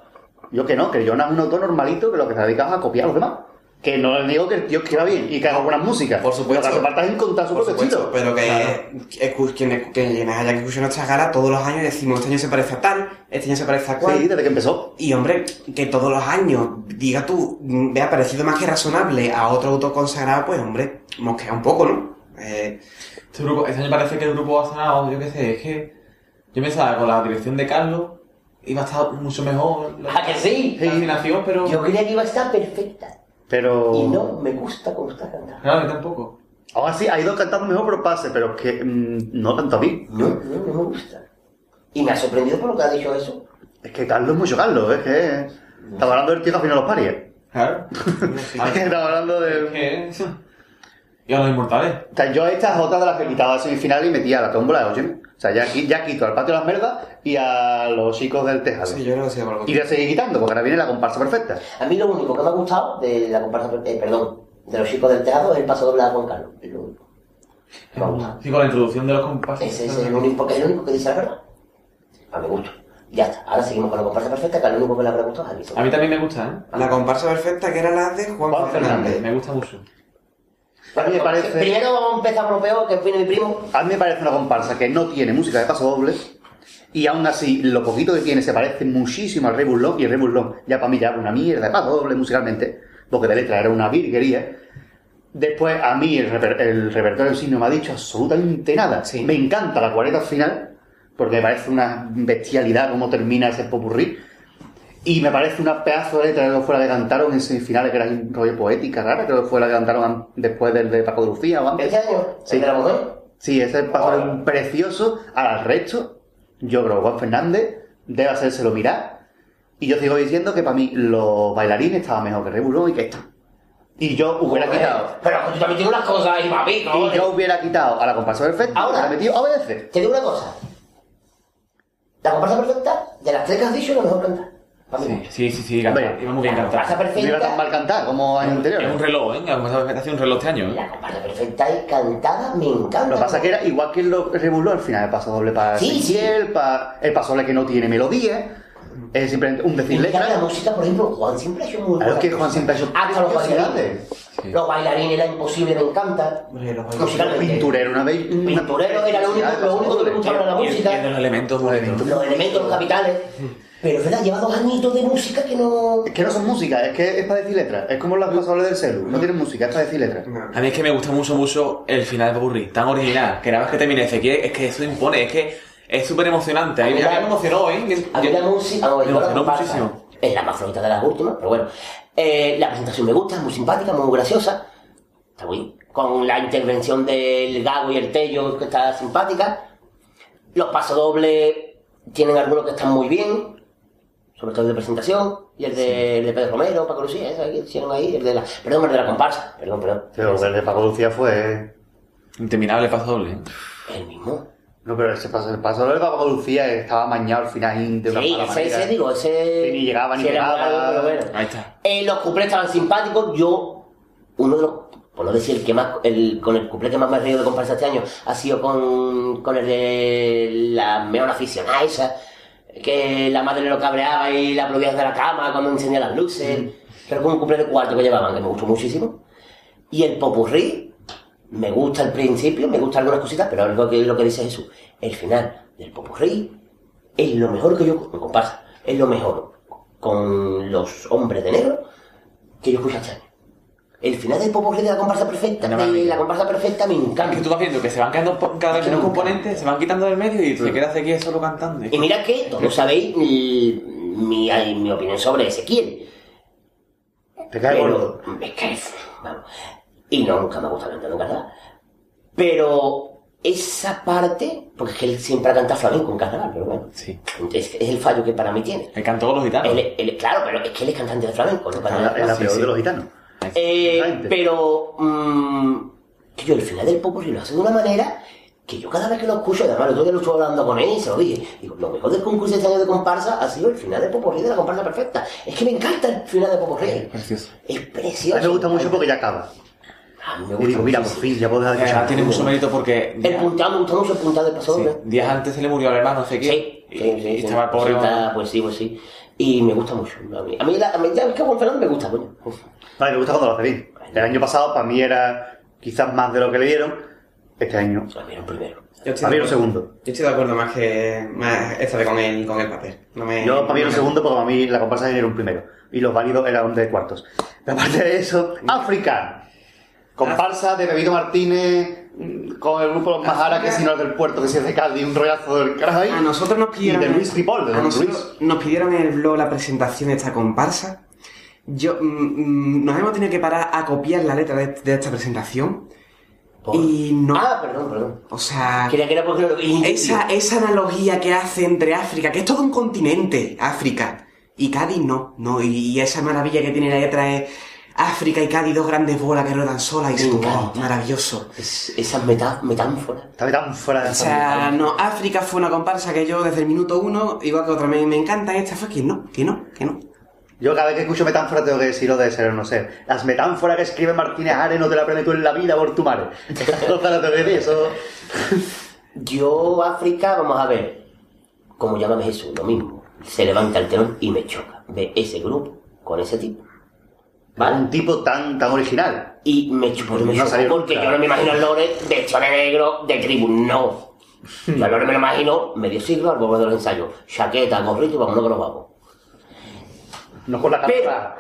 S2: Yo que no, que el Jonah es un autor normalito que lo que se dedica es a copiar a los demás. Que no le digo que el tío escriba bien y que haga buenas músicas.
S5: Por supuesto.
S2: Lo que hace falta es encontrar su
S5: Por
S2: propio
S5: supuesto,
S2: estilo.
S5: pero que,
S2: Claro.
S5: escu- quien- que quienes hayan escuchado nuestras galas todos los años decimos este año se parece a tal, este año se parece a cual.
S2: Sí, desde que empezó.
S5: Y hombre, que todos los años, diga tú, mm, me ha parecido más que razonable a otro autor consagrado, pues hombre, mosquea un poco, ¿no?
S2: <laughs>
S5: Eh,
S4: Este, grupo, este año parece que el grupo ha sonado, yo qué sé, es que yo pensaba con la dirección de Carlos iba a estar mucho mejor la,
S3: ¿A Ah, que sí?
S4: la afinación, pero
S3: Yo creía que iba a estar perfecta.
S2: Pero...
S3: Y no me gusta cómo está cantando.
S4: claro, yo tampoco.
S2: Ahora sí, ha ido cantando mejor por pase, pero es que mm, no tanto a mí.
S3: No, no, no me gusta. Y me ha sorprendido por lo que ha dicho eso.
S2: Es que Carlos es mucho Carlos, es que Estamos hablando del tío que afina los paris. ¿eh?
S5: <laughs>
S4: Claro.
S2: <laughs> Estamos hablando de.
S4: ¿Qué? Y a los inmortales.
S2: O sea, yo esta es otra de las que quitaba de semifinal y metía a la tómbola de Oyen. O sea, ya, qui- ya quito al patio de las merdas y a los chicos del tejado.
S5: Sí, yo creo que sí, por algo.
S2: Y voy a seguir quitando, porque ahora viene la comparsa perfecta.
S3: A mí lo único que me ha gustado de la comparsa, eh, perdón, de los chicos del tejado es el paso doble de Juan Carlos. Es lo único. Me ha gustado.
S4: Sí, con la introducción de los compases.
S3: Ese es el único, porque es el único que dice la verdad. A mi gusto. Ya está. Ahora seguimos con la comparsa perfecta, que al único que le habrá gustado es a mí.
S4: A mí también me gusta, ¿eh?
S5: La comparsa perfecta que era la de Juan,
S2: Juan
S5: Fernández.
S2: Fernández.
S4: Me gusta mucho.
S2: A mí me parece-
S3: Primero vamos a empezar por lo peor, que viene mi primo.
S2: A mí me parece una comparsa que no tiene música de paso doble. Y aún así, lo poquito que tiene se parece muchísimo al Rey Burlón. Y el Rey Burlón, ya para mí, ya era una mierda de paso doble musicalmente. Porque de letra era una virguería. Después, a mí, el, reper- el repertorio en sí no me ha dicho absolutamente nada.
S5: Sí.
S2: Me encanta la cuareta final. Porque me parece una bestialidad cómo termina ese popurrí. Y me parece una pedazo de letra que fue la que cantaron en semifinales, que era un rollo poética rara. Creo que fue la que cantaron an- después del de Paco de Lucía o antes.
S3: Este año,
S2: Sí.
S3: el de la mujer.
S2: Sí, ese paso es un precioso. Ahora, el resto, yo creo que Juan Fernández debe hacérselo mirar. Y yo sigo diciendo que para mí los bailarines estaban mejor que Rebulón y que esta. Y yo hubiera quitado.
S3: Pero tú también tienes unas cosas ahí, papi.
S2: Y yo hubiera quitado a la comparsa perfecta.
S3: Ahora.
S2: Ahora. metido a obedecer.
S3: Te digo una cosa. La comparsa perfecta, de las tres que has dicho, la mejor cantar. Para mí.
S4: Sí, sí, sí, sí canta.
S2: Hombre,
S4: Iba muy bien
S3: La comparsa
S4: cantar.
S2: No iba tan mal
S3: perfecta.
S2: cantar como en el anterior.
S4: Es un reloj, ¿eh? La comparsa perfecta hace un reloj este año, ¿eh?
S3: La comparsa perfecta y cantada me encanta.
S2: Lo que pasa es que era igual que lo Rebulón al final, el paso doble para
S3: Sí, sí.
S2: Ezequiel, pa- el paso doble que no tiene melodía. Es simplemente un decir
S3: Me encanta la
S2: letra.
S3: música, por ejemplo, Juan siempre ha hecho muy
S2: Claro,
S3: buena
S2: es que Juan siempre ha hecho
S3: Hasta los
S2: preciosidades.
S3: bailarines.
S4: Sí.
S3: Los bailarines, la imposible, me encanta.
S5: Hombre, los bailarines.
S3: Musicalmente.
S2: Pinturero, una vez. una
S3: Pinturero era lo único,
S2: preciosidad de
S3: lo
S2: paso
S3: único que me
S2: doble.
S3: gustaba de la
S4: Y el- y el de
S3: música.
S4: los elementos,
S2: Los
S4: bonito.
S2: elementos.
S3: Los elementos, los capitales. Pero es verdad, lleva dos añitos de música que no.
S2: Es que no son música, es que es para decir letras. Es como las pasables del celu. No tienen música, es para decir letras.
S5: No.
S4: A mí es que me gusta mucho, mucho el final de Burri, tan original, que nada más que termine Ezequiel, es que eso impone, es que es súper emocionante. A mí, a mí me emocionó, ¿eh? Yo-
S3: A mí la
S4: yo-
S3: música, ah, bueno,
S4: Me
S3: la
S4: emocionó
S3: comparsa
S4: muchísimo.
S3: Es la más flojita de las últimas, pero bueno. Eh, la presentación me gusta, muy simpática, muy graciosa. Está bien. Con la intervención del Gago y el Tello, que está simpática. Los pasodobles tienen algunos que están muy bien, sobre todo el de presentación. Y el de, el de Pedro Romero, Paco Lucía, ese que hicieron ahí. El de la, perdón, el de la comparsa. Perdón, perdón.
S2: Pero el de Paco Lucía fue. eh.
S4: Interminable paso doble. ¿eh?
S3: El mismo.
S2: No, pero ese paso, el paso de Paco Lucía estaba mañado al final de una
S3: Sí,
S2: mala
S3: ese,
S2: manera.
S3: ese, digo, ese.
S2: Sí, ni llegaba, ni
S3: sí era
S2: llegaba.
S3: malo, pero bueno.
S4: Ahí está.
S3: Eh, los cuplés estaban simpáticos. Yo, uno de los, por no decir el que más, el, con el cuplé que más me he reído de comparsa este año, ha sido con, con el de la mejor aficionada esa, que la madre lo cabreaba y la aplaudía de la cama cuando encendía las luces.
S2: Mm.
S3: Creo que un cuplé de cuarto que llevaban, que me gustó muchísimo. Y el popurrí, me gusta al principio, me gusta algunas cositas, pero algo que lo que dice Jesús, el final del popurrí es lo mejor que yo, me comparsa, es lo mejor con los hombres de negro que yo escuché este año. El final del popurrí de la comparsa perfecta,
S4: Una
S3: de
S4: maravilla.
S3: la comparsa perfecta me
S4: Claro, que tú
S3: encanta.
S4: vas viendo que se van quedando po- cada
S3: Es
S4: vez
S3: que
S4: unos
S3: nunca.
S4: componentes, se van quitando del medio y te quedas Ezequiel solo cantando.
S3: Y mira que, todos sabéis l- mi, mi opinión sobre Ezequiel,
S2: Te cae gordo.
S3: pero es que, vamos, y no, nunca me ha gustado cantar, nunca nada. Pero esa parte, porque es que él siempre ha cantado flamenco en carnaval, pero bueno,
S4: Sí.
S3: es, es el fallo que para mí tiene.
S4: El canto con los gitanos.
S3: Él- él- claro, pero es que él es cantante de flamenco, no
S2: Es la,
S3: cantante de
S2: es la
S4: Sí,
S2: peor
S4: sí.
S2: de los gitanos.
S3: Eh,
S2: Exactamente.
S3: pero mm, que yo el final del popurrí lo hace de una manera que yo cada vez que lo escucho, y además el otro día lo estuve hablando con él y se lo dije, digo, lo mejor del concurso de este año de comparsa ha sido el final del popurrí de la comparsa perfecta. Es que me encanta el final del popurrí.
S4: Precioso.
S3: Es
S2: A
S3: precioso.
S2: mí me gusta mucho porque ya acaba.
S3: A mí
S2: Y
S3: me gusta
S2: digo, mira, por
S3: muchísimo.
S2: fin, ya puedo dejar de
S4: Eh,
S2: escuchar.
S4: tiene mucho mérito porque
S3: El
S4: días,
S3: punteado me gusta mucho, el punteado del paso
S4: sí,
S3: doble.
S4: días antes se le murió al hermano Ezequiel.
S3: Sí, sí,
S4: y,
S3: sí,
S4: y
S3: sí.
S4: estaba el pobre.
S3: Sí, está- pues sí, pues sí. Y me gusta mucho. A mí, a mí, la- a mí- ya ves que Juan Fernando me gusta, coño.
S2: No, y me gusta cuando lo hace bien. El año pasado para mí era quizás más de lo que le dieron. Este año.
S3: La vieron primero.
S5: Yo
S2: Para mí
S5: estoy de
S2: era un
S5: acuerdo.
S2: segundo.
S5: Yo estoy de acuerdo más que más esta vez con el, con el papel. No me,
S2: Yo para mí era un
S5: no me-
S2: segundo porque para mí la comparsa era un primero. Y los válidos eran de cuartos. Pero aparte de eso, África. Comparsa de Bebido Martínez mm, con el grupo Los Majara, que si no es del puerto, que si es de Cádiz, un rollazo del carajo ahí.
S5: A nosotros nos pidieron.
S2: Y de Luis Ripoll, de
S5: a
S2: Don
S5: nosotros nos pidieron en el blog la presentación de esta comparsa. Yo, mm, mm, nos hemos tenido que parar a copiar la letra de, de esta presentación. Y no.
S3: Ah, perdón, perdón.
S5: O sea,
S3: Quería que era porque lo- y-
S5: esa, esa analogía que hace entre África, que es todo un continente, África, Y Cádiz no, no. Y, y esa maravilla que tiene la letra es África y Cádiz, dos grandes bolas que ruedan solas y
S3: Me
S5: son
S3: encanta.
S5: maravilloso.
S3: Es- esas meta- metáforas.
S2: Está tan fuera de
S5: O
S2: la
S5: sea, no, África fue una comparsa que yo desde el minuto uno, igual que otra, me, me encanta. Esta fue que no, que no, que no.
S2: Yo cada vez que escucho metáfora tengo que decir lo de ser o no ser. Las metáforas que escribe Martínez Ares no te la aprendes tú en la vida por tu madre. <laughs> Eso te lo tengo que decir, eso...
S3: Yo, África, vamos a ver. Como llámame Jesús, lo mismo. Se levanta el telón y me choca. Ve ese grupo con ese tipo.
S2: Un
S3: ¿Vale?
S2: tipo tan, tan original.
S3: Y me choca.
S2: Porque
S3: me
S2: no
S3: choca,
S2: salieron,
S3: porque
S2: claro.
S3: yo no me imagino el Lore de Chone Negro, de tribu. No. Yo al Lore me lo imagino medio siglo al volver de los ensayos. Chaqueta, gorrito y vámonos que nos vamos.
S2: No con la
S3: Pero,
S2: cara.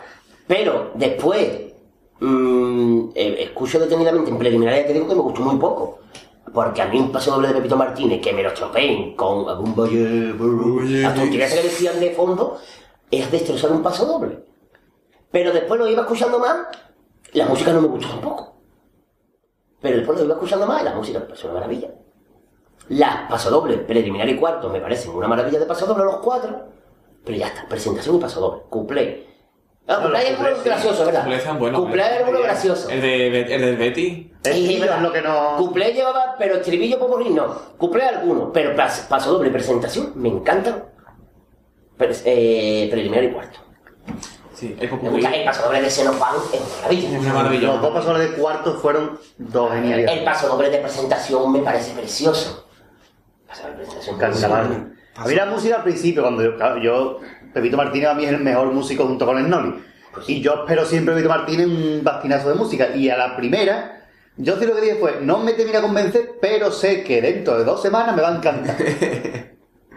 S3: pero después mm, eh, escucho detenidamente en preliminares te digo que me gustó muy poco. Porque a mí un paso doble de Pepito Martínez que me lo estropeen con algún valle, las tonterías que le decían de fondo es destrozar un paso doble. Pero después lo iba escuchando más, la música no me gustó tampoco. Pero después lo iba escuchando más y la música me pareció una maravilla. Las pasodobles, preliminar y cuarto, me parecen una maravilla de pasodoble los cuatro. Pero ya está, presentación y pasodoble, cumple. Ah,
S2: No, los
S3: cumple es uno
S2: cuplés, sí.
S3: gracioso, ¿verdad?
S4: Cumple están buenos.
S3: Cumple
S4: ¿eh?
S3: es uno gracioso.
S4: El, de, Este el del Betty.
S2: El
S3: Sí,
S2: tío
S3: verdad.
S2: es lo que no...
S3: Cuplé llevaba, pero estribillo popurrí no. Cuplé alguno, pero pas- paso doble presentación, me encanta. Pero, eh, preliminar y cuarto.
S4: Sí, el
S3: Me
S4: popurrí.
S3: gusta el paso doble de Xenofan, es una maravilla.
S4: Es una maravilla.
S2: Los dos pasadores de cuarto fueron dos
S3: El
S2: genialidades.
S3: paso doble de presentación me parece precioso. Paso doble de presentación.
S2: Cancelaban. A mí la música al principio, cuando yo, claro, yo- Pepito Martínez a mí es el mejor músico junto con el Noli. Y yo espero siempre a Pepito Martínez un bastinazo de música. Y a la primera, yo sí lo que dije fue, no me termina de convencer, pero sé que dentro de dos semanas me va a <laughs> encantar.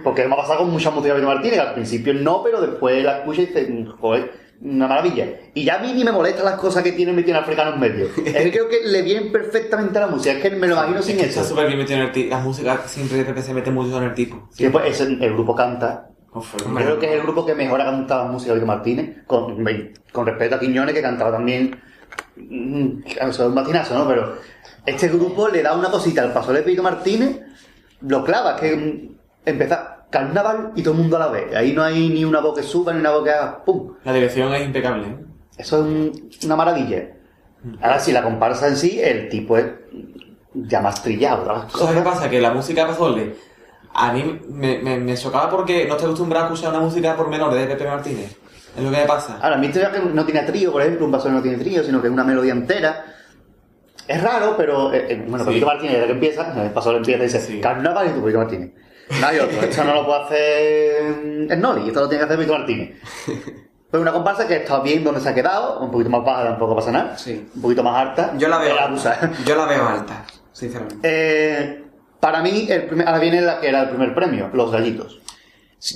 S2: Porque me ha pasado con mucha música de Pepito Martínez, que al principio no, pero después la escucha y dice, joder, una maravilla. Y ya a mí ni me molestan las cosas que tiene metido en africano en medio. Es que creo que le vienen perfectamente a la música, es que me lo imagino sin
S4: Está
S2: eso.
S4: súper bien metido en el tipo. La música siempre se mete mucho en el tipo.
S2: Y después pues, ese- el grupo canta,
S4: Uf,
S2: Yo creo que es el grupo que mejor ha cantado música de Vicky Martínez, con, con respeto a Quiñones, que cantaba también. mm, O sea, un batinazo, ¿no? Pero este grupo le da una cosita al paso de Pito Martínez, lo clava, que mm, empieza carnaval y todo el mundo a la vez. Ahí no hay ni una voz que suba ni una voz que haga ¡pum!
S4: La dirección es impecable. ¿eh?
S2: Eso es un- una maravilla. Ahora, si la comparsa en sí, el tipo es ya más trillado, ¿no?
S4: ¿Sabes qué pasa? Que la música pasoble a mí me, me, me chocaba porque no estoy acostumbrado a escuchar una música por menores de Pepe Martínez. Es lo que me pasa.
S2: Ahora, a mí esto ya que no tiene trío, por ejemplo, un paso no tiene trío, sino que es una melodía entera. Es raro, pero eh, eh, bueno,
S4: Sí.
S2: Pepito Martínez, desde que empieza, eh, el paso empieza y dice
S4: Sí.
S2: carnaval y tú, Pepito Martínez. No hay otro, esto no lo puede hacer el Noli, esto lo tiene que hacer Pepito Martínez. Pero una comparsa que está bien donde se ha quedado, un poquito más baja tampoco pasa nada,
S5: Sí.
S2: un poquito más alta.
S5: Yo la veo
S2: pero abusa. <laughs>
S5: alta. Yo la veo alta, sinceramente.
S2: Eh, para mí, el primer- ahora viene la que era el primer premio, Los Gallitos.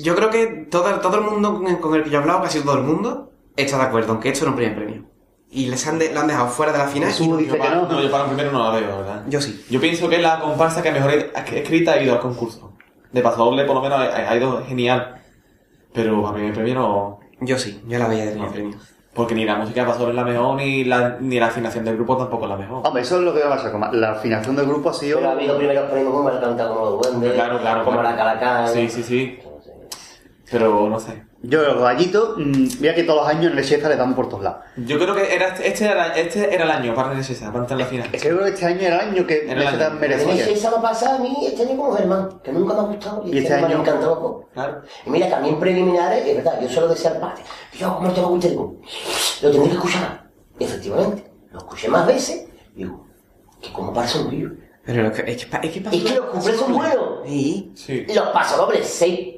S5: Yo creo que todo, todo el mundo con el- con el que yo he hablado, casi todo el mundo, está de acuerdo, aunque esto no es un primer premio. Y les han, de- lo han dejado fuera de la final.
S2: Jesús
S5: y-
S2: dice
S4: Yo
S2: que
S4: para,
S2: no.
S4: no, yo para un primero no la veo, la ¿verdad?
S5: Yo sí.
S4: Yo pienso que es la comparsa que mejor escrita ha ido al concurso. De pasodoble por lo menos ha, ha ido genial. Pero a mí el premio no...
S5: Yo sí, yo la veía de primer premio.
S4: Porque ni la música de pasodoble es la mejor, ni la, ni la afinación del grupo tampoco es la mejor.
S2: Hombre, eso es lo que va a pasar. con- La afinación del grupo ha sido...
S3: Pero ha habido primeros premios como el canta como los duendes,
S4: Claro, claro,
S3: como
S4: claro.
S3: la ¿eh? calacán.
S4: Sí, sí, sí. Pero no sé.
S2: Yo, los gallitos, mm, mira que todos los años en Lecheza le damos por todos lados.
S4: Yo creo que era este, este era, este era el año para Necesa, para entrar en la final.
S2: Es que yo creo que este año era el año que
S4: Era el
S2: Lecheza
S4: año.
S3: A mí
S2: merecía.
S3: esa me pasa a mí este año como Germán, que nunca me ha gustado y,
S2: Y
S3: este
S2: este
S3: año me ha
S2: año-
S3: encantado poco.
S4: Claro.
S3: Y mira, que a mí en preliminares, es verdad, yo solo decía al padre, yo como te va a gustar, digo, lo tendré que escuchar. Y efectivamente, lo escuché más veces, digo, que como pasa un vídeo.
S5: Pero lo que- es que, pa- es que pasó-
S3: Es que los cuplés son buenos.
S5: Sí.
S4: Sí.
S3: Los pasodobles, seis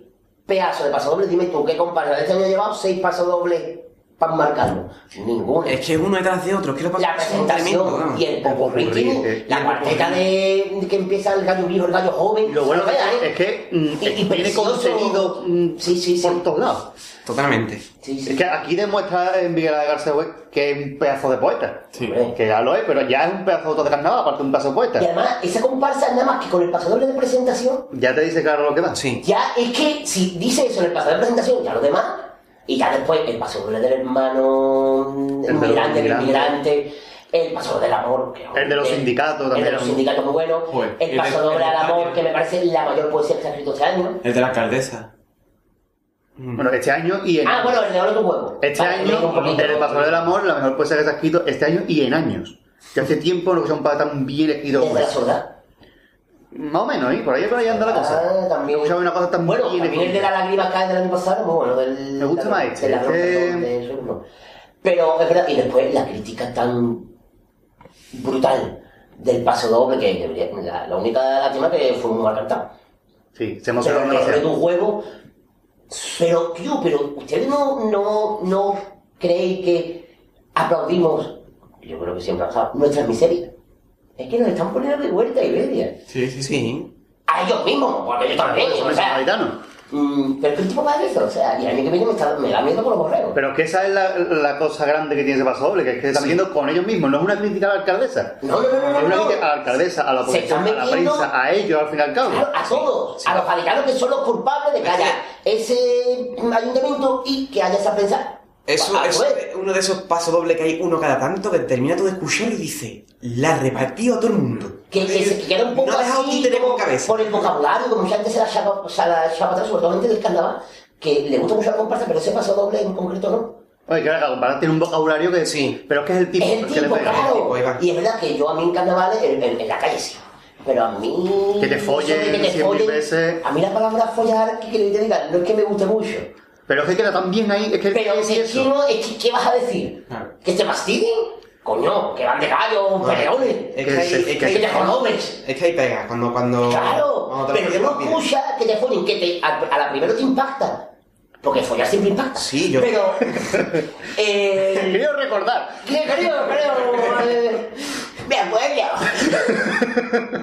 S3: pedazos de pasodobles, dime tú, ¿qué comparas? Este año he llevado seis pasodobles para marcarlo. Ninguno.
S5: Es que es uno detrás de otro. Es que los
S3: La
S5: pasos son tremendos,
S3: presentación
S5: vamos.
S3: y el popurrí,
S2: popurrí,
S3: tiene
S2: eh.
S3: la cuarteta de que empieza el gallo viejo, el gallo joven.
S2: Lo bueno
S3: No veas,
S2: que
S3: ¿eh?
S2: es que mm, es
S3: Y-
S2: que
S3: y
S2: tiene
S3: precioso.
S2: contenido mm,
S3: Sí, sí, sí.
S2: por todos lados.
S5: Totalmente.
S3: Sí, sí.
S2: Es que aquí demuestra en Miguel de García Huet que es un pedazo de poeta.
S4: Sí.
S2: Que ya lo es, pero ya es un pedazo de autor de carnaval, aparte un pedazo de
S3: Y
S2: poeta.
S3: además, esa comparsa, nada más que con el pasador de presentación,
S2: Ya te dice claro lo que va.
S5: Sí.
S3: ya es que si dice eso en el pasador de presentación, ya lo demás, y ya después el pasador del hermano
S2: El
S3: mm,
S2: del
S3: migrante, el
S2: inmigrante.
S3: inmigrante, el pasador del amor, que es un-
S2: El de los
S3: eh,
S2: sindicatos
S3: El de
S2: también
S3: los
S2: era un-
S3: sindicatos muy bueno,
S4: Joder, y Pues, el
S3: el
S4: de-
S3: pasador
S4: el de
S3: al amor,
S4: España.
S3: que me parece la mayor poesía que se ha escrito este año.
S4: El de la alcaldesa.
S2: Bueno, este año y en
S3: Ah, bueno, el de Oro tu huevo.
S2: Este
S3: Vale, me
S2: año,
S3: confundí.
S2: en el Pasador del Amor, la mejor poesía que se ha escrito este año y en años. Que hace tiempo no que son para tan bien escritos.
S3: Desde la soledad.
S2: Más o menos, ¿eh? Por ahí, por ahí anda la cosa.
S3: Ah, también.
S2: He escuchado una cosa tan
S3: Bueno,
S2: bien
S3: a mí el de
S2: escrita.
S3: la lágrima cae del año pasado, muy bueno, del...
S2: Me gusta
S3: del-
S2: más este,
S3: del ladrón,
S2: este-
S3: perdón, de eso, no. Pero, es verdad, y después la crítica tan brutal del paso doble, que debería- la, la única lástima que fue muy mal cantado.
S2: Sí, se
S3: Pero
S2: emocionaron
S3: el error de
S2: demasiado.
S3: un huevo... Pero, tío, pero ustedes no, no, no creen que aplaudimos, yo creo que siempre ha pasado, nuestras miserias. Es que nos están poniendo de vuelta y media.
S5: Sí, sí, sí.
S3: A ellos mismos, porque yo también,
S2: Son
S3: Eh, o
S2: esos
S3: sea...
S2: gaditanos.
S3: Mm, pero qué tipo de eso, o sea, y el año que viene me, está- me da miedo con los borregos.
S2: Pero que esa es la, la cosa grande que tiene ese paso doble, que es que se están viendo con ellos mismos, no es una crítica a la alcaldesa.
S3: no, no, no,
S2: Es
S3: no,
S2: una
S3: no.
S2: crítica a la alcaldesa, a la
S3: Se están
S2: oposición, a la
S3: metiendo-
S2: prensa, a ellos al fin y al cabo.
S3: Claro, a todos, a los radicales que son los culpables de que haya ese ayuntamiento y que haya esa prensa. Pues,
S5: Eso
S3: a- a
S5: es
S3: joder.
S5: uno de esos pasos dobles que hay uno cada tanto que termina todo de escuchar y dice, la repartió a todo el mundo.
S3: Que, que se que queda un poco
S5: No ha dejado
S3: así
S5: títere con
S3: como
S5: cabeza.
S3: por el vocabulario, como mucha gente se la chapa o sea, la chapa atrás, sobre todo gente del carnaval, que le gusta mucho la comparsa, pero ese paso doble en concreto no.
S2: Oye, que ahora Comparar tiene un vocabulario que
S5: Sí.
S2: Pero es que es el tipo
S3: es el
S2: que le
S3: tipo,
S2: pega.
S5: el tipo, ahí va.
S3: claro. Y es verdad que yo a mí en carnavales, en, en- en la calle sí. Pero a mí.
S2: Que te
S3: eso de
S2: follen
S3: que te
S2: 100.000
S3: follen,
S2: veces.
S3: A mí la palabra follar, que, que le diga, no es que me guste mucho.
S2: Pero es que queda tan bien ahí, es que
S3: Pero
S2: es
S3: si es que
S2: eso.
S3: no, es que, ¿qué vas a decir?
S5: Claro.
S3: ¿Que te mastiguen? Coño, que van de gallo, peleones.
S5: Es
S2: Que
S5: que, hay-
S2: se-
S5: es que
S2: que
S5: hay-
S3: Que te colomes.
S5: es que ahí pega, cuando... cuando
S3: Claro,
S5: cuando te
S3: pero que
S5: lo
S3: no
S5: piden.
S3: escuchas que te follen, que te, a, a la primera te impacta. Porque follar siempre impacta.
S5: Sí, yo-
S2: <laughs>
S3: Pero. eh,
S2: Quiero recordar.
S3: creo, creo, creo. eh, me acuerdo.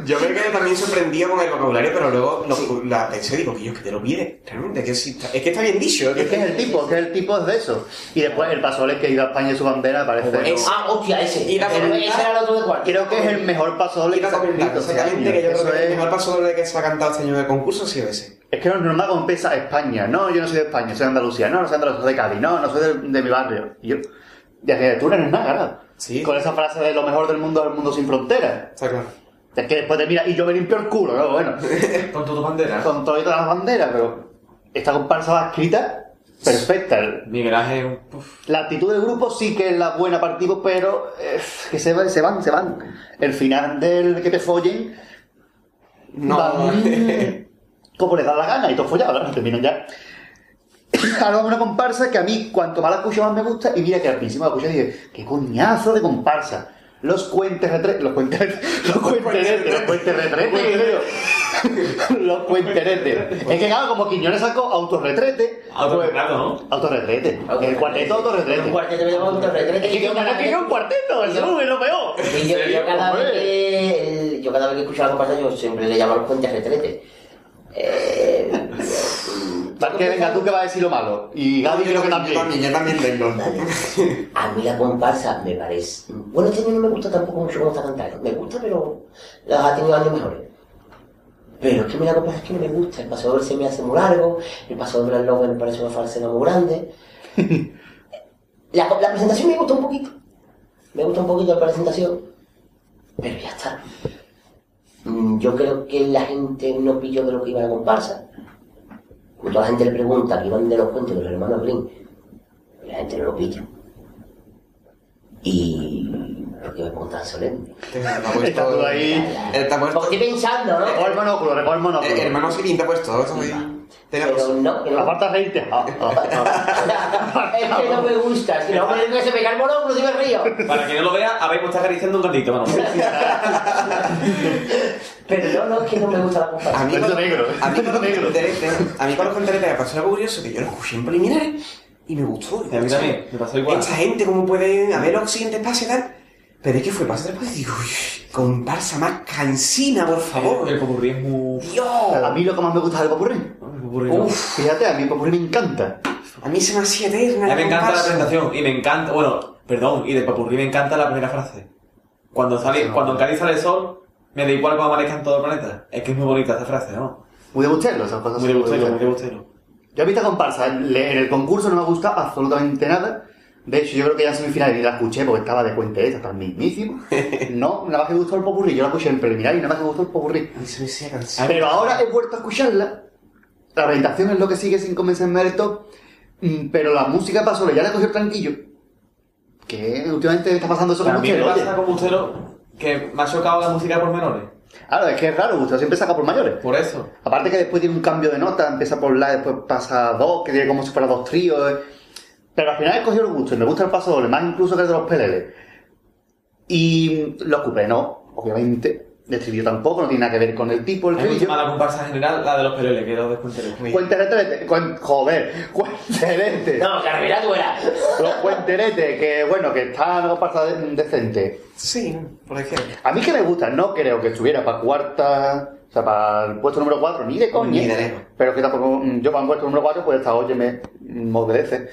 S5: Yo creo que también sorprendido con el vocabulario, pero luego lo, la pensé y digo, que yo que te lo viene. Realmente, que sí, está- es que está bien dicho.
S2: Es que es el tipo, es que el tipo es de eso. Y después el pasodoble que iba a España y su bandera parece.
S5: Eso.
S3: Ah, hostia, ese.
S5: Y la
S3: Ese
S5: voluntad-
S3: era el otro de cuarto.
S2: Creo que es el mejor pasodoble que
S5: Iba
S2: se
S5: a
S2: ha
S5: comentar
S2: escrito. este
S5: exactamente
S2: año.
S5: que yo
S2: Eso
S5: creo que el
S2: es,
S5: mejor paso doble que se ha cantado este año de concurso ha sido ese.
S2: es que no es normal como empieza España. No, yo no soy de España, soy de Andalucía. No, no soy de Andalucía, soy de Cádiz. No, no soy de, de mi barrio. Y yo, y así, tú no eres nada, ¿verdad?
S5: Sí.
S2: Con esa frase de lo mejor del mundo es el mundo sin fronteras.
S5: Está claro.
S2: Es que después te mira, y yo me limpio el culo, ¿no? <laughs> Bueno,
S4: Con tu bandera.
S2: con todas las banderas, pero esta comparsa va escrita perfecta.
S4: Miguel Ángel. uf,
S2: La actitud del grupo sí que es la buena partido, pero eh, que se, va- se van, se van. El final del que te follen,
S5: No.
S2: van como les da la gana y todo follado, ¿verdad? terminan ya. <coughs> Ahora vamos a una comparsa que a mí, cuanto más la escucho, más me gusta. Y mira que al principio la escuché y dije, qué coñazo de comparsa. Los cuentes retre... Los cuentes... <laughs> Los cuenteretes, los cuentes retrete, creo. <laughs> Los cuenteretes. Es que claro, como Quiñones sacó autorretrete.
S4: Ah,
S2: pues,
S4: Autorretrato, ¿no?
S2: Autorretrete. El cuarteto
S3: Un
S2: autorretrete.
S3: cuarteto me llama autorretrete.
S2: Es que yo cada vez que veo un cuarteto, eso es lo peor.
S3: Y yo, yo cada vez que, yo cada vez que escucho la comparsa yo siempre le llamo a los puentes retrete. Eh,
S2: Tal que venga tú que vas a decir lo malo. Y Gaby creo que también.
S5: Yo también tengo.
S3: vale. A mí la comparsa me parece... Bueno, este año no me gusta tampoco mucho cómo está cantando. Me gusta, pero las ha tenido años mejores. Pero es que a mí la comparsa es que no me gusta. El paso doble se me hace muy largo. El paso doble al logo me parece una falsedad muy grande. La, la presentación me gustó un poquito. Me gusta un poquito la presentación. Pero ya está. Mm, Yo creo que la gente no pilló de lo que iba la comparsa. Cuando la gente le pregunta que iban de los cuentos de los hermanos Green, la gente no lo pilla. Y porque me pongo tan solemne.
S2: Está todo ahí.
S5: Él Eh, te ha puesto.
S3: Porque estoy pensando, ¿no?
S2: Recoge el monóculo, recoge el
S5: Eh,
S2: monóculo.
S5: Hermano Sirin te ha puesto. ¿no? Te la-
S3: Pero no, que no. <laughs>
S2: Aparta reírte. Ah, <laughs> ah,
S3: es que no me gusta. Si no, me que se me cae el monóculo, si me río.
S4: Para quien no lo vea, habéis está acariciando un gatito, mano.
S3: Pero no, no, es que no me gusta la comparsa.
S5: A mí,
S2: Cuento
S5: con,
S2: negro.
S5: a mí con los
S2: Negro.
S5: conteretes, a mí con los conteretes me pasó algo curioso que yo lo escuché en preliminares y me gustó.
S4: Y a mí también, me pasó igual.
S5: Esta gente, ¿cómo pueden haber los siguientes pasos y tal? Pero es que fue paso después y digo, uy, comparsa más cansina, por favor.
S4: El popurrí es muy.
S2: ah. A
S5: ¡Dios!
S2: mí lo que más me gusta es el popurrí.
S4: el popurrí no.
S2: Uf, fíjate, a mí el popurrí me encanta.
S5: A mí se me hacía eterna.
S4: A mí me encanta la
S5: comparsa.
S4: presentación y me encanta, bueno, perdón, y de papurrí me encanta la primera frase. Cuando sale, cuando en Cádiz sale el sol, me da igual cómo amanezca en todo el planeta. Es que es muy bonita esa frase, ¿no?
S2: Muy de Bustelo, esas cosas.
S4: Muy de
S2: son
S4: bustelo, muy de
S2: Bustelo.
S4: bustelo.
S2: Yo a mí esta comparsa le- en el concurso no me gusta absolutamente nada. De hecho, yo creo que ya en semifinales ni la escuché porque estaba de cuenta esta, tan <laughs> mismísimo. No, nada más que me gustó el popurrí. Yo la escuché en preliminar y nada más que me gustó el popurrí.
S5: A mí se me hacía
S4: A
S5: cansina.
S4: mí-
S2: Pero ahora he vuelto a escucharla La orientación es lo que sigue sin convencerme del todo, mm, pero la música pasó, ya le cogió el tranquillo. Que últimamente me está pasando eso con
S4: A mí me
S2: ustedes,
S4: pasa
S2: oye.
S4: con Bustelo que me ha chocado la música por menores.
S2: Claro, es que es raro, usted siempre saca por mayores.
S4: Por eso.
S2: Aparte que después tiene un cambio de nota, empieza por la, después pasa a dos, que tiene como si fuera dos tríos. eh. Pero al final he cogido el gusto y me gusta el paso doble, más incluso que el de los peleles. Y los cupé, no, obviamente. El estribillo tampoco, no tiene nada que ver con el tipo, el
S4: Es mucho
S2: estribillo.
S4: más la comparsa general, la de los peroles, que los descuenteros.
S2: Pues- Cuenterete, cuen- joder, cuenterete.
S3: No, carrera duela.
S2: Ah. Los cuenteretes, que bueno, que están algo pasado decente.
S5: Sí, por ejemplo.
S2: A mí que me gusta, no creo que estuviera para cuarta, o sea, para el puesto número 4, ni de coña.
S5: Ni de lejos.
S2: Pero que tampoco, mm, yo para el puesto número 4, pues esta oye me, me
S5: <laughs>
S2: obedece.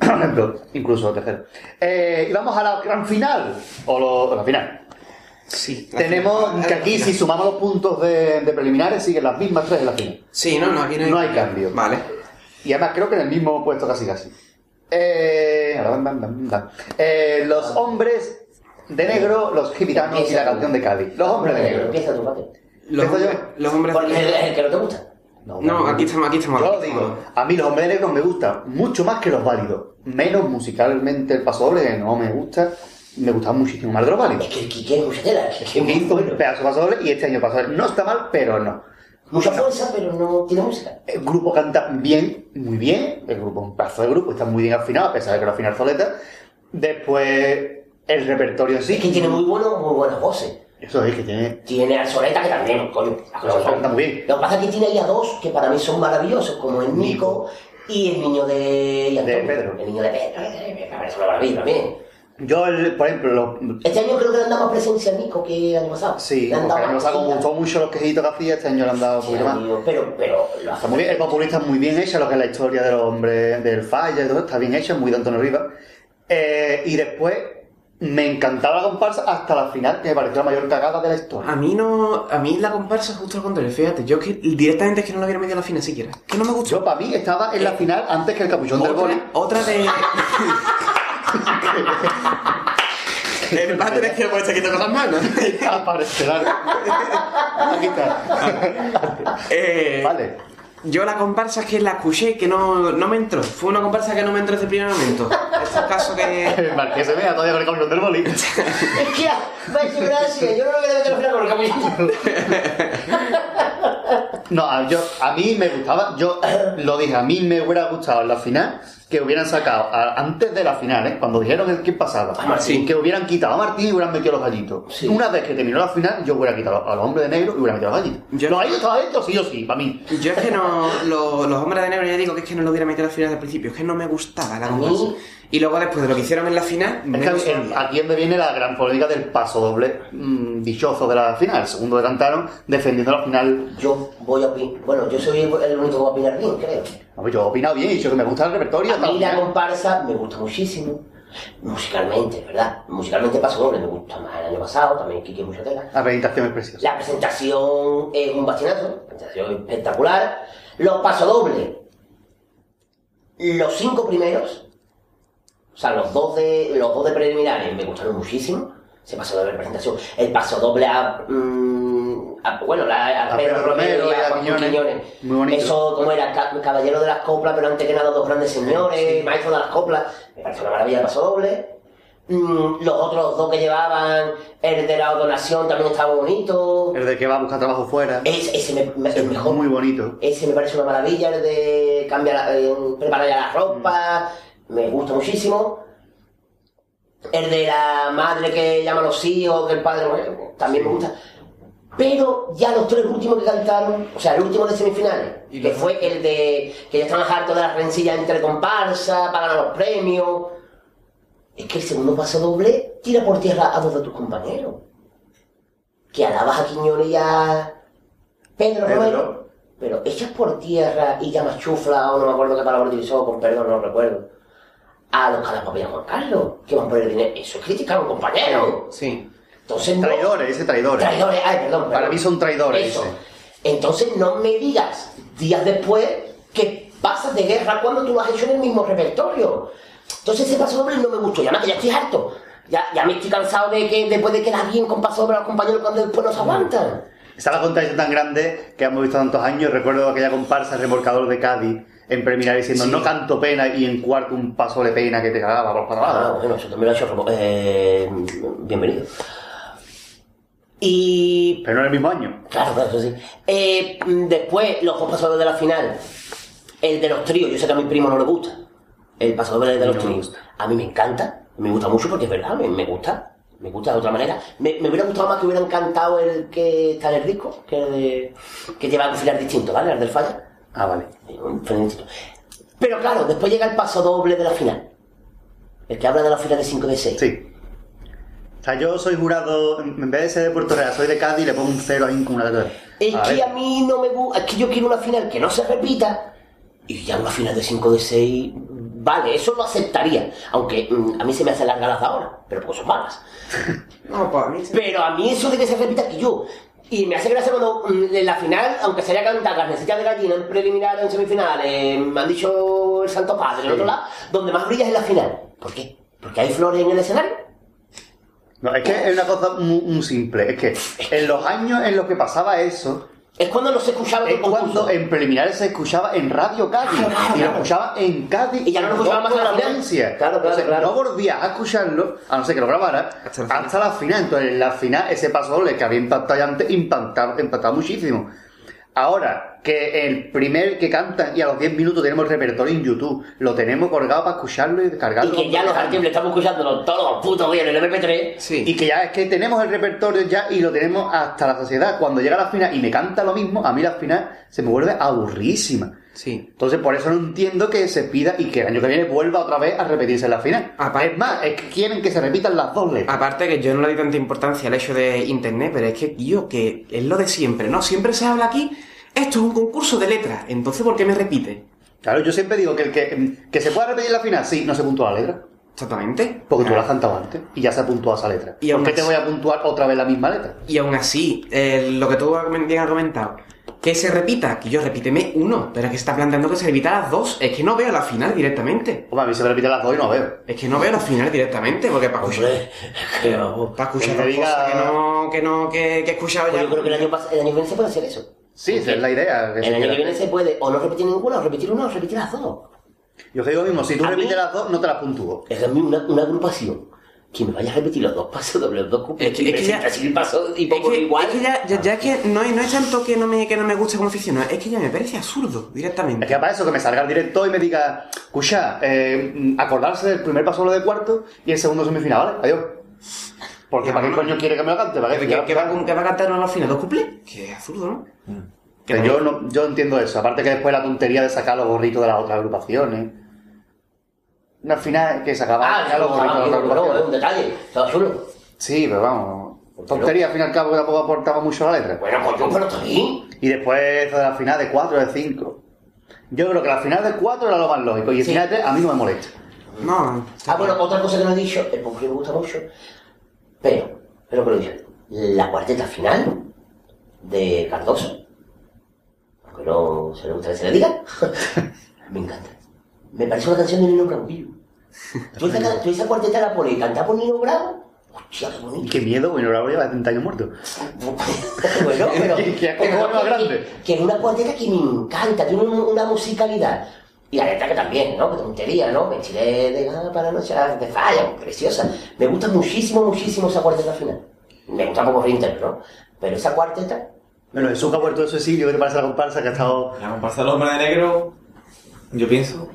S2: Por ejemplo, incluso tercero. Eh, y vamos a la gran final, o, lo- o la final.
S5: Sí. la
S2: Tenemos
S5: final.
S2: que aquí,
S5: La
S2: si
S5: final.
S2: sumamos los puntos de, de preliminares, siguen las mismas tres en la final.
S5: Sí, no, no, aquí no hay,
S2: No hay cambio.
S5: Vale.
S2: Y además creo que en el mismo puesto casi casi. Eh, ahora, bam, bam, bam, bam. Eh, los hombres de negro, los gitanos y la canción de Cádiz. Los hombres de negro.
S3: Empieza tu parte.
S5: Los,
S2: ¿Empiezo
S5: hombres- los hombres...
S3: Porque es el que no te gusta.
S5: No, aquí estamos, aquí estamos.
S2: Yo lo
S5: aquí
S2: digo,
S5: estamos.
S2: a mí los hombres negros me gustan mucho más que los válidos. Menos musicalmente el paso doble, que no me gusta. Me gusta muchísimo más de los válidos.
S3: Es que el Quique es muchatela, es que es muy
S2: Hizo
S3: bueno.
S2: un pedazo de paso doble y este año paso doble no está mal, pero no.
S3: Mucha fuerza, pero no tiene música.
S2: El grupo canta bien, muy bien. El grupo, un pedazo de grupo, está muy bien afinado, a pesar de que lo afina Soleta. Después, el repertorio en sí.
S3: Es que tiene muy bueno, muy eh. buenas voces.
S2: Eso es que tiene.
S3: Tiene a Soleta que también, coño. las cosas
S2: Soleta
S3: son.
S2: está muy bien.
S3: Lo que pasa es que tiene ahí a dos que para mí son maravillosos, como el Nico y el niño de. y Antonio.
S2: De Pedro.
S3: El niño de Pedro. eh, Me parece una maravilla también.
S2: Yo, el- por ejemplo, los-
S3: Este año creo que le han dado más presencia a Nico que el año pasado.
S2: sí,
S3: Le han
S2: porque
S3: dado
S2: nos
S3: más
S2: ha
S3: cosita.
S2: gustado mucho los quejitos que hacía, este año le han dado un
S3: Sí,
S2: poquito más.
S3: amigo, Pero, pero lo hace
S2: Está muy bien, el populista es muy bien hecha, lo que es la historia de los hombres del falla y todo, está bien hecha, muy de Antonio Rivas. Eh, y después me encantaba la comparsa hasta la final, que me pareció la mayor cagada de la
S5: A
S3: Ah,
S2: historia.
S5: mí no... A mí la comparsa es justo al contrario. Fíjate, yo que directamente es que no la hubiera metido a la final siquiera. Que no me gustó.
S2: Yo, para mí, estaba en
S3: Eh,
S2: la final antes que el capuchón del boli.
S5: otra, otra de... <laughs> El va a tener que ponerse quieto con las manos.
S2: <laughs> Aparecerá. Aquí está.
S5: <laughs> Eh,
S2: vale.
S5: Yo la comparsa es que la escuché que no, no me entró. Fue una comparsa que no me entró desde el primer momento. Es un caso que.
S2: El Eh, marqués se vea todavía con el capuchón del boli.
S3: <laughs> Es que, vais a gracia, yo no lo voy a meter al final con el camino.
S2: <laughs> No, a- yo, a mí me gustaba, yo <clears throat> lo dije, a mí me hubiera gustado en la final que hubieran sacado, a- antes de la final, ¿eh? cuando dijeron el quién pasaba,
S3: A Ah, Martín.
S2: que hubieran quitado a Martín y hubieran metido los gallitos.
S3: Sí.
S2: Una vez que terminó la final, yo hubiera quitado a los hombres de negro y hubiera metido los gallitos.
S5: Yo-
S2: los gallitos estaban dentro, sí o sí, para mí.
S5: Yo es que no. lo- los hombres de negro, ya digo que es que no lo hubiera metido a la final desde el principio. Es que no me gustaba la
S3: A mí-
S5: comparsa. Y luego, después de lo que hicieron en la final, me
S2: Es que
S5: gustó.
S2: el- aquí es donde viene la gran polémica del paso doble mm, dichoso de la final, el segundo que cantaron, defendiendo la final.
S3: Yo voy a opinar. Bueno, yo soy el único que va a opinar bien, creo.
S2: No, yo he opinado bien, he dicho que me gusta el repertorio.
S3: A
S2: hasta la
S3: mí la
S2: final.
S3: comparsa me gusta muchísimo. Musicalmente, ¿verdad? Musicalmente paso doble, me gusta más el año pasado, también Kike Muchatela.
S2: La presentación es preciosa.
S3: La presentación es un bastinazo, presentación espectacular. Los pasodobles, los cinco primeros, o sea, los dos de, los dos de preliminares me gustaron muchísimo. Ese pasodoble de presentación. El pasodoble a, mm, a- bueno, la- a,
S2: A
S3: Pedro
S2: Pedro
S3: Romero y
S2: Romero
S3: a Juan
S2: Quiñones.
S3: Quiñones.
S2: Muy bonito.
S3: Eso, como era Ca- caballero de las coplas, pero antes que nada dos grandes señores, maestro de las coplas. Me parece una maravilla el pasodoble. Mm, los otros dos que llevaban, el de la donación también estaba bonito.
S2: El de que va a buscar trabajo fuera.
S3: Es- ese me, me- el
S2: es
S3: mejor.
S2: muy bonito.
S3: Ese me parece una maravilla, el de cambiar, la- eh, preparar ya la ropa. Me gusta muchísimo. El de la madre que llama a los hijos, que el padre bueno, también me gusta. Pero ya los tres últimos que cantaron, o sea, el último de semifinales, que fue el de que ya estaban hartos de las rencillas entre comparsa, para ganar los premios. Es que el segundo paso doble tira por tierra a dos de tus compañeros. Que alabas a Quiñones y a Pedro
S2: Pedro.
S3: Romero, pero echas por tierra y llamas chufla, o no me acuerdo qué palabra utilizó, con perdón, no recuerdo. A los calapapias Juan Carlos, que van por el dinero. Eso es criticar a un compañero.
S5: Sí.
S3: Entonces no.
S2: Traidores, dice traidores.
S3: Traidores, ay, perdón. perdón.
S2: Para mí son traidores,
S3: Eso.
S2: dice.
S3: Entonces no me digas días después que pasas de guerra cuando tú lo has hecho en el mismo repertorio. Entonces ese paso doble no me gustó. Y además que ya estoy harto. Ya, ya me estoy cansado de que después de quedar bien con paso doble a los compañeros cuando después no se aguantan.
S2: Está la contradicción tan grande que hemos visto tantos años. Recuerdo aquella comparsa remolcador de Cádiz en preliminar diciendo no canto pena y en cuarto un paso de pena que te cagaba por para
S3: Ah,
S2: abajo.
S3: bueno, eso también lo ha hecho Ramón. Eh, bienvenido. Y
S2: Pero no en el mismo año.
S3: Claro, claro, eso sí. Eh, mm, después, los dos pasadores de la final. El de los tríos, yo sé que a mi primo no le gusta. El pasador de los tríos. A mí me encanta, me gusta mucho porque es verdad, me, me gusta. Me gusta de otra manera. Me, me hubiera gustado más que hubiera encantado el que está en el disco, que el de, que lleva un final distinto, ¿vale? El del falla.
S2: Ah, vale.
S3: Un final distinto. Pero claro, después llega el paso doble de la final. El que habla de la final de 5 de 6.
S2: Sí. O sea, yo soy jurado, en vez de ser de Puerto Real, soy de Cádiz y le pongo un cero ahí con una letra.
S3: Es
S2: A
S3: que
S2: ver.
S3: a mí no me gusta, es que yo quiero una final que no se repita. Y ya una final de 5 de 6, vale, eso lo aceptaría. Aunque mm, a mí se me hacen largas las de ahora, pero porque son malas.
S5: No, pues a mí se-
S3: Pero a mí eso de que se repita que yo. Y me hace gracia cuando mm, en la final, aunque se haya cantado carnecita de gallina en preliminar, en semifinales, me han dicho el Santo Padre, en otro lado, donde más brilla es en la final. ¿Por qué? Porque hay flores en el escenario.
S2: No, es que es una cosa muy, muy simple. Es que en los años en los que pasaba eso,
S3: Es cuando no se escuchaba
S2: es
S3: todo el
S2: cuando
S3: concurso.
S2: en preliminares se escuchaba en Radio Cádiz.
S3: Claro, claro,
S2: y lo
S3: claro.
S2: escuchaba en Cádiz.
S3: Y ya no lo
S2: en
S3: escuchaba
S2: dos
S3: más en la final.
S2: provincias.
S3: Claro, claro,
S2: Entonces,
S3: claro.
S2: No volvías a escucharlo, a no ser que lo grabaras,
S5: Hasta la
S2: hasta,
S5: final.
S2: la final. Entonces, en la final, ese paso doble que había impactado ya antes, impactado, impactado muchísimo. Ahora, que el primer que cantan y a los 10 minutos tenemos el repertorio en YouTube, lo tenemos colgado para escucharlo y
S3: Y
S2: descargarlo.
S3: que ya los
S2: Descargarlo.
S3: artículos estamos escuchando todos los putos días en el MP3.
S5: Sí.
S2: Y que ya es que tenemos el repertorio ya y lo tenemos hasta la sociedad. Cuando llega la final y me canta lo mismo, a mí la final se me vuelve aburridísima.
S5: Sí.
S2: Entonces, por eso no entiendo que se pida y que el año que viene vuelva otra vez a repetirse la final.
S3: Ah,
S5: Aparte-
S2: es más, es que quieren que se repitan las dos letras.
S5: Aparte que yo no le di tanta importancia al hecho de internet, pero es que yo que es lo de siempre, ¿no? Siempre se habla aquí, esto es un concurso de letras, entonces ¿por qué me repite?
S2: Claro, yo siempre digo que el que, que se pueda repetir la final, sí, no se puntúa la letra.
S5: Exactamente.
S2: Porque
S3: Ah.
S2: tú la has cantado antes y ya se ha puntuado esa letra.
S5: Y
S2: ¿Por
S5: aún
S2: qué te
S5: así-
S2: voy a puntuar otra vez la misma letra?
S5: Y aún así, eh, lo que tú bien has comentado, que se repita, que yo repíteme uno, pero es que se está planteando que se repita las dos, es que no veo la final directamente.
S2: Hombre, a mí se me repiten las dos y no veo.
S5: Es que no veo la final directamente, porque para escuchar,
S3: Hombre, que vamos.
S5: para
S2: que
S5: escuchar
S2: me
S5: dos
S2: diga-
S5: cosas que no, que no, que, que he escuchado
S3: Pues
S5: ya.
S3: yo creo que el año, pas- el año que viene se puede hacer eso.
S2: Sí, esa es la idea. que se
S3: El año
S2: quiera.
S3: que viene se puede o no repetir ninguna, o repetir una, o repetir las dos.
S2: Yo os digo lo mismo, si tú
S3: A mí-
S2: repites las dos, no te las puntúo.
S3: Es a mí una, una agrupación que me vaya a repetir los dos pasos, doble, los dos cuples.
S5: Es que- es que ya-
S3: así el paso y
S5: Es
S3: pongo
S5: que,
S3: igual.
S5: es que ya, ya, ya es que no, es- no es tanto que no me, que no me guste como aficionado, es que ya me parece absurdo directamente.
S2: Es que para eso, que me salga el director y me diga, escucha, eh, mm, acordarse del primer paso lo de cuarto y el segundo semifinal, ¿vale? Adiós. Porque
S5: Ya,
S2: ¿para qué
S5: bueno.
S2: coño quiere que me lo cante? ¿Para
S5: ¿Qué,
S2: qué?
S5: qué- qué va, a- qué va a cantar uno a la final? ¿Dos cuplés? Que es absurdo, ¿no?
S2: Que yo, no, yo entiendo eso. Aparte que después la tontería de sacar los gorritos de las otras agrupaciones. Al final que sacaba
S3: Ah,
S2: los gorritos de las otras
S3: no, no, es un
S2: agrupaciones.
S3: detalle. Estaba solo.
S2: Sí, pero vamos.
S3: Pues
S2: Tontería, al fin y al cabo, que tampoco aportaba mucho a la letra.
S3: Bueno, pues yo, pero también.
S2: Y después eso de la final de 4 de 5. Yo creo que la final de 4 era lo más lógico. Y el
S3: Sí.
S2: final de 3 a mí no me molesta.
S5: No.
S3: Ah, bueno, otra cosa que no he dicho, el punk me gusta mucho, pero, pero que lo dije, la cuarteta final de Cardoso, aunque no se le gusta que se le diga, me encanta. Me parece una canción de Nino Bravo. Tú esa, ca- tú esa cuarteta la pones cantada por Nino Bravo, hostia, qué
S2: Y
S3: bonito.
S2: qué miedo, bueno, ahora lleva 70 años muerto. <laughs>
S3: bueno, pero,
S2: Que- que- como
S3: pero
S2: más grande.
S3: que, que es una cuarteta que me encanta, tiene un- una musicalidad. Y la letra que también, ¿no? Que tontería, ¿no? Me tiré de gana para la noche de falla, pues, preciosa. Me gusta muchísimo, muchísimo esa cuarteta final. Me gusta un poco Rinter, ¿no? Pero
S2: <laughs>
S3: esa cuarteta,
S2: Bueno, Jesús que ha muerto de suicidio, ¿qué te parece la comparsa que ha estado...?
S4: La comparsa del hombre de negro, yo pienso,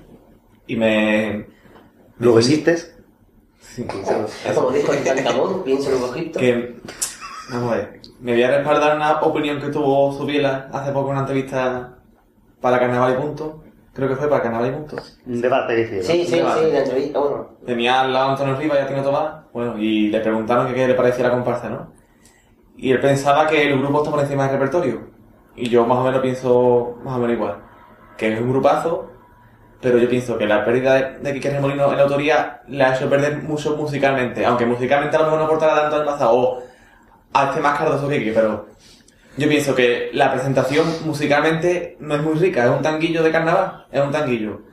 S4: y me...
S2: Lo existe.
S4: Sí.
S3: como dijo el Tancamón, pienso en los Egipto.
S4: que vamos a ver, me voy a respaldar una opinión que tuvo Subiela hace poco en una entrevista para Carnaval y Punto. Creo que fue para Carnaval y Punto.
S2: Un debate que hicieron.
S3: Sí, sí, sí,
S4: Vale.
S3: la entrevista, bueno.
S4: Tenía al lado Antonio Rivas y a Tino Tomás, bueno, y le preguntaron que qué le parecía la comparsa, ¿no? Y él pensaba que el grupo está por encima del repertorio. Y yo más o menos pienso más o menos igual. Que es un grupazo, pero yo pienso que la pérdida de, de Quique Remolino en la autoría le ha hecho perder mucho musicalmente. Aunque musicalmente a lo mejor no aportara tanto al pasado, o hace más cardoso que Quique, pero... Yo pienso que la presentación musicalmente no es muy rica, es un tanguillo de carnaval, es un tanguillo.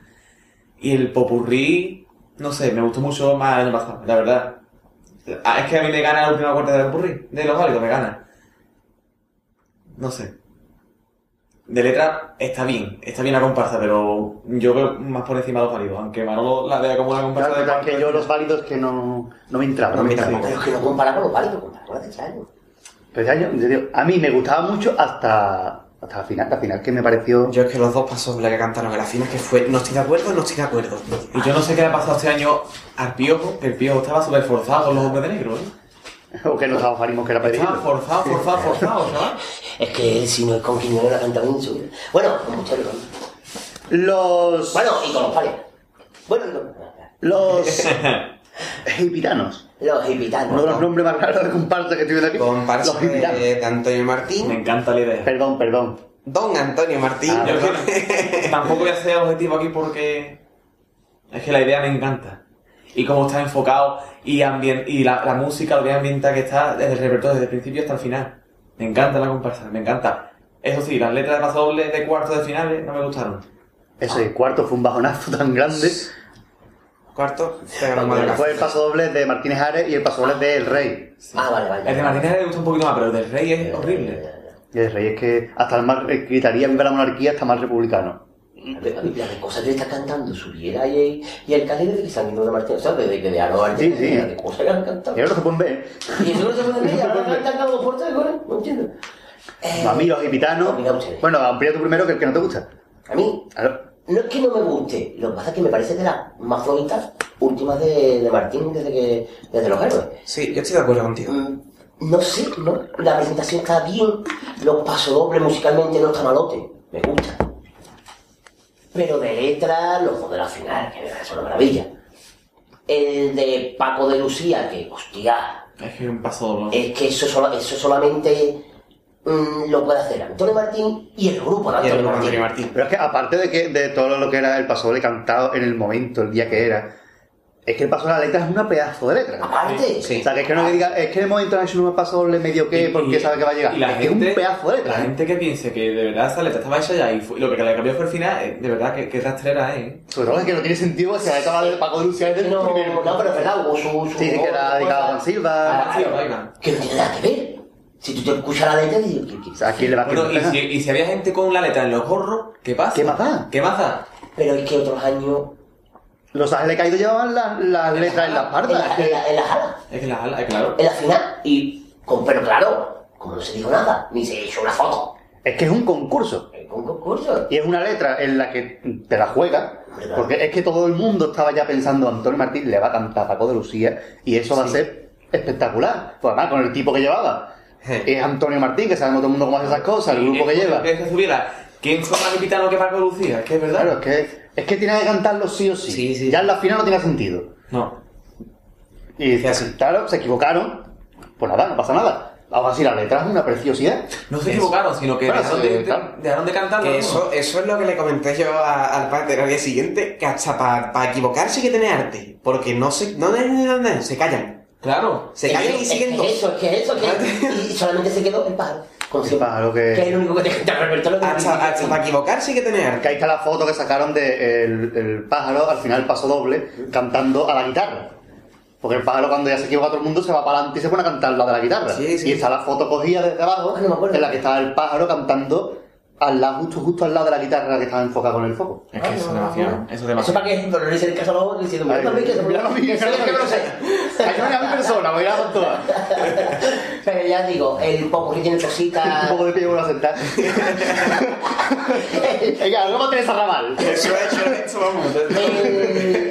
S4: Y el popurrí, no sé, me gustó mucho más el año pasado, la verdad. Ah, Es que a mí me gana la última cuarta del popurrí, de los válidos, me gana. No sé. De letra está bien, está bien la comparsa, pero yo veo más por encima de los válidos, aunque Manolo la vea como una comparsa
S2: Claro,
S4: de
S2: verdad
S4: cuarto
S2: que
S4: de
S2: yo
S4: final.
S2: los válidos que no, no me entraban.
S5: No me
S2: Sí.
S5: tampoco.
S3: Pero es que no compara con los válidos, compara con los de este año.
S2: Pero este ya yo- yo digo, a mí me gustaba mucho hasta, hasta la final, la final que me pareció...
S5: Yo es que los dos pasos la que cantaron en la final que fue no estoy de acuerdo, no estoy de acuerdo.
S4: Y yo no sé qué le ha pasado este año al Piojo, que el Piojo estaba súper forzado con los hombres de negro, ¿eh?
S2: o que nos afarimos que era
S4: Estaba
S2: pedirlo.
S4: forzado, forzado, forzado, chaval.
S3: <laughs> Es que si no es con Quiñonero la canta bien su vida. Bueno, con mucho rigor.
S2: Los...
S3: Bueno, y con los palios. Bueno, y con
S2: Los...
S5: <laughs>
S2: Gipitanos.
S3: los
S2: Uno de los
S3: invitados.
S2: nombres más raros de comparsa que estoy viendo aquí.
S5: Comparsa
S2: Los
S5: de,
S2: gipitanos.
S5: de Antonio
S4: Me
S5: Martín.
S4: encanta la idea.
S2: Perdón, perdón.
S5: Don Antonio Martín.
S2: Ah,
S4: Yo es que tampoco voy a ser objetivo aquí porque es que la idea me encanta. Y cómo está enfocado y, ambien- y la, la música, lo bien ambientada que está desde el repertorio, desde el principio hasta el final. Me encanta la comparsa, me encanta. Eso sí, las letras de paso doble de cuarto de finales no me gustaron.
S2: Ese cuarto fue un bajonazo tan grande.
S5: Cuarto, se ganó Málaga.
S2: Fue el paso doble de Martínez Ares y el paso doble de El Rey.
S3: Ah, vale, vale. Eh,
S4: El de Martínez le gusta un poquito más, pero el del Rey es
S3: Ya,
S4: horrible.
S3: ya, ya.
S2: Y El Rey es que hasta el más... eh, gritaría viva la monarquía hasta más republicano.
S3: A ver, a ver, La de cosas que está cantando subiera y, el- y el calibre de que San Miguel de Martínez, ¿sabes? De que de Aroa,
S2: Sí, sí.
S3: la de cosas que han cantado.
S2: Y ahora no se pueden ver. ¿eh?
S3: Y eso no se puede ver, ahora cantan algo por tres, ¿verdad? No entiendo. Eh,
S2: No, a mí los
S3: Mira
S4: pues,
S2: gipitanos...
S4: eh.
S3: ustedes.
S2: Bueno, amplía tú primero que el que no te gusta.
S3: A mí,
S2: Claro.
S3: no es que no me guste, lo que pasa es que me parece de las más bonitas últimas de, de Martín desde que desde los héroes.
S5: Sí, yo estoy de acuerdo contigo.
S3: Mm, No sé, no, la presentación está bien, los pasodobles musicalmente no está malote, me gusta. Pero de letra, los dos de la final, que me parece una maravilla. El de Paco de Lucía, que hostia,
S4: Es que es un paso doble.
S3: es que eso, sola- eso solamente mm, lo puede hacer Antonio Martín y el grupo de
S5: Y el
S3: Antonio
S5: Don
S3: Martín.
S5: Antonio Martín.
S2: Pero es que aparte de que de todo lo que era el paso doble cantado en el momento, el día que era, es que el paso de la letra es una pedazo de letra.
S3: Aparte,
S5: Sí.
S2: O sea, que es que no que diga, es que en el momento no es un paso doble medio que porque sabe que va a llegar.
S4: y la
S2: es que
S4: gente,
S2: es un pedazo de letra.
S4: La
S2: ¿eh?
S4: gente que piense que de verdad esa letra estaba hecha ya y fue- lo que le cambió fue el final, eh, de verdad que, que rastrera es, ¿eh?
S2: Sobre todo es que no tiene sentido que se la letra de Paco de Lucía desde el
S3: no,
S2: primer
S3: no, pero es verdad, hubo su, su
S2: Sí, sí, que era dedicado a Juan Silva.
S4: Ah, sí, venga.
S3: que no tiene nada que ver. Si tú te escuchas la letra, dices, ¿qué- qué-
S2: O sea, ¿a quién le va a
S4: Bueno, y
S2: querer?
S4: si, y si había gente con la letra en los gorros, ¿qué pasa?
S2: Ah, ¿Qué más da?
S4: ¿Qué más da?
S3: Pero es que otros años.
S2: Los ángeles caídos llevaban las las letras en las
S3: En
S2: pardas.
S3: la,
S2: es que-
S3: en la- en la jala,
S4: Es que la ala, eh, claro.
S3: en la final. Y con pero claro, como no se dijo nada, ni se hizo una foto.
S2: Es que es un concurso.
S3: Es un concurso.
S2: Y es una letra en la que te la juega, porque es que todo el mundo estaba ya pensando, Antonio Martín le va a cantar a Paco de Lucía, y eso va a ser espectacular. Pues además, con el tipo que llevaba. Es Antonio Martín, que sabemos todo el mundo cómo hace esas cosas, el grupo que
S4: Eh,
S2: lleva.
S4: Que se subiera. ¿Quién fue más capitano que Paco Lucía? Es que es verdad.
S2: Claro, es que, es que tiene que cantarlo sí o sí.
S5: Sí, sí.
S2: Ya en la final no tiene sentido.
S4: No.
S2: Y dice
S5: así.
S2: claro, se equivocaron. Pues nada, no pasa nada. Ahora sí, la letra es una preciosidad.
S4: No se equivocaron, sino que
S2: Bueno,
S4: dejaron,
S2: sí,
S4: de,
S2: claro.
S4: de- dejaron de cantarlo.
S5: Que
S4: ¿no?
S5: eso, eso es lo que le comenté yo a- al padre al día siguiente, que hasta para equivocarse hay que tener arte, porque no se, no, no, no, no, no, se callan.
S4: Claro.
S5: Se
S3: Es
S5: callan
S3: que-
S5: y
S3: es
S5: siguen
S3: que
S5: dos.
S3: Eso, es que eso,
S2: <laughs>
S3: es que. Y solamente se quedó el pájaro. Con
S2: El
S3: su-
S2: pájaro que- Ah,
S3: es el único que te, te repertó lo que
S5: Hasta, hasta para equivocarse hay que tener
S2: Que
S5: arte.
S2: ahí está la foto que sacaron de el, el pájaro, al final paso doble, cantando a la guitarra. Porque el pájaro cuando ya se equivoca todo el mundo se va para adelante y se pone a cantar la de la guitarra.
S5: Sí, sí.
S2: Y está la foto cogida desde abajo,
S3: Ah, no me acuerdo.
S2: en la que estaba el pájaro cantando al lado, justo, justo al lado de la guitarra que estaba enfocada con el foco.
S4: Es que eso es
S2: Ah,
S4: demasiado. Eso es
S3: Eso
S4: demasiado.
S3: para que no le hice el caso a los otros diciendo,
S2: Ay,
S3: "Bueno, también que se
S2: mira lo mío, mira lo
S3: <laughs>
S2: mío. Ahí no era mi persona, voy a ir a la doctora.
S3: Pero ya digo, el poco que tiene
S2: Un
S3: cositas.
S2: poco de pie voy a sentar.
S3: <laughs>
S2: Venga, luego va a tener esa ramal.
S5: Eso es, eso es, eso <laughs> vamos.
S3: El-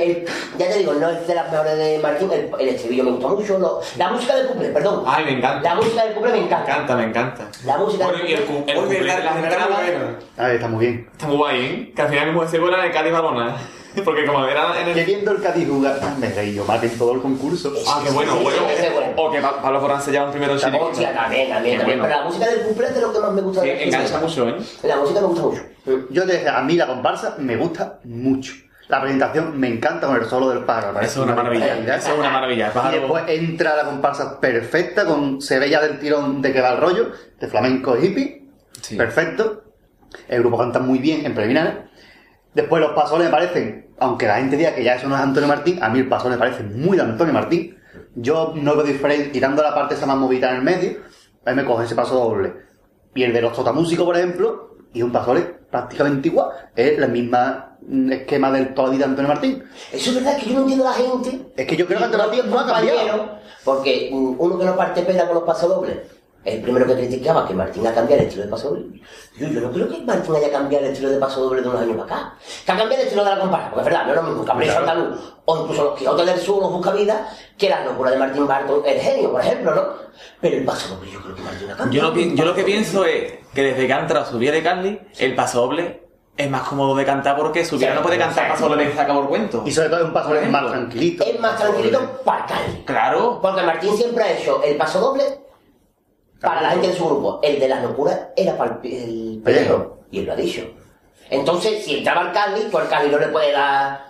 S3: el- ya te digo, no es de las mejores de Martín, el, el estribillo me gusta mucho, lo- la música del cumple, perdón.
S4: Ay, me
S3: La
S4: encanta.
S3: música del cumple me
S4: Me
S3: encanta.
S4: encanta, me encanta.
S3: La música
S4: Bueno, y el, cu-
S5: Muy
S4: el cuplé
S5: bien,
S4: de las
S5: la verdad, muy
S4: entradas.
S5: bueno.
S2: A ver, está muy bien.
S4: Está muy guay, ¿eh? Que al final mismo se buena de Cádiz Balona. <laughs> Porque como era en el
S2: Que viendo el Cádiz jugar, ah, me reí yo más que en todo el concurso.
S4: Ah, qué bueno,
S3: Sí, sí,
S4: bueno.
S3: sí, sí, bueno.
S4: O que Pa- Pablo Forán se lleva un primero en
S3: Hostia,
S4: Chile.
S3: también, también, también.
S4: Qué bueno.
S3: Pero la música del cumple es de lo que más me gusta. de
S4: Que
S3: la
S4: engancha
S3: música.
S4: mucho, ¿eh?
S3: La música me gusta mucho. Mm.
S2: Yo te decía, a mí la comparsa me gusta mucho. La presentación me encanta con el solo del pájaro. parece
S4: Eso es una maravilla.
S2: barbaridad.
S4: Eso es una maravilla. El
S2: Y
S4: pájaro-
S2: después entra la comparsa perfecta, con se ve ya del tirón de que va el rollo, de flamenco hippie.
S4: Sí.
S2: Perfecto. El grupo canta muy bien en preliminares. Después los pasoles me parecen, aunque la gente diga que ya eso no es Antonio Martín, a mí el pasole me parece muy de Antonio Martín. pues Yo no veo diferencia, quitando la parte esa más movida en el medio, a mí me coge ese paso doble. Y el de los Totamúsicos, por ejemplo, y un pastor es prácticamente igual. Es la misma mm, esquema del toda la vida de Antonio Martín.
S3: Eso es verdad que yo no entiendo a la gente.
S2: Es que yo creo que
S3: Y
S2: Antonio
S3: propios
S2: Martín no ha cambiado.
S3: compañeros, Porque mm, uno que no parte pena con los pasodobles. Es el primero que criticaba que Martín ha cambiado el estilo de pasodoble. Yo, yo no creo que Martín haya cambiado el estilo de pasodoble de unos años para acá. Que ha cambiado el estilo de la comparsa. Porque es verdad, no es lo mismo Capricho
S2: Claro.
S3: Andaluz o incluso los Quijotes del Sur o Buscavidas que la locura de Martín Barton, el genio, por ejemplo, ¿no? Pero el pasodoble yo creo que Martín ha
S4: Yo
S3: cambiado.
S4: lo, pi- yo lo que pienso es que desde que ha entrado su de Carly, el pasodoble es más cómodo de cantar porque su
S3: Sí,
S4: no puede cantar
S3: sí.
S4: pasodoble de que se acabó el cuento.
S2: Y sobre todo es un pastor
S4: Por
S2: más
S4: ejemplo,
S2: tranquilito.
S3: Es más tranquilito para Cali.
S4: Claro,
S3: Porque Martín siempre ha hecho el paso doble para la gente de su grupo. El de las locuras era para el, pi- el pellejo. Y él lo ha dicho. Entonces, si entraba el Cali, pues el Cali no le puede dar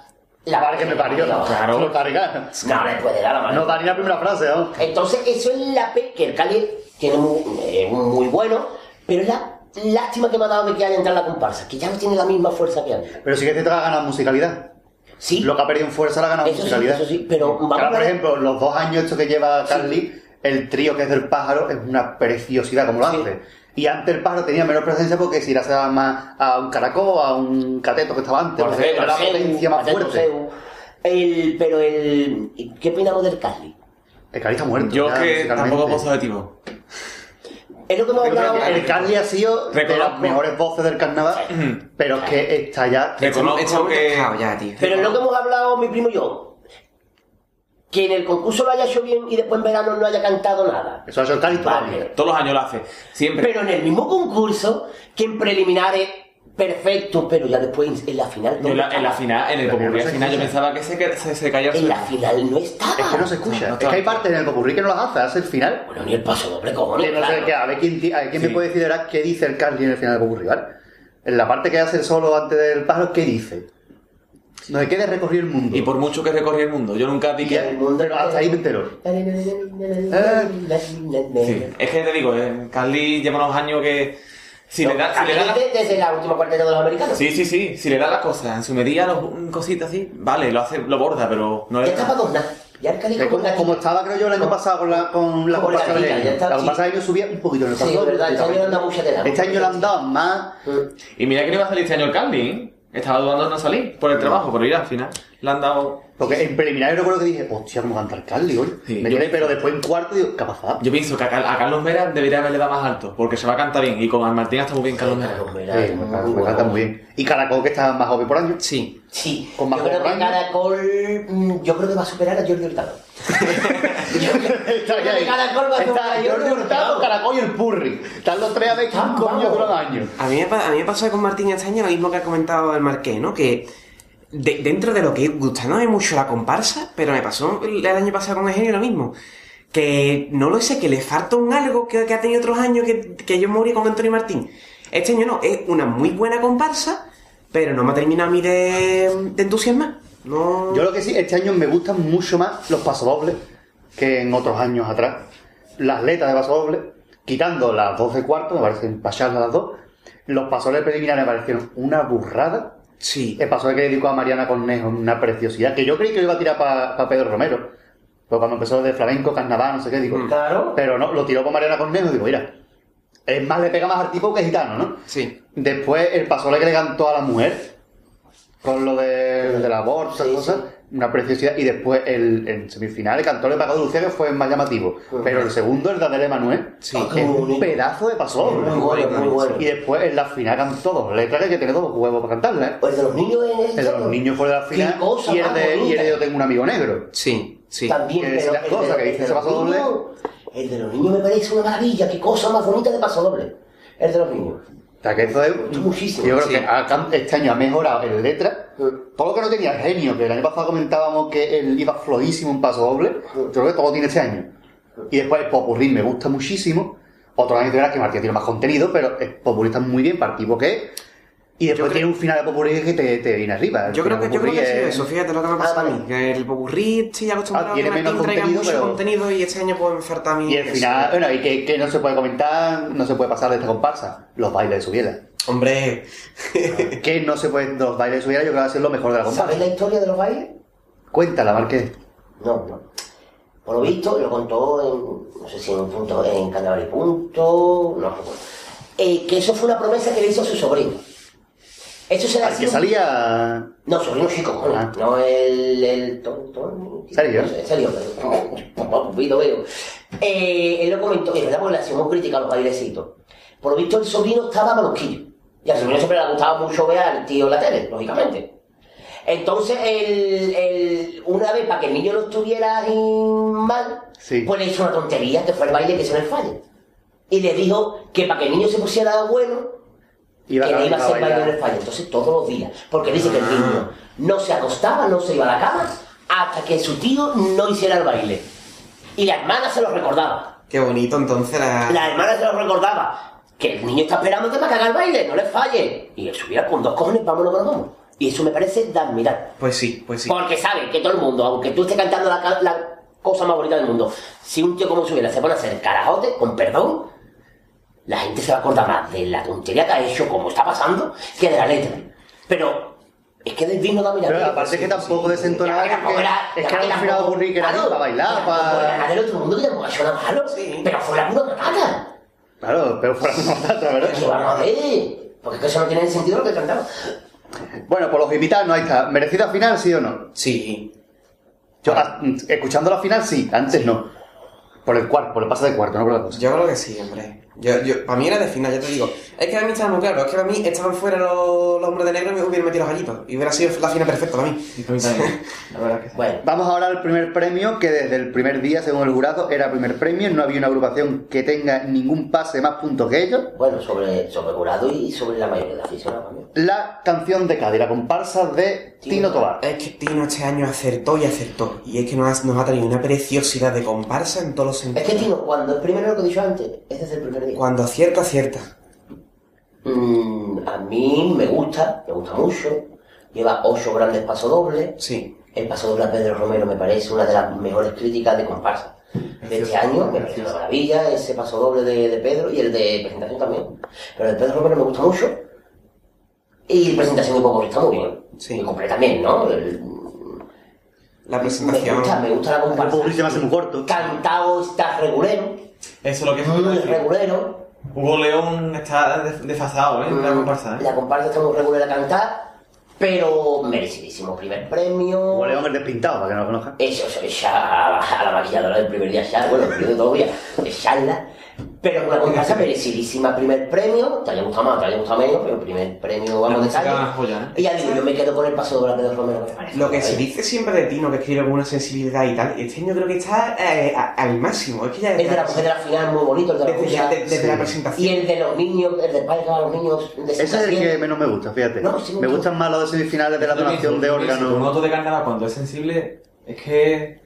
S3: la barra
S2: Que me parió,
S3: No,
S4: Claro.
S2: No daría
S3: no le puede dar la barra.
S2: no, daría la primera frase, ¿no?
S3: Entonces, eso es la pe que el Cali tiene muy, es un muy bueno, pero es la lástima que me ha dado de que haya entrado la comparsa, que ya no tiene la misma fuerza que antes.
S2: Pero sí que te ha ganado musicalidad.
S3: Sí,
S2: Lo que ha perdido en fuerza la ha ganado en
S3: Eso sí,
S2: musicalidad.
S3: eso sí, pero vamos
S2: Ahora,
S3: a
S2: por
S3: ver-
S2: ejemplo, los dos años estos que lleva Carly, el trío que es del pájaro es una preciosidad como lo
S3: Sí.
S2: hace. Y antes el pájaro tenía menos presencia porque si se daba más a un caracol, a un cateto que estaba antes, porque
S3: Orfeo,
S2: era la
S3: Orfeo,
S2: potencia más
S3: Orfeo,
S2: fuerte.
S3: Orfeo. El, pero el. ¿Qué opinamos del Cali?
S2: El Carly está muerto.
S4: yo
S2: ya,
S4: es que
S2: musicalmente.
S4: tampoco puedo objetivo.
S3: Es lo que hemos hablado.
S2: El Carly ha sido de
S4: Reconozco.
S2: las mejores voces del carnaval,
S4: Ujú.
S2: pero es que está ya.
S4: Reconozco
S5: Estamos
S4: que-
S5: tocados ya, tío.
S3: Pero es lo que hemos hablado mi primo y yo. Que en el concurso lo haya hecho bien y después en verano no haya cantado nada.
S2: Eso ha hecho el Carly toda la
S3: Vale.
S2: vida.
S4: Todos los años lo hace, siempre.
S3: Pero en el mismo concurso, que en preliminares, perfecto, pero ya después en la final. no
S4: en, la,
S3: estaba.
S4: en la final, en el
S2: Pero que
S4: popurrí
S2: no se
S4: final, yo
S2: escucha.
S4: pensaba que se, que- se, se caía el
S3: En la
S4: suelo.
S3: final no estaba.
S2: Es que no se escucha.
S4: No, no
S2: es
S4: está.
S2: que hay partes en el popurrí que no las hace, hace el final.
S3: Bueno, ni el paso doble, como
S2: Que no sé qué, a ver quién, ti- a ver quién
S4: Sí.
S2: me puede decir ahora qué dice el Carly en el final de Popurrí, ¿vale? En la parte que hace el solo antes del pájaro, ¿qué dice? No se quede recorrido el mundo.
S4: Y por mucho que recorrí el mundo, yo nunca vi
S2: Y
S4: que...
S2: ya, pero hasta ahí me entero.
S4: Sí, Es que te digo, eh, Carly lleva unos años que... Si le da, si le da la-
S3: desde, desde la última cuarteta de los americanos.
S4: Sí, sí, sí. Si le da las cosas en su medida, los, un cosita así, vale, lo hace, lo borda, pero no
S3: Ya
S4: le
S3: está
S4: da.
S3: Madonna. Ya el Cali
S2: Es como, como estaba, creo yo, el año
S3: Como-
S2: pasado con la, con la
S3: como la
S2: comparsa de
S3: gatita,
S2: Leño.
S3: ya está,
S2: La
S3: sí.
S2: comparsa de Leño subía un poquito en el
S3: Sí,
S2: pasado.
S3: verdad, este año le han dado mucha tela.
S2: Este año le han dado más.
S4: Y mira que no iba a salir este año el Candy, ¿eh? Estaba dudando de no salir por el trabajo, pero mira, al final le han dado.
S2: Porque en preliminar yo recuerdo que dije, hostia, cómo canta el Carly, hoy.
S4: Sí,
S2: me
S4: yo-
S2: quedé, pero después en cuarto digo, capaz.
S4: Yo pienso que a, Car- a Carlos Mera debería haberle dado más alto, porque se va a cantar bien. Y con Martín está muy bien Carlos Mera.
S2: Sí, me encanta, me encanta muy bien. Y Caracol, que está más joven por año.
S5: Sí.
S3: Sí,
S2: Con
S3: yo
S2: Majo
S3: creo que
S2: Bolaño.
S3: Caracol. mm, Yo creo que va a superar a Jordi Hurtado. yo
S2: Está
S3: creo que
S2: ahí.
S3: Caracol va a
S2: Está
S3: superar a
S2: Jordi
S3: Jordi
S2: Hurtado,
S3: Hurtado.
S2: Caracol y el Purri. Están los tres a ver quién
S3: Están
S2: coño
S3: vamos.
S2: dura años.
S5: A mí, me, pa- a mí me pasó con Martín este año lo mismo que ha comentado el Marqués, ¿no? Que de- dentro de lo que gusta, no es mucho la comparsa, pero me pasó el, el año pasado con Eugenio lo mismo. Que no lo sé, que le falta un algo que, que ha tenido otros años que, que yo morí con Antonio Martín. Este año no, es una muy buena comparsa, pero no me ha terminado a mí de, de entusiasmar. No.
S2: Yo lo que sí, este año me gustan mucho más los pasodobles que en otros años atrás. Las letras de pasodobles, quitando las dos de cuarto, me parecen pasadas las dos. Los pasodobles preliminares me parecieron una burrada.
S5: Sí.
S2: El pasodoble que dedicó a Mariana Cornejo, una preciosidad, que yo creí que lo iba a tirar para Pedro Romero. Pero cuando empezó de flamenco, carnaval, no sé qué,
S3: Mm.
S2: digo,
S4: Mm.
S3: Claro.
S2: Pero no, lo tiró con Mariana Cornejo y digo, mira, es más le pega más al tipo que gitano, ¿no?
S5: Sí.
S2: Después el pasole que le cantó a la mujer, con lo de, de la bolsa,
S3: Sí,
S2: cosas, una preciosidad. Y después el, en semifinal el cantó le pagó Dulce, que fue más llamativo. Pero el segundo, el de Adele Manuel,
S5: Sí.
S2: es un pedazo de pasole.
S3: Muy bueno, muy bueno.
S2: Y después en la final cantó dos letras que hay que tener dos huevos para cantarla, ¿eh?
S3: O el de los niños es.
S2: El de los niños fue de la
S3: Qué
S2: final
S3: cosa
S2: y el
S3: más
S2: de, y el de
S3: bonita.
S2: Yo tengo un amigo negro.
S5: Sí, sí.
S3: También,
S2: Quiere decir
S3: pero
S2: las cosas que dice
S3: el
S2: ese
S3: los
S2: paso doble.
S3: niños- El de los niños me parece una maravilla, qué cosa más bonita de paso doble. El de los niños.
S2: O sea, que eso es
S3: Muchísimo,
S2: Yo creo
S5: sí.
S2: que ha cam- este año ha mejorado en letra. Todo lo que no tenía genio, que el año pasado comentábamos que él iba flojísimo en paso doble, yo creo que todo tiene este año. Y después el popurrí me gusta muchísimo. Otro año te verás que Martín tiene más contenido, pero el popurrí está muy bien para el tipo que es. Y después
S5: creo-
S2: tiene un final de popurrí que te, te viene arriba. El
S5: Yo creo
S2: final
S5: que, yo creo que
S2: popurrí
S5: sí,
S2: es-
S5: eso, fíjate lo que me ha
S3: Ah,
S5: pasado a mí.
S3: vale.
S5: Que el popurrí estoy acostumbrado
S2: Ah,
S5: a que
S2: tiene
S5: Martín
S2: menos
S5: traiga
S2: contenido,
S5: mucho
S2: pero-
S5: contenido y este año puedo me falta a mí.
S2: Y el
S5: eso.
S2: final, bueno, y que, que no se puede comentar, no se puede pasar de esta comparsa, los bailes de su biela.
S5: Hombre,
S2: que no se pueden, los bailes de su biela yo creo que va a ser lo mejor de la
S3: ¿Sabéis
S2: comparsa.
S3: la historia de los bailes?
S2: Cuéntala, Marqués.
S3: No, no. Por lo visto, lo contó en, no sé si en un punto, en Cantabria y Punto, no recuerdo. eh, que eso fue una promesa que le hizo a su sobrino. Eso se le
S2: Al que
S3: hacía un-
S2: salía.
S3: No, sobrino chico, coño.
S2: Ah.
S3: no el... el ton- ton-
S2: ¿Serio?
S3: no sé, Serio, pero... Vino, veo. Eh, él lo comentó, es verdad, porque le hacíamos crítica a los bailecitos. Por lo visto el sobrino estaba maluquillo. Y al sobrino siempre le gustaba mucho ver al tío en la tele, lógicamente. Entonces, el, el- una vez, para que el niño no estuviera ahí mal,
S2: Sí.
S3: pues le hizo una tontería, que fue el baile que hizo en el fallo. Y le dijo que para que el niño se pusiera bueno, que le iba a hacer baile en el fallo. Entonces, todos los días. Porque dice que el niño no se acostaba, no se iba a la cama, hasta que su tío no hiciera el baile. Y la hermana se lo recordaba.
S5: Qué bonito entonces la...
S3: La hermana se lo recordaba. Que el niño está esperando que para cagar el baile, no le falle. Y él subiera con dos cojones, vámonos, vámonos. vámonos. Y eso me parece de admirar.
S5: Pues sí, pues sí.
S3: Porque saben que todo el mundo, aunque tú estés cantando la, ca- la cosa más bonita del mundo, si un tío como subiera se pone a hacer el carajote, con perdón, la gente se va a acordar más de la tontería que ha hecho, como está pasando, que de la letra. Pero es que del vino da mirar.
S2: Pero aparte que tampoco desentonaba
S3: Ya,
S2: porque es que era un final aburrido que era
S3: Claro,
S2: ahí para bailar,
S3: era como
S2: para-
S3: era nada del otro mundo que tampoco ha hecho nada malo, pero fue la pura matada.
S2: Claro, pero fuera una otra,
S3: Pero que vamos a
S2: ¿verdad?
S3: ver, porque es que eso no tiene sentido lo que cantaba.
S2: Bueno, por los invitados, no, ahí está. ¿Merecida final, sí o no?
S5: Sí.
S2: Yo,
S3: Ah.
S2: a- escuchando la final, sí. Antes no. Por el cuarto, por el pase de cuarto, no por la cosa.
S5: Yo creo que sí, hombre. Yo, yo, para mí era de final, ya te digo. Es que a mí estaba muy claro, es que para mí estaban fuera los, los hombres de negro y me hubieran metido los gallitos. Y hubiera sido la final perfecta para mí.
S4: La verdad que sí.
S3: Bueno,
S2: Vamos ahora al primer premio, que desde el primer día, según el jurado, era primer premio. No había una agrupación que tenga ningún pase más puntos que ellos.
S3: bueno, sobre, sobre Jurado y sobre la mayoría de aficionados también.
S2: La canción de Cádiz, la comparsa de Tino Tobar.
S5: Es que Tino este año acertó y acertó. Y es que nos ha, nos ha traído una preciosidad de comparsa en todos los
S3: Es
S5: sentidos.
S3: que, Tino, cuando el primero lo que he dicho antes, este es el primer día.
S5: Cuando acierta, acierta.
S3: Mm, a mí me gusta, me gusta mucho. Lleva ocho grandes pasodobles.
S5: Sí.
S3: El paso doble a Pedro Romero me parece una de las mejores críticas de comparsa de este año. Me parece una maravilla ese paso doble de, de Pedro y el de presentación también. Pero el de Pedro Romero me gusta mucho. Y presentación de Popo está muy bien.
S5: Sí.
S3: Y completa también, ¿no? El-
S5: La
S3: me
S5: presentación.
S3: gusta, me gusta la
S2: El público se me
S3: comparsa.
S2: hace muy corto.
S3: Cantado está regulero,
S4: Eso es lo que es.
S3: muy regulero.
S4: Hugo León está des- desfasado, ¿eh?
S3: Mm.
S4: La comparsa, ¿eh?
S3: La comparsa está muy regular a cantar, pero merecidísimo primer premio.
S2: Como León el despintado, para que no lo conozcan.
S3: Eso, eso, ya a la maquilladora del primer día, ya, bueno, el primer de todo día, es charla. Pero una comparsa merecidísima, primer premio, te haya gustado más, te haya gustado menos, pero primer premio, vamos de
S4: música
S3: calle.
S4: joya, ¿eh?
S3: Y ya digo, yo me quedo con el paso de la Pedro Romero, que me parece
S5: Lo que se
S3: maravilla.
S5: dice siempre de Tino, que escribe con una sensibilidad y tal, este año creo que está eh, a- al máximo. Es que ya
S3: El de la mujer de la final, muy bonito, el de la
S5: desde, ya-
S3: musa.
S5: de- desde la
S3: Y
S5: presentación.
S3: el de los niños, el de Spike a los niños de
S2: Ese es el
S3: 100.
S2: que menos me gusta, fíjate.
S3: No, sí,
S2: me
S3: mucho.
S2: gustan más los de semifinales de la donación de
S4: Un
S2: órganos.
S4: auto de carnaval cuando es sensible es que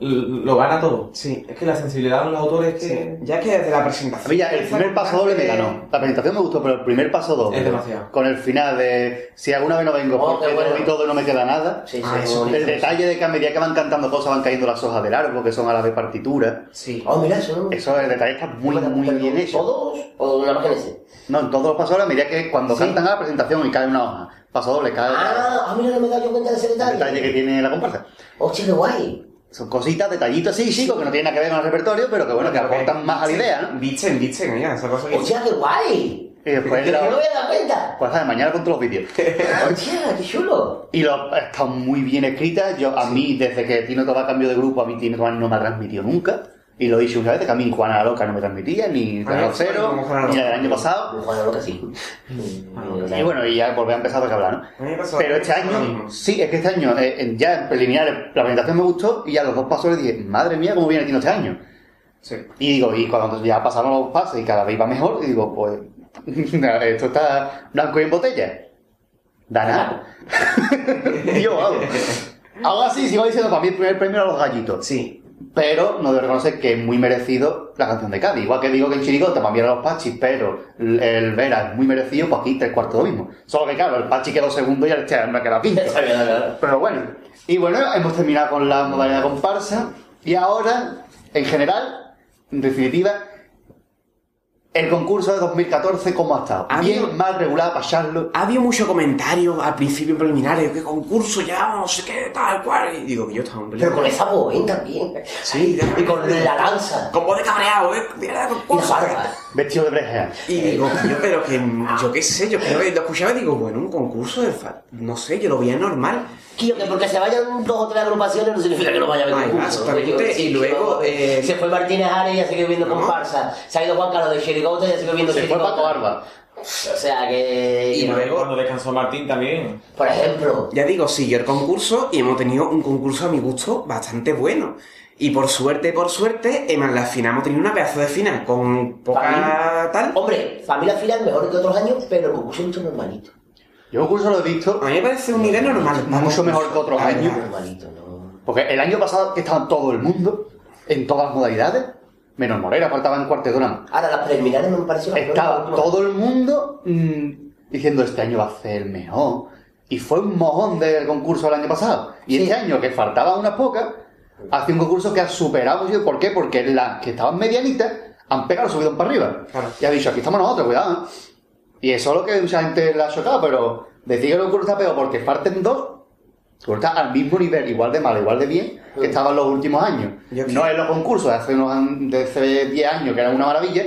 S4: l- lo gana todo.
S5: Sí.
S4: Es que la sensibilidad de los autores es
S5: Sí,
S4: que...
S5: Ya que desde la
S2: A
S5: presentación.
S2: mí ya el primer paso doble me ganó. La presentación me gustó, pero el primer paso doble.
S4: Es demasiado.
S2: Con el final de si alguna vez no vengo
S3: Oh,
S2: porque
S3: qué bueno.
S2: dormí todo y no me queda nada.
S3: Sí, sí,
S5: Ah,
S3: muy
S5: eso,
S3: bonito.
S2: El detalle de que a medida que van cantando cosas van cayendo las hojas del árbol, que son a las de partitura.
S5: Sí.
S3: Oh, mira, eso no-
S2: Eso, el detalle está muy,
S3: Bueno,
S2: muy
S3: pero
S2: bien hecho.
S3: ¿Todos o una más en ese?
S2: No, en todos los pasos dobles, a medida que cuando cantan a la presentación y cae una hoja, paso doble, cae
S3: Ah, ah, mira, no me he dado yo cuenta de ese
S2: el detalle que
S3: detalle.
S2: tiene la comparsa.
S3: Hostia, qué guay.
S2: Son cositas, detallitos, sí, chicos, que no tienen nada que ver con el repertorio, pero que bueno, que aportan más a la idea, ¿no?
S5: Visten, visten, ya, esa
S2: Pues
S5: cosa que.
S3: Hostia, Oh, qué guay.
S2: Y después
S3: Yo no me
S2: la
S3: había
S2: <laughs>
S3: dado cuenta.
S2: pues, de mañana con todos los vídeos.
S3: Hostia, qué chulo.
S2: Y lo, están muy bien escritas. Yo, a mí, desde que Tino Toba cambió de grupo, a mí Tino Toba no me ha transmitido nunca. Y lo he dicho una vez, que a mí Juana la Loca no me transmitía, ni
S5: Ah,
S2: Canal
S5: sí,
S2: Cero,
S5: como Juana la
S2: ni la del
S5: Loca.
S2: año pasado.
S3: Bueno, lo que sí. Mm,
S2: Y
S3: <laughs>
S2: bueno, y ya volví a empezar a hablar,
S5: A mí
S2: ¿no?
S5: me pasó-
S2: Pero este
S5: me pasó lo
S2: año,
S5: mismo.
S2: sí, es que este año, eh, en- ya en preliminares, la presentación me gustó y a los dos pasos le dije, madre mía, cómo viene Tino este año.
S5: Sí.
S2: Y digo, y cuando ya pasaron los pases y cada vez va mejor, y digo, pues <laughs> esto está blanco y en botella. Da nada. <laughs> y yo, vamos. Aún así, sigo diciendo para mí el primer premio a los gallitos.
S5: Sí.
S2: Pero no debo reconocer que es muy merecido la canción de Cádiz. Igual que digo que en Chirigota para mí eran los Pachis, pero el- el Vera es muy merecido, pues aquí tres cuartos lo mismo. Solo que claro, el Pachi quedó segundo y el Este me queda pinto.
S3: Está bien, dale, dale.
S2: Pero bueno, y bueno, hemos terminado con la modalidad comparsa. Y ahora, en general, en definitiva, el concurso de 2014, ¿cómo ha estado?
S5: Ha habido-
S2: Bien, mal, regular, pasarlo.
S5: Ha habido mucho comentario al principio preliminares, que concurso ya, no sé qué, tal cual. Y digo que yo estaba un
S3: Pero con
S5: pelín.
S3: esa voz ¿eh? también.
S5: Sí,
S3: Y con la lanza.
S5: Con voz de cabreado, eh. Mira,
S3: Y la
S5: concurso.
S3: barba.
S2: vestido de breja.
S5: Y digo, coño, pero Eh, que yo qué sé, yo creo que lo escuchaba y digo, bueno, un concurso de fa- no sé, yo lo veía normal.
S3: Quillo, que porque se vayan dos o tres agrupaciones no significa que no vaya a haber
S5: Ay,
S3: concurso.
S5: exactamente.
S3: Quiero decir,
S5: Y luego, eh,
S3: se fue Martínez Ares y ya siguió viendo
S5: ¿no?
S3: comparsa. Se ha ido Juan Carlos de Chirigota y ya siguió viendo
S2: Se fue
S3: Chirigota.
S2: Paco Barba.
S3: O sea que.
S5: Y luego-
S4: Cuando descansó Martín también.
S3: Por ejemplo.
S5: Ya digo, siguió el concurso y hemos tenido un concurso a mi gusto bastante bueno. Y por suerte, por suerte, en la final hemos tenido una pedazo de final con poca tal.
S3: Hombre, familia final mejor que otros años, pero el concurso es mucho normalito.
S2: Yo un curso lo he visto
S5: A mí me parece un nivel normal.
S2: mucho mejor que otros
S5: Ah,
S2: años.
S3: Normalito, ¿no?
S2: Porque el año pasado que estaba todo el mundo, en todas las modalidades, menos Morera, faltaba en cuarteto nada más.
S3: Ahora, las preliminares no me parecieron.
S2: Estaba
S3: no, no, no.
S2: todo el mundo mm, diciendo este año va a ser el mejor. Y fue un mojón del concurso del año pasado. Y
S3: Sí.
S2: este año, que faltaban unas pocas, hace un concurso que ha superado. mucho. ¿Por qué? Porque las que estaban medianitas han pegado el subidón para arriba.
S5: Claro.
S2: Y ha dicho, aquí estamos nosotros, cuidado. ¿eh". Y eso es lo que mucha gente le ha chocado, pero decir que el concurso está peor porque parten dos, tú estás al mismo nivel, igual de mal, igual de bien, que estaban los últimos años.
S5: Yo
S2: No
S5: creo-
S2: es los concursos de hace, unos, an- de hace 10 años, que era una maravilla,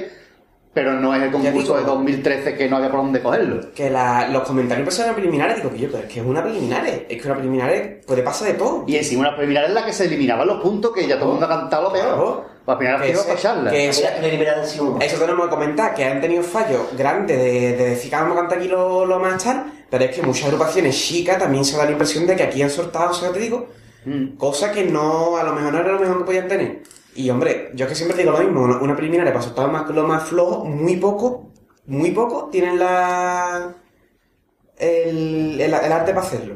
S2: pero no es el concurso
S5: digo-
S2: de 2013 que no había por dónde cogerlo.
S5: Que la- los comentarios empezaron a preliminares, digo, yo, pero es que es una preliminares, es que una preliminares puede pasar de todo.
S2: Y encima una preliminar en la que se eliminaban los puntos que ya todo el mundo ha cantado lo peor.
S5: Claro.
S2: Para final
S5: Que
S2: iba
S5: ese-
S2: para charla.
S5: que
S3: Las
S5: ese-
S3: preliminares han sido un-
S5: Eso tenemos que comentar, que han tenido fallos grandes de, de decir que vamos a cantar aquí lo, lo más tal, pero es que muchas agrupaciones chicas también se da la impresión de que aquí han soltado, o sea, te digo,
S2: Mm.
S5: cosas que no, a lo mejor no era lo mejor que podían tener. Y hombre, yo es que siempre digo lo mismo, una, una preliminar para soltar más, lo más flojo, muy poco, muy poco, tienen la... el, el- el arte para hacerlo.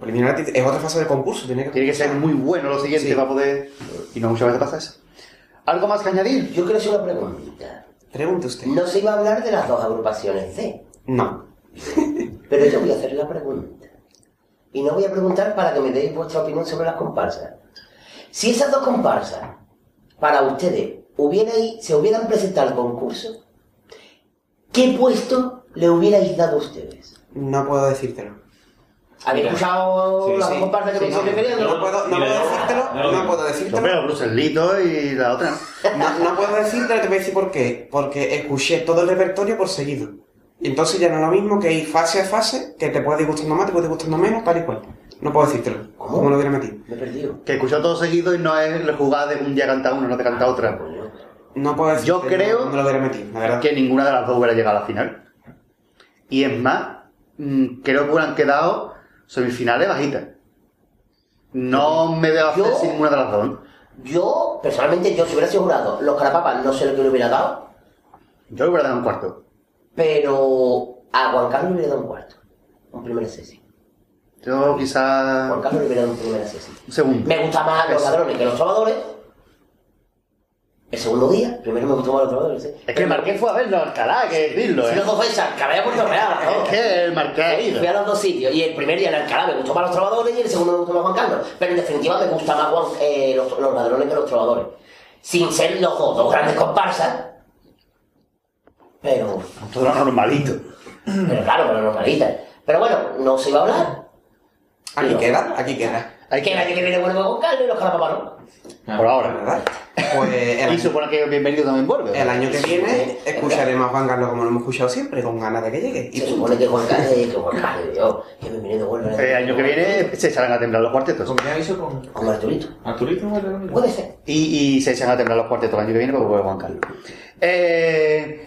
S5: Preliminar es otra fase del concurso, tiene que...
S2: Tiene que ser muy bueno lo siguiente
S5: Sí.
S2: para poder... Y no muchas veces pasa eso. ¿Algo más que añadir?
S3: Yo quiero hacer una preguntita.
S5: Pregunte usted.
S3: No se iba a hablar de las dos agrupaciones C,
S5: No.
S3: pero yo voy a hacer la pregunta. Y no voy a preguntar para que me deis vuestra opinión sobre las comparsas. Si esas dos comparsas, para ustedes, hubierais, se hubieran presentado al concurso, ¿qué puesto le hubierais dado a ustedes?
S5: No puedo decírtelo.
S3: ¿Habéis
S4: Mira.
S3: escuchado
S4: Sí,
S3: las
S4: sí.
S3: dos comparsas que
S4: Sí,
S3: me
S4: sí.
S3: estoy refiriendo?
S5: No puedo, no
S4: Mira,
S5: puedo
S4: yo-
S5: decírtelo,
S4: yo lo
S5: no
S4: digo.
S5: puedo
S2: Yo
S5: decírtelo.
S2: veo Bruselito y la otra.
S5: No, no puedo decírtelo, te voy a decir por qué. Porque escuché todo el repertorio por seguido. Y entonces ya no es lo mismo que ir fase a fase, que te puede ir gustando más, te puede ir gustando menos, tal y cual. No puedo decírtelo.
S3: ¿Cómo?
S5: Como lo hubiera metido.
S3: Me he perdido.
S2: Que escuchó todo seguido y no es la jugada de un día canta uno, no te canta otra.
S5: No puedo decirte,
S2: Yo creo
S5: No, no lo hubiera metido, la verdad.
S2: que ninguna de las dos hubiera llegado a la final. Y es más, mm, creo que hubieran quedado semifinales bajitas. No me veo hacer
S3: Yo-
S2: sin ninguna de las dos. ¿eh?
S3: Yo, personalmente, yo si hubiera sido jurado, los carapapas no sé lo que le hubiera dado,
S2: Yo le hubiera dado un cuarto.
S3: pero a Juan Carlos le hubiera dado un cuarto. Un primer sesión.
S2: Yo
S3: Juan
S2: quizás
S3: Carlos le hubiera dado un primer sesión.
S2: un segundo.
S3: Me gusta más los ladrones que los trovadores. El segundo día, primero me gustó más los trovadores. ¿eh?
S2: Es que el Marqués fue a verlo, Alcalá, hay que decirlo,
S3: Si
S2: ¿eh?
S3: no dos veces, Alcalá y a Puerto Real. ¿no?
S2: Es que el Marqués ha ido.
S3: Fui a los dos sitios. Y el primer día en Alcalá me gustó más los trovadores y el segundo me gustó más Juan Carlos. Pero en definitiva me gusta más Juan- eh, los, los ladrones que los trovadores. Sin ser los dos, dos grandes comparsas.
S2: <clears throat>
S3: Pero,
S2: Todo era normalito.
S3: pero claro, pero normalitas. Pero bueno, no se iba a hablar.
S5: Aquí
S3: no.
S5: queda, aquí queda.
S2: Hay
S3: Que el año que viene vuelvo con Carlos y los carapapas no.
S2: Por
S5: La
S2: ahora.
S5: verdad. Pues el
S2: Y
S5: año,
S2: supone que bienvenido también vuelve.
S5: el
S2: ¿verdad?
S5: año que viene escucharemos a Juan Carlos como lo hemos escuchado siempre, con ganas de que llegue.
S3: Y
S5: Y
S3: se
S5: punto.
S3: supone que Juan Carlos, eh, que Juan Carlos, yo, que me viene de vuelta.
S2: Eh, El año que viene se echarán a temblar los cuartetos.
S4: ¿Con quién aviso? ¿Con
S3: Con Arturito.
S4: Arturito? ¿no?
S3: Puede ser.
S2: Y, y se echan a temblar los cuartetos el año que viene porque vuelve Juan Carlos. Eh,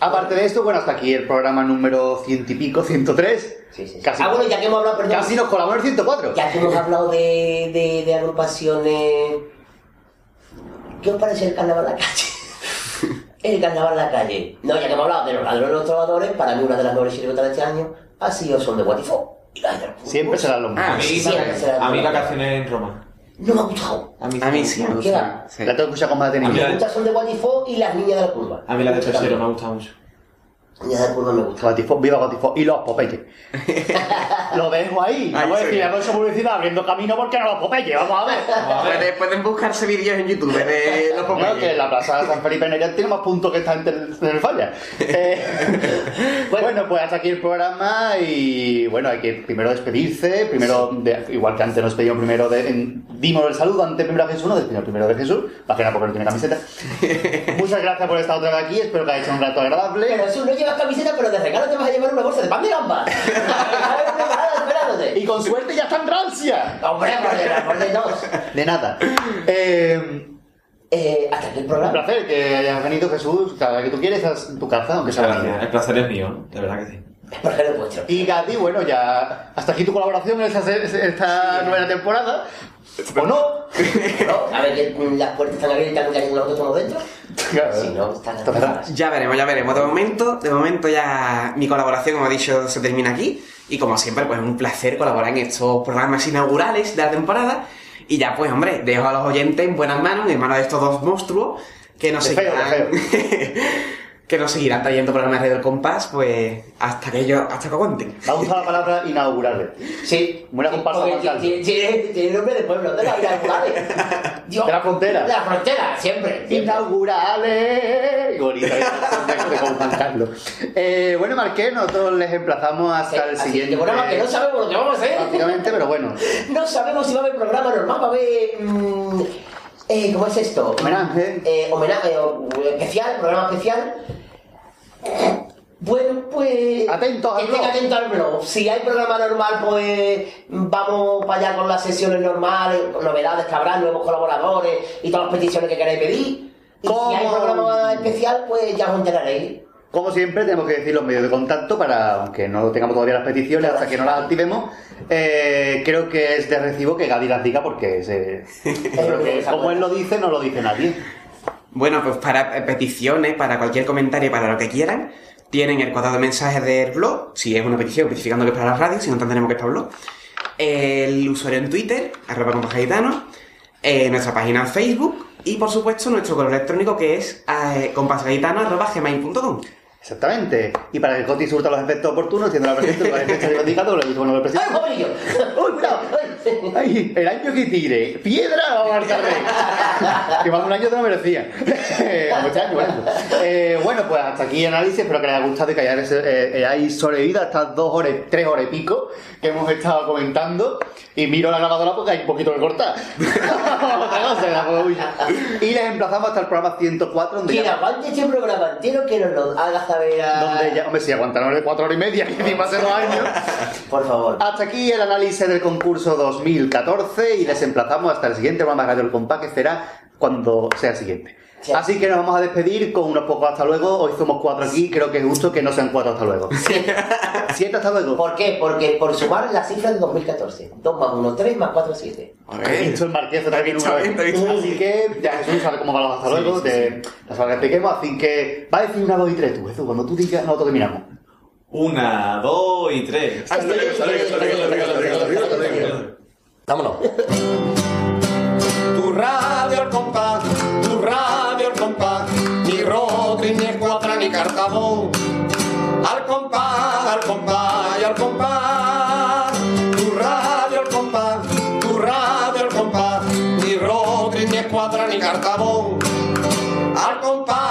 S2: aparte de esto, bueno, hasta aquí el programa número ciento y pico, 103.
S3: Sí, sí, sí.
S2: Casi,
S3: Ah, bueno, ya que hemos hablado, perdón.
S2: casi nos colamos en el 104.
S3: Ya que hemos hablado de, de, de agrupaciones. ¿Qué os parece el carnaval en la calle? el carnaval en la calle. No, ya que hemos hablado de los ladrones y los trovadores, para mí una de las mejores chirigotas de este año ha sido Son de Guatifó. Y la de los
S2: Siempre serán los mismos.
S5: Ah,
S4: A mí,
S3: sí, sí,
S4: a mí vacaciones en Roma.
S3: No me ha gustado.
S5: A mí sí me
S3: ¿Qué
S5: gusta.
S3: va?
S5: sí.
S3: Ah,
S2: La tengo que escuchar con más
S4: A mí
S2: detenimiento.
S3: Me
S4: la-
S3: gusta Son de Guatifó y las niñas de la curva.
S4: A mí la de
S3: Me gusta
S4: tercero
S3: también.
S4: me ha gustado mucho.
S3: Ya de Pullman me gusta.
S2: Guatifo- viva Guatifo y los Popeyes. lo dejo ahí. No
S5: Ahí
S2: voy a
S5: se
S2: decir
S5: queda.
S2: algo de publicidad abriendo camino porque no los Popeyes. Vamos a ver.
S5: <laughs> Pueden, pueden buscarse vídeos en YouTube de los
S2: Bueno,
S5: Popeyes.
S2: que la plaza de San Felipe Nerian tiene más puntos que esta gente en el falla. Eh, bueno, pues hasta aquí el programa y bueno, hay que primero despedirse, primero, de- igual que antes nos pedimos primero, de, en- dimos el saludo antes primero a Jesús, nos despedimos primero de Jesús, más que nada porque no tiene camiseta. Muchas gracias por estar otra vez aquí, espero que hayáis hecho un rato agradable.
S3: Pero si no llevas camiseta, pero de regalo te vas a llevar una bolsa de pan de gamba. Está preparada, esperándote.
S2: Y con suerte ya está en rancia.
S3: Hombre, por el amor de Dios.
S2: De
S3: <clears throat>
S2: nada. Eh,
S3: Eh, hasta aquí el
S2: un
S3: programa.
S2: placer que hayas venido Jesús, cada vez que tú quieres, estás en tu casa, aunque sea
S4: Muchas
S2: la
S4: gracias. El placer es mío, de verdad que sí.
S3: Espero que lo vuestro.
S2: Y Gadi, bueno, ya hasta aquí tu colaboración en esta, esta novena temporada. ¿O no?
S3: <laughs> ¿No? A ver, que mm, las puertas están abiertas, que nosotros estamos dentro. Si no, están
S2: Está cerrada.
S3: cerradas.
S5: Ya veremos, ya veremos. De momento, de momento ya mi colaboración, como he dicho, se termina aquí. Y como siempre, pues un placer colaborar en estos programas inaugurales de la temporada. Y ya, pues, hombre, dejo a los oyentes en buenas manos, en manos de estos dos monstruos, que nos
S2: De feo,
S5: seguirán. <laughs> que nos seguirán trayendo programas de del compás, pues, hasta que ellos, hasta que aguanten.
S2: Me ha gustado la palabra inaugurable.
S3: Sí.
S2: Buena comparsa
S3: Porque
S2: Juan Carlos.
S3: Tiene, tiene- tiene nombre de pueblo, de la inaugurable.
S2: <laughs>
S3: Dios.
S2: De la frontera.
S3: De la frontera, siempre. siempre.
S2: Inaugurales. Bonito, de como Juan Carlos. Eh, bueno, Marqués, nosotros les emplazamos
S3: Sí,
S2: hasta el
S3: así
S2: siguiente.
S3: que programa que no sabemos lo que vamos a hacer.
S2: Prácticamente, pero bueno.
S3: No sabemos si va a haber programa normal, va a haber. mm, eh, ¿Cómo es esto?
S2: Homenaje.
S3: Eh, homenaje o- eh, especial, programa especial. Bueno, pues.
S2: Atentos al
S3: que estén
S2: blog.
S3: atentos al blog. Si hay programa normal, pues vamos para allá con las sesiones normales, con novedades que habrá, nuevos colaboradores y todas las peticiones que queráis pedir. Y
S2: ¿Cómo?
S3: si hay programa especial, pues ya os enteraréis.
S2: Como siempre, tenemos que decir los medios de contacto para, aunque no tengamos todavía las peticiones, hasta que no las activemos. Eh, creo que es de recibo que Gaby las diga porque se, creo que como él lo dice, no lo dice nadie.
S5: Bueno, pues para eh, peticiones, para cualquier comentario, para lo que quieran, tienen el cuadrado de mensajes del blog, si es una petición, especificando que es para la radio, si no entendemos que es para el blog, el usuario en Twitter, arroba compás gaditano, eh, nuestra página en Facebook y, por supuesto, nuestro correo electrónico que es eh, compasgaditano arroba gmail.com.
S2: Exactamente. Y para que el Coti surta los efectos oportunos, siendo la presidenta <laughs> con el efecto del sindicato, lo he dicho con el
S3: ¡Ay,
S2: presidente.
S3: pobrillo!
S2: <laughs> ¡Uy,
S3: <laughs>
S2: cuidado! ¡Ay, el año que tire! ¡Piedra va a marcarme! que más de un año te lo <laughs> merecía. Eh, muchos años, bueno. Eh, bueno, pues hasta aquí el análisis. Espero que les haya gustado y que hayáis, eh, hayáis sobrevivido a estas dos horas, tres horas y pico que hemos estado comentando. Y miro la grabadora porque hay un poquito que cortar. <laughs> Otra cosa, la puedo huir. y les emplazamos hasta el programa 104, donde
S3: Quien
S2: ya
S3: aguante este programa entero, que nos lo haga saber a...
S2: donde ya, hombre, si aguantaron de cuatro horas y media, que encima hace dos años.
S3: Por favor.
S2: Hasta aquí el análisis del concurso 2014 y les emplazamos hasta el siguiente programa de Radio El Compás, que será cuando sea el siguiente.
S3: Sí.
S2: Así que nos vamos a despedir con unos pocos hasta luego. Hoy somos cuatro aquí, creo que es justo que no sean cuatro hasta luego. <laughs> Siete hasta luego.
S3: ¿Por qué? Porque por sumar las cifras de 2014. 2 más 1, 3 más 4, 7.
S2: He visto el marqués también
S5: visto
S2: una
S5: bien, te he
S2: vez.
S5: visto.
S2: Así que ya Jesús sabe cómo van los hasta luego. de, Las que expliquemos, así que va a decir una, dos y tres tú, Jesús. Cuando tú digas, nosotros terminamos.
S4: Una, dos y tres.
S3: Hasta luego, hasta luego, hasta luego, hasta luego, hasta luego, hasta luego, hasta luego.
S1: Vámonos. Tu radio al compás, tu radio al compás, ni Rodri, ni Escuadra, ni Cartabón. Al compás, al compás y al compás, tu radio al compás, tu radio al compás, ni Rodri, ni Escuadra, ni Cartabón. Al compás,